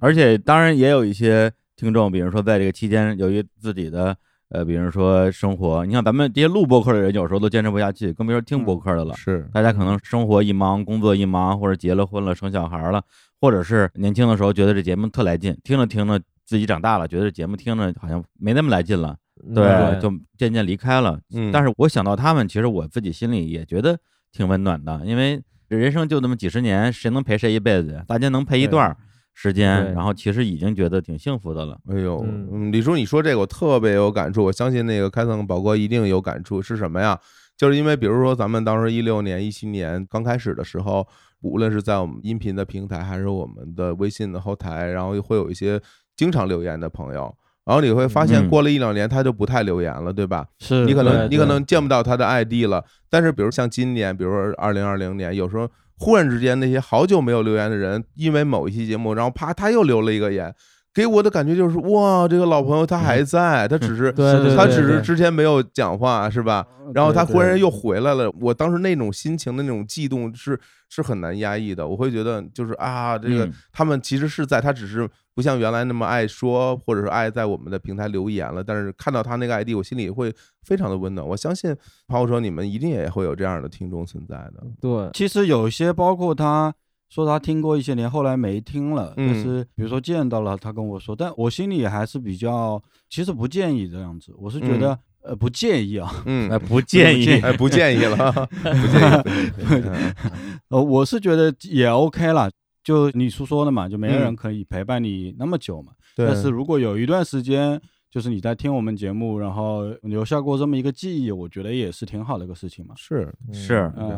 Speaker 1: 而且当然也有一些听众，比如说在这个期间，由于自己的呃，比如说生活，你看咱们这些录播客的人，有时候都坚持不下去，更别说
Speaker 14: 嗯
Speaker 1: 听播客的了。
Speaker 2: 是，
Speaker 1: 大家可能生活一忙，工作一忙，或者结了婚了，生小孩了，或者是年轻的时候觉得这节目特来劲，听着听着自己长大了，觉得这节目听着好像没那么来劲了，
Speaker 14: 嗯对
Speaker 1: 就渐渐离开了。
Speaker 14: 嗯
Speaker 1: 但是我想到他们，其实我自己心里也觉得挺温暖的，因为人生就那么几十年，谁能陪谁一辈子呀？大家能陪一段儿时间，
Speaker 2: 对
Speaker 1: 然后其实已经觉得挺幸福的了。
Speaker 2: 哎呦，嗯，李叔，你说这个我特别有感触，我相信那个开森宝哥一定有感触。是什么呀？就是因为比如说咱们当时一六年、一七年刚开始的时候，无论是在我们音频的平台，还是我们的微信的后台，然后会有一些经常留言的朋友。然后你会发现，
Speaker 14: 嗯
Speaker 2: 过了一两年，他就不太留言了，对吧？
Speaker 14: 是
Speaker 2: 你可能
Speaker 14: 对
Speaker 2: 你可
Speaker 14: 对
Speaker 2: 能见不到他的 ID 了。但是，比如像今年，比如说二零二零年，有时候忽然之间，那些好久没有留言的人，因为某一期节目，然后啪，他又留了一个言，给我的感觉就是哇，这个老朋友他还在，他只是
Speaker 14: 嗯对对
Speaker 2: 他
Speaker 14: 对
Speaker 2: 只是
Speaker 14: 对呃
Speaker 2: 之前没有讲话，是吧？然后他忽然又回来了，我当时那种心情的那种悸动是是很难压抑的。我会觉得就是啊，这个
Speaker 14: 嗯
Speaker 2: 他们其实是在，他只是不像原来那么爱说，或者是爱在我们的平台留言了。但是看到他那个 ID，我心里会非常的温暖。我相信抛说你们一定也会有这样的听众存在的。
Speaker 18: 对，
Speaker 16: 其实有些包括他说他听过一些年，后来没听了，但
Speaker 2: 嗯
Speaker 16: 是比如说见到了，他跟我说，但我心里还是比较，其实不建议这样子，我是觉得、
Speaker 2: 嗯
Speaker 16: 呃不建议啊，
Speaker 2: 嗯哎不
Speaker 16: 不
Speaker 2: 建议
Speaker 16: 议，
Speaker 2: 哎不建议 了不建议嗯对对对
Speaker 16: 呃，我是觉得也 OK 啦，就你叔说的嘛，就没有人
Speaker 2: 嗯
Speaker 16: 可以陪伴你那么久嘛，
Speaker 2: 对
Speaker 16: 但是如果有一段时间。就是你在听我们节目，然后留下过这么一个记忆，我觉得也是挺好的一个事情嘛。
Speaker 2: 是
Speaker 1: 是
Speaker 16: 嗯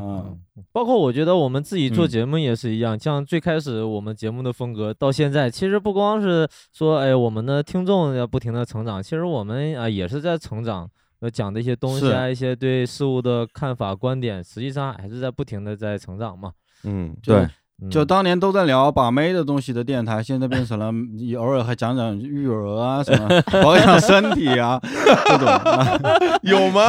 Speaker 16: 嗯，
Speaker 18: 包括我觉得我们自己做
Speaker 16: 嗯
Speaker 18: 节目也是一样，像最开始我们节目的风格到现在，其实不光是说，哎，我们的听众要不停的成长，其实我们啊、也是在成长。呃，讲的一些东西啊，
Speaker 16: 是
Speaker 18: 一些对事物的看法、观点，实际上还是在不停的在成长嘛。
Speaker 2: 嗯
Speaker 16: 就
Speaker 18: 对
Speaker 16: 就当年都在聊把妹的东西的电台，现在变成了你偶尔还讲讲育儿啊，什 么保养身体啊，这种、啊、
Speaker 2: 有吗？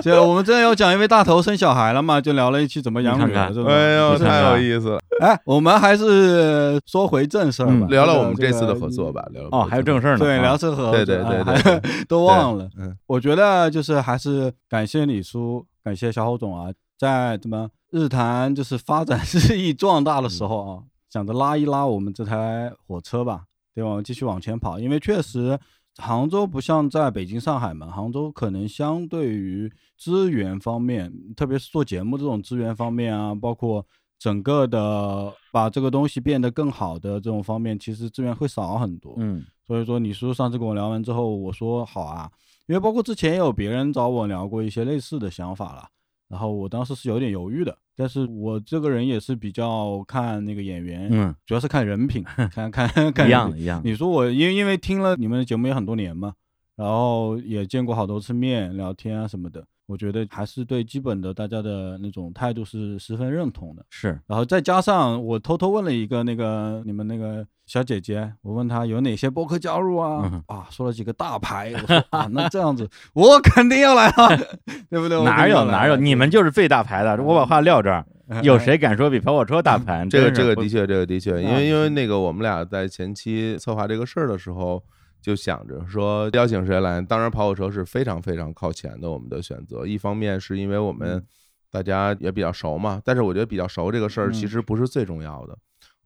Speaker 16: 就我们之前有讲一位大头生小孩了嘛，就聊了一期怎么养女
Speaker 2: 你看
Speaker 16: 儿
Speaker 2: 看
Speaker 16: 这种。
Speaker 2: 哎呦
Speaker 16: 你看看
Speaker 2: 太有意思了。
Speaker 16: 哎，我们还是说回正事儿吧
Speaker 2: 嗯，聊聊我们
Speaker 16: 这
Speaker 2: 这
Speaker 16: 个嗯
Speaker 2: 次的合作吧聊聊
Speaker 1: 哦还有正事儿呢
Speaker 16: 对，
Speaker 1: 啊
Speaker 16: 聊这合作，
Speaker 2: 对对对对
Speaker 16: 哎
Speaker 2: 对
Speaker 16: 都忘了
Speaker 2: 对嗯。
Speaker 16: 我觉得就是还是感谢李叔，感谢小侯总啊，在怎么日坛就是发展 日益壮大的时候啊，想着拉一拉我们这台火车吧，对吧？我们继续往前跑，因为确实。杭州不像在北京、上海嘛，杭州可能相对于资源方面，特别是做节目这种资源方面啊，包括整个的把这个东西变得更好的这种方面，其实资源会少很多。
Speaker 1: 嗯，
Speaker 16: 所以说你叔上次跟我聊完之后，我说好啊，因为包括之前也有别人找我聊过一些类似的想法了，然后我当时是有点犹豫的，但是我这个人也是比较看那个演员，
Speaker 1: 嗯，
Speaker 16: 主要是看 人品，看看看
Speaker 1: 一样
Speaker 16: 人
Speaker 1: 的一样的
Speaker 16: 你说我因为因为听了你们的节目也很多年嘛，然后也见过好多次面，聊天啊什么的，我觉得还是对基本的大家的那种态度是十分认同的。
Speaker 1: 是，
Speaker 16: 然后再加上我偷偷问了一个那个你们那个小姐姐，我问她有哪些播客加入啊？
Speaker 1: 嗯
Speaker 16: 啊，说了几个大牌，我说啊，那这样子我肯定要来啊， 对不对？我肯
Speaker 1: 哪
Speaker 16: 定要
Speaker 1: 有
Speaker 16: 来
Speaker 1: 哪
Speaker 16: 啊
Speaker 1: 有，你们就是最大牌的。我把话撂 这儿，有谁敢说比跑火车大牌？
Speaker 2: 这个
Speaker 1: 真是
Speaker 2: 这个
Speaker 1: 不啊嗯
Speaker 2: 的确，这个的确，因
Speaker 1: 那
Speaker 2: 为因为那个我们俩在前期策划这个事儿的时候，就想着说邀请谁来。当然，跑火车是非常非常靠前的我们的选择。一方面是因为我
Speaker 1: 嗯
Speaker 2: 们大家也比较熟嘛，但是我觉得比较熟这个事儿
Speaker 14: 嗯
Speaker 2: 其实不是最重要的。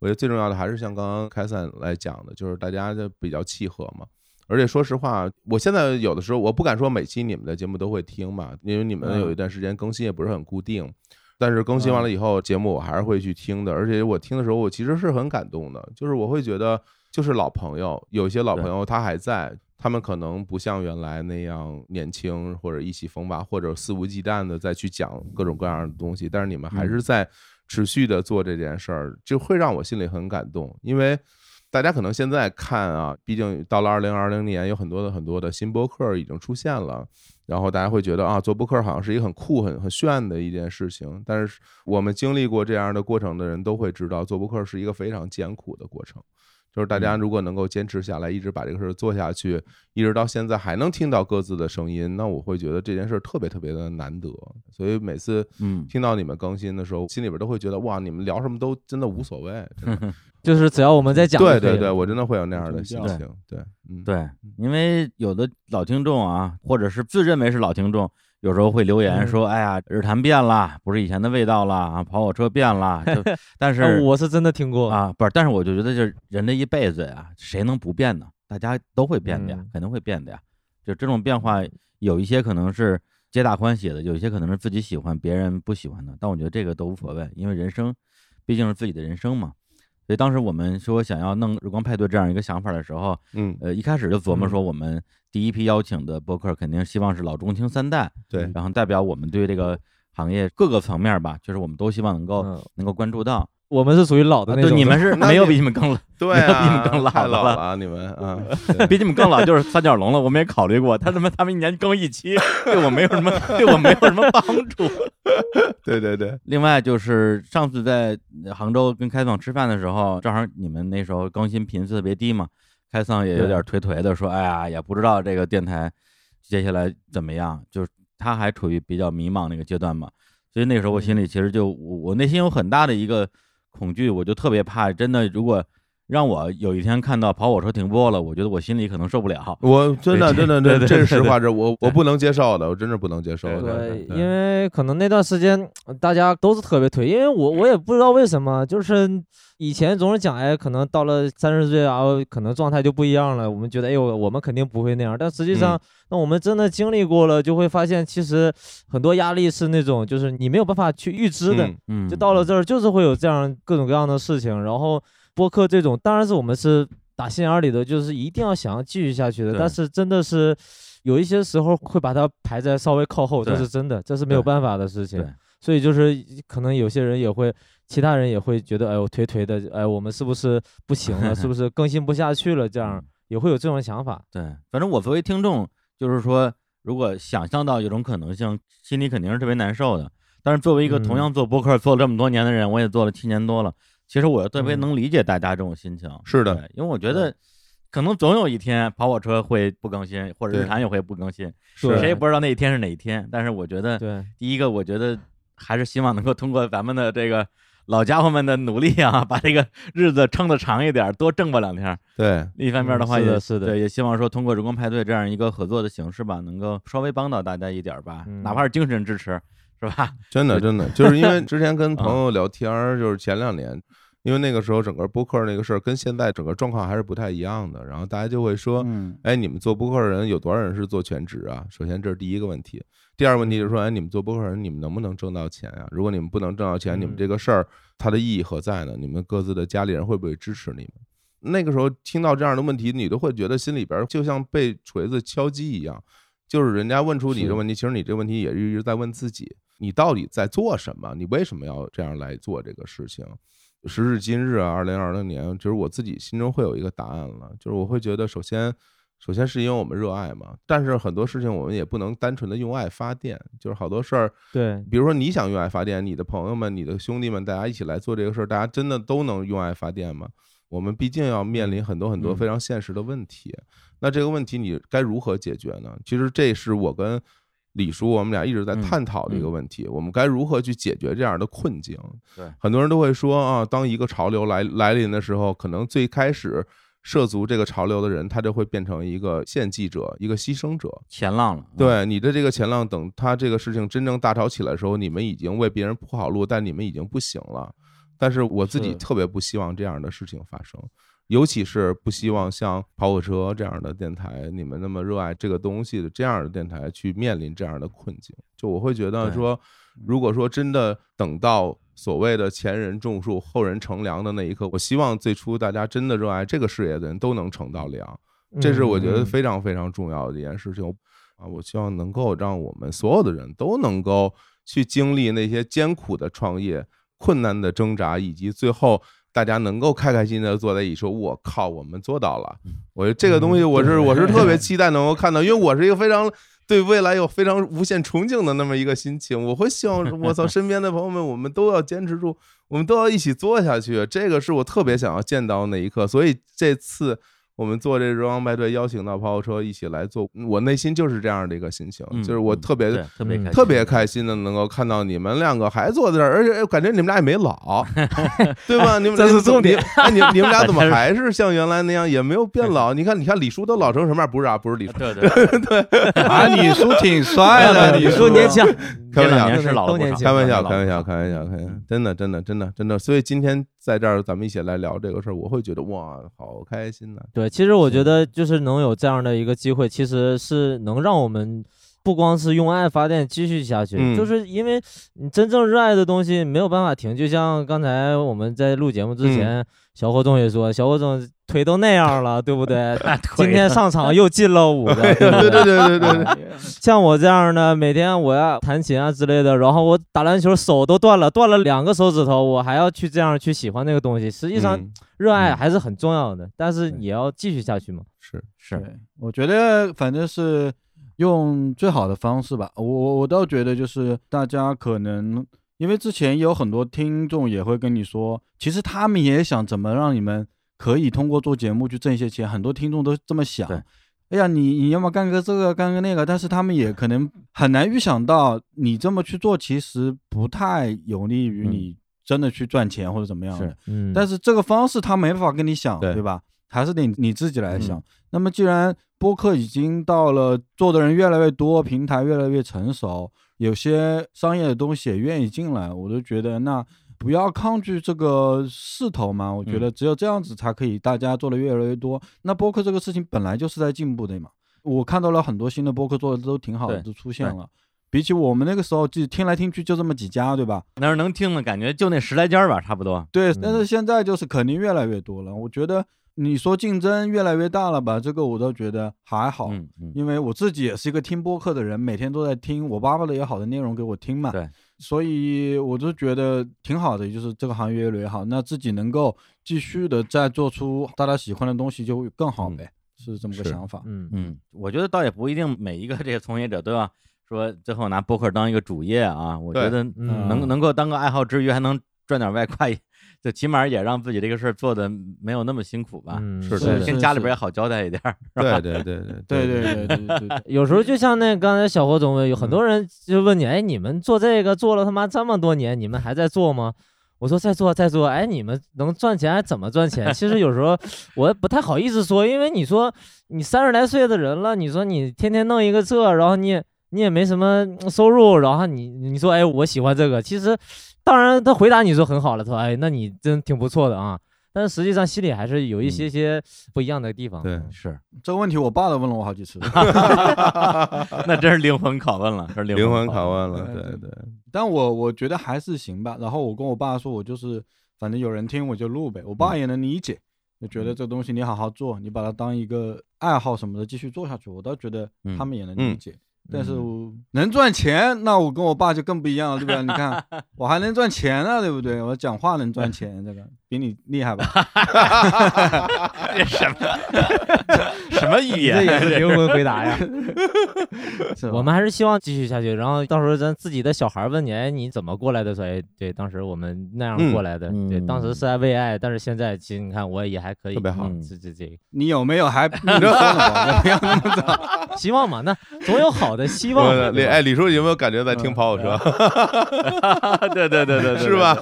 Speaker 2: 我觉得最重要的还是像刚刚开散来讲的，就是大家就比较契合嘛。而且说实话，我现在有的时候我不敢说每期你们的节目都会听嘛，因为你们
Speaker 14: 嗯
Speaker 2: 有一段时间更新也不是很固定。但是更新完了以后，节目我还是会去听的，而且我听的时候，我其实是很感动的，就是我会觉得，就是老朋友，有一些老朋友他还在，他们可能不像原来那样年轻，或者意气风发，或者肆无忌惮的再去讲各种各样的东西，但是你们还是在持续的做这件事儿，就会让我心里很感动，因为。大家可能现在看啊，毕竟到了二零二零年，有很多的很多的新播客已经出现了，然后大家会觉得啊，做播客好像是一个很酷、很很炫的一件事情。但是我们经历过这样的过程的人都会知道，做播客是一个非常艰苦的过程。就是大家如果能够坚持下来，一直把这个事儿做下去，一直到现在还能听到各自的声音，那我会觉得这件事儿特别特别的难得。所以每次
Speaker 1: 嗯
Speaker 2: 听到你们更新的时候，心里边都会觉得哇，你们聊什么都真的无所谓。真的
Speaker 18: 就是只要我们在讲就可以
Speaker 2: 对
Speaker 18: 了，
Speaker 2: 对对，我真的会有那样的心情。对，嗯，
Speaker 1: 对，因为有的老听众啊，或者是自认为是老听众，有时候会留
Speaker 2: 嗯
Speaker 1: 言说：“哎呀，日坛变了，不是以前的味道了，啊，跑火车变了。 就”但是
Speaker 18: 啊
Speaker 2: 哦
Speaker 18: 我是真的听过
Speaker 1: 啊，不是，但是我就觉得，就是人这一辈子呀，谁能不变呢？大家都会变
Speaker 18: 嗯
Speaker 1: 的呀，肯定会变的呀。就这种变化，有一些可能是皆大欢喜的，有一些可能是自己喜欢，别人不喜欢的。但我觉得这个都无所谓，因为人生毕竟是自己的人生嘛。所以当时我们说想要弄日光派对这样一个想法的时候，
Speaker 2: 嗯，
Speaker 1: 呃，一开始就琢磨
Speaker 2: 嗯
Speaker 1: 说我们第一批邀请的播客肯定希望是老中青三代，
Speaker 2: 对
Speaker 1: 然后代表我们对这个行业各个层面吧，就是我们都希望能够、
Speaker 18: 嗯
Speaker 1: 能够关注到。
Speaker 18: 我们是属于老的那
Speaker 1: 啊对，
Speaker 18: 种
Speaker 1: 你们
Speaker 18: 的
Speaker 1: 是
Speaker 18: 那
Speaker 1: 没有
Speaker 18: 你
Speaker 1: 比你们更老，
Speaker 2: 对
Speaker 1: 没有比你
Speaker 2: 啊
Speaker 1: 们更
Speaker 2: 太
Speaker 1: 的
Speaker 2: 老
Speaker 1: 了
Speaker 2: 了啊你们啊
Speaker 1: 比你们更老就是三角龙了。我们也考虑过，他他妈他们一年更一期， 对我没有什么，对我没有什么帮助。
Speaker 2: 对对对，
Speaker 1: 另外就是上次在杭州跟开桑吃饭的时候，正好你们那时候更新频次特别低嘛，开桑也有点颓颓的说：“哎呀，也不知道这个电台接下来怎么样。”就是他还处于比较迷茫那个阶段嘛，所以那时候我心里其实就我我内心有很大的一个恐惧，我就特别怕，真的如果。让我有一天看到跑火车停播了，我觉得我心里可能受不了。
Speaker 2: 我真的
Speaker 1: 对
Speaker 2: 真的
Speaker 1: 对
Speaker 2: 真
Speaker 1: 对
Speaker 2: 这是
Speaker 1: 对
Speaker 2: 实
Speaker 1: 对
Speaker 2: 话，这我我不能接受的，我真是不能接受的
Speaker 18: 对。，因为可能那段时间呃大家都是特别颓，因为
Speaker 1: 嗯
Speaker 18: 我我也不知道为什么，就是以前总是讲，哎，可能到了三十岁，然后可能状态就不一样了。我们觉得，哎呦，我们肯定不会那样，但实际
Speaker 1: 嗯
Speaker 18: 上，那我们真的经历过了，就会发现，其实很多压力是那种，就是你没有办法去预知的。
Speaker 1: 嗯
Speaker 18: 就到了这儿，就是会有这样各种各样的事情。然后播客这种，当然是我们是打心眼儿里的，就是一定要想要继续下去的。
Speaker 1: 对
Speaker 18: 但是真的是有一些时候会把它排在稍微靠后，这
Speaker 1: 对
Speaker 18: 是真的，这是没有
Speaker 1: 对
Speaker 18: 办法的事情
Speaker 1: 对。
Speaker 18: 所以就是可能有些人也会，其他人也会觉得，哎，我颓颓的，哎，我们是不是不行了？ 是不是更新不下去了？这样也会有这种想法。
Speaker 1: 对，反正我作为听众，就是说，如果想象到有种可能性，心里肯定是特别难受的。但是作为一个同样做播客做了这么多年的人，我也做了七年多了，其实我特别能理解大家这种心情。
Speaker 2: 是的
Speaker 1: 对，因为我觉得可能总有一天跑火车会不更新，或者
Speaker 2: 对
Speaker 1: 日坛也会不更新，
Speaker 2: 是
Speaker 1: 谁也不知道那一天是哪一天。但是我觉得，
Speaker 18: 对，
Speaker 1: 第一个，我觉得还是希望能够通过咱们的这个。老家伙们的努力啊，把这个日子撑得长一点，多挣吧两天。
Speaker 2: 对
Speaker 1: 另一方面的话也
Speaker 18: 嗯是的是的
Speaker 1: 对，也希望说通过人工派对这样一个合作的形式吧，能够稍微帮到大家一点儿吧，哪怕是精神支持，是吧？
Speaker 2: 真的，
Speaker 1: 就
Speaker 2: 真的，就是 因为之前跟朋
Speaker 18: 嗯
Speaker 2: 友聊天儿，就是前两年，因为那个时候整个播客那个事儿跟现在整个状况还是不太一样的，然后大家就会说，
Speaker 18: 嗯
Speaker 2: 哎，你们做播客的人有多少人是做全职啊？首先这是第一个问题，第二个问题就是说，哎，你们做播客人，你们能不能挣到钱啊？如果你们不能挣到钱，你们这个事儿它的意义何在呢？你们各自的家里人会不会支持你们？那个时候听到这样的问题，你都会觉得心里边儿就像被锤子敲击一样，就是人家问出你
Speaker 1: 是
Speaker 2: 这问题，其实你这问题也一直在问自己，你到底在做什么？你为什么要这样来做这个事情？时至今日啊，二零二零年，就是我自己心中会有一个答案了，就是我会觉得，首先，首先是因为我们热爱嘛，但是很多事情我们也不能单纯的用爱发电，就是好多事儿，
Speaker 18: 对，
Speaker 2: 比如说你想用爱发电，你的朋友们、你的兄弟们，大家一起来做这个事儿，大家真的都能用爱发电吗？我们毕竟要面临很多很多非常现实的问题，那这个问题你该如何解决呢？其实这是我跟李叔我们俩一直在探讨的一个问题，我们该如何去解决这样的困境？
Speaker 1: 对
Speaker 2: 很多人都会说啊，当一个潮流来来临的时候，可能最开始涉足这个潮流的人，他就会变成一个献祭者、一个牺牲者、
Speaker 1: 前浪了。嗯
Speaker 2: 对你的这个前浪，等他这个事情真正大潮起来的时候，你们已经为别人铺好路，但你们已经不行了。但是我自己
Speaker 1: 是
Speaker 2: 特别不希望这样的事情发生，尤其是不希望像跑火车这样的电台，你们那么热爱这个东西的这样的电台去面临这样的困境。就我会觉得
Speaker 1: 对
Speaker 2: 说，如果说真的等到所谓的前人种树后人乘凉的那一刻，我希望最初大家真的热爱这个事业的人都能乘到凉，这是我觉得
Speaker 1: 嗯
Speaker 2: 非常非常重要的一件事情。啊，我希望能够让我们所有的人都能够去经历那些艰苦的创业、困难的挣扎，以及最后大家能够开开心心的坐在一起说：“我靠，我们做到了！”我觉得这个东西，我是我是特别期待能够看到，因为我是一个非常。对未来有非常无限憧憬的那么一个心情。我会希望，我 操，身边的朋友们，我们都要坚持住，我们都要一起做下去。这个是我特别想要见到的那一刻。所以这次我们做这《荣光派对》，邀请到跑火车一起来做，我内心就是这样的一个心情，就是我特别
Speaker 1: 嗯
Speaker 2: 嗯
Speaker 1: 对特别开心
Speaker 2: 特别开心的能够看到你们两个还坐在这儿，而且哎感觉你们俩也没 老，对吧？你们
Speaker 1: 这是重点
Speaker 2: 你哎你你们俩怎么还是像原来那样，也没有变 老？你看，你看李叔都老成什么样？不是啊，不是李叔，
Speaker 1: 对
Speaker 2: 对 对
Speaker 16: 啊李叔挺帅的李叔年轻
Speaker 2: 开玩笑，
Speaker 16: 这两年是老了不少
Speaker 2: 开玩笑，
Speaker 16: 都年
Speaker 2: 开玩
Speaker 16: 轻
Speaker 2: 笑，开玩笑，开玩笑，真的，真的，真的，真的。所以今天在这儿咱们一起来聊这个事儿，我会觉得哇，好开心呐！
Speaker 18: 对，其实我觉得就是能有这样的一个机会，其实是能让我们不光是用爱发电继续下去，
Speaker 2: 嗯
Speaker 18: 就是因为你真正热爱的东西没有办法停。就像刚才我们在录节目之前，
Speaker 2: 嗯
Speaker 18: 小火总也说，小火总腿都那样了，对不对
Speaker 2: 大？腿
Speaker 18: 今天上场又进了五个，
Speaker 2: 哎呀对对
Speaker 18: 不
Speaker 2: 对对对
Speaker 18: 像我这样的，每天我要弹琴啊之类的，然后我打篮球手都断了，断了两个手指头，我还要去这样去喜欢那个东西，实际上
Speaker 16: 嗯
Speaker 18: 热爱还是很重要的，但是也要继续下去嘛。
Speaker 2: 是
Speaker 16: 对，我觉得反正是用最好的方式吧。我我我倒觉得就是大家可能因为之前也有很多听众也会跟你说，其实他们也想怎么让你们可以通过做节目去挣一些钱，很多听众都这么想。哎呀，你你要么干个这个，干个那个，但是他们也可能很难预想到，你这么去做其实不太有利于你真的去赚钱或者怎么样的。
Speaker 1: 嗯是嗯
Speaker 16: 但是这个方式他没办法跟你想，对吧？还是得你自己来想。那么既然播客已经到了做的人越来越多，平台越来越成熟，有些商业的东西也愿意进来，我都觉得那不要抗拒这个势头嘛。我觉得只有这样子才可以，大家做的越来越多。那播客这个事情本来就是在进步的嘛。我看到了很多新的播客做的都挺好的，
Speaker 1: 对
Speaker 16: 都出现
Speaker 1: 对
Speaker 16: 了。比起我们那个时候，就听来听去就这么几家，对吧？
Speaker 1: 那是能听的感觉，就那十来家儿吧，差不多。
Speaker 16: 对，但是现在就是肯定越来越多了。我觉得你说竞争越来越大了吧，这个我倒觉得还好，
Speaker 1: 嗯
Speaker 16: 因为我自己也是一个听播客的人，每天都在听我爸爸的也好的内容给我听嘛，
Speaker 1: 对，
Speaker 16: 所以我就觉得挺好的，就是这个行业越来越好，那自己能够继续的再做出大家喜欢的东西就会更好呗，是这么个
Speaker 1: 嗯是
Speaker 16: 想法。
Speaker 18: 嗯
Speaker 1: 嗯，我觉得倒也不一定每一个这些从业者都要说最后拿播客当一个主业啊。我觉
Speaker 16: 对
Speaker 1: 得
Speaker 16: 嗯
Speaker 1: 能能够当个爱好之余，还能赚点外快，就起码也让自己这个事儿做的没有那么辛苦吧。
Speaker 18: 嗯
Speaker 1: 对
Speaker 18: 是的
Speaker 1: 跟
Speaker 18: 是
Speaker 1: 家里
Speaker 18: 是
Speaker 1: 边也好交代一点 儿。是吧
Speaker 2: 对对对
Speaker 16: 对对对对对，
Speaker 18: 有时候就像那刚才小霍总问，有很
Speaker 2: 嗯
Speaker 18: 多人就问你，哎，你们做这个做了他妈这么多年，你们还在做吗？我说在做，在做。哎，你们能赚钱，还怎么赚钱？其实有 时候我不太好意思说，因为你说你三十来岁的人了，你说你天天弄一个这，然后你也你也没什么收入，然后你你说哎，我喜欢这个，其实当然他回答你说很好了，他说哎，那你真挺不错的啊，但是实际上心里还是有一些些不一样的地方。
Speaker 2: 嗯对，
Speaker 1: 是。
Speaker 16: 这个问题我爸都问了我好几次，
Speaker 1: 那真是灵魂拷问了，这是
Speaker 2: 灵
Speaker 1: 魂
Speaker 2: 魂拷问了对
Speaker 16: 对。但我我觉得还是行吧。然后我跟我爸说，我就是反正有人听我就录呗，我
Speaker 18: 嗯
Speaker 16: 爸也能理解，就觉得这东西你好好做，你把它当一个爱好什么的继续做下去，我倒觉得
Speaker 1: 嗯
Speaker 16: 他们也能
Speaker 1: 嗯
Speaker 16: 理解。但是
Speaker 18: 嗯
Speaker 16: 我能赚钱，那我跟我爸就更不一样了，对吧？你 看，我还能赚钱呢，对不对？我讲话能赚钱， 这个比你厉害吧？
Speaker 1: 这什么 什么语言
Speaker 18: 这也是
Speaker 1: 这是。
Speaker 18: 灵魂回答 呀
Speaker 1: 是吧
Speaker 18: 我们还是希望继续下去，然后到时候咱自己的小孩问你，哎，你怎么过来的？说，哎，对，当时我们那样过来的，
Speaker 1: 嗯
Speaker 18: 对，
Speaker 1: 嗯
Speaker 18: 当时是在为爱，但是现在其实你看我也还可以，
Speaker 1: 特别好
Speaker 18: 嗯这这这个，
Speaker 16: 你有没有还你说了
Speaker 18: 啊
Speaker 16: 吧？不要那么早。
Speaker 18: 希望嘛，那总有好的 希望嘛。
Speaker 2: 李
Speaker 18: 对吧
Speaker 2: 哎，李叔有没有感觉在听跑火车？
Speaker 1: 对对对对对，
Speaker 2: 是吧？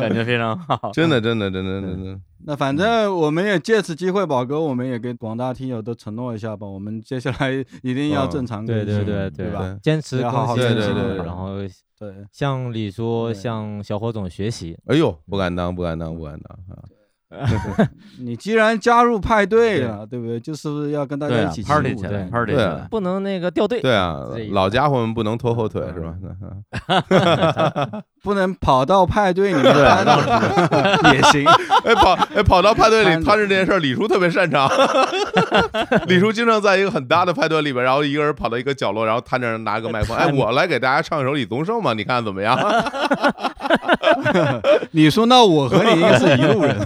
Speaker 1: 感觉非常好，
Speaker 2: 真的真的真的真的。
Speaker 16: 那反
Speaker 18: 嗯
Speaker 16: 正我们也借此机会，宝哥，我们也给广大听友都承诺一下吧，我们接下来一定要正常更
Speaker 18: 哦对
Speaker 16: 新，
Speaker 18: 对对
Speaker 16: 对
Speaker 18: 吧
Speaker 16: 吧？？
Speaker 18: 坚持
Speaker 16: 要好好
Speaker 18: 更新
Speaker 16: 更新
Speaker 18: 然后
Speaker 16: 对
Speaker 18: 向李叔、向小火总学习。
Speaker 2: 哎呦，不敢当，不敢当，不敢当啊！
Speaker 16: 你既然加入派对了，对不对？就是要跟大
Speaker 1: 啊
Speaker 16: 家一起进步对
Speaker 2: 对啊
Speaker 18: 不能那个掉队。
Speaker 2: 对啊
Speaker 18: 是这意，思
Speaker 2: 老家伙们不能拖后腿是吧？
Speaker 16: 不能跑到派对里面
Speaker 2: 对啊
Speaker 16: 瘫着 也行。
Speaker 2: 哎，跑哎跑到派对里摊着这件事儿，李叔特别擅 长。李叔经常在一个很大的派对里边，然后一个人跑到一个角落，然后摊着拿个麦克风，哎， 我来给大家唱一首李宗盛吧，你看怎么样？
Speaker 16: 你 说那我和你应该是一路人，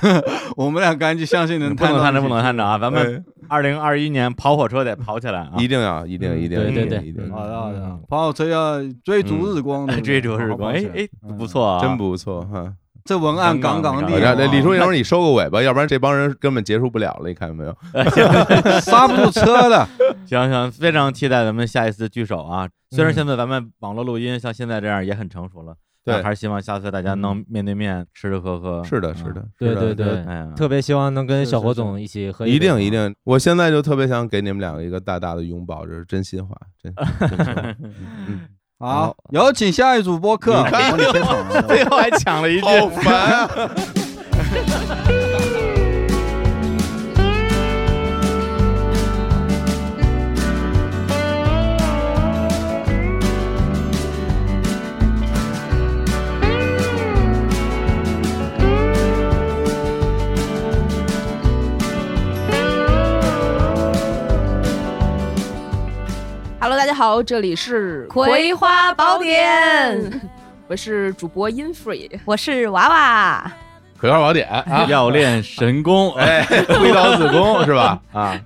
Speaker 16: 我们俩赶紧相信能
Speaker 1: 不
Speaker 16: 摊
Speaker 1: 能
Speaker 16: 到哎
Speaker 1: 看着，
Speaker 16: 一
Speaker 1: 不
Speaker 16: 起
Speaker 1: 能看着啊！咱们
Speaker 16: 对
Speaker 1: 二零二一年跑火车得跑起来啊！嗯
Speaker 2: 一定要，一定，一定，
Speaker 1: 对对对
Speaker 2: 一定，
Speaker 16: 好的好的，跑火车要追
Speaker 1: 嗯
Speaker 16: 逐日光，对不 嗯对
Speaker 1: 追逐日光，哎哎，不错啊，
Speaker 2: 真不错哈。
Speaker 16: 这文案杠杠的啊。
Speaker 2: 那李叔，一会儿你收个尾吧，要不然这帮人根本结束不了了，你看见没有？
Speaker 16: 刹不住车了。
Speaker 1: 行行，非常期待咱们下一次聚首啊！虽
Speaker 2: 嗯
Speaker 1: 然现在咱们网络录音像现在这样也很成熟了，
Speaker 2: 对嗯
Speaker 1: 但还是希望下次大家能面对面吃吃喝喝。
Speaker 2: 是的，是的，
Speaker 18: 对
Speaker 2: 是的
Speaker 18: 嗯对对
Speaker 1: 哎呀，
Speaker 18: 特别希望能跟小火总一起喝杯
Speaker 2: 一定一定，我现在就特别想给你们两个一个大大的拥抱，这是真心话，真真心话。嗯
Speaker 16: 好，有请下一组播客。
Speaker 2: 你看
Speaker 16: 我帮你开场了
Speaker 1: 最后还抢了一句，
Speaker 2: 好烦啊！
Speaker 19: Hello，大家好，这里是《
Speaker 13: 葵花宝典》，
Speaker 19: 我是主播 InFree，。
Speaker 13: 我是娃娃。
Speaker 2: 葵花宝典啊
Speaker 1: 要练神功， 哎，
Speaker 2: 挥刀自宫是吧？啊，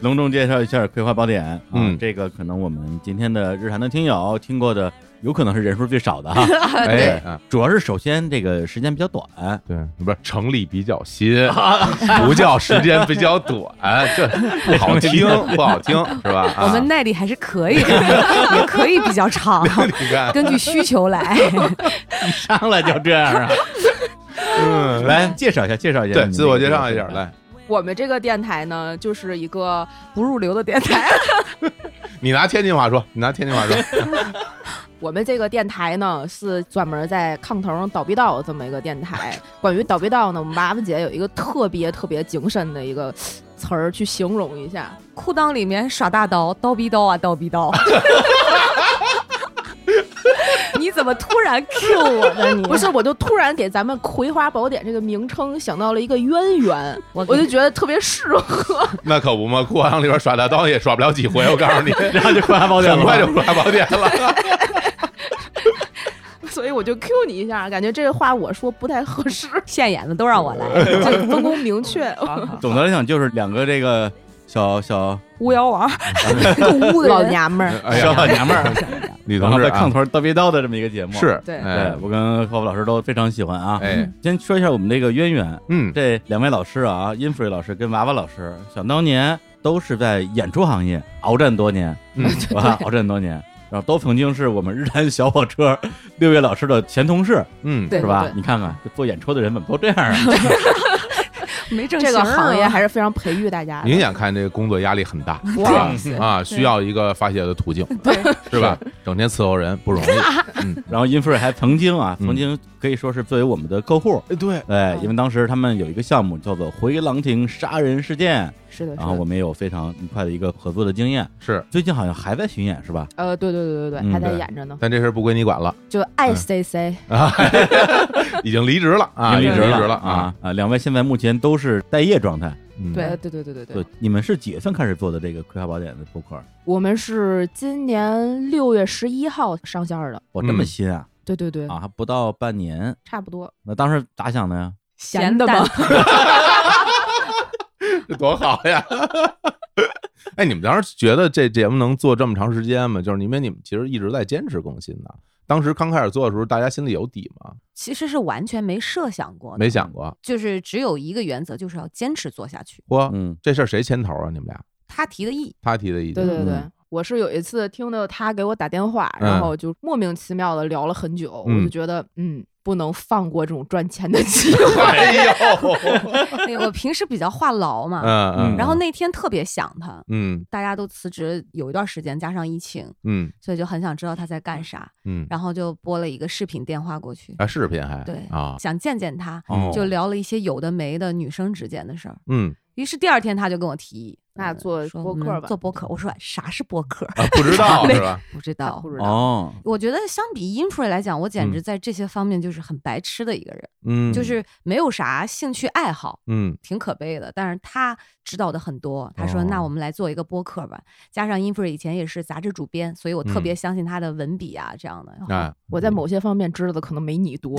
Speaker 1: 隆重介绍一下《葵花宝典》啊。
Speaker 2: 嗯
Speaker 1: 这个可能我们今天的日韩的听友听过的，有可能是人数最少的哈
Speaker 2: 对
Speaker 1: 啊主要是首先这个时间比较短，
Speaker 2: 对，不是成立比较 新，不叫时间比较短，这 不好听，不好听是吧？啊
Speaker 20: 我们耐力还是可以 的，也可以比较长
Speaker 2: 你看，
Speaker 20: 根据需求来。
Speaker 1: 上来就这 样啊。嗯，来介绍一下，介绍一下，
Speaker 2: 对自我介绍一下来。
Speaker 19: 我们这个电台呢，就是一个不入流的电台。
Speaker 2: 你拿天津话说，你拿天津话说，
Speaker 19: 我们这个电台呢是专门在炕头上倒逼道这么一个电台。 关于倒逼道呢，我们娃娃姐有一个特别特别精深的一个词儿去形容一下。
Speaker 20: 裤裆里面耍大刀，刀逼刀啊，刀逼 刀。
Speaker 19: 你怎么突然 Q 我呢？你不是，我就突然给咱们《葵花宝典》这个名称想到了一个渊源，我就觉得特别适合。
Speaker 2: 那可不嘛，裤裆里边耍大刀也耍不了几回，我告诉你，
Speaker 1: 然后就葵花 宝典了
Speaker 2: 很快就葵花宝典了。
Speaker 19: 所以我就 Q 你一下，感觉这个话我说不太合适，
Speaker 20: 现眼的都让我来，
Speaker 19: 就分工明 确。
Speaker 1: 总的来讲就是两个这个小小哎
Speaker 19: 巫妖 王， 个巫的老娘们儿，
Speaker 1: 小老娘们儿，
Speaker 2: 女同志啊
Speaker 1: 然后在炕头叨逼叨的这么一个节目，
Speaker 2: 是对哎
Speaker 1: 对，我跟霍夫老师都非常喜欢啊。
Speaker 2: 哎，
Speaker 1: 先说一下我们这个渊源，
Speaker 2: 嗯，
Speaker 1: 这两位老师啊，音符老师跟娃娃老师，想当年都是在演出行业鏖战多年，
Speaker 2: 嗯
Speaker 1: 吧？ 鏖战多年。然后都曾经是我们日坛小火车六月老师的前同事，
Speaker 2: 嗯
Speaker 1: 是吧
Speaker 19: 对对？对
Speaker 1: 你看看这做演出的人怎么都这样啊？
Speaker 19: 没
Speaker 20: 正
Speaker 19: 这
Speaker 20: 形
Speaker 19: 个
Speaker 20: 儿
Speaker 19: 行业
Speaker 20: 啊
Speaker 19: 还是非常培育大家的。
Speaker 2: 明显看这个工作压力很大，是吧
Speaker 19: 哇塞
Speaker 2: 啊，
Speaker 19: 对
Speaker 2: 需要一个发泄的途径，对，是吧？整天伺候人不 容易。嗯，
Speaker 1: 然后英菲尔还曾经啊，曾经可以说是作为我们的客户，
Speaker 2: 对，
Speaker 1: 哎，
Speaker 19: 嗯
Speaker 1: 因为当时他们有一个项目叫做“回廊亭杀人事件”，
Speaker 19: 是的是的
Speaker 1: 然啊后我们也有非常愉快的一个合作的经验，
Speaker 2: 是
Speaker 1: 最近好像还在巡演是吧？
Speaker 19: 呃，对对对对对，
Speaker 1: 嗯
Speaker 19: 还在
Speaker 1: 对嗯
Speaker 19: 演着呢。
Speaker 2: 但这事儿不归你管了
Speaker 19: 就爱 C C，
Speaker 2: 啊，已经离职了啊，
Speaker 1: 已经离职
Speaker 2: 已经
Speaker 1: 了
Speaker 2: 啊，嗯
Speaker 1: 啊！两位现在目前都是待业状态，
Speaker 19: 对对对对对对
Speaker 1: 对，，你们是几月份开始做的这个《葵花宝典》的播客？
Speaker 19: 我们是今年六月十一号上线儿的。
Speaker 1: 哇，
Speaker 2: 嗯
Speaker 1: 这么新啊！
Speaker 19: 对对对，
Speaker 1: 啊，还不到半年，
Speaker 19: 差不多。
Speaker 1: 那当时咋想的呀？
Speaker 19: 闲的吗？
Speaker 2: 这多好呀！哎，你们当时觉得这节目能做这么长时间吗？就是因为你们其实一直在坚持更新的。当时刚开始做的时候，大家心里有底吗？
Speaker 20: 其实是完全没设想过的，
Speaker 2: 没想过。
Speaker 20: 就是只有一个原则，就是要坚持做下去。
Speaker 2: 嚯，嗯，这事儿谁牵头啊？你们俩？
Speaker 20: 他提的意，
Speaker 2: 他提的意见。
Speaker 19: 对对对
Speaker 2: 嗯，
Speaker 19: 我是有一次听到他给我打电话，
Speaker 2: 嗯
Speaker 19: 然后就莫名其妙的聊了很久，
Speaker 2: 嗯
Speaker 19: 我就觉得嗯，不能放过这种赚钱的 机会。
Speaker 2: 哎
Speaker 20: 那哎个我平时比较话痨嘛，
Speaker 2: 嗯嗯
Speaker 20: 然后那天特别想他，
Speaker 2: 嗯
Speaker 20: 大家都辞职有一段时间，加上疫情，
Speaker 2: 嗯
Speaker 20: 所以就很想知道他在干啥，
Speaker 2: 嗯
Speaker 20: 然后就拨了一个视频电话过去
Speaker 2: 啊，视频还
Speaker 20: 对
Speaker 2: 啊，
Speaker 20: 想见见他
Speaker 2: 哦，
Speaker 20: 就聊了一些有的没的女生之间的事儿。
Speaker 2: 嗯，
Speaker 20: 于是第二天他就跟我提议，那做播
Speaker 19: 客吧
Speaker 20: 做播客。我说啥是播客？
Speaker 2: 啊不知道是吧？
Speaker 20: 不知道，
Speaker 19: 不知
Speaker 1: 哦，
Speaker 20: 我觉得相比 intro 来讲，我简直
Speaker 2: 嗯
Speaker 20: 在这些方面就是很白痴的一个人，
Speaker 2: 嗯
Speaker 20: 就是没有啥兴趣爱好，
Speaker 2: 嗯
Speaker 20: 挺可悲的。但是他知道的很多，他说：“
Speaker 17: 哦
Speaker 20: 那我们来做一个播客吧。”加上 intro 以前也是杂志主编，所以我特别
Speaker 19: 嗯
Speaker 20: 相信他的文笔啊，这样的。
Speaker 2: 哎，
Speaker 19: 我在某些方面知道的可能没你多。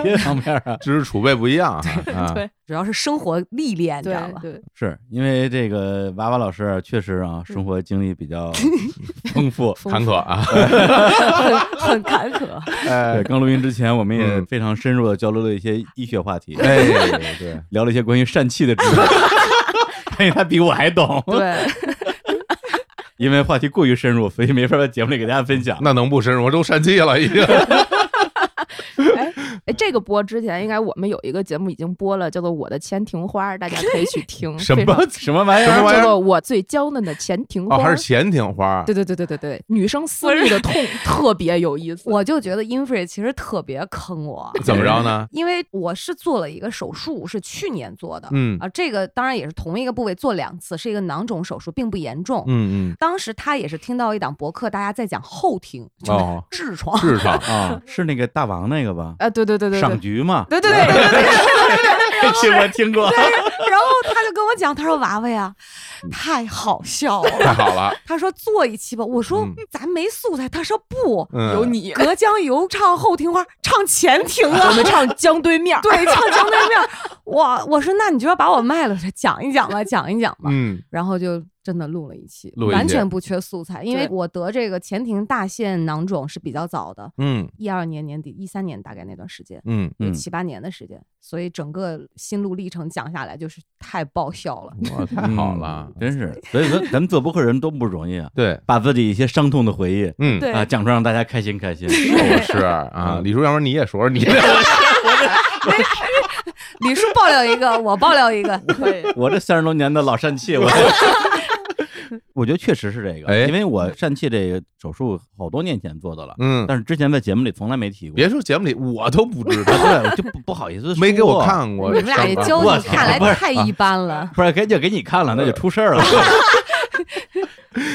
Speaker 2: 些方面啊？知识储备不一样啊。啊
Speaker 20: 对，主要是生活历练，知道吧？
Speaker 19: 对，
Speaker 1: 是因为为这个娃娃老师确实啊，
Speaker 20: 嗯
Speaker 1: 生活经历比较 丰
Speaker 2: 丰
Speaker 1: 富、
Speaker 2: 富坎坷啊
Speaker 1: 对
Speaker 20: 很坎坷。
Speaker 1: 哎，嗯刚录音之前，我们也非常深入的交流了一些医学话题，
Speaker 2: 哎对，
Speaker 1: 聊了一些关于疝气的知识，哎，他比我还懂，
Speaker 20: 对，
Speaker 1: 因为话题过于深入，所以没法在节目里给大家分享。
Speaker 2: 那能不深入？我都疝气了已经。。
Speaker 19: 哎，这个播之前应该我们有一个节目已经播了，叫做《我的前庭花》，大家可以去听
Speaker 2: 什么什么玩意儿什么玩 意
Speaker 19: 叫
Speaker 2: 儿
Speaker 19: 做《我最娇嫩的前庭花》
Speaker 2: 哦，还是前庭花？
Speaker 19: 对对对对对对，女生私密的痛特别有意思。
Speaker 20: 我就觉得 Infree 其实特别坑我，
Speaker 2: 怎么着呢
Speaker 20: 因为我是做了一个手术，是去年做的，
Speaker 2: 嗯
Speaker 20: 啊，这个当然也是同一个部位做两次，是一个囊肿手术，并不严重，
Speaker 2: 嗯嗯
Speaker 20: 当时他也是听到一档博客，大家在讲后庭，就是
Speaker 1: 哦
Speaker 20: 痔疮，
Speaker 1: 痔疮 啊，是那个大王那个吧？
Speaker 20: 啊，对对对对，对
Speaker 1: 赏菊嘛，
Speaker 20: 对对对对对对对，
Speaker 1: 这我听过，
Speaker 20: 然后他就跟我讲，他说娃娃呀，太好笑了，
Speaker 2: 嗯 太好了。
Speaker 20: 他说做一期吧，我说、咱没素材，他说不，
Speaker 2: 嗯有你
Speaker 20: 隔江犹唱后庭花，唱前庭啊，
Speaker 19: 我们唱江对面
Speaker 20: 对，唱江对面。我我说那你就要把我卖了，讲一讲 吧，讲一讲吧，
Speaker 2: 嗯，
Speaker 20: 然后就真的录了一期，
Speaker 2: 录一期
Speaker 20: 完全不缺素材，因为
Speaker 19: 对
Speaker 20: 我得这个前庭大腺囊肿是比较早的，
Speaker 2: 嗯
Speaker 20: 一二年年底，一三年大概那段时间，
Speaker 2: 嗯
Speaker 20: 有
Speaker 2: 嗯
Speaker 20: 七八年的时间，所以整个心路历程讲下来就是太爆笑了，
Speaker 2: 哇，太好了，
Speaker 1: 嗯真是。所以说，咱们做播客人都不容易啊。
Speaker 2: 对，
Speaker 1: 把自己一些伤痛的回忆，
Speaker 2: 嗯
Speaker 20: 对
Speaker 1: 啊，讲出来让大家开心开心。嗯
Speaker 2: 就是啊，李叔，要不然你也说说你。
Speaker 20: 李叔爆料一个，我爆料一个，可以。
Speaker 1: 我这三十多年的老疝气， 我我觉得确实是这
Speaker 2: 哎
Speaker 1: 个，因为我疝气这个手术好多年前做的了，
Speaker 2: 嗯
Speaker 1: 但是之前在节目里从来没提过。
Speaker 2: 别说节目里，我都不知道，
Speaker 1: 对，我就不不好意思说，
Speaker 2: 没给我看过
Speaker 20: 你们俩这交
Speaker 1: 我
Speaker 20: 情
Speaker 1: 操
Speaker 20: 看来
Speaker 1: 不是
Speaker 20: 太
Speaker 1: 啊
Speaker 20: 一般了。
Speaker 1: 不是，给就给你看了，那就出事儿了。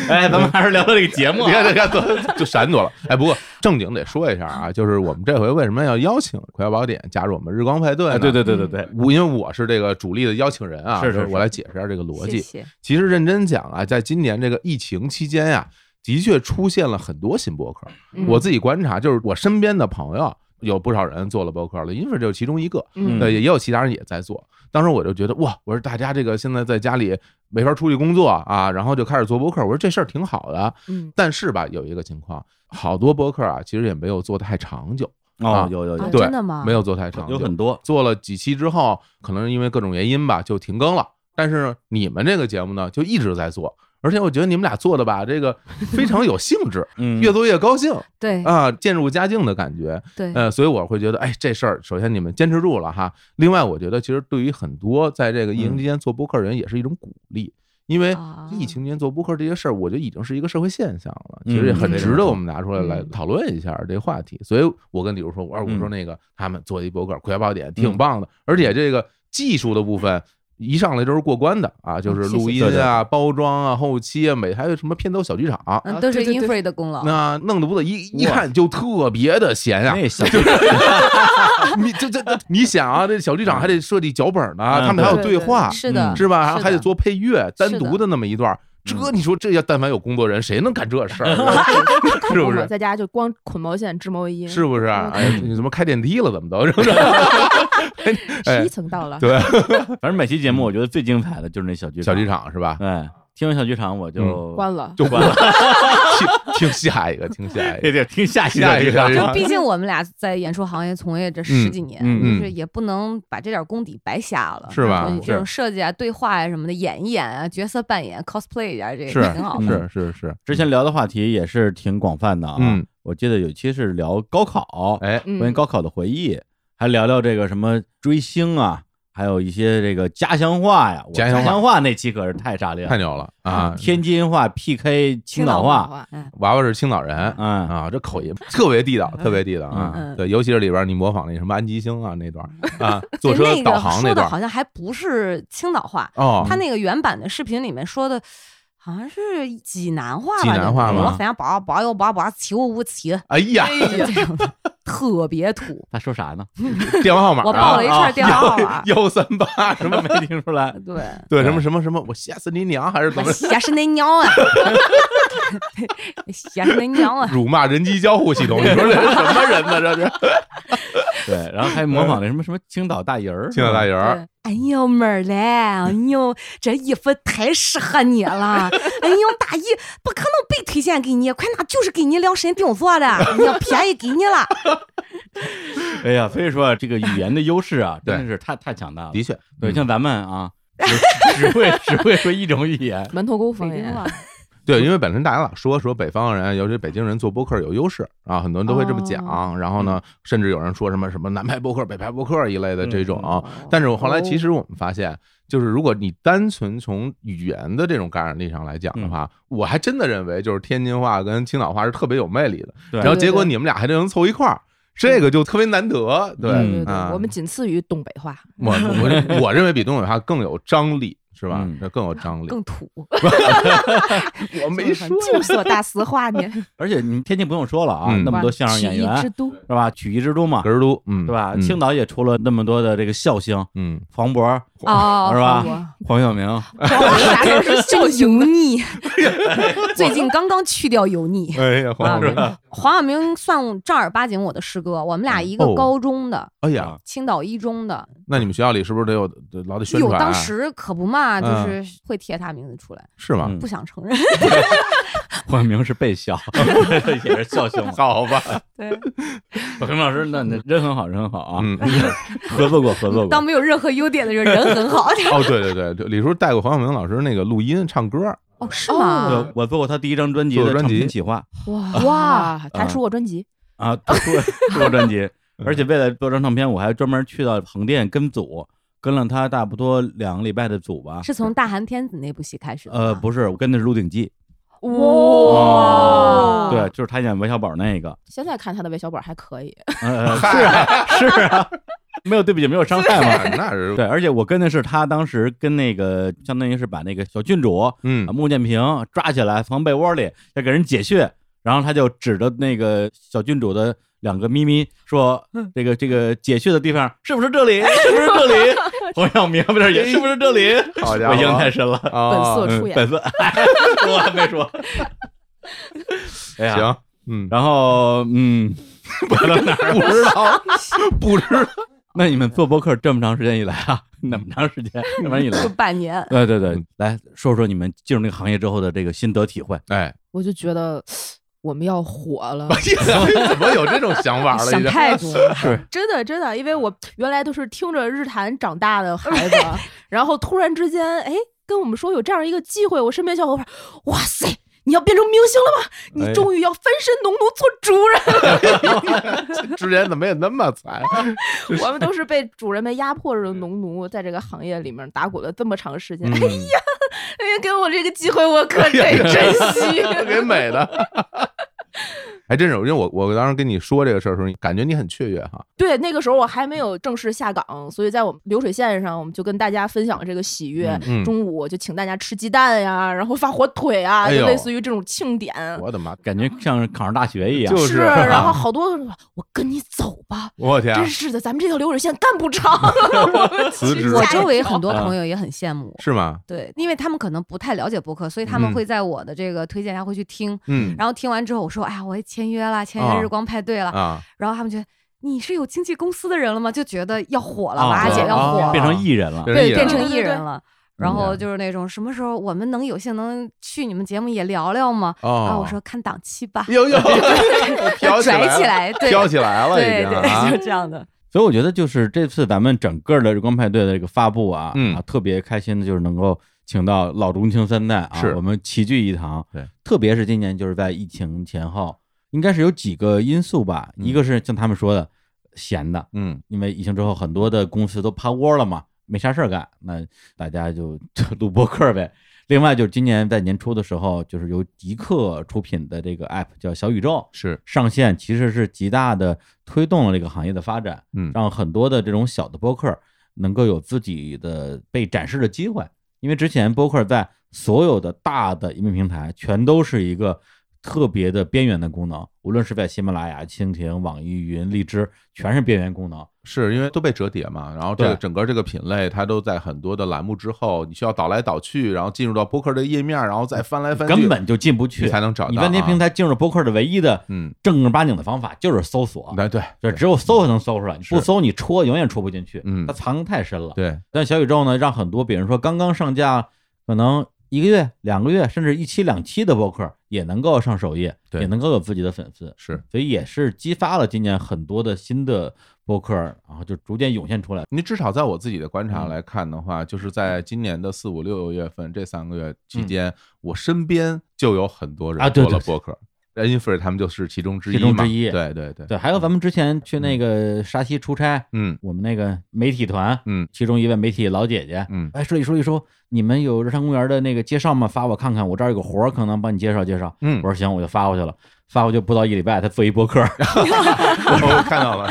Speaker 1: 哎，咱们还是聊聊这个节目啊
Speaker 2: 你看，你看，就就闪躲了。哎，不过正经得说一下啊，就是我们这回为什么要邀请《葵花宝典》加入我们日光派 对呢？
Speaker 1: 哎对对对对对
Speaker 2: 我因为我是这个主力的邀请人啊，
Speaker 1: 是是
Speaker 2: 就是我来解释一下这个逻辑。
Speaker 1: 谢谢
Speaker 2: 其实认真讲啊，在今年这个疫情期间呀、的确出现了很多新播客。
Speaker 3: 嗯
Speaker 2: 我自己观察，就是我身边的朋友有不少人做了播客了，因为这是其中一个，
Speaker 3: 嗯
Speaker 2: 呃，也有其他人也在做。当时我就觉得哇，我说大家这个现在在家里没法出去工作啊，然后就开始做播客，我说这事儿挺好的。
Speaker 20: 嗯，
Speaker 2: 但是吧，有一个情况，好多播客啊，其实也没有做太长久。
Speaker 1: 哦
Speaker 2: 啊
Speaker 1: 有有有啊
Speaker 2: 对，
Speaker 1: 真的吗
Speaker 2: 没有做太长久，
Speaker 1: 有很多
Speaker 2: 做了几期之后，可能因为各种原因吧，就停更了。但是你们这个节目呢，就一直在做，而且我觉得你们俩做的吧，这个非常有兴致，越做越高兴，
Speaker 20: 对
Speaker 2: 啊，渐入佳境的感觉，
Speaker 20: 对
Speaker 2: 呃，所以我会觉得，哎，这事儿首先你们坚持住了哈。另外，我觉得其实对于很多在这个疫情期间做播客人也是一种鼓励。因为疫情期间做播客这些事儿，我觉得已经是一个社会现象了，其实也
Speaker 1: 嗯
Speaker 2: 很
Speaker 1: 非常
Speaker 2: 值得
Speaker 1: 好
Speaker 2: 我们拿出来来讨论一下这个话题。所以我跟李叔说，我说我说那个他们做一博客《葵花宝典》挺棒的，而且这个技术的部分。一上来都是过关的啊，就是
Speaker 20: 谢谢
Speaker 2: 录音
Speaker 20: 对对
Speaker 2: 啊、包装啊、后期啊、美，还有什么片头小剧场，
Speaker 20: 嗯，都是
Speaker 2: 对对
Speaker 20: Infree 的功劳。
Speaker 2: 那弄得不得一一看就特别的闲啊，就是 你这这这，你想啊，这小剧场还得设计脚本呢，
Speaker 1: 嗯
Speaker 2: 他们还有
Speaker 1: 对对
Speaker 2: 话，
Speaker 1: 对是的
Speaker 2: 是吧？然后
Speaker 1: 是的
Speaker 2: 还得做配乐，单独的那么一段儿。
Speaker 1: 嗯
Speaker 2: 这你说这要但凡有工作人，谁能干这事儿？ 是不
Speaker 19: 我
Speaker 2: 是？
Speaker 19: 在家就光捆毛线、织毛衣，
Speaker 2: 是不是？
Speaker 1: 嗯
Speaker 2: 哎，你怎么开电梯了？怎么都是不是？
Speaker 19: 十一层到了。
Speaker 2: 哎对，
Speaker 1: 反正每期节目我觉得最精彩的就是那小剧小剧
Speaker 2: 场是吧？
Speaker 1: 哎，听完小剧场我就
Speaker 19: 嗯关了
Speaker 1: 就关了，
Speaker 17: 嗯
Speaker 2: 听听下一个，听下一个，
Speaker 1: 对对，听下一
Speaker 2: 下一
Speaker 1: 个
Speaker 2: 个下一个
Speaker 1: 就
Speaker 2: 啊
Speaker 20: 毕竟我们俩在演出行业从业这十几年，
Speaker 2: 嗯嗯
Speaker 20: 就是也不能把这点功底白瞎了，
Speaker 2: 是吧
Speaker 20: 就是这种
Speaker 2: 是
Speaker 20: 设计啊、对话啊什么的，演一演啊，角色扮演、cosplay 一下，这
Speaker 1: 是
Speaker 20: 个挺好的。
Speaker 1: 嗯
Speaker 2: 是是，
Speaker 1: 之前聊的话题也是挺广泛的啊。
Speaker 2: 嗯，
Speaker 1: 我记得有一期是聊高考，
Speaker 2: 哎
Speaker 1: 关于高考的回忆，还聊聊这个什么追星啊，还有一些这个家乡话呀。我
Speaker 2: 家
Speaker 1: 家
Speaker 2: 乡话
Speaker 1: 话那期可是太炸裂了，嗯
Speaker 2: 太牛了啊
Speaker 1: 天津话 PK 青岛话，嗯
Speaker 2: 娃娃是青岛人，啊，这口音特别地道，特别地道啊
Speaker 20: 嗯！
Speaker 2: 对，尤其是里边你模仿那什么安吉星啊那段
Speaker 1: 嗯
Speaker 2: 啊，坐
Speaker 1: 哎
Speaker 20: 对
Speaker 2: 车
Speaker 20: 哎那
Speaker 2: 导
Speaker 20: 个
Speaker 2: 航
Speaker 20: 说的
Speaker 2: 段
Speaker 20: 好像还不是青岛话，
Speaker 2: 哦
Speaker 20: 他那个原版的视频里面说的。好像是济南话吧，
Speaker 2: 济南话吗
Speaker 20: 我反正保保佑保保起我无起，
Speaker 2: 哎呀
Speaker 20: 就这样的，特别土。
Speaker 1: 他说啥呢？
Speaker 2: 电话号 码啊，
Speaker 20: 我 报了一串电话号码
Speaker 2: 幺三八什么没听出来？
Speaker 20: 对
Speaker 2: 对，什么什么什么，我吓死你娘还是 怎么
Speaker 20: 我？瞎是那娘啊，瞎是那娘啊，啊
Speaker 2: 辱骂人机交互系统，你说这是什么人呢？这是
Speaker 1: 对，然后还模仿那什么什么青岛大人儿，
Speaker 2: 嗯青岛大人儿
Speaker 1: 对，
Speaker 20: 哎呦妹儿嘞，哎呦这衣服太适合你了，哎呦大姨不可能被推荐给你，快拿就是给你量身定做的，哎呀便宜给你了。
Speaker 1: 哎呀，所以说啊这个语言的优势啊，真的是太太强大了。的确，对，像咱们啊，只只 会只会说一种语言。
Speaker 19: 门头沟方言。
Speaker 2: 对，因为本身大家老说说北方人，尤其北京人做播客有优势啊，很多人都会这么讲。然后呢，甚至有人说什么什么南派播客、北派播客一类的这种。但是我后来其实我们发现，就是如果你单纯从语言的这种感染力上来讲的话，我还真的认为就是天津话跟青岛话是特别有魅力的。
Speaker 1: 对
Speaker 2: 然后结果你们俩还能凑一块儿，这个就特别难得。对
Speaker 19: 对对对，
Speaker 2: 啊
Speaker 19: 我们仅次于东北话，
Speaker 2: 我我我认为比东北话更有张力，是吧？那更有张力，
Speaker 19: 更土。
Speaker 2: 我
Speaker 1: 没
Speaker 2: 说
Speaker 20: 就说大实话呢。
Speaker 1: 而且你天津不用说了啊，
Speaker 2: 嗯
Speaker 1: 那么多相声演员
Speaker 20: 曲艺之都
Speaker 1: 是吧？曲艺之都嘛，
Speaker 2: 之都，嗯，
Speaker 1: 对吧？
Speaker 2: 嗯
Speaker 1: 青岛也出了那么多的这个笑星，
Speaker 2: 嗯，
Speaker 1: 黄渤儿，
Speaker 20: 哦
Speaker 1: 是
Speaker 20: 黄渤
Speaker 1: 吧？黄晓明，
Speaker 20: 啥都 是叫油腻，最近刚刚去掉油腻。
Speaker 2: 哎呀，
Speaker 20: 黄
Speaker 2: 是吧？
Speaker 20: 黄晓明算正儿八经我的师哥，我们俩一
Speaker 2: 哦
Speaker 20: 个高中的，
Speaker 2: 哎呀，
Speaker 20: 青岛一中的，
Speaker 2: 那你们学校里是不是得有得老得宣
Speaker 20: 有
Speaker 2: 传啊？
Speaker 20: 当时可不嘛，就
Speaker 2: 嗯
Speaker 20: 是会贴他名字出来，
Speaker 2: 是吗嗯
Speaker 20: 不想承 认。
Speaker 1: 黄晓明是被笑， 也是笑星，好吧？
Speaker 20: 对，
Speaker 1: 黄晓明老师那那人很好，人很好啊，
Speaker 2: 嗯
Speaker 1: 合作过，合作
Speaker 20: 当
Speaker 1: 过。
Speaker 20: 没有任何优点的人，人很好。
Speaker 2: 哦，对对对，对李叔带过黄晓明老师那个录音唱歌，
Speaker 20: 哦，是吗？
Speaker 1: 对，我做过他第一张专辑
Speaker 2: 做
Speaker 1: 的
Speaker 2: 专
Speaker 1: 唱
Speaker 2: 辑
Speaker 1: 片企划
Speaker 20: 哇哇，他
Speaker 1: 啊
Speaker 20: 出过专辑，
Speaker 1: 啊，他出过出过专辑，而且为了做张唱片，我还专门去到横店跟组，跟了他差不多两个礼拜的组吧。
Speaker 20: 是从《大韩天子》那部戏开始 的。
Speaker 1: 呃，不是，我跟的是《鹿鼎记》
Speaker 19: 哦
Speaker 20: 哇
Speaker 1: 对，就是他演韦小宝那个，
Speaker 19: 现在看他的韦小宝还可以，
Speaker 1: 呃，是啊，是啊，没有对不起，没有伤害嘛，
Speaker 2: 那 是
Speaker 1: 对，而且我跟的是他当时跟那个相当于是把那个小郡主，啊
Speaker 2: 嗯，
Speaker 1: 穆剑平抓起来放被窝里要给人解穴，然后他就指着那个小郡主的两个咪咪说，
Speaker 2: 嗯
Speaker 1: 这个这个解穴的地方是不是这里？是不是这里？黄晓明啊不是也是不是这里？
Speaker 2: 好家伙
Speaker 1: 我印象太深了，
Speaker 17: 啊
Speaker 2: 哦本色出演
Speaker 1: 嗯本色， 我还没说，哎呀，
Speaker 2: 行，嗯，
Speaker 1: 然后嗯， 我到哪儿了
Speaker 2: 不知道，不知道。
Speaker 1: 那你们做播客这么长时间以来 啊，那么长时间，这么长以来
Speaker 19: 就，半年。
Speaker 1: 对对对，来说说你们进入那个行业之后的这个心得体会。
Speaker 2: 哎，。
Speaker 19: 我就觉得我们要火了
Speaker 2: 哎怎么有这种想法了已经
Speaker 19: 想太多了，
Speaker 2: 是
Speaker 19: 真的真的，因为我原来都是听着日坛长大的孩子， 然后突然之间，哎，跟我们说有这样一个机会，我身边小伙伴，哇塞！你要变成明星了吗？
Speaker 2: 哎
Speaker 19: 你终于要翻身农奴做主人。
Speaker 2: 之前怎么也那么 惨？
Speaker 19: 我们都是被主人们压迫着的农奴，在这个行业里面打滚了这么长时间。
Speaker 2: 嗯。
Speaker 19: 哎呀，哎呀，给我这个机会，我可得珍惜
Speaker 2: 给美的。还哎真是，因为我我当时跟你说这个事儿的时候，感觉你很雀跃哈。
Speaker 19: 对，那个时候我还没有正式下岗，所以在我们流水线上，我们就跟大家分享这个喜悦。
Speaker 2: 嗯嗯
Speaker 19: 中午我就请大家吃鸡蛋呀，然后发火腿啊，
Speaker 1: 哎呦
Speaker 19: 就类似于这种庆典。
Speaker 1: 我的妈，感觉像是考上大学一样，
Speaker 19: 是，然后好多人说我跟你走吧，
Speaker 1: 我天啊
Speaker 19: 真是的，咱们这条流水线干不长。
Speaker 2: 辞职啊
Speaker 20: 我周围很多朋友也很羡慕，
Speaker 2: 是吗？
Speaker 20: 对，因为他们可能不太了解播客，所以他们
Speaker 2: 嗯
Speaker 20: 会在我的这个推荐下会去听。
Speaker 2: 嗯
Speaker 20: 然后听完之后，我说：“哎呀，我也签约了，签
Speaker 2: 啊
Speaker 20: 约日光派对了。
Speaker 2: 啊
Speaker 20: 然后他们觉得你是有经纪公司的人了吗？就觉得要火了，
Speaker 1: 啊
Speaker 20: 娃、姐
Speaker 1: 对
Speaker 20: 要火了，
Speaker 1: 啊变成艺人了
Speaker 20: 对，
Speaker 1: 变
Speaker 20: 变
Speaker 1: 成
Speaker 20: 成
Speaker 1: 艺人了
Speaker 20: 艺人
Speaker 1: 对对
Speaker 2: 嗯
Speaker 1: 对
Speaker 20: 了。然后就是那种什么时候我们能有幸能去你们节目也聊聊吗？
Speaker 2: 哦
Speaker 20: 啊，我说看档期吧。
Speaker 2: 有 有飘起
Speaker 20: 拽
Speaker 2: 来了
Speaker 20: 起来，对，
Speaker 2: 飘起来了已
Speaker 20: 对
Speaker 1: 经
Speaker 20: 对，
Speaker 1: 啊
Speaker 20: 就这样的。
Speaker 1: 所以我觉得就是这次咱们整个的日光派对的这个发布啊，
Speaker 2: 嗯
Speaker 1: 啊，特别开心的就是能够请到老中青三代啊
Speaker 2: 是，
Speaker 1: 我们齐聚一堂。
Speaker 2: 对，
Speaker 1: 特别是今年就是在疫情前后，应该是有几个因素吧，一个是像他们说的闲的，
Speaker 2: 嗯，
Speaker 1: 因为疫情之后很多的公司都趴窝了嘛，没啥事儿干，那大家就 就录播客呗。另外就是今年在年初的时候，就是由极客出品的这个 app 叫小宇宙，
Speaker 2: 是
Speaker 1: 上线，其实是极大的推动了这个行业的发展，
Speaker 2: 嗯
Speaker 1: 让很多的这种小的播客能够有自己的被展示的机会。因为之前播客在所有的大的音频平台全都是一个特别的边缘的功能，无论是在喜马拉雅、蜻蜓、网易云、荔枝，全是边缘功能。
Speaker 2: 是因为都被折叠嘛，然后这个
Speaker 1: 对
Speaker 2: 整个这个品类，它都在很多的栏目之后，你需要倒来倒去，然后进入到播客的页面，然后再翻来翻去，
Speaker 1: 根本就进不去，
Speaker 2: 你才能找到啊。
Speaker 1: 你半天平台进入播客的唯一的
Speaker 2: 嗯哎
Speaker 1: 正儿八经的方法就是搜索，
Speaker 2: 对对，
Speaker 1: 就只有搜才能搜出来，你不搜你戳永远戳不进去，
Speaker 2: 嗯，
Speaker 1: 它藏得太深了。
Speaker 2: 对，
Speaker 1: 但小宇宙呢，让很多比如说刚刚上架，可能一个月、两个月，甚至一期两期的播客也能够上首页，也能够有自己的粉丝，
Speaker 2: 是，
Speaker 1: 所以也是激发了今年很多的新的播客，然后就逐渐涌现出来。嗯
Speaker 2: 你至少在我自己的观察来看的话，就是在今年的四五六月份这三个月期间，我身边就有很多
Speaker 1: 嗯啊
Speaker 2: 人
Speaker 1: 对
Speaker 2: 做了
Speaker 1: 对对
Speaker 2: 播客，任云飞他们就是其中之
Speaker 1: 其
Speaker 2: 一
Speaker 1: 中
Speaker 2: 嘛
Speaker 1: 之一。
Speaker 2: 对对对
Speaker 1: 对，还有咱们之前去那个沙溪出差，
Speaker 2: 嗯，
Speaker 1: 我们那个媒体团，
Speaker 2: 嗯，
Speaker 1: 其中一位媒体老姐姐，
Speaker 2: 嗯，
Speaker 1: 哎，说一说一说，你们有日常公园的那个介绍吗？发我看看，我这儿有个活儿，可能帮你介绍介绍。
Speaker 2: 嗯，
Speaker 1: 我说行，我就发过去了。发过去不到一礼拜，他做一播客，
Speaker 2: 我哦看到 了。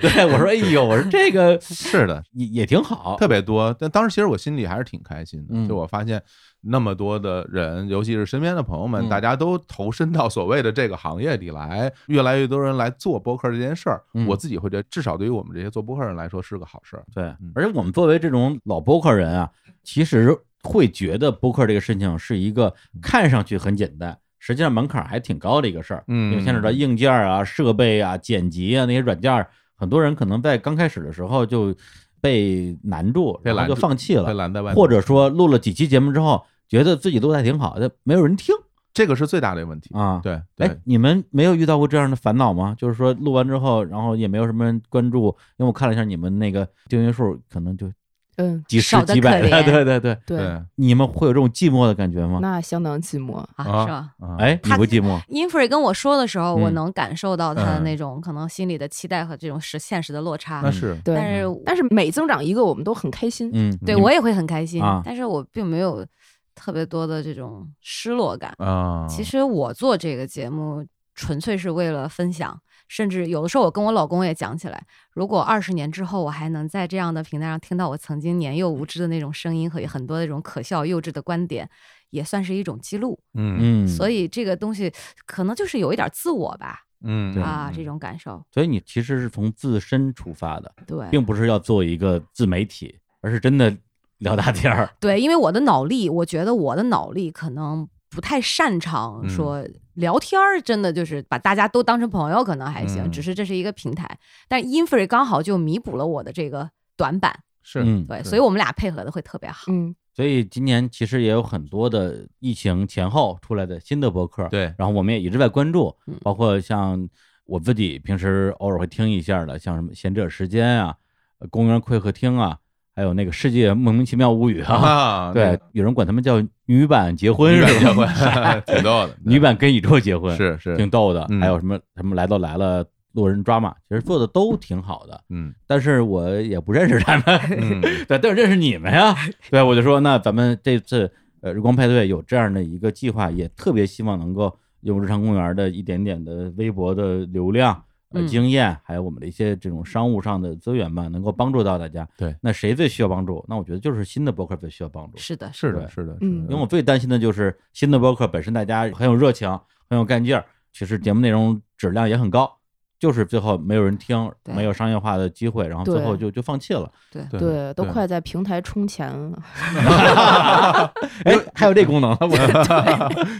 Speaker 1: 对，我说哎呦，我说这个
Speaker 2: 是的，
Speaker 1: 也也挺好，
Speaker 2: 特别多。但当时其实我心里还是挺开心
Speaker 1: 嗯
Speaker 2: 的，就我发现那么多的人，尤其是身边的朋友
Speaker 1: 嗯
Speaker 2: 们，大家都投身到所谓的这个行业里来，越来越多人来做播客这件事儿
Speaker 1: 嗯。
Speaker 2: 我自己会觉得，至少对于我们这些做播客人来说是个好事儿。
Speaker 1: 对，而且我们作为这种老播客人啊，其实会觉得播客这个事情是一个
Speaker 2: 嗯
Speaker 1: 看上去很简单，实际上门槛还挺高的一个事儿。
Speaker 2: 嗯
Speaker 1: 因为牵扯到硬件啊、设备啊、剪辑啊那些软件儿，很多人可能在刚开始的时候就被难住，
Speaker 2: 被
Speaker 1: 然后
Speaker 2: 拦
Speaker 1: 就
Speaker 2: 住
Speaker 1: 放弃了，
Speaker 2: 被拦在外面
Speaker 1: 或者说录了几期节目之后，觉得自己录的还挺好，但没有人听。
Speaker 2: 这个是最大的问题
Speaker 1: 啊！
Speaker 2: 对对
Speaker 1: 哎，你们没有遇到过这样的烦恼吗？就是说录完之后，然后也没有什么人关注，因为我看了一下你们那个订阅数，可能就
Speaker 19: 嗯
Speaker 1: 几十
Speaker 19: 少得
Speaker 1: 几百，
Speaker 19: 可
Speaker 1: 对
Speaker 19: 怜
Speaker 1: 对对对
Speaker 19: 对对，
Speaker 1: 你们会有这种寂寞的感觉吗？
Speaker 19: 那相当寂寞
Speaker 1: 嗯啊
Speaker 20: 是吧？
Speaker 1: 哎，你不寂寞？
Speaker 20: 英弗瑞跟我说的时候，我
Speaker 1: 嗯
Speaker 20: 能感受到他的
Speaker 1: 嗯
Speaker 20: 那种可能心里的期待和这种实现实的落差。
Speaker 1: 那是
Speaker 20: 但
Speaker 19: 对嗯
Speaker 20: 是
Speaker 19: 但是每增长一个，我们都很开心。
Speaker 1: 嗯
Speaker 20: 对
Speaker 1: 你
Speaker 20: 我也会很开心
Speaker 1: 啊，
Speaker 20: 但是我并没有特别多的这种失落感
Speaker 1: 啊
Speaker 20: 其实我做这个节目纯粹是为了分享，甚至有的时候我跟我老公也讲起来，如果二十年之后我还能在这样的平台上听到我曾经年幼无知的那种声音和很多那种可笑幼稚的观点，也算是一种记录。
Speaker 1: 嗯嗯
Speaker 20: 所以这个东西可能就是有一点儿自我吧。
Speaker 2: 嗯
Speaker 20: 啊，这种感受。
Speaker 1: 所以你其实是从自身出发的，
Speaker 20: 对
Speaker 1: 并不是要做一个自媒体，而是真的聊大天儿。
Speaker 20: 对，因为我的脑力，我觉得我的脑力可能不太擅长
Speaker 1: 嗯
Speaker 20: 说聊天儿，真的就是把大家都当成朋友可能还行，只是这是一个平台。但 Infree 刚好就弥补了我的这个短板，
Speaker 2: 是
Speaker 1: 嗯
Speaker 20: 对，
Speaker 1: 是
Speaker 20: 所以我们俩配合的会特别好。嗯，
Speaker 1: 所以今年其实也有很多的疫情前后出来的新的博客，
Speaker 2: 对，
Speaker 1: 然后我们也一直在关注，包括像我自己平时偶尔会听一下的，像什么贤者时间啊、呃公园会客厅啊，还有那个世界莫名其妙无语啊，
Speaker 2: 啊那
Speaker 1: 对
Speaker 2: 个，
Speaker 1: 有人管他们叫女版结婚
Speaker 2: 女
Speaker 1: 是吧，
Speaker 2: 版结婚 挺逗的
Speaker 1: 女版跟宇宙结婚
Speaker 2: 是是
Speaker 1: 挺逗的，
Speaker 2: 嗯
Speaker 1: 还有什么什么来都来了。路人抓马其实做的都挺好的，
Speaker 2: 嗯，
Speaker 1: 但是我也不认 识他们，
Speaker 2: 嗯
Speaker 1: 对，但是认识你们呀，对，我就说那咱们这次呃日光派对有这样的一个计划，也特别希望能够用日常公园的一点点的微博的流量、呃
Speaker 14: 嗯
Speaker 1: 经验，还有我们的一些这种商务上的资源吧，能够帮助到大家。
Speaker 2: 对，
Speaker 1: 那谁最需要帮助？那我觉得就是新的博客最需要帮助。
Speaker 20: 是的
Speaker 2: 是的
Speaker 1: 对
Speaker 2: 是的是的
Speaker 19: 嗯
Speaker 1: 因为我最担心的就是新的博客本身大家很有热情，很有干劲儿，其实节目内容质量也很高。就是最后没有人听，
Speaker 19: 对
Speaker 1: 没有商业化的机会，然后最
Speaker 19: 对
Speaker 1: 后就就放弃了。
Speaker 20: 对
Speaker 19: 对，都快在平台充钱了。
Speaker 1: 哎， 还有这功能，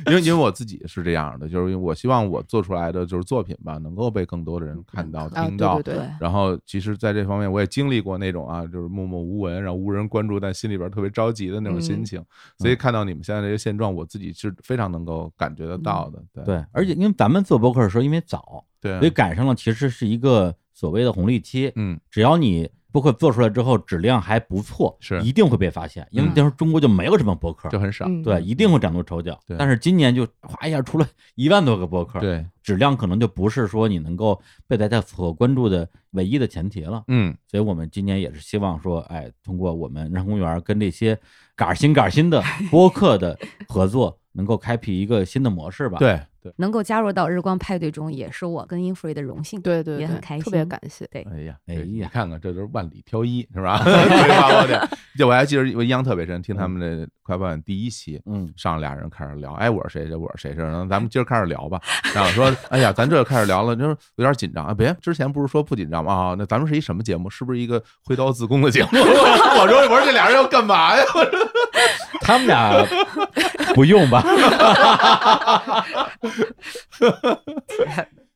Speaker 2: 因为因为我自己是这样的，就是因为我希望我做出来的就是作品吧，能够被更多的人看到、
Speaker 19: 啊
Speaker 2: 听到。
Speaker 19: 对对对
Speaker 2: 然后其实，在这方面我也经历过那种啊，就是默默无闻，然后无人关注，但心里边特别着急的那种
Speaker 19: 嗯
Speaker 2: 心情。所以
Speaker 1: 嗯
Speaker 2: 看到你们现在这些现状，我自己是非常能够感觉得到的。对
Speaker 1: 嗯对，而且因为咱们做博客的时候，因为早，
Speaker 2: 对
Speaker 1: 所以赶上了其实是一个所谓的红利期。
Speaker 2: 嗯，
Speaker 1: 只要你博客做出来之后质量还不错，
Speaker 2: 是
Speaker 1: 一定会被发现，因为
Speaker 2: 嗯
Speaker 1: 那时候中国就没有什么博客，
Speaker 2: 就很少嗯
Speaker 1: 对，一定会崭露头角。
Speaker 2: 对
Speaker 1: 但是今年就哗一下出来一万多个博客，
Speaker 2: 对，
Speaker 1: 质量可能就不是说你能够被大家所关注的唯一的前提了。
Speaker 2: 嗯，
Speaker 1: 所以我们今年也是希望说， 哎，通过我们人公园跟这些杆儿新杆儿新的播客的合作，能够开辟一个新的模式吧。
Speaker 2: 对对，
Speaker 20: 能够加入到日光派对中，也是我跟 Infree 的荣幸，
Speaker 19: 对对
Speaker 20: 也很
Speaker 19: 对
Speaker 20: 开心，
Speaker 19: 特别感谢。
Speaker 20: 对，
Speaker 2: 哎呀，哎呀，你看看，这都是万里挑一，是 吧？夸我的，就我还记得我印象特别深，听他们的快报第一期，
Speaker 1: 嗯，哎
Speaker 2: 上俩人开始聊，哎，我是谁谁，我是谁谁，然后咱们今儿开始聊吧。然后 说，哎呀，咱这开始聊了，就是有点紧张啊。别，之前不是说不紧张吗？啊，那咱们是一什么节目？是不是一个挥刀自宫的 节目？我说，我说这俩人要干嘛呀？我说
Speaker 1: 他们俩不 用吧？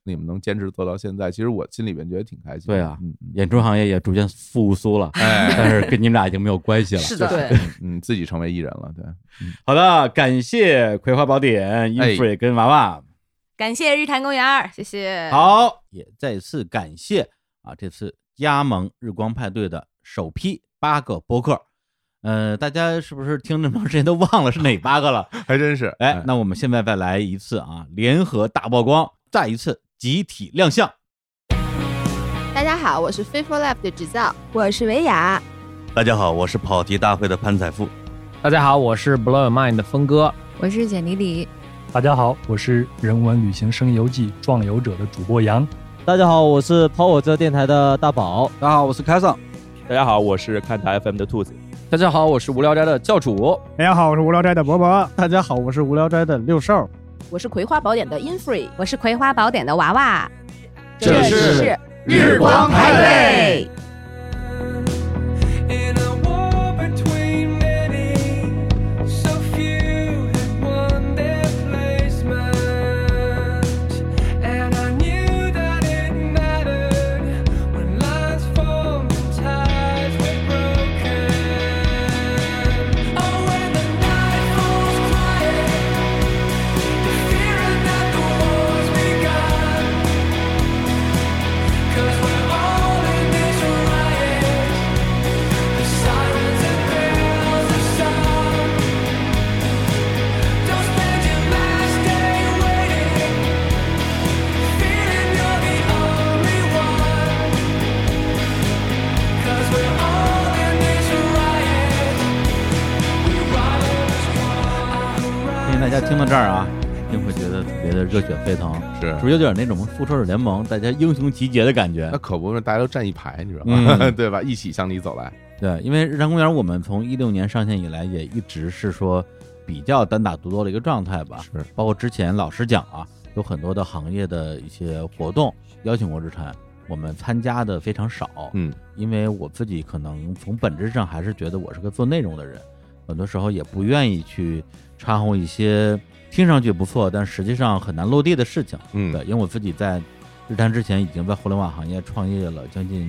Speaker 2: 你们能坚持做到现在，其实我心里面觉得挺开心。嗯
Speaker 1: 对啊，演出行业也逐渐复苏了，
Speaker 2: 哎
Speaker 1: 但是跟你们俩已经没有关系了。
Speaker 2: 是的
Speaker 1: 就是
Speaker 2: 对嗯，自己成为艺人了，对。嗯
Speaker 1: 好的，感谢《葵花宝典》
Speaker 2: 哎
Speaker 1: 一水跟娃娃，
Speaker 20: 感谢日坛公园儿，谢谢。
Speaker 1: 好，也再次感谢啊，这次加盟日光派对的首批八个播客。呃，大家是不是听这么长时间都忘了是哪八个了？
Speaker 2: 还真是。
Speaker 1: 哎，那我们现在再来一次啊，联合大曝光，再一次集体亮相。
Speaker 12: 大家好，我是 Faithful Lab 的制造，
Speaker 11: 我是维雅。
Speaker 10: 大家好，我是跑题大会的潘财富。
Speaker 8: 大家好，我是 Blow Your Mind 的峰哥。
Speaker 13: 我是简丽丽，
Speaker 9: 大家好，我是人文旅行声游记《壮游者》的主播杨。
Speaker 18: 大家 好，我是跑火车电台的大宝。
Speaker 16: 大家好，我是凯撒。
Speaker 15: 大家好，我是看台 FM 的兔子。
Speaker 5: 大家好，我是无聊斋的教主。
Speaker 18: 大家好，我是无聊斋的伯伯。大家好，我是无聊斋的六少。
Speaker 19: 我是葵花宝典的 Infree，
Speaker 20: 我是葵花宝典的娃娃。
Speaker 19: 这里是
Speaker 21: 日光派对。
Speaker 1: 相信大家听到这儿啊，一定会觉得特别的热血沸腾，
Speaker 2: 是
Speaker 1: 是不是有点那种复仇者联盟大家英雄集结的感觉？
Speaker 2: 那可不是，大家都站一排，你知道吗？
Speaker 1: 嗯
Speaker 2: 对吧？一起向你走来。
Speaker 1: 对，因为日坛公园我们从一六年上线以来，也一直是说比较单打独斗的一个状态吧。
Speaker 2: 是，
Speaker 1: 包括之前老实讲啊，有很多的行业的一些活动邀请过日坛，我们参加的非常少。
Speaker 2: 嗯，
Speaker 1: 因为我自己可能从本质上还是觉得我是个做内容的人，很多时候也不愿意去掺和一些听上去不错，但实际上很难落地的事情。
Speaker 2: 嗯，
Speaker 1: 对，因为我自己在日坛之前已经在互联网行业创业了将近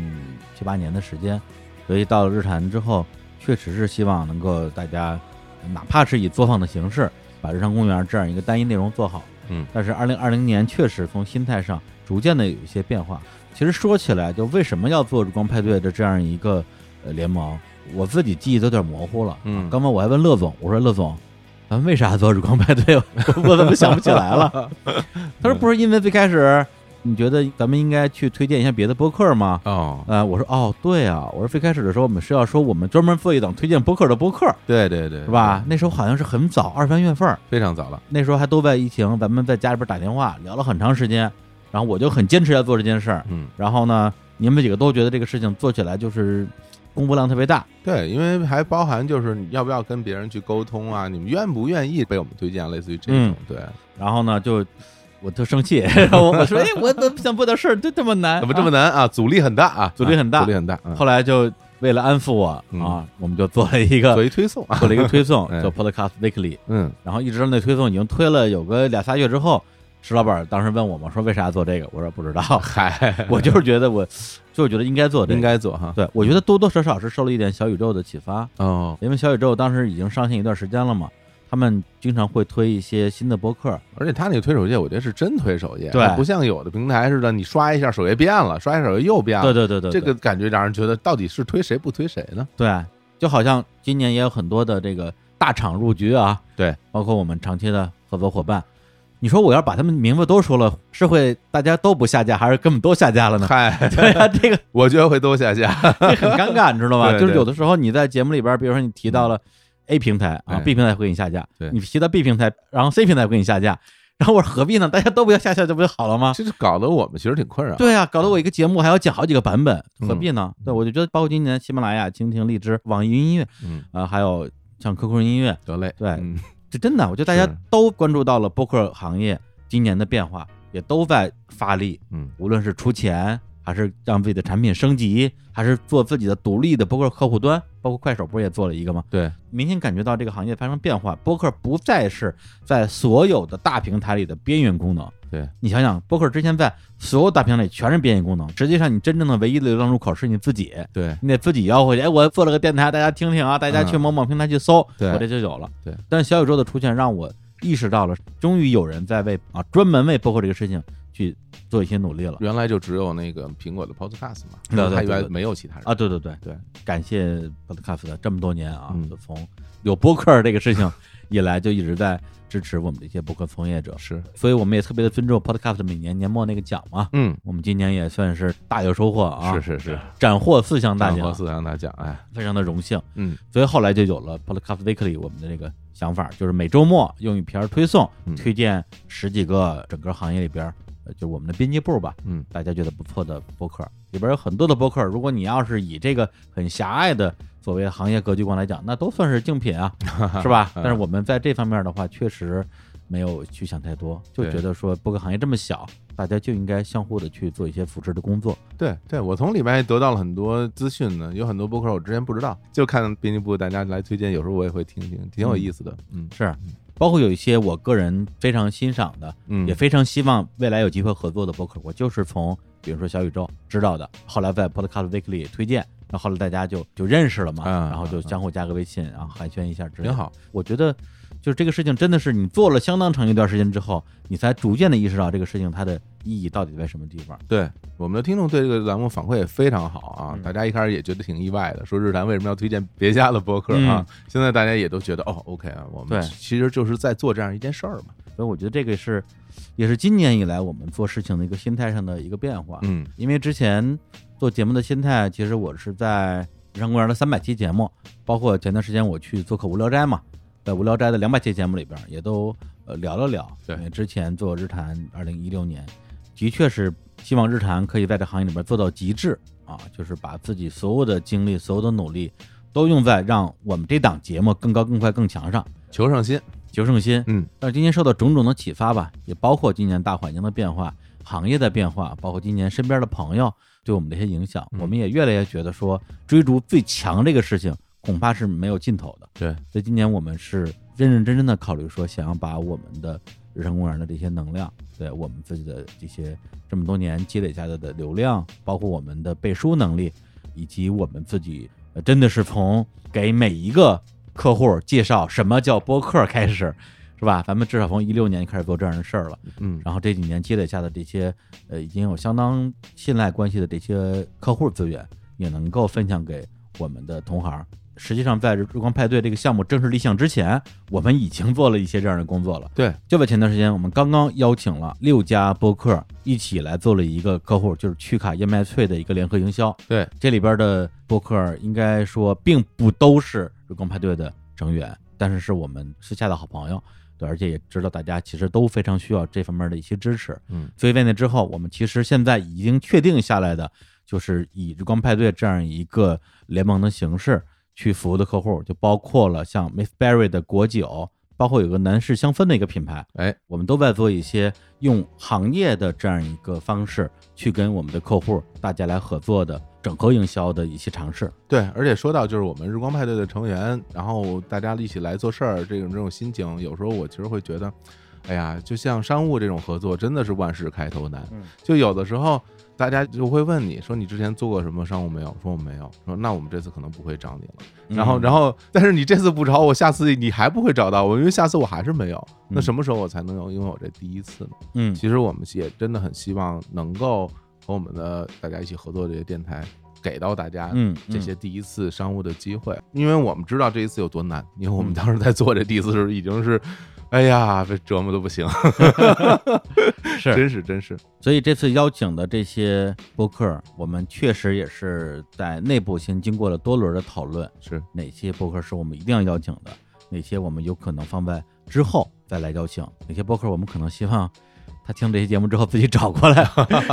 Speaker 1: 七八年的时间，所以到了日坛之后，确实是希望能够大家，哪怕是以作坊的形式，把日常公园这样一个单一内容做好。
Speaker 2: 嗯
Speaker 1: 但是二零二零年确实从心态上逐渐的有一些变化。其实说起来，就为什么要做日光派对的这样一个呃联盟，我自己记忆都有点模糊了。
Speaker 2: 嗯
Speaker 1: 刚才我还问乐总，我说乐总，咱们为啥做日光派对？我我怎么想不起 来了？他说不是因为最开始你觉得咱们应该去推荐一下别的播客吗？
Speaker 2: 哦，
Speaker 1: 呃，我说哦，对啊，我说最开始的时候我们是要说我们专门做一档推荐播客的播客，
Speaker 2: 对对对，
Speaker 1: 是吧？那时候好像是很早，二三月份儿，
Speaker 2: 非常早了。
Speaker 1: 那时候还都在疫情，咱们在家里边打电话聊了很长时间，然后我就很坚持要做这件事儿，
Speaker 2: 嗯，
Speaker 1: 然后呢，你们几个都觉得这个事情做起来就是工作量特别大，
Speaker 2: 对，因为还包含就是你要不要跟别人去沟通啊？你们愿不愿意被我们推荐？类似于这种
Speaker 1: 嗯，
Speaker 2: 对。
Speaker 1: 然后呢，就我特生气， 然后我说，哎，我怎么想不到事儿，这这么难，
Speaker 2: 怎么这么难啊？阻力很大啊，
Speaker 1: 阻力很大，
Speaker 2: 阻力很大。嗯
Speaker 1: 后来就为了安抚我啊，我们就做了一个
Speaker 2: 做一推送，，
Speaker 1: 做了一个推 送
Speaker 2: 哎
Speaker 1: 叫 Podcast Weekly。
Speaker 2: 嗯，
Speaker 1: 然后一直到那推送已经推了有个俩仨月之后，石老板当时问我们说为啥做这个，我说不知道，
Speaker 2: 嗨，
Speaker 1: 我就是觉得我就是觉得应该做这个，
Speaker 2: 应该做哈。
Speaker 1: 对，我觉得多多少少是受了一点小宇宙的启发
Speaker 2: 哦，
Speaker 1: 因为小宇宙当时已经上线一段时间了嘛，他们经常会推一些新的播客，
Speaker 2: 而且他那个推首页，我觉得是真推首页，
Speaker 1: 对
Speaker 2: 不像有的平台似的，你刷一下首页变了，刷一下首页又变了。
Speaker 1: 对对对对对
Speaker 2: 这个感觉让人觉得到底是推谁不推谁呢？
Speaker 1: 对，就好像今年也有很多的这个大厂入局啊，
Speaker 2: 对，
Speaker 1: 包括我们长期的合作伙伴。你说我要把他们名字都说了，是会大家都不下架，还是根本都下架了呢？
Speaker 2: 嗨，
Speaker 1: 对呀、这个
Speaker 2: 我觉得会都下架，
Speaker 1: 这很尴尬，你知道吗？
Speaker 2: 对嗯
Speaker 1: 就是
Speaker 2: 对
Speaker 1: 有的时候你在节目里边，比如说你提到了 A 平台
Speaker 2: 哎
Speaker 1: 啊
Speaker 14: 对
Speaker 1: ，B 平台会给你下架，
Speaker 14: 对
Speaker 1: 你骑到 B 平台，然后 C 平台会给你下架，然后我说何必呢？大家都不要下架，这不就好了吗？
Speaker 2: 这就搞得我们其实挺困扰。
Speaker 1: 对啊，搞得我一个节目还要讲好几个版本，
Speaker 2: 嗯
Speaker 1: 何必呢？对，我就觉得包括今年喜马拉雅、蜻蜓、荔枝、网易云音乐，
Speaker 2: 嗯
Speaker 1: 啊、还有像 QQ 音乐，
Speaker 2: 得嘞，嗯
Speaker 1: 对，这真的，我觉得大家
Speaker 2: 是
Speaker 1: 都关注到了播客行业今年的变化，也都在发力，
Speaker 2: 嗯，
Speaker 1: 无论是出钱，还是让自己的产品升级，还是做自己的独立的播客客户端，包括快手不是也做了一个吗？
Speaker 2: 对，
Speaker 1: 明显感觉到这个行业发生变化，播客不再是在所有的大平台里的边缘功能。
Speaker 2: 对
Speaker 1: 你想想，播客之前在所有大平台里全是边缘功能，实际上你真正的唯一的流量入口是你自己，
Speaker 2: 对
Speaker 1: 你得自己吆回去。哎，我做了个电台，大家听听啊，大家去
Speaker 2: 嗯
Speaker 1: 某某平台去搜，
Speaker 2: 对
Speaker 1: 我这就有了。
Speaker 2: 对，
Speaker 1: 但是小宇宙的出现让我意识到了，终于有人在为啊专门为播客这个事情去做一些努力了。
Speaker 2: 原来就只有那个苹果的 Podcast 嘛，
Speaker 1: 对对对
Speaker 2: 它
Speaker 1: 对
Speaker 2: 原来没有其他人
Speaker 1: 啊，对对对
Speaker 2: 对，
Speaker 1: 感谢 Podcast 这么多年啊，
Speaker 2: 嗯
Speaker 1: 就从有播客这个事情以来，就一直在支持我们的一些播客从业者，
Speaker 2: 是，
Speaker 1: 所以我们也特别的尊重 Podcast 每年年末那个奖嘛，
Speaker 2: 嗯，
Speaker 1: 我们今年也算是大有收获啊，
Speaker 2: 是是是，
Speaker 1: 斩获四项大
Speaker 2: 斩获
Speaker 1: 奖，
Speaker 2: 四项大奖，哎，
Speaker 1: 非常的荣幸，
Speaker 2: 嗯，
Speaker 1: 所以后来就有了 Podcast Weekly 我们的这个想法，就是每周末用一篇推送，
Speaker 2: 嗯
Speaker 1: 推荐十几个整个行业里边儿，呃就我们的编辑部吧，
Speaker 2: 嗯，
Speaker 1: 大家觉得不错的播客，里边有很多的播客，如果你要是以这个很狭隘的所谓行业格局观来讲，那都算是竞品 啊，是吧？但是我们在这方面的话，确实没有去想太多，就
Speaker 2: 对
Speaker 1: 觉得说播客行业这么小，大家就应该相互的去做一些扶持的工作，
Speaker 2: 对对，我从里面得到了很多资讯呢，有很多播客我之前不知道，就看编辑部大家来推荐，有时候我也会听听，挺有意思的。嗯，
Speaker 1: 是，包括有一些我个人非常欣赏的，
Speaker 2: 嗯
Speaker 1: 也非常希望未来有机会合作的播客，我就是从比如说小宇宙知道的，后来在 Podcast Weekly 推荐，然后后来大家就就认识了嘛，然后就相互加个微信，然后寒暄一下之类
Speaker 2: 嗯
Speaker 1: 的，
Speaker 2: 挺好。
Speaker 1: 我觉得就是这个事情真的是你做了相当长一段时间之后，你才逐渐的意识到这个事情它的意义到底在什么地方。
Speaker 2: 对，我们的听众对这个栏目反馈也非常好啊，
Speaker 1: 嗯
Speaker 2: 大家一开始也觉得挺意外的，说日坛为什么要推荐别家的播客啊
Speaker 1: 嗯？
Speaker 2: 现在大家也都觉得哦，OK 啊，我们
Speaker 1: 对
Speaker 2: 其实就是在做这样一件事儿嘛。
Speaker 1: 所以我觉得这个是，也是今年以来我们做事情的一个心态上的一个变化。
Speaker 2: 嗯，
Speaker 1: 因为之前做节目的心态，其实我是在日常公园的三百期节目，包括前段时间我去做客无聊斋嘛，在无聊斋的两百期节目里边儿也都呃聊了聊。对，之前做日坛二零一六年，的确是希望日坛可以在这行业里边做到极致啊，就是把自己所有的精力、所有的努力都用在让我们这档节目更高、更快、更强上，
Speaker 2: 求上心，
Speaker 1: 求上心。
Speaker 2: 嗯，
Speaker 1: 但是今年受到种种的启发吧，也包括今年大环境的变化、行业的变化，包括今年身边的朋友对我们的一些影响，我们也越来越觉得说追逐最强这个事情恐怕是没有尽头的。
Speaker 2: 对，
Speaker 1: 所以今年我们是认认真真的考虑说，想要把我们的日常公园的这些能量，对我们自己的这些这么多年积累下来的流量，包括我们的背书能力，以及我们自己呃真的是从给每一个客户介绍什么叫播客开始，是吧？咱们至少从一六年开始做这样的事儿了，
Speaker 2: 嗯
Speaker 1: 然后这几年积累下的这些呃已经有相当信赖关系的这些客户资源，也能够分享给我们的同行。实际上，在日光派对这个项目正式立项之前，我们已经做了一些这样的工作了。
Speaker 2: 对，
Speaker 1: 就在前段时间，我们刚刚邀请了六家播客一起来做了一个客户，就是趣卡燕麦脆的一个联合营销。
Speaker 2: 对，
Speaker 1: 这里边的播客应该说并不都是日光派对的成员，但是是我们私下的好朋友。对，而且也知道大家其实都非常需要这方面的一些支持。
Speaker 2: 嗯
Speaker 1: 所以在那之后，我们其实现在已经确定下来的，就是以日光派对这样一个联盟的形式去服务的客户，就包括了像 Miss Berry 的果酒，包括有个男士香氛的一个品牌，
Speaker 2: 哎，
Speaker 1: 我们都在做一些用行业的这样一个方式去跟我们的客户大家来合作的整合营销的一些尝试。
Speaker 2: 对，而且说到就是我们日光派对的成员，然后大家一起来做事儿，这种这种心情，有时候我其实会觉得，哎呀，就像商务这种合作，真的是万事开头难。
Speaker 1: 嗯
Speaker 2: 就有的时候大家就会问你说你之前做过什么商务没有？说我没有。说那我们这次可能不会找你了。然后，
Speaker 1: 嗯
Speaker 2: 然后，但是你这次不找我，下次你还不会找到我，因为下次我还是没有。那
Speaker 1: 嗯
Speaker 2: 什么时候我才能有？因为我这第一次呢。
Speaker 1: 嗯
Speaker 2: 其实我们也真的很希望能够和我们的大家一起合作这些电台，给到大家
Speaker 1: 嗯
Speaker 2: 这
Speaker 1: 嗯
Speaker 2: 些第一次
Speaker 1: 嗯
Speaker 2: 商务的机会，因为我们知道这一次有多难，因为我们当时在做这第一次的时候已经是。哎呀，被折磨的不行，
Speaker 1: 是
Speaker 2: 真是真是，
Speaker 1: 所以这次邀请的这些播客，我们确实也是在内部先经过了多轮的讨论，
Speaker 2: 是
Speaker 1: 哪些播客是我们一定要邀请的，哪些我们有可能放在之后再来邀请，哪些播客我们可能希望他听这些节目之后自己找 过来，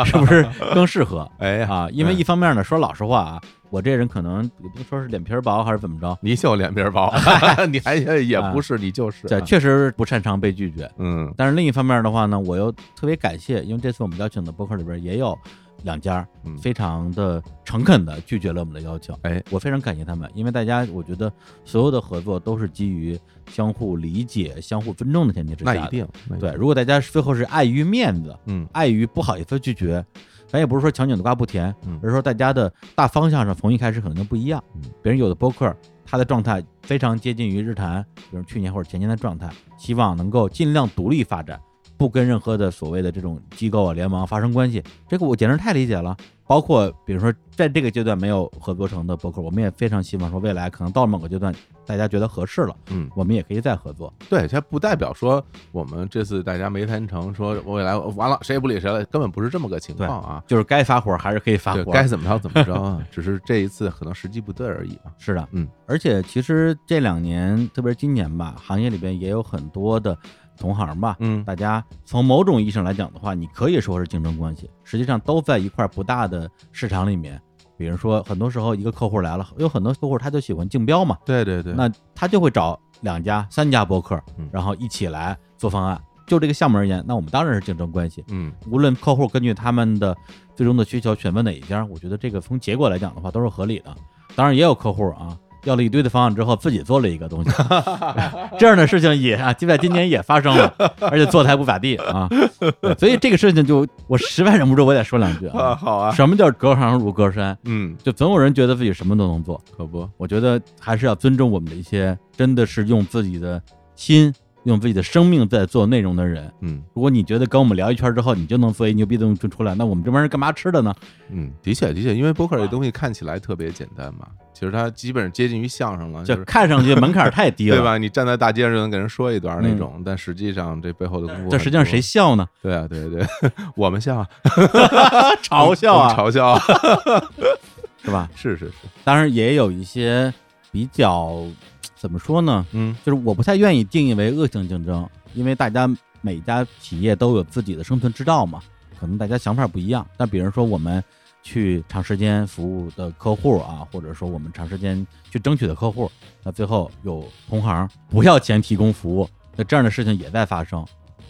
Speaker 1: 是不是更适合？
Speaker 2: 哎
Speaker 1: 啊，因为
Speaker 2: 嗯
Speaker 1: 一方面呢，说老实话啊，我这人可能也不能说是脸皮儿薄还是怎么着，
Speaker 2: 你就脸皮儿薄 你还也也不是你就是
Speaker 1: 对，
Speaker 2: 啊
Speaker 1: 确实不擅长被拒绝，
Speaker 2: 嗯。
Speaker 1: 但是另一方面的话呢，我又特别感谢，因为这次我们邀请的博客里边也有两家非常的诚恳的拒绝了我们的邀请，
Speaker 2: 嗯哎，
Speaker 1: 我非常感谢他们，因为大家我觉得所有的合作都是基于相互理解、相互尊重的前提之下的，
Speaker 2: 那一定那一定
Speaker 1: 对。如果大家最后是碍于面子，
Speaker 2: 嗯，
Speaker 1: 碍于不好意思拒绝。咱也不是说强扭的瓜不甜，
Speaker 2: 嗯
Speaker 1: 而是说大家的大方向上从一开始可能就不一样。别人有的播客，他的状态非常接近于日坛，比如去年或者前年的状态，希望能够尽量独立发展，不跟任何的所谓的这种机构啊、联盟发生关系。这个我简直太理解了。包括比如说在这个阶段没有合作成的播客，我们也非常希望说未来可能到了某个阶段，大家觉得合适了，
Speaker 2: 嗯，
Speaker 1: 我们也可以再合作。
Speaker 2: 对，它不代表说我们这次大家没谈成，说未来完了谁也不理谁了，根本不是这么个情
Speaker 1: 对
Speaker 2: 况啊。
Speaker 1: 就是该发火还是可以发
Speaker 2: 对
Speaker 1: 火，
Speaker 2: 该怎么着怎么着啊只是这一次可能时机不对而已嘛。
Speaker 1: 是的，
Speaker 2: 嗯，
Speaker 1: 而且其实这两年，特别是今年吧，行业里边也有很多的同行吧，
Speaker 2: 嗯，
Speaker 1: 大家从某种意义上来讲的话，你可以说是竞争关系，实际上都在一块不大的市场里面。比如说，很多时候一个客户来了，有很多客户他就喜欢竞标嘛，
Speaker 2: 对对嗯对，
Speaker 1: 那他就会找两家、三家博客，然后一起来做方案。就这个项目而言，那我们当然是竞争关系。
Speaker 2: 嗯，
Speaker 1: 无论客户根据他们的最终的需求选择哪一家，我觉得这个从结果来讲的话都是合理的。当然也有客户啊，要了一堆的方案之后自己做了一个 东西，这样的事情也啊，就在今年也发生 了，而且做的还不咋地啊。对所以这个事情就我实在忍不住，我得说两句
Speaker 2: 啊好啊
Speaker 1: 什么叫隔行如隔山？
Speaker 2: 嗯，
Speaker 1: 就总有人觉得自己什么都能做，
Speaker 2: 可不？
Speaker 1: 我觉得还是要尊重我们的一些真的是用自己的心、用自己的生命在做内容的人。
Speaker 2: 嗯，
Speaker 1: 如果你觉得跟我们聊一圈之后，你就能做一牛逼的东西出来，那我们这帮人干嘛吃的呢？
Speaker 2: 嗯，的确的确，因为播客这东西看起来特别简单嘛，其实它基本上接近于相声了，
Speaker 1: 就是看上去门槛太低了
Speaker 2: 对吧？你站在大街上就能给人说一段那种，但实际上这背后的功夫很多，
Speaker 1: 这实际上谁笑呢？
Speaker 2: 对啊，对 对， 我们笑啊，
Speaker 1: 嘲笑啊
Speaker 2: 我们嘲笑啊，
Speaker 1: 是吧？
Speaker 2: 是是是，
Speaker 1: 当然也有一些比较怎么说呢？
Speaker 2: 嗯，
Speaker 1: 就是我不太愿意定义为恶性竞争，因为大家每家企业都有自己的生存之道嘛，可能大家想法不一样。但比如说我们去长时间服务的客户啊，或者说我们长时间去争取的客户，那最后有同行不要钱提供服务，那这样的事情也在发生。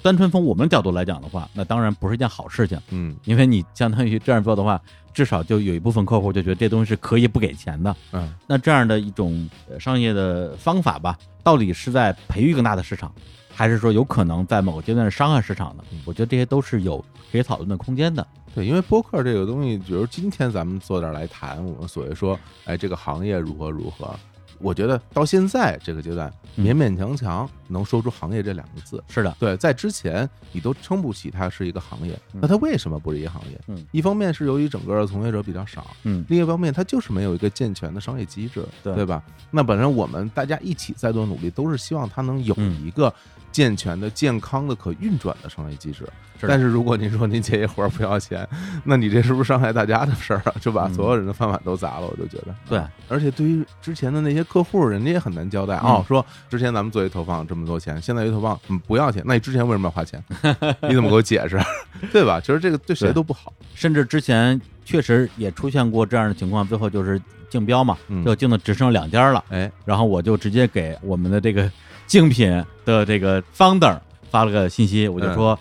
Speaker 1: 单纯从我们角度来讲的话，那当然不是一件好事情。
Speaker 2: 嗯，
Speaker 1: 因为你相当于这样做的话，至少就有一部分客户就觉得这东西是可以不给钱的。
Speaker 2: 嗯，
Speaker 1: 那这样的一种呃商业的方法吧，到底是在培育更大的市场，还是说有可能在某个阶段伤害市场呢？我觉得这些都是有可以讨论的空间的。
Speaker 2: 嗯对，因为 播客这个东西，比如今天咱们坐这儿来谈，我们所谓说，哎，这个行业如何如何，我觉得到现在这个阶段，勉勉强强能说出“行业”这两个字。
Speaker 1: 是的，
Speaker 2: 对，在之前你都称不起它是一个行业，那它为什么不是一个行业？
Speaker 1: 嗯，
Speaker 2: 一方面是由于整个的从业者比较少，
Speaker 1: 嗯，
Speaker 2: 另一方面它就是没有一个健全的商业机制，
Speaker 1: 对
Speaker 2: 对吧？那本身我们大家一起再多努力，都是希望它能有
Speaker 1: 嗯
Speaker 2: 一个健全的、健康的、可运转的商业机制。
Speaker 1: 是的
Speaker 2: 但是如果您说您接一活儿不要钱，那你这是不是伤害大家的事儿啊？就把所有人的饭碗都砸了，我就觉得。
Speaker 1: 嗯
Speaker 2: 嗯
Speaker 1: 对，
Speaker 2: 而且对于之前的那些客户，人家也很难交代啊、
Speaker 1: 嗯
Speaker 2: 说之前咱们做一投放这么多钱，现在一投放、嗯、不要钱，那你之前为什么要花钱？你怎么给我解 释？ 对吧？其实这个对谁都不好。
Speaker 1: 甚至之前确实也出现过这样的情况，最后就是竞标嘛，
Speaker 2: 嗯
Speaker 1: 就竞的只剩两家了，
Speaker 2: 哎，
Speaker 1: 然后我就直接给我们的这个竞品的这个 founder 发了个信息，我就说，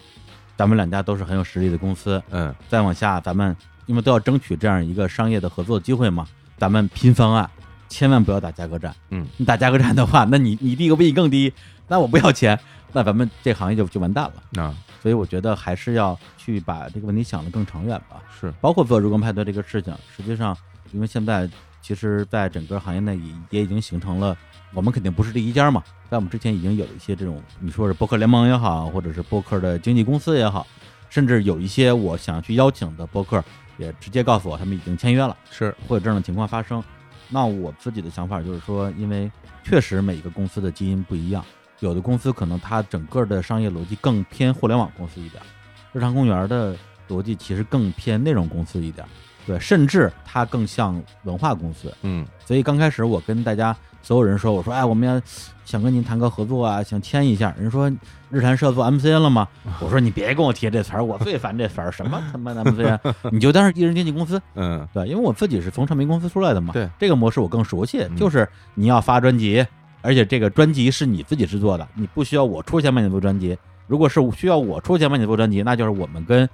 Speaker 1: 咱们两家都是很有实力的公司，
Speaker 2: 嗯，
Speaker 1: 再往下咱们因为都要争取这样一个商业的合作机会嘛，咱们拼方案，千万不要打价格战，
Speaker 2: 嗯
Speaker 1: 你打价格战的话，那你你第一个比你更低，那我不要钱，那咱们这行业就就完蛋了。
Speaker 2: 啊，
Speaker 1: 所以我觉得还是要去把这个问题想得更长远吧。
Speaker 2: 是，
Speaker 1: 包括做日光派对这个事情，实际上因为现在其实，在整个行业内也也已经形成了，我们肯定不是第一家嘛，在我们之前已经有一些这种，你说是播客联盟也好，或者是播客的经纪公司也好，甚至有一些我想去邀请的播客，也直接告诉我他们已经签约了，
Speaker 2: 是
Speaker 1: 会有这样的情况发生。那我自己的想法就是说，因为确实每一个公司的基因不一样，有的公司可能它整个的商业逻辑更偏互联网公司一点儿，日常公园的逻辑其实更偏内容公司一点儿，对，甚至它更像文化公司。
Speaker 2: 嗯，
Speaker 1: 所以刚开始我跟大家所有人说，我说哎，我们要想跟您谈个合作啊，想签一下。人说日坛社做 MCN 了吗？我说你别跟我提这词儿，我最烦这词儿，什么他妈的 MCN，你 就当是艺人经纪公司。
Speaker 2: 嗯，
Speaker 1: 对，因为我自己是从唱片公司出来的嘛，
Speaker 2: 对嗯
Speaker 1: 这个模式我更熟悉，就是你要发专辑，而且这个专辑是你自己制作的，你不需要我出钱帮你做专辑。如果是需要我出钱帮你做专辑，那就是我们跟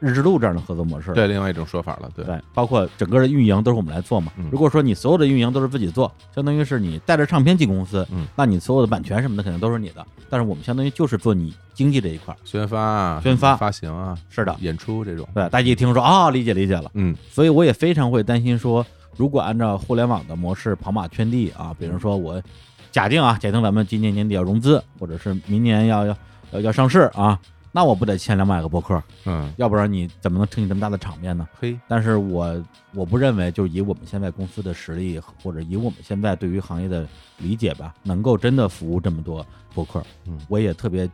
Speaker 1: 日志录这样的合作模式了。
Speaker 2: 对，另外一种说法了，对，嗯
Speaker 1: 对，包括整个的运营都是我们来做嘛。如果说你所有的运营都是自己做，相当于是你带着唱片进公司，
Speaker 2: 嗯
Speaker 1: 那你所有的版权什么的肯定都是你的。但是我们相当于就是做你经济这一块儿，
Speaker 2: 宣发啊，
Speaker 1: 宣发、
Speaker 2: 发行啊，
Speaker 1: 是的，
Speaker 2: 演出这种。
Speaker 1: 对，大家一听说啊、理解理解了，
Speaker 2: 嗯，
Speaker 1: 所以我也非常会担心说，如果按照互联网的模式跑马圈地啊，比如说我假定啊，假定咱们今年年底要融资，或者是明年要要要要上市啊，那我不得签两百个博客？
Speaker 2: 嗯，
Speaker 1: 要不然你怎么能撑起这么大的场面呢？
Speaker 2: 嘿，
Speaker 1: 但是我我不认为，就以我们现在公司的实力，或者以我们现在对于行业的理解吧，能够真的服务这么多博客。
Speaker 2: 嗯
Speaker 1: 我也特别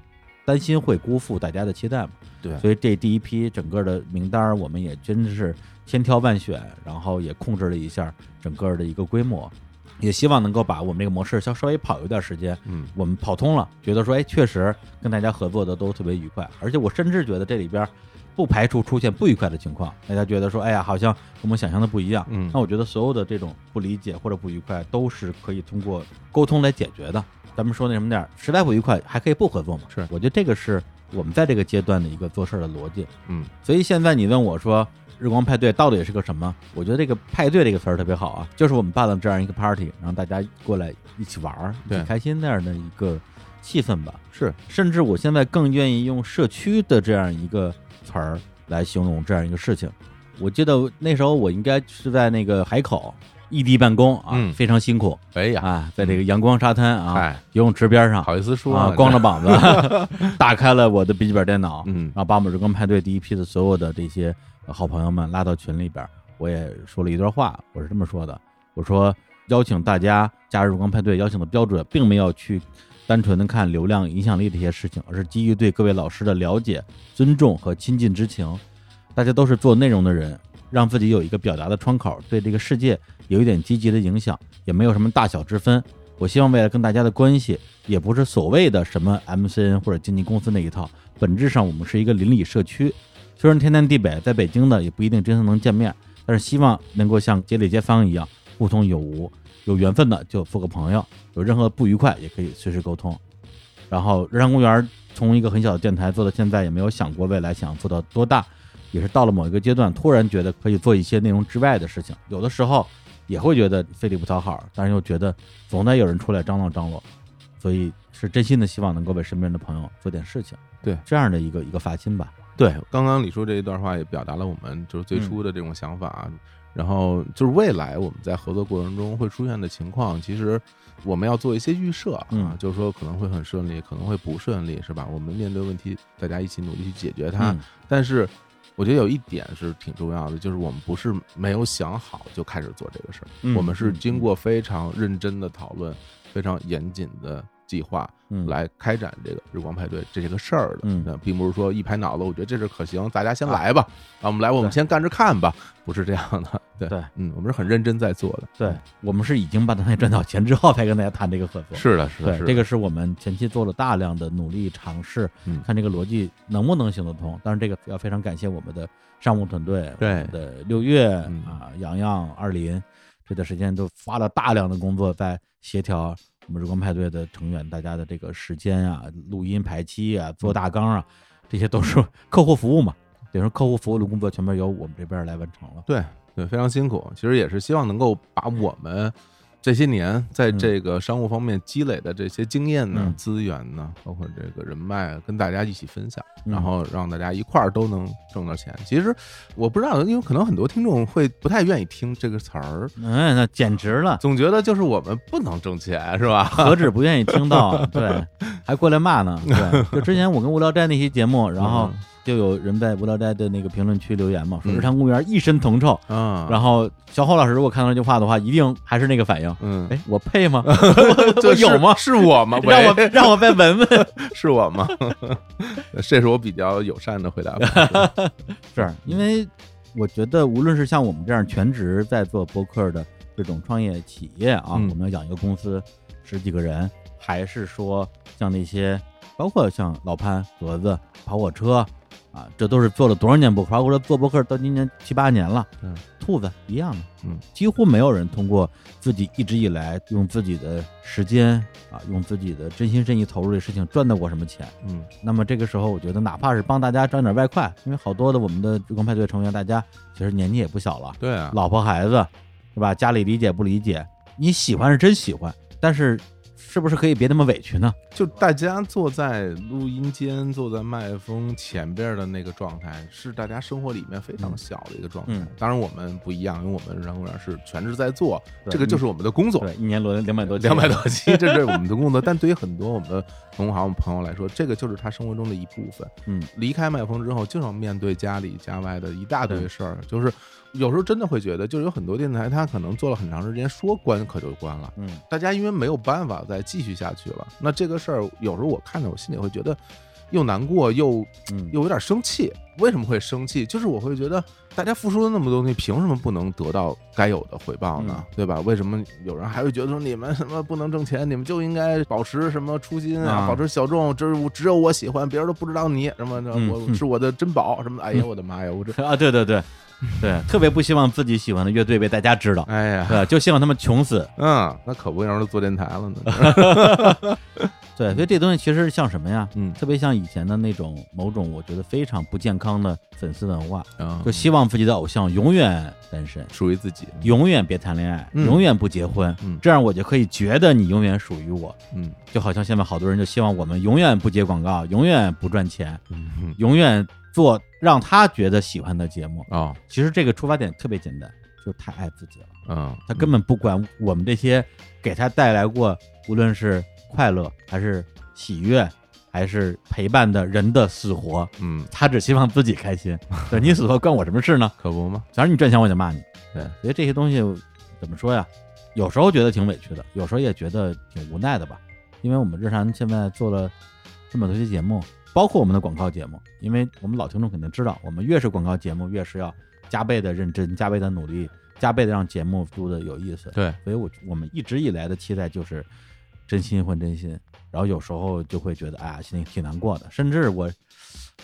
Speaker 1: 担心会辜负大家的期待嘛。
Speaker 2: 对
Speaker 1: 所以这第一批整个的名单儿，我们也真是千挑万选，然后也控制了一下整个的一个规模，也希望能够把我们这个模式稍稍微跑一段时间，
Speaker 2: 嗯，
Speaker 1: 我们跑通了，觉得说，哎，确实跟大家合作的都特别愉快，而且我甚至觉得这里边儿不排除出现不愉快的情况，大家觉得说，哎呀，好像跟我们想象的不一样，
Speaker 2: 嗯
Speaker 1: 那我觉得所有的这种不理解或者不愉快都是可以通过沟通来解决的。咱们说那什么点儿，实在不愉快还可以不合作嘛，
Speaker 2: 是，
Speaker 1: 我觉得这个是我们在这个阶段的一个做事儿的逻辑，
Speaker 2: 嗯，
Speaker 1: 所以现在你问我说日光派对到底是个什么？我觉得这个派对这个词儿特别好啊，就是我们办了这样一个 party，然后大家过来一起玩儿，一
Speaker 2: 对
Speaker 1: 起开心那样的一个气氛吧。
Speaker 2: 是，
Speaker 1: 甚至我现在更愿意用社区的这样一个词儿来形容这样一个事情。我记得那时候我应该是在那个海口异地办公啊，非常辛苦。
Speaker 2: 哎呀嗯
Speaker 1: 啊，在这个阳光沙滩啊，游泳池边上，好
Speaker 2: 意思说啊
Speaker 1: 啊，光着膀 子，打开了我的笔记本电脑，嗯，然后把我们日光派对第一批的所有的这些呃好朋友们拉到群里边儿，我也说了一段话，我是这么说的，我说邀请大家加入日光派对，邀请的标准并没有去单纯的看流量、影响力这些事情，而是基于对各位老师的了解、尊重和亲近之情。大家都是做内容的人，让自己有一个表达的窗口，对这个世界有一点积极的影响，也没有什么大小之分。我希望未来跟大家的关系也不是所谓的什么 MCN 或者经纪公司那一套，本质上我们是一个邻里社区，虽然天南地北，在北京的也不一定真的能见面，但是希望能够像街里街坊一样互通有无，有缘分的就做个朋友，有任何不愉快也可以随时沟通。然后日常公园从一个很小的电台做到现在，也没有想过未来想做到多大，也是到了某一个阶段，突然觉得可以做一些内容之外的事情。有的时候也会觉得费力不讨好，但是又觉得总得有人出来张罗张罗，所以是真心的希望能够为身边的朋友做点事情。
Speaker 2: 对，
Speaker 1: 这样的一个一个发心吧。
Speaker 2: 对，刚刚李叔这一段话也表达了我们就是最初的这种想法啊，然后就是未来我们在合作过程中会出现的情况，其实我们要做一些预设啊，
Speaker 1: 嗯
Speaker 2: 就是说可能会很顺利，可能会不顺利，是吧？我们面对问题，大家一起努力去解决它。
Speaker 1: 嗯
Speaker 2: 但是我觉得有一点是挺重要的，就是我们不是没有想好就开始做这个事儿，
Speaker 1: 嗯
Speaker 2: 我们是经过非常认真的讨论，非常严谨的计划
Speaker 1: 嗯
Speaker 2: 来开展这个日光派对这个事儿的，
Speaker 1: 嗯
Speaker 2: 那并不是说一拍脑子，我觉得这事儿可行，大家先来吧，啊，我们来，我们先干着看吧，不是这样的，对
Speaker 1: 对，
Speaker 2: 嗯，我们是很认真在做的，
Speaker 1: 对我们是已经把它赚到钱之后才跟大家谈这个合作。
Speaker 2: 是的是的
Speaker 1: 对
Speaker 2: 是的
Speaker 1: 这个是我们前期做了大量的努力尝试，
Speaker 2: 嗯
Speaker 1: 看这个逻辑能不能行得通。当然，这个要非常感谢我们的商务团队，
Speaker 2: 对嗯
Speaker 1: 我们的六月啊，洋洋、二林这段时间都花了大量的工作在协调我们日光派对的成员大家的这个时间啊、录音排期啊、
Speaker 2: 嗯
Speaker 1: 做大纲啊，这些都是 客户服务嘛。等于说客户服务的工作全部由我们这边来完成了。
Speaker 2: 对对，非常辛苦。其实也是希望能够把
Speaker 1: 嗯
Speaker 2: 我们这些年在这个商务方面积累的这些经验呢、
Speaker 1: 嗯
Speaker 2: 资源呢，包括这个人脉，啊跟大家一起分享，
Speaker 1: 嗯
Speaker 2: 然后让大家一块儿都能挣到钱。其实我不知道，因为可能很多听众会不太愿意听这个词儿，
Speaker 1: 嗯，那简直了，
Speaker 2: 总觉得就是我们不能挣钱，是吧？
Speaker 1: 何 止
Speaker 2: 嗯
Speaker 1: 不愿意听到，对，还过来骂呢。对，就之前我跟无聊斋那期节目，然后就有人在无聊斋的那个评论区留言嘛，说日常公园一身铜臭。
Speaker 2: 嗯，
Speaker 1: 然后小侯老师如果看到这句话的话，一定还是那个反应。
Speaker 2: 嗯，
Speaker 1: 哎，我 配吗？我我有吗？？
Speaker 2: 是我吗
Speaker 1: 让我
Speaker 2: 喂
Speaker 1: 让我再闻闻，
Speaker 2: 是我吗？ 这是我比较友善的回答吧。
Speaker 1: 是因为我觉得，无论是像我们这样全职在做播客的这种创业企业啊，
Speaker 14: 嗯
Speaker 1: 我们要养一个公司十几个人，还是说像那些包括像老潘、盒子、跑火车啊，这都是做了多少年播客？跑火车做播客到今年七八年了，
Speaker 2: 嗯，
Speaker 1: 兔子一样的，
Speaker 2: 嗯，
Speaker 1: 几乎没有人通过自己一直以来用自己的时间啊，用自己的真心真意投入的事情赚到过什么钱，
Speaker 2: 嗯，
Speaker 1: 那么这个时候，我觉得哪怕是帮大家赚点外快，因为好多的我们的追光派对成员，大家其实年纪也不小了，
Speaker 2: 对啊
Speaker 1: 老婆孩子，是吧？家里理解不理解？你喜欢是真喜欢，但是是不是可以别那么委屈呢？
Speaker 2: 就大家坐在录音间，坐在麦克风前边的那个状态，是大家生活里面非常小的一个状态。
Speaker 1: 嗯
Speaker 2: 当然我们不一样，因为我们人工园是全职在做，
Speaker 1: 对
Speaker 2: 这个就是我们的工作。
Speaker 1: 对，一年轮两百多期
Speaker 2: 两百多 期，这是我们的工作。但对于很多我们的同行、朋友来说，这个就是他生活中的一部分。
Speaker 1: 嗯，
Speaker 2: 离开麦克风之后，就要面对家里家外的一大堆
Speaker 1: 对
Speaker 2: 事儿，就是有时候真的会觉得，就是有很多电台，它可能做了很长时间，说关可就关了，
Speaker 1: 嗯，
Speaker 2: 大家因为没有办法再继续下去了，那这个事儿有时候我看着我心里会觉得又难过又
Speaker 1: 嗯
Speaker 2: 又有点生气。为什么会生气？就是我会觉得大家付出了那么多东西，凭什么不能得到该有的回报
Speaker 1: 嗯
Speaker 2: 呢？对吧？为什么有人还会觉得说你们什么不能挣钱，你们就应该保持什么初心啊，
Speaker 1: 啊
Speaker 2: 保持小众，这是我只有我喜欢，别人都不知道你什么的，
Speaker 1: 嗯
Speaker 2: 我
Speaker 1: 嗯
Speaker 2: 是我的珍宝什么的。哎呀，我的妈呀，我这
Speaker 1: 啊，对对对。对，特别不希望自己喜欢的乐队被大家知道，
Speaker 2: 哎呀，
Speaker 1: 对，就希望他们穷死，
Speaker 2: 嗯，那可不，要是做电台了 呢。
Speaker 1: 对，所以这东西其实像什么呀？
Speaker 2: 嗯，
Speaker 1: 特别像以前的那种某种我觉得非常不健康的粉丝文化，
Speaker 2: 啊
Speaker 1: 就希望自己的偶像永远单身，
Speaker 2: 属于自己，
Speaker 1: 永远别谈恋爱，
Speaker 2: 嗯
Speaker 1: 永远不结婚，
Speaker 2: 嗯
Speaker 1: 这样我就可以觉得你永远属于我。
Speaker 2: 嗯，
Speaker 1: 就好像现在好多人就希望我们永远不接广告，永远不赚钱，
Speaker 2: 嗯
Speaker 1: 永远做让他觉得喜欢的节目
Speaker 2: 啊。
Speaker 1: 其实这个出发点特别简单，就是太爱自己了。
Speaker 2: 嗯，
Speaker 1: 他根本不管我们这些给他带来过，无论是快乐还是喜悦，还是陪伴的人的死活，
Speaker 2: 嗯，
Speaker 1: 他只希望自己开 心。对你死活关我什么事呢？
Speaker 2: 可不嘛，
Speaker 1: 反正你赚钱我就骂你。
Speaker 2: 对，
Speaker 1: 所以这些东西怎么说呀？有时候觉得挺委屈的，有时候也觉得挺无奈的吧。因为我们日常现在做了这么多期节目，包括我们的广告节目，因为我们老听众肯定知道，我们越是广告节目，越是要加倍的认真，加倍的努力，加倍的让节目录的有意思。
Speaker 2: 对，
Speaker 1: 所以我我们一直以来的期待就是真心换真心，然后有时候就会觉得哎呀，心里挺难过的，甚至我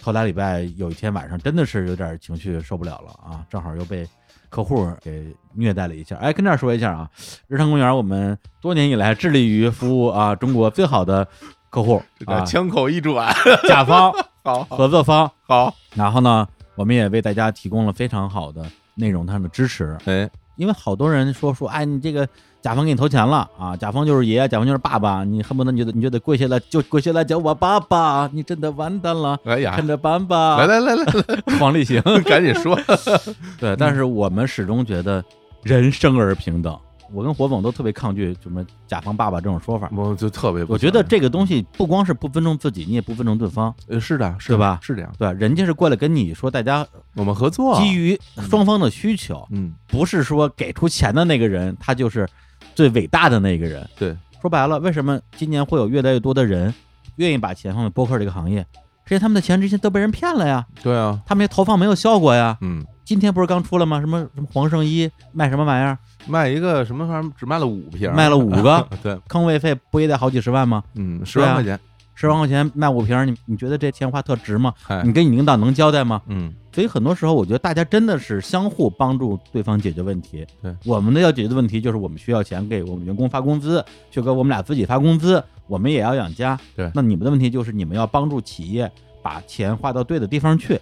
Speaker 1: 头俩礼拜有一天晚上真的是有点情绪受不了了啊，正好又被客户给虐待了一下。哎，跟这儿说一下啊，日常公园我们多年以来致力于服务啊中国最好的客户啊，
Speaker 2: 枪口一转，
Speaker 1: 甲 方
Speaker 2: 好
Speaker 1: 合作方
Speaker 2: 好，
Speaker 1: 然后呢，我们也为大家提供了非常好的内容上的支持。
Speaker 2: 哎，
Speaker 1: 因为好多人说说，哎，你这个甲方给你投钱了啊，甲方就是爷，甲方就是爸爸，你恨不得你就得你就得跪下来，就跪下来叫我爸爸，你真的完蛋了，
Speaker 2: 哎呀
Speaker 1: 看着办吧，
Speaker 2: 来来来来来，
Speaker 1: 啊黄立行
Speaker 2: 赶紧说
Speaker 1: 对，但是我们始终觉得人生而平等。我跟火总都特别抗拒什么甲方爸爸这种说法，
Speaker 2: 我就特别不
Speaker 1: 我觉得这个东西不光是不尊重自己，你也不尊重对方。
Speaker 2: 呃，是的，是
Speaker 1: 对吧？
Speaker 2: 是这样，
Speaker 1: 对，人家是过来跟你说，大家
Speaker 2: 我们合作
Speaker 1: 基于双方的需求，
Speaker 2: 嗯，
Speaker 1: 不是说给出钱的那个人他就是最伟大的那个人。
Speaker 2: 对，
Speaker 1: 说白了，为什么今年会有越来越多的人愿意把钱放在播客这个行业？是因为他们的钱之前都被人骗了呀。
Speaker 2: 对啊，
Speaker 1: 他们也投放没有效果呀。
Speaker 2: 嗯，
Speaker 1: 今天不是刚出了吗？什么什么黄圣依卖什么玩意儿？
Speaker 2: 卖一个什么玩意儿？只卖了五瓶，，
Speaker 1: 卖了五个
Speaker 2: 对，
Speaker 1: 坑位费不也得好几十万吗？啊
Speaker 2: 嗯10万块钱，
Speaker 1: 十万块钱卖五瓶儿，你你觉得这钱花特值吗
Speaker 2: 哎？
Speaker 1: 你跟你领导能交代吗？
Speaker 2: 嗯，
Speaker 1: 所以很多时候，我觉得大家真的是相互帮助对方解决问题。
Speaker 2: 对，
Speaker 1: 我们的要解决的问题就是我们需要钱给我们员工发工资，去给我们俩自己发工资，我们也要养家。
Speaker 2: 对
Speaker 1: 那你们的问题就是你们要帮助企业把钱花到对的地方去。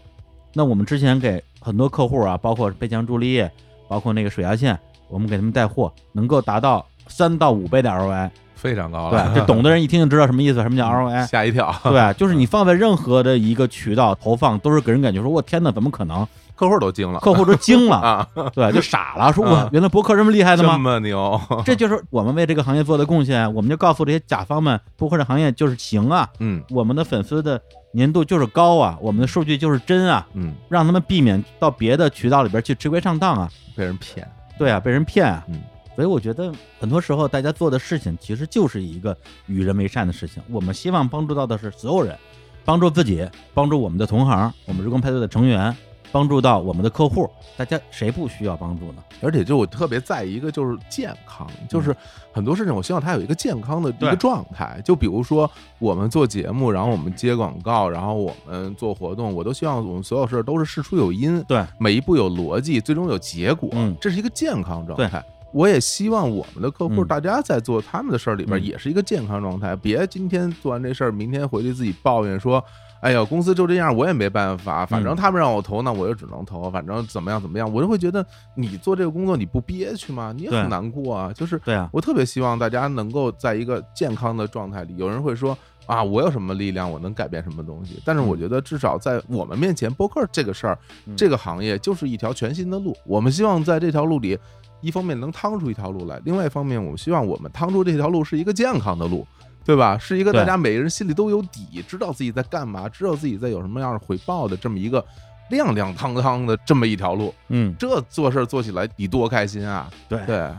Speaker 1: 那我们之前给很多客户啊，包括贝强助力，包括那个水牙线，我们给他们带货，能够达到三到五倍的 ROI，
Speaker 2: 非常高了。嗯
Speaker 1: 对，这懂的人一听就知道什么意思，什么叫 ROI，
Speaker 2: 吓一跳
Speaker 1: 对，就是你放在任何的一个渠道投放，都是给人感觉说，我天哪，怎么可能？
Speaker 2: 客户都惊了，
Speaker 1: 客户都惊了
Speaker 2: 啊，
Speaker 1: 对，就傻了，说我
Speaker 2: 啊
Speaker 1: 原来博客这么厉害的吗？
Speaker 2: 这么牛，
Speaker 1: 这就是我们为这个行业做的贡献。我们就告诉这些甲方们，播客这行业就是行啊，
Speaker 2: 嗯，
Speaker 1: 我们的粉丝的粘度就是高啊，我们的数据就是真啊，
Speaker 2: 嗯，
Speaker 1: 让他们避免到别的渠道里边去吃亏上当啊，
Speaker 2: 被人骗。
Speaker 1: 对啊，被人骗啊。
Speaker 2: 嗯，
Speaker 1: 所以我觉得很多时候大家做的事情其实就是一个与人为善的事情。我们希望帮助到的是所有人，帮助自己，帮助我们的同行，我们日光派对的成员，帮助到我们的客户。大家谁不需要帮助呢？
Speaker 2: 而且就我特别在意一个就是健康，就是很多事情我希望它有一个健康的一个状态。就比如说我们做节目，然后我们接广告，然后我们做活动，我都希望我们所有事儿都是事出有因，
Speaker 1: 对，
Speaker 2: 每一步有逻辑，最终有结果，这是一个健康状态
Speaker 1: 对。
Speaker 2: 我也希望我们的客户，
Speaker 1: 嗯
Speaker 2: 大家在做他们的事儿里边，
Speaker 1: 嗯
Speaker 2: 也是一个健康状态，别今天做完这事儿，明天回去自己抱怨说。哎呀，公司就这样，我也没办
Speaker 1: 嗯
Speaker 2: 法。反正他们让我投，那我就只能投。反正怎么样怎么样，我就会觉得你做这个工作你不憋屈吗？你也很
Speaker 1: 对
Speaker 2: 难过啊。就是
Speaker 1: 对啊，
Speaker 2: 我特别希望大家能够在一个健康的状态里。有人会说啊，我有什么力量，我能改变什么东西？但是我觉得至少在我们面前，播客这个事儿，
Speaker 1: 嗯
Speaker 2: 这个行业就是一条全新的路。我们希望在这条路里。一方面能趟出一条路来，另外一方面，我们希望我们趟出这条路是一个健康的路，对吧？是一个大
Speaker 1: 对
Speaker 2: 家每个人心里都有底，知道自己在干嘛，知道自己在有什么样的回报的这么一个亮亮堂堂的这么一条路。
Speaker 1: 嗯，
Speaker 2: 这做事儿做起来你多开心啊！
Speaker 1: 对
Speaker 2: 对，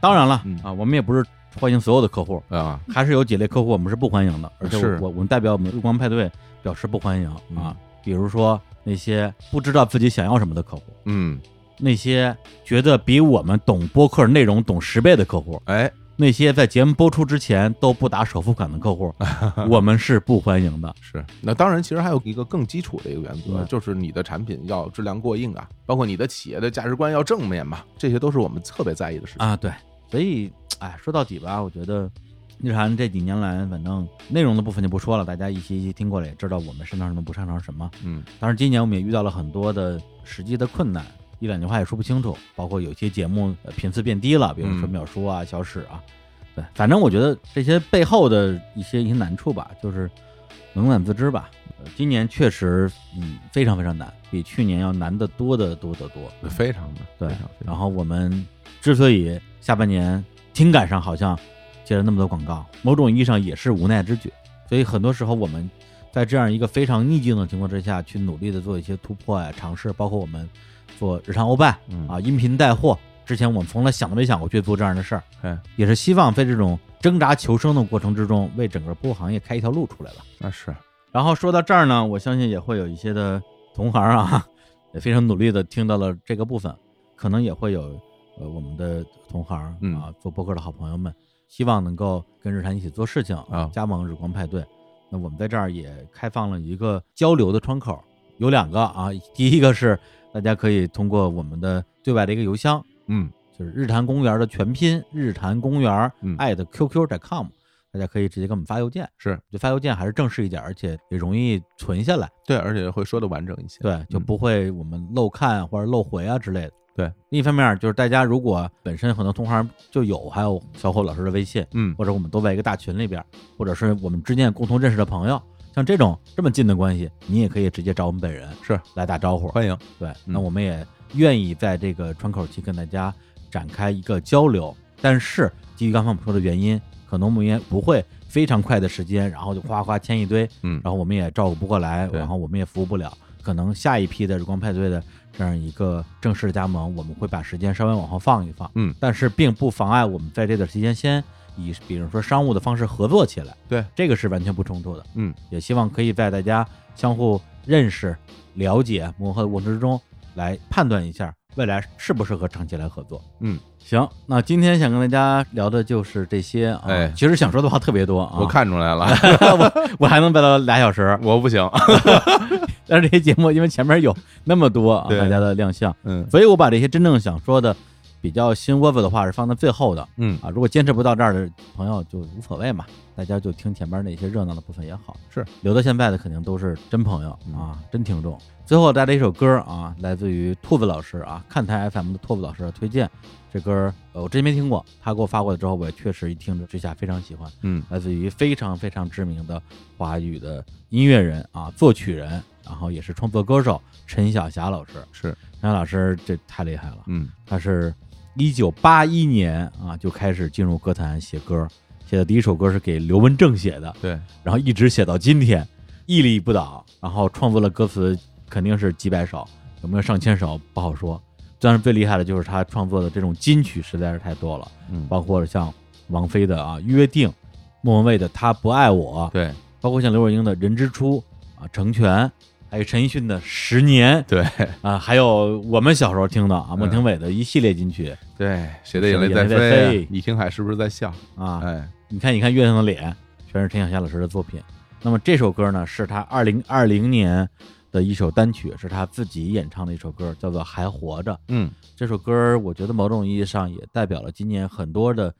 Speaker 1: 当然了、啊，我们也不是欢迎所有的客户
Speaker 2: 嗯啊，
Speaker 1: 还是有几类客户我们是不欢迎的，而且
Speaker 2: 是嗯
Speaker 1: 我我我们代表我们日光派对表示不欢迎啊。比如说那些不知道自己想要什么的客户，
Speaker 2: 嗯，
Speaker 1: 那些觉得比我们懂播客内容懂十倍的客户，
Speaker 2: 哎，
Speaker 1: 那些在节目播出之前都不打首付款的 客户，我们是不欢迎的。
Speaker 2: 是，那当然，其实还有一个更基础的一个原则，
Speaker 1: 嗯
Speaker 2: 就是你的产品要质量过硬啊，包括你的企业的价值观要正面嘛，这些都是我们特别在意的事情
Speaker 1: 啊，对，所以，哎，说到底吧，我觉得日韩这几年来，反正内容的部分就不说了，大家一期一期听过了，也知道我们擅长什么，不擅长什么。
Speaker 2: 嗯，
Speaker 1: 当然今年我们也遇到了很多的实际的困难，一两句话也说不清楚，包括有些节目呃频次变低了，比如说
Speaker 2: 嗯
Speaker 1: 秒叔啊、小史啊，对，反正我觉得这些背后的一些一些难处吧，就是冷暖自知吧。呃今年确实，嗯，非常非常难，比去年要难得多得多得多，
Speaker 2: 非常的
Speaker 1: 对。然后我们之所以下半年听感上好像接了那么多广告，某种意义上也是无奈之举。所以很多时候我们在这样一个非常逆境的情况之下，去努力的做一些突破呀、尝试，包括我们做日常欧拜、
Speaker 2: 嗯
Speaker 1: 啊，音频带货。之前我们从来想都没想过去做这样的事儿，
Speaker 2: 哎，
Speaker 1: 也是希望在这种挣扎求生的过程之中，为整个播客行业开一条路出来吧。
Speaker 2: 那是，
Speaker 1: 然后说到这儿呢，我相信也会有一些的同行啊， 也非常努力的听到了这个部分，可能也会有呃我们的同行啊，做播客的好朋友们，希望能够跟日坛一起做事情啊，加盟日光派对。那我们在这儿也开放了一个交流的窗口，有两个啊，第一个是大家可以通过我们的对外的一个邮箱，
Speaker 2: 嗯，
Speaker 1: 就是日坛公园的全拼日坛公园艾特 qq.com，大家可以直接给我们发邮件，
Speaker 2: 是
Speaker 1: 就发邮件还是正式一点，而且也容易存下来，
Speaker 2: 对，而且会说的完整一些，嗯
Speaker 1: 对，就不会我们漏看或者漏回啊之类的。
Speaker 2: 对，
Speaker 1: 另一方面就是大家如果本身很多同行就有，还有小伙老师的微信，
Speaker 2: 嗯
Speaker 1: 或者我们都在一个大群里边，或者是我们之间共同认识的朋友，像这种这么近的关系，你也可以直接找我们本人
Speaker 2: 是
Speaker 1: 来打招呼，
Speaker 2: 欢迎。嗯
Speaker 1: 对，那我们也愿意在这个窗口期跟大家展开一个交流，但是基于刚才我们说的原因，可能我们也不会非常快的时间，然后就哗哗签一堆，
Speaker 2: 嗯，
Speaker 1: 然后我们也照顾不过来，然后我们也服务不了。可能下一批的日光派对的这样一个正式的加盟，我们会把时间稍微往后放一放，
Speaker 2: 嗯，
Speaker 1: 但是并不妨碍我们在这段时间先以比如说商务的方式合作起来，
Speaker 2: 对，
Speaker 1: 这个是完全不冲突的，
Speaker 2: 嗯，
Speaker 1: 也希望可以在大家相互认识、了解、磨合的过程之中，来判断一下未来适不适合长期来合作。
Speaker 2: 嗯，
Speaker 1: 行，那今天想跟大家聊的就是这些啊。
Speaker 2: 哎
Speaker 1: 其实想说的话特别多啊，
Speaker 2: 我看出来了
Speaker 1: 我我还能聊到俩小时，
Speaker 2: 我不 行。
Speaker 1: 但是这些节目因为前面有那么多、啊、
Speaker 2: 对
Speaker 1: 大家的亮相，
Speaker 2: 嗯
Speaker 1: 所以我把这些真正想说的。比较心窝子的话是放在最后的，
Speaker 2: 嗯
Speaker 1: 啊，如果坚持不到这儿的朋友就无所谓嘛，大家就听前面那些热闹的部分也好。
Speaker 2: 是嗯
Speaker 1: 留到现在的肯定都是真朋友啊，真听众。最后带来一首歌啊，来自于兔子老师啊，看台 FM 的兔子老师的推荐。这歌儿呃我之前没听过，他给我发过来之后，我也确实一听之下非常喜欢。
Speaker 2: 嗯
Speaker 1: 来自于非常非常知名的华语的音乐人啊，作曲人然后也是创作歌手陈晓霞老师。
Speaker 2: 是，
Speaker 1: 陈晓老师这太厉害了，
Speaker 2: 嗯，
Speaker 1: 他是一九八一年啊就开始进入歌坛写歌，写的第一首歌是给刘文正写的，
Speaker 2: 对，
Speaker 1: 然后一直写到今天，屹立不倒，然后创作了歌词肯定是几百首，有没有上千首不好说。但是最厉害的就是他创作的这种金曲实在是太多了，
Speaker 2: 嗯
Speaker 1: 包括像王菲的啊《约定》，莫文蔚的《他不爱我》，
Speaker 2: 对，
Speaker 1: 包括像刘若英的《人之初》啊，《成全》，还有陈奕迅的《十年》，
Speaker 2: 对嗯
Speaker 1: 啊，还有我们小时候听的啊，孟庭苇的一系列金曲，
Speaker 2: 对，谁
Speaker 1: 谁
Speaker 2: 的
Speaker 1: 的
Speaker 2: 眼泪
Speaker 1: 在
Speaker 2: 在飞
Speaker 1: 飞
Speaker 2: 啊？李听海是不是在笑
Speaker 1: 啊？
Speaker 2: 哎，
Speaker 1: 你看，你看月亮的脸，全是陈小霞老师的作品。那么这首歌呢，是他二零二零年的一首单曲，是他自己演唱的一首歌，叫做《还活着》。
Speaker 2: 嗯，
Speaker 1: 这首歌我觉得某种意义上也代表了今年很多的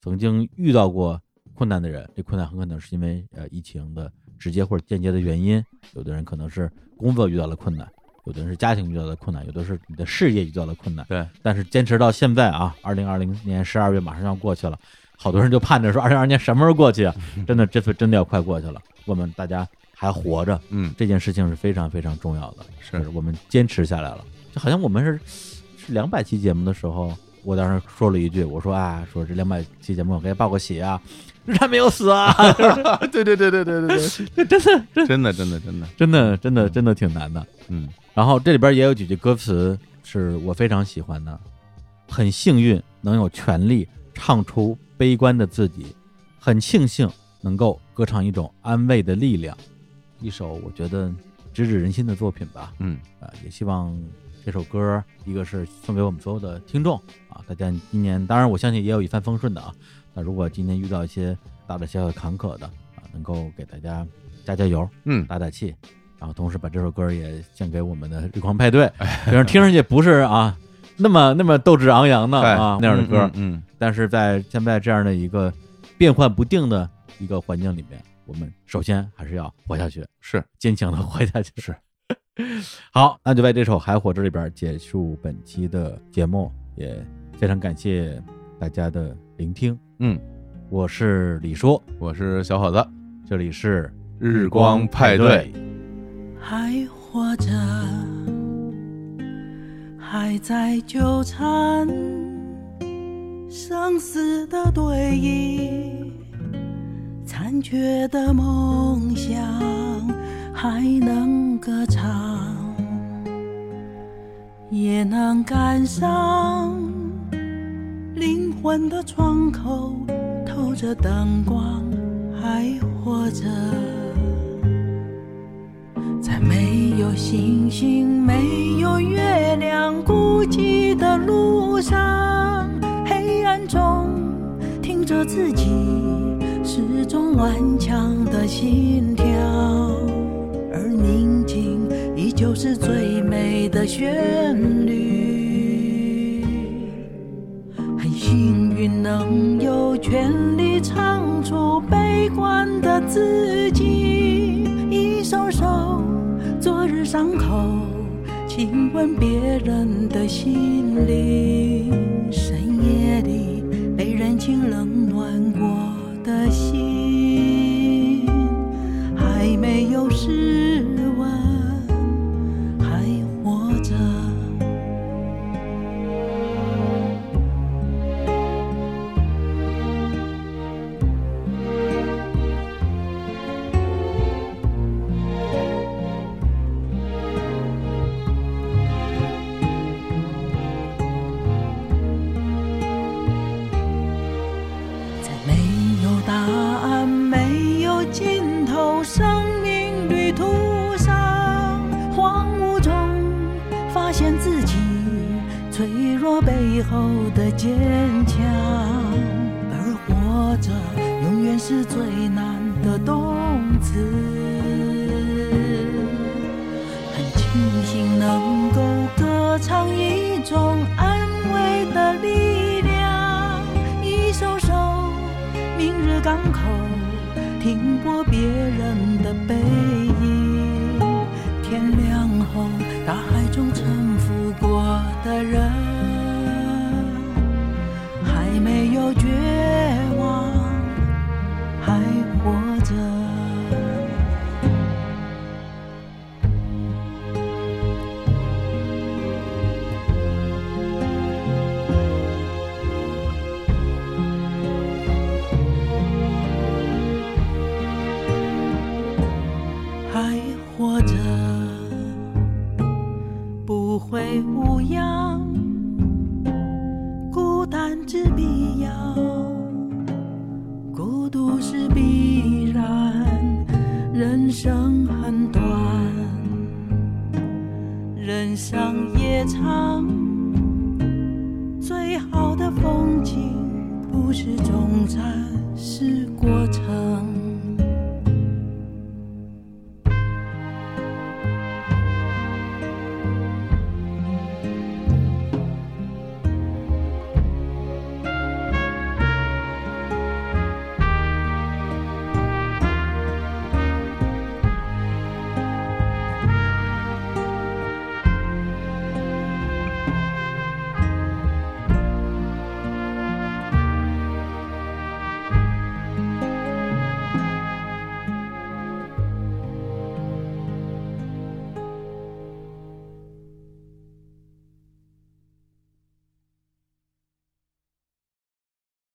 Speaker 1: 曾经遇到过困难的人，这困难很可能是因为呃疫情的直接或者间接的原因，有的人可能是工作遇到了困难，有的人是家庭遇到了困难，有的是你的事业遇到了困难。
Speaker 2: 对，
Speaker 1: 但是坚持到现在啊，二零二零年十二月马上要过去了，好多人就盼着说二零二年什么时候过去啊？真的，这次真的要快过去了。我们大家还活着，
Speaker 2: 嗯，
Speaker 1: 这件事情是非常非常重要的，
Speaker 2: 是
Speaker 1: 就是我们坚持下来了。就好像我们是是两百期节目的时候，我当时说了一句，我说啊，说这两百期节目我该报个喜啊，日产没有死啊！
Speaker 2: 对对对对对 对对，
Speaker 1: 真的
Speaker 2: 真的真的真的
Speaker 1: 真的真的真的挺难的。
Speaker 2: 嗯，
Speaker 1: 然后这里边也有几句歌词是我非常喜欢的，很幸运能有权利唱出悲观的自己，很庆幸能够歌唱一种安慰的力量，一首我觉得直指人心的作品吧。
Speaker 2: 嗯，
Speaker 1: 啊，也希望这首歌，一个是送给我们所有的听众啊，大家今年，当然我相信也有一帆风顺的啊。那如果今年遇到一些大大小小坎坷的啊，能够给大家加加油，
Speaker 2: 嗯，
Speaker 1: 打打气，然后同时把这首歌也献给我们的日光派 对，虽然听上去不是啊那么那么斗志昂扬的啊
Speaker 2: 哎
Speaker 1: 那样的歌，
Speaker 2: 嗯嗯嗯
Speaker 1: 但是在现在这样的一个变幻不定的一个环境里面，我们首先还是要活下去，
Speaker 2: 是
Speaker 1: 坚强的活下去，是。 好，那就在这首《还活着》里边结束本期的节目，也非常感谢大家的聆听。
Speaker 2: 嗯，
Speaker 1: 我是李叔，
Speaker 2: 我是小伙子，
Speaker 1: 这里是
Speaker 2: 日光派对，
Speaker 3: 还活着，还在纠缠生死的对弈，残缺的梦想还能歌唱，也能感伤。灵魂的窗口透着灯光，还活着。在没有星星、没有月亮、孤寂的路上，黑暗中听着自己始终顽强的心跳，而宁静依旧是最美的旋律。很幸运能有权利唱出悲观的自己，一首首昨日伤口，亲吻别人的心灵，深夜里被人情冷暖过的心，还没有湿温，还活着。没有答案，没有尽头，生命旅途上，荒芜中发现自己脆弱背后的坚强，而活着永远是最难的动词。很庆幸能够歌唱一种安慰的力量，一首首。明日港口停泊别人的背影，天亮后大海中沉浮过的人，还没有绝望，还活着。上夜场，最好的风景不是总站，是过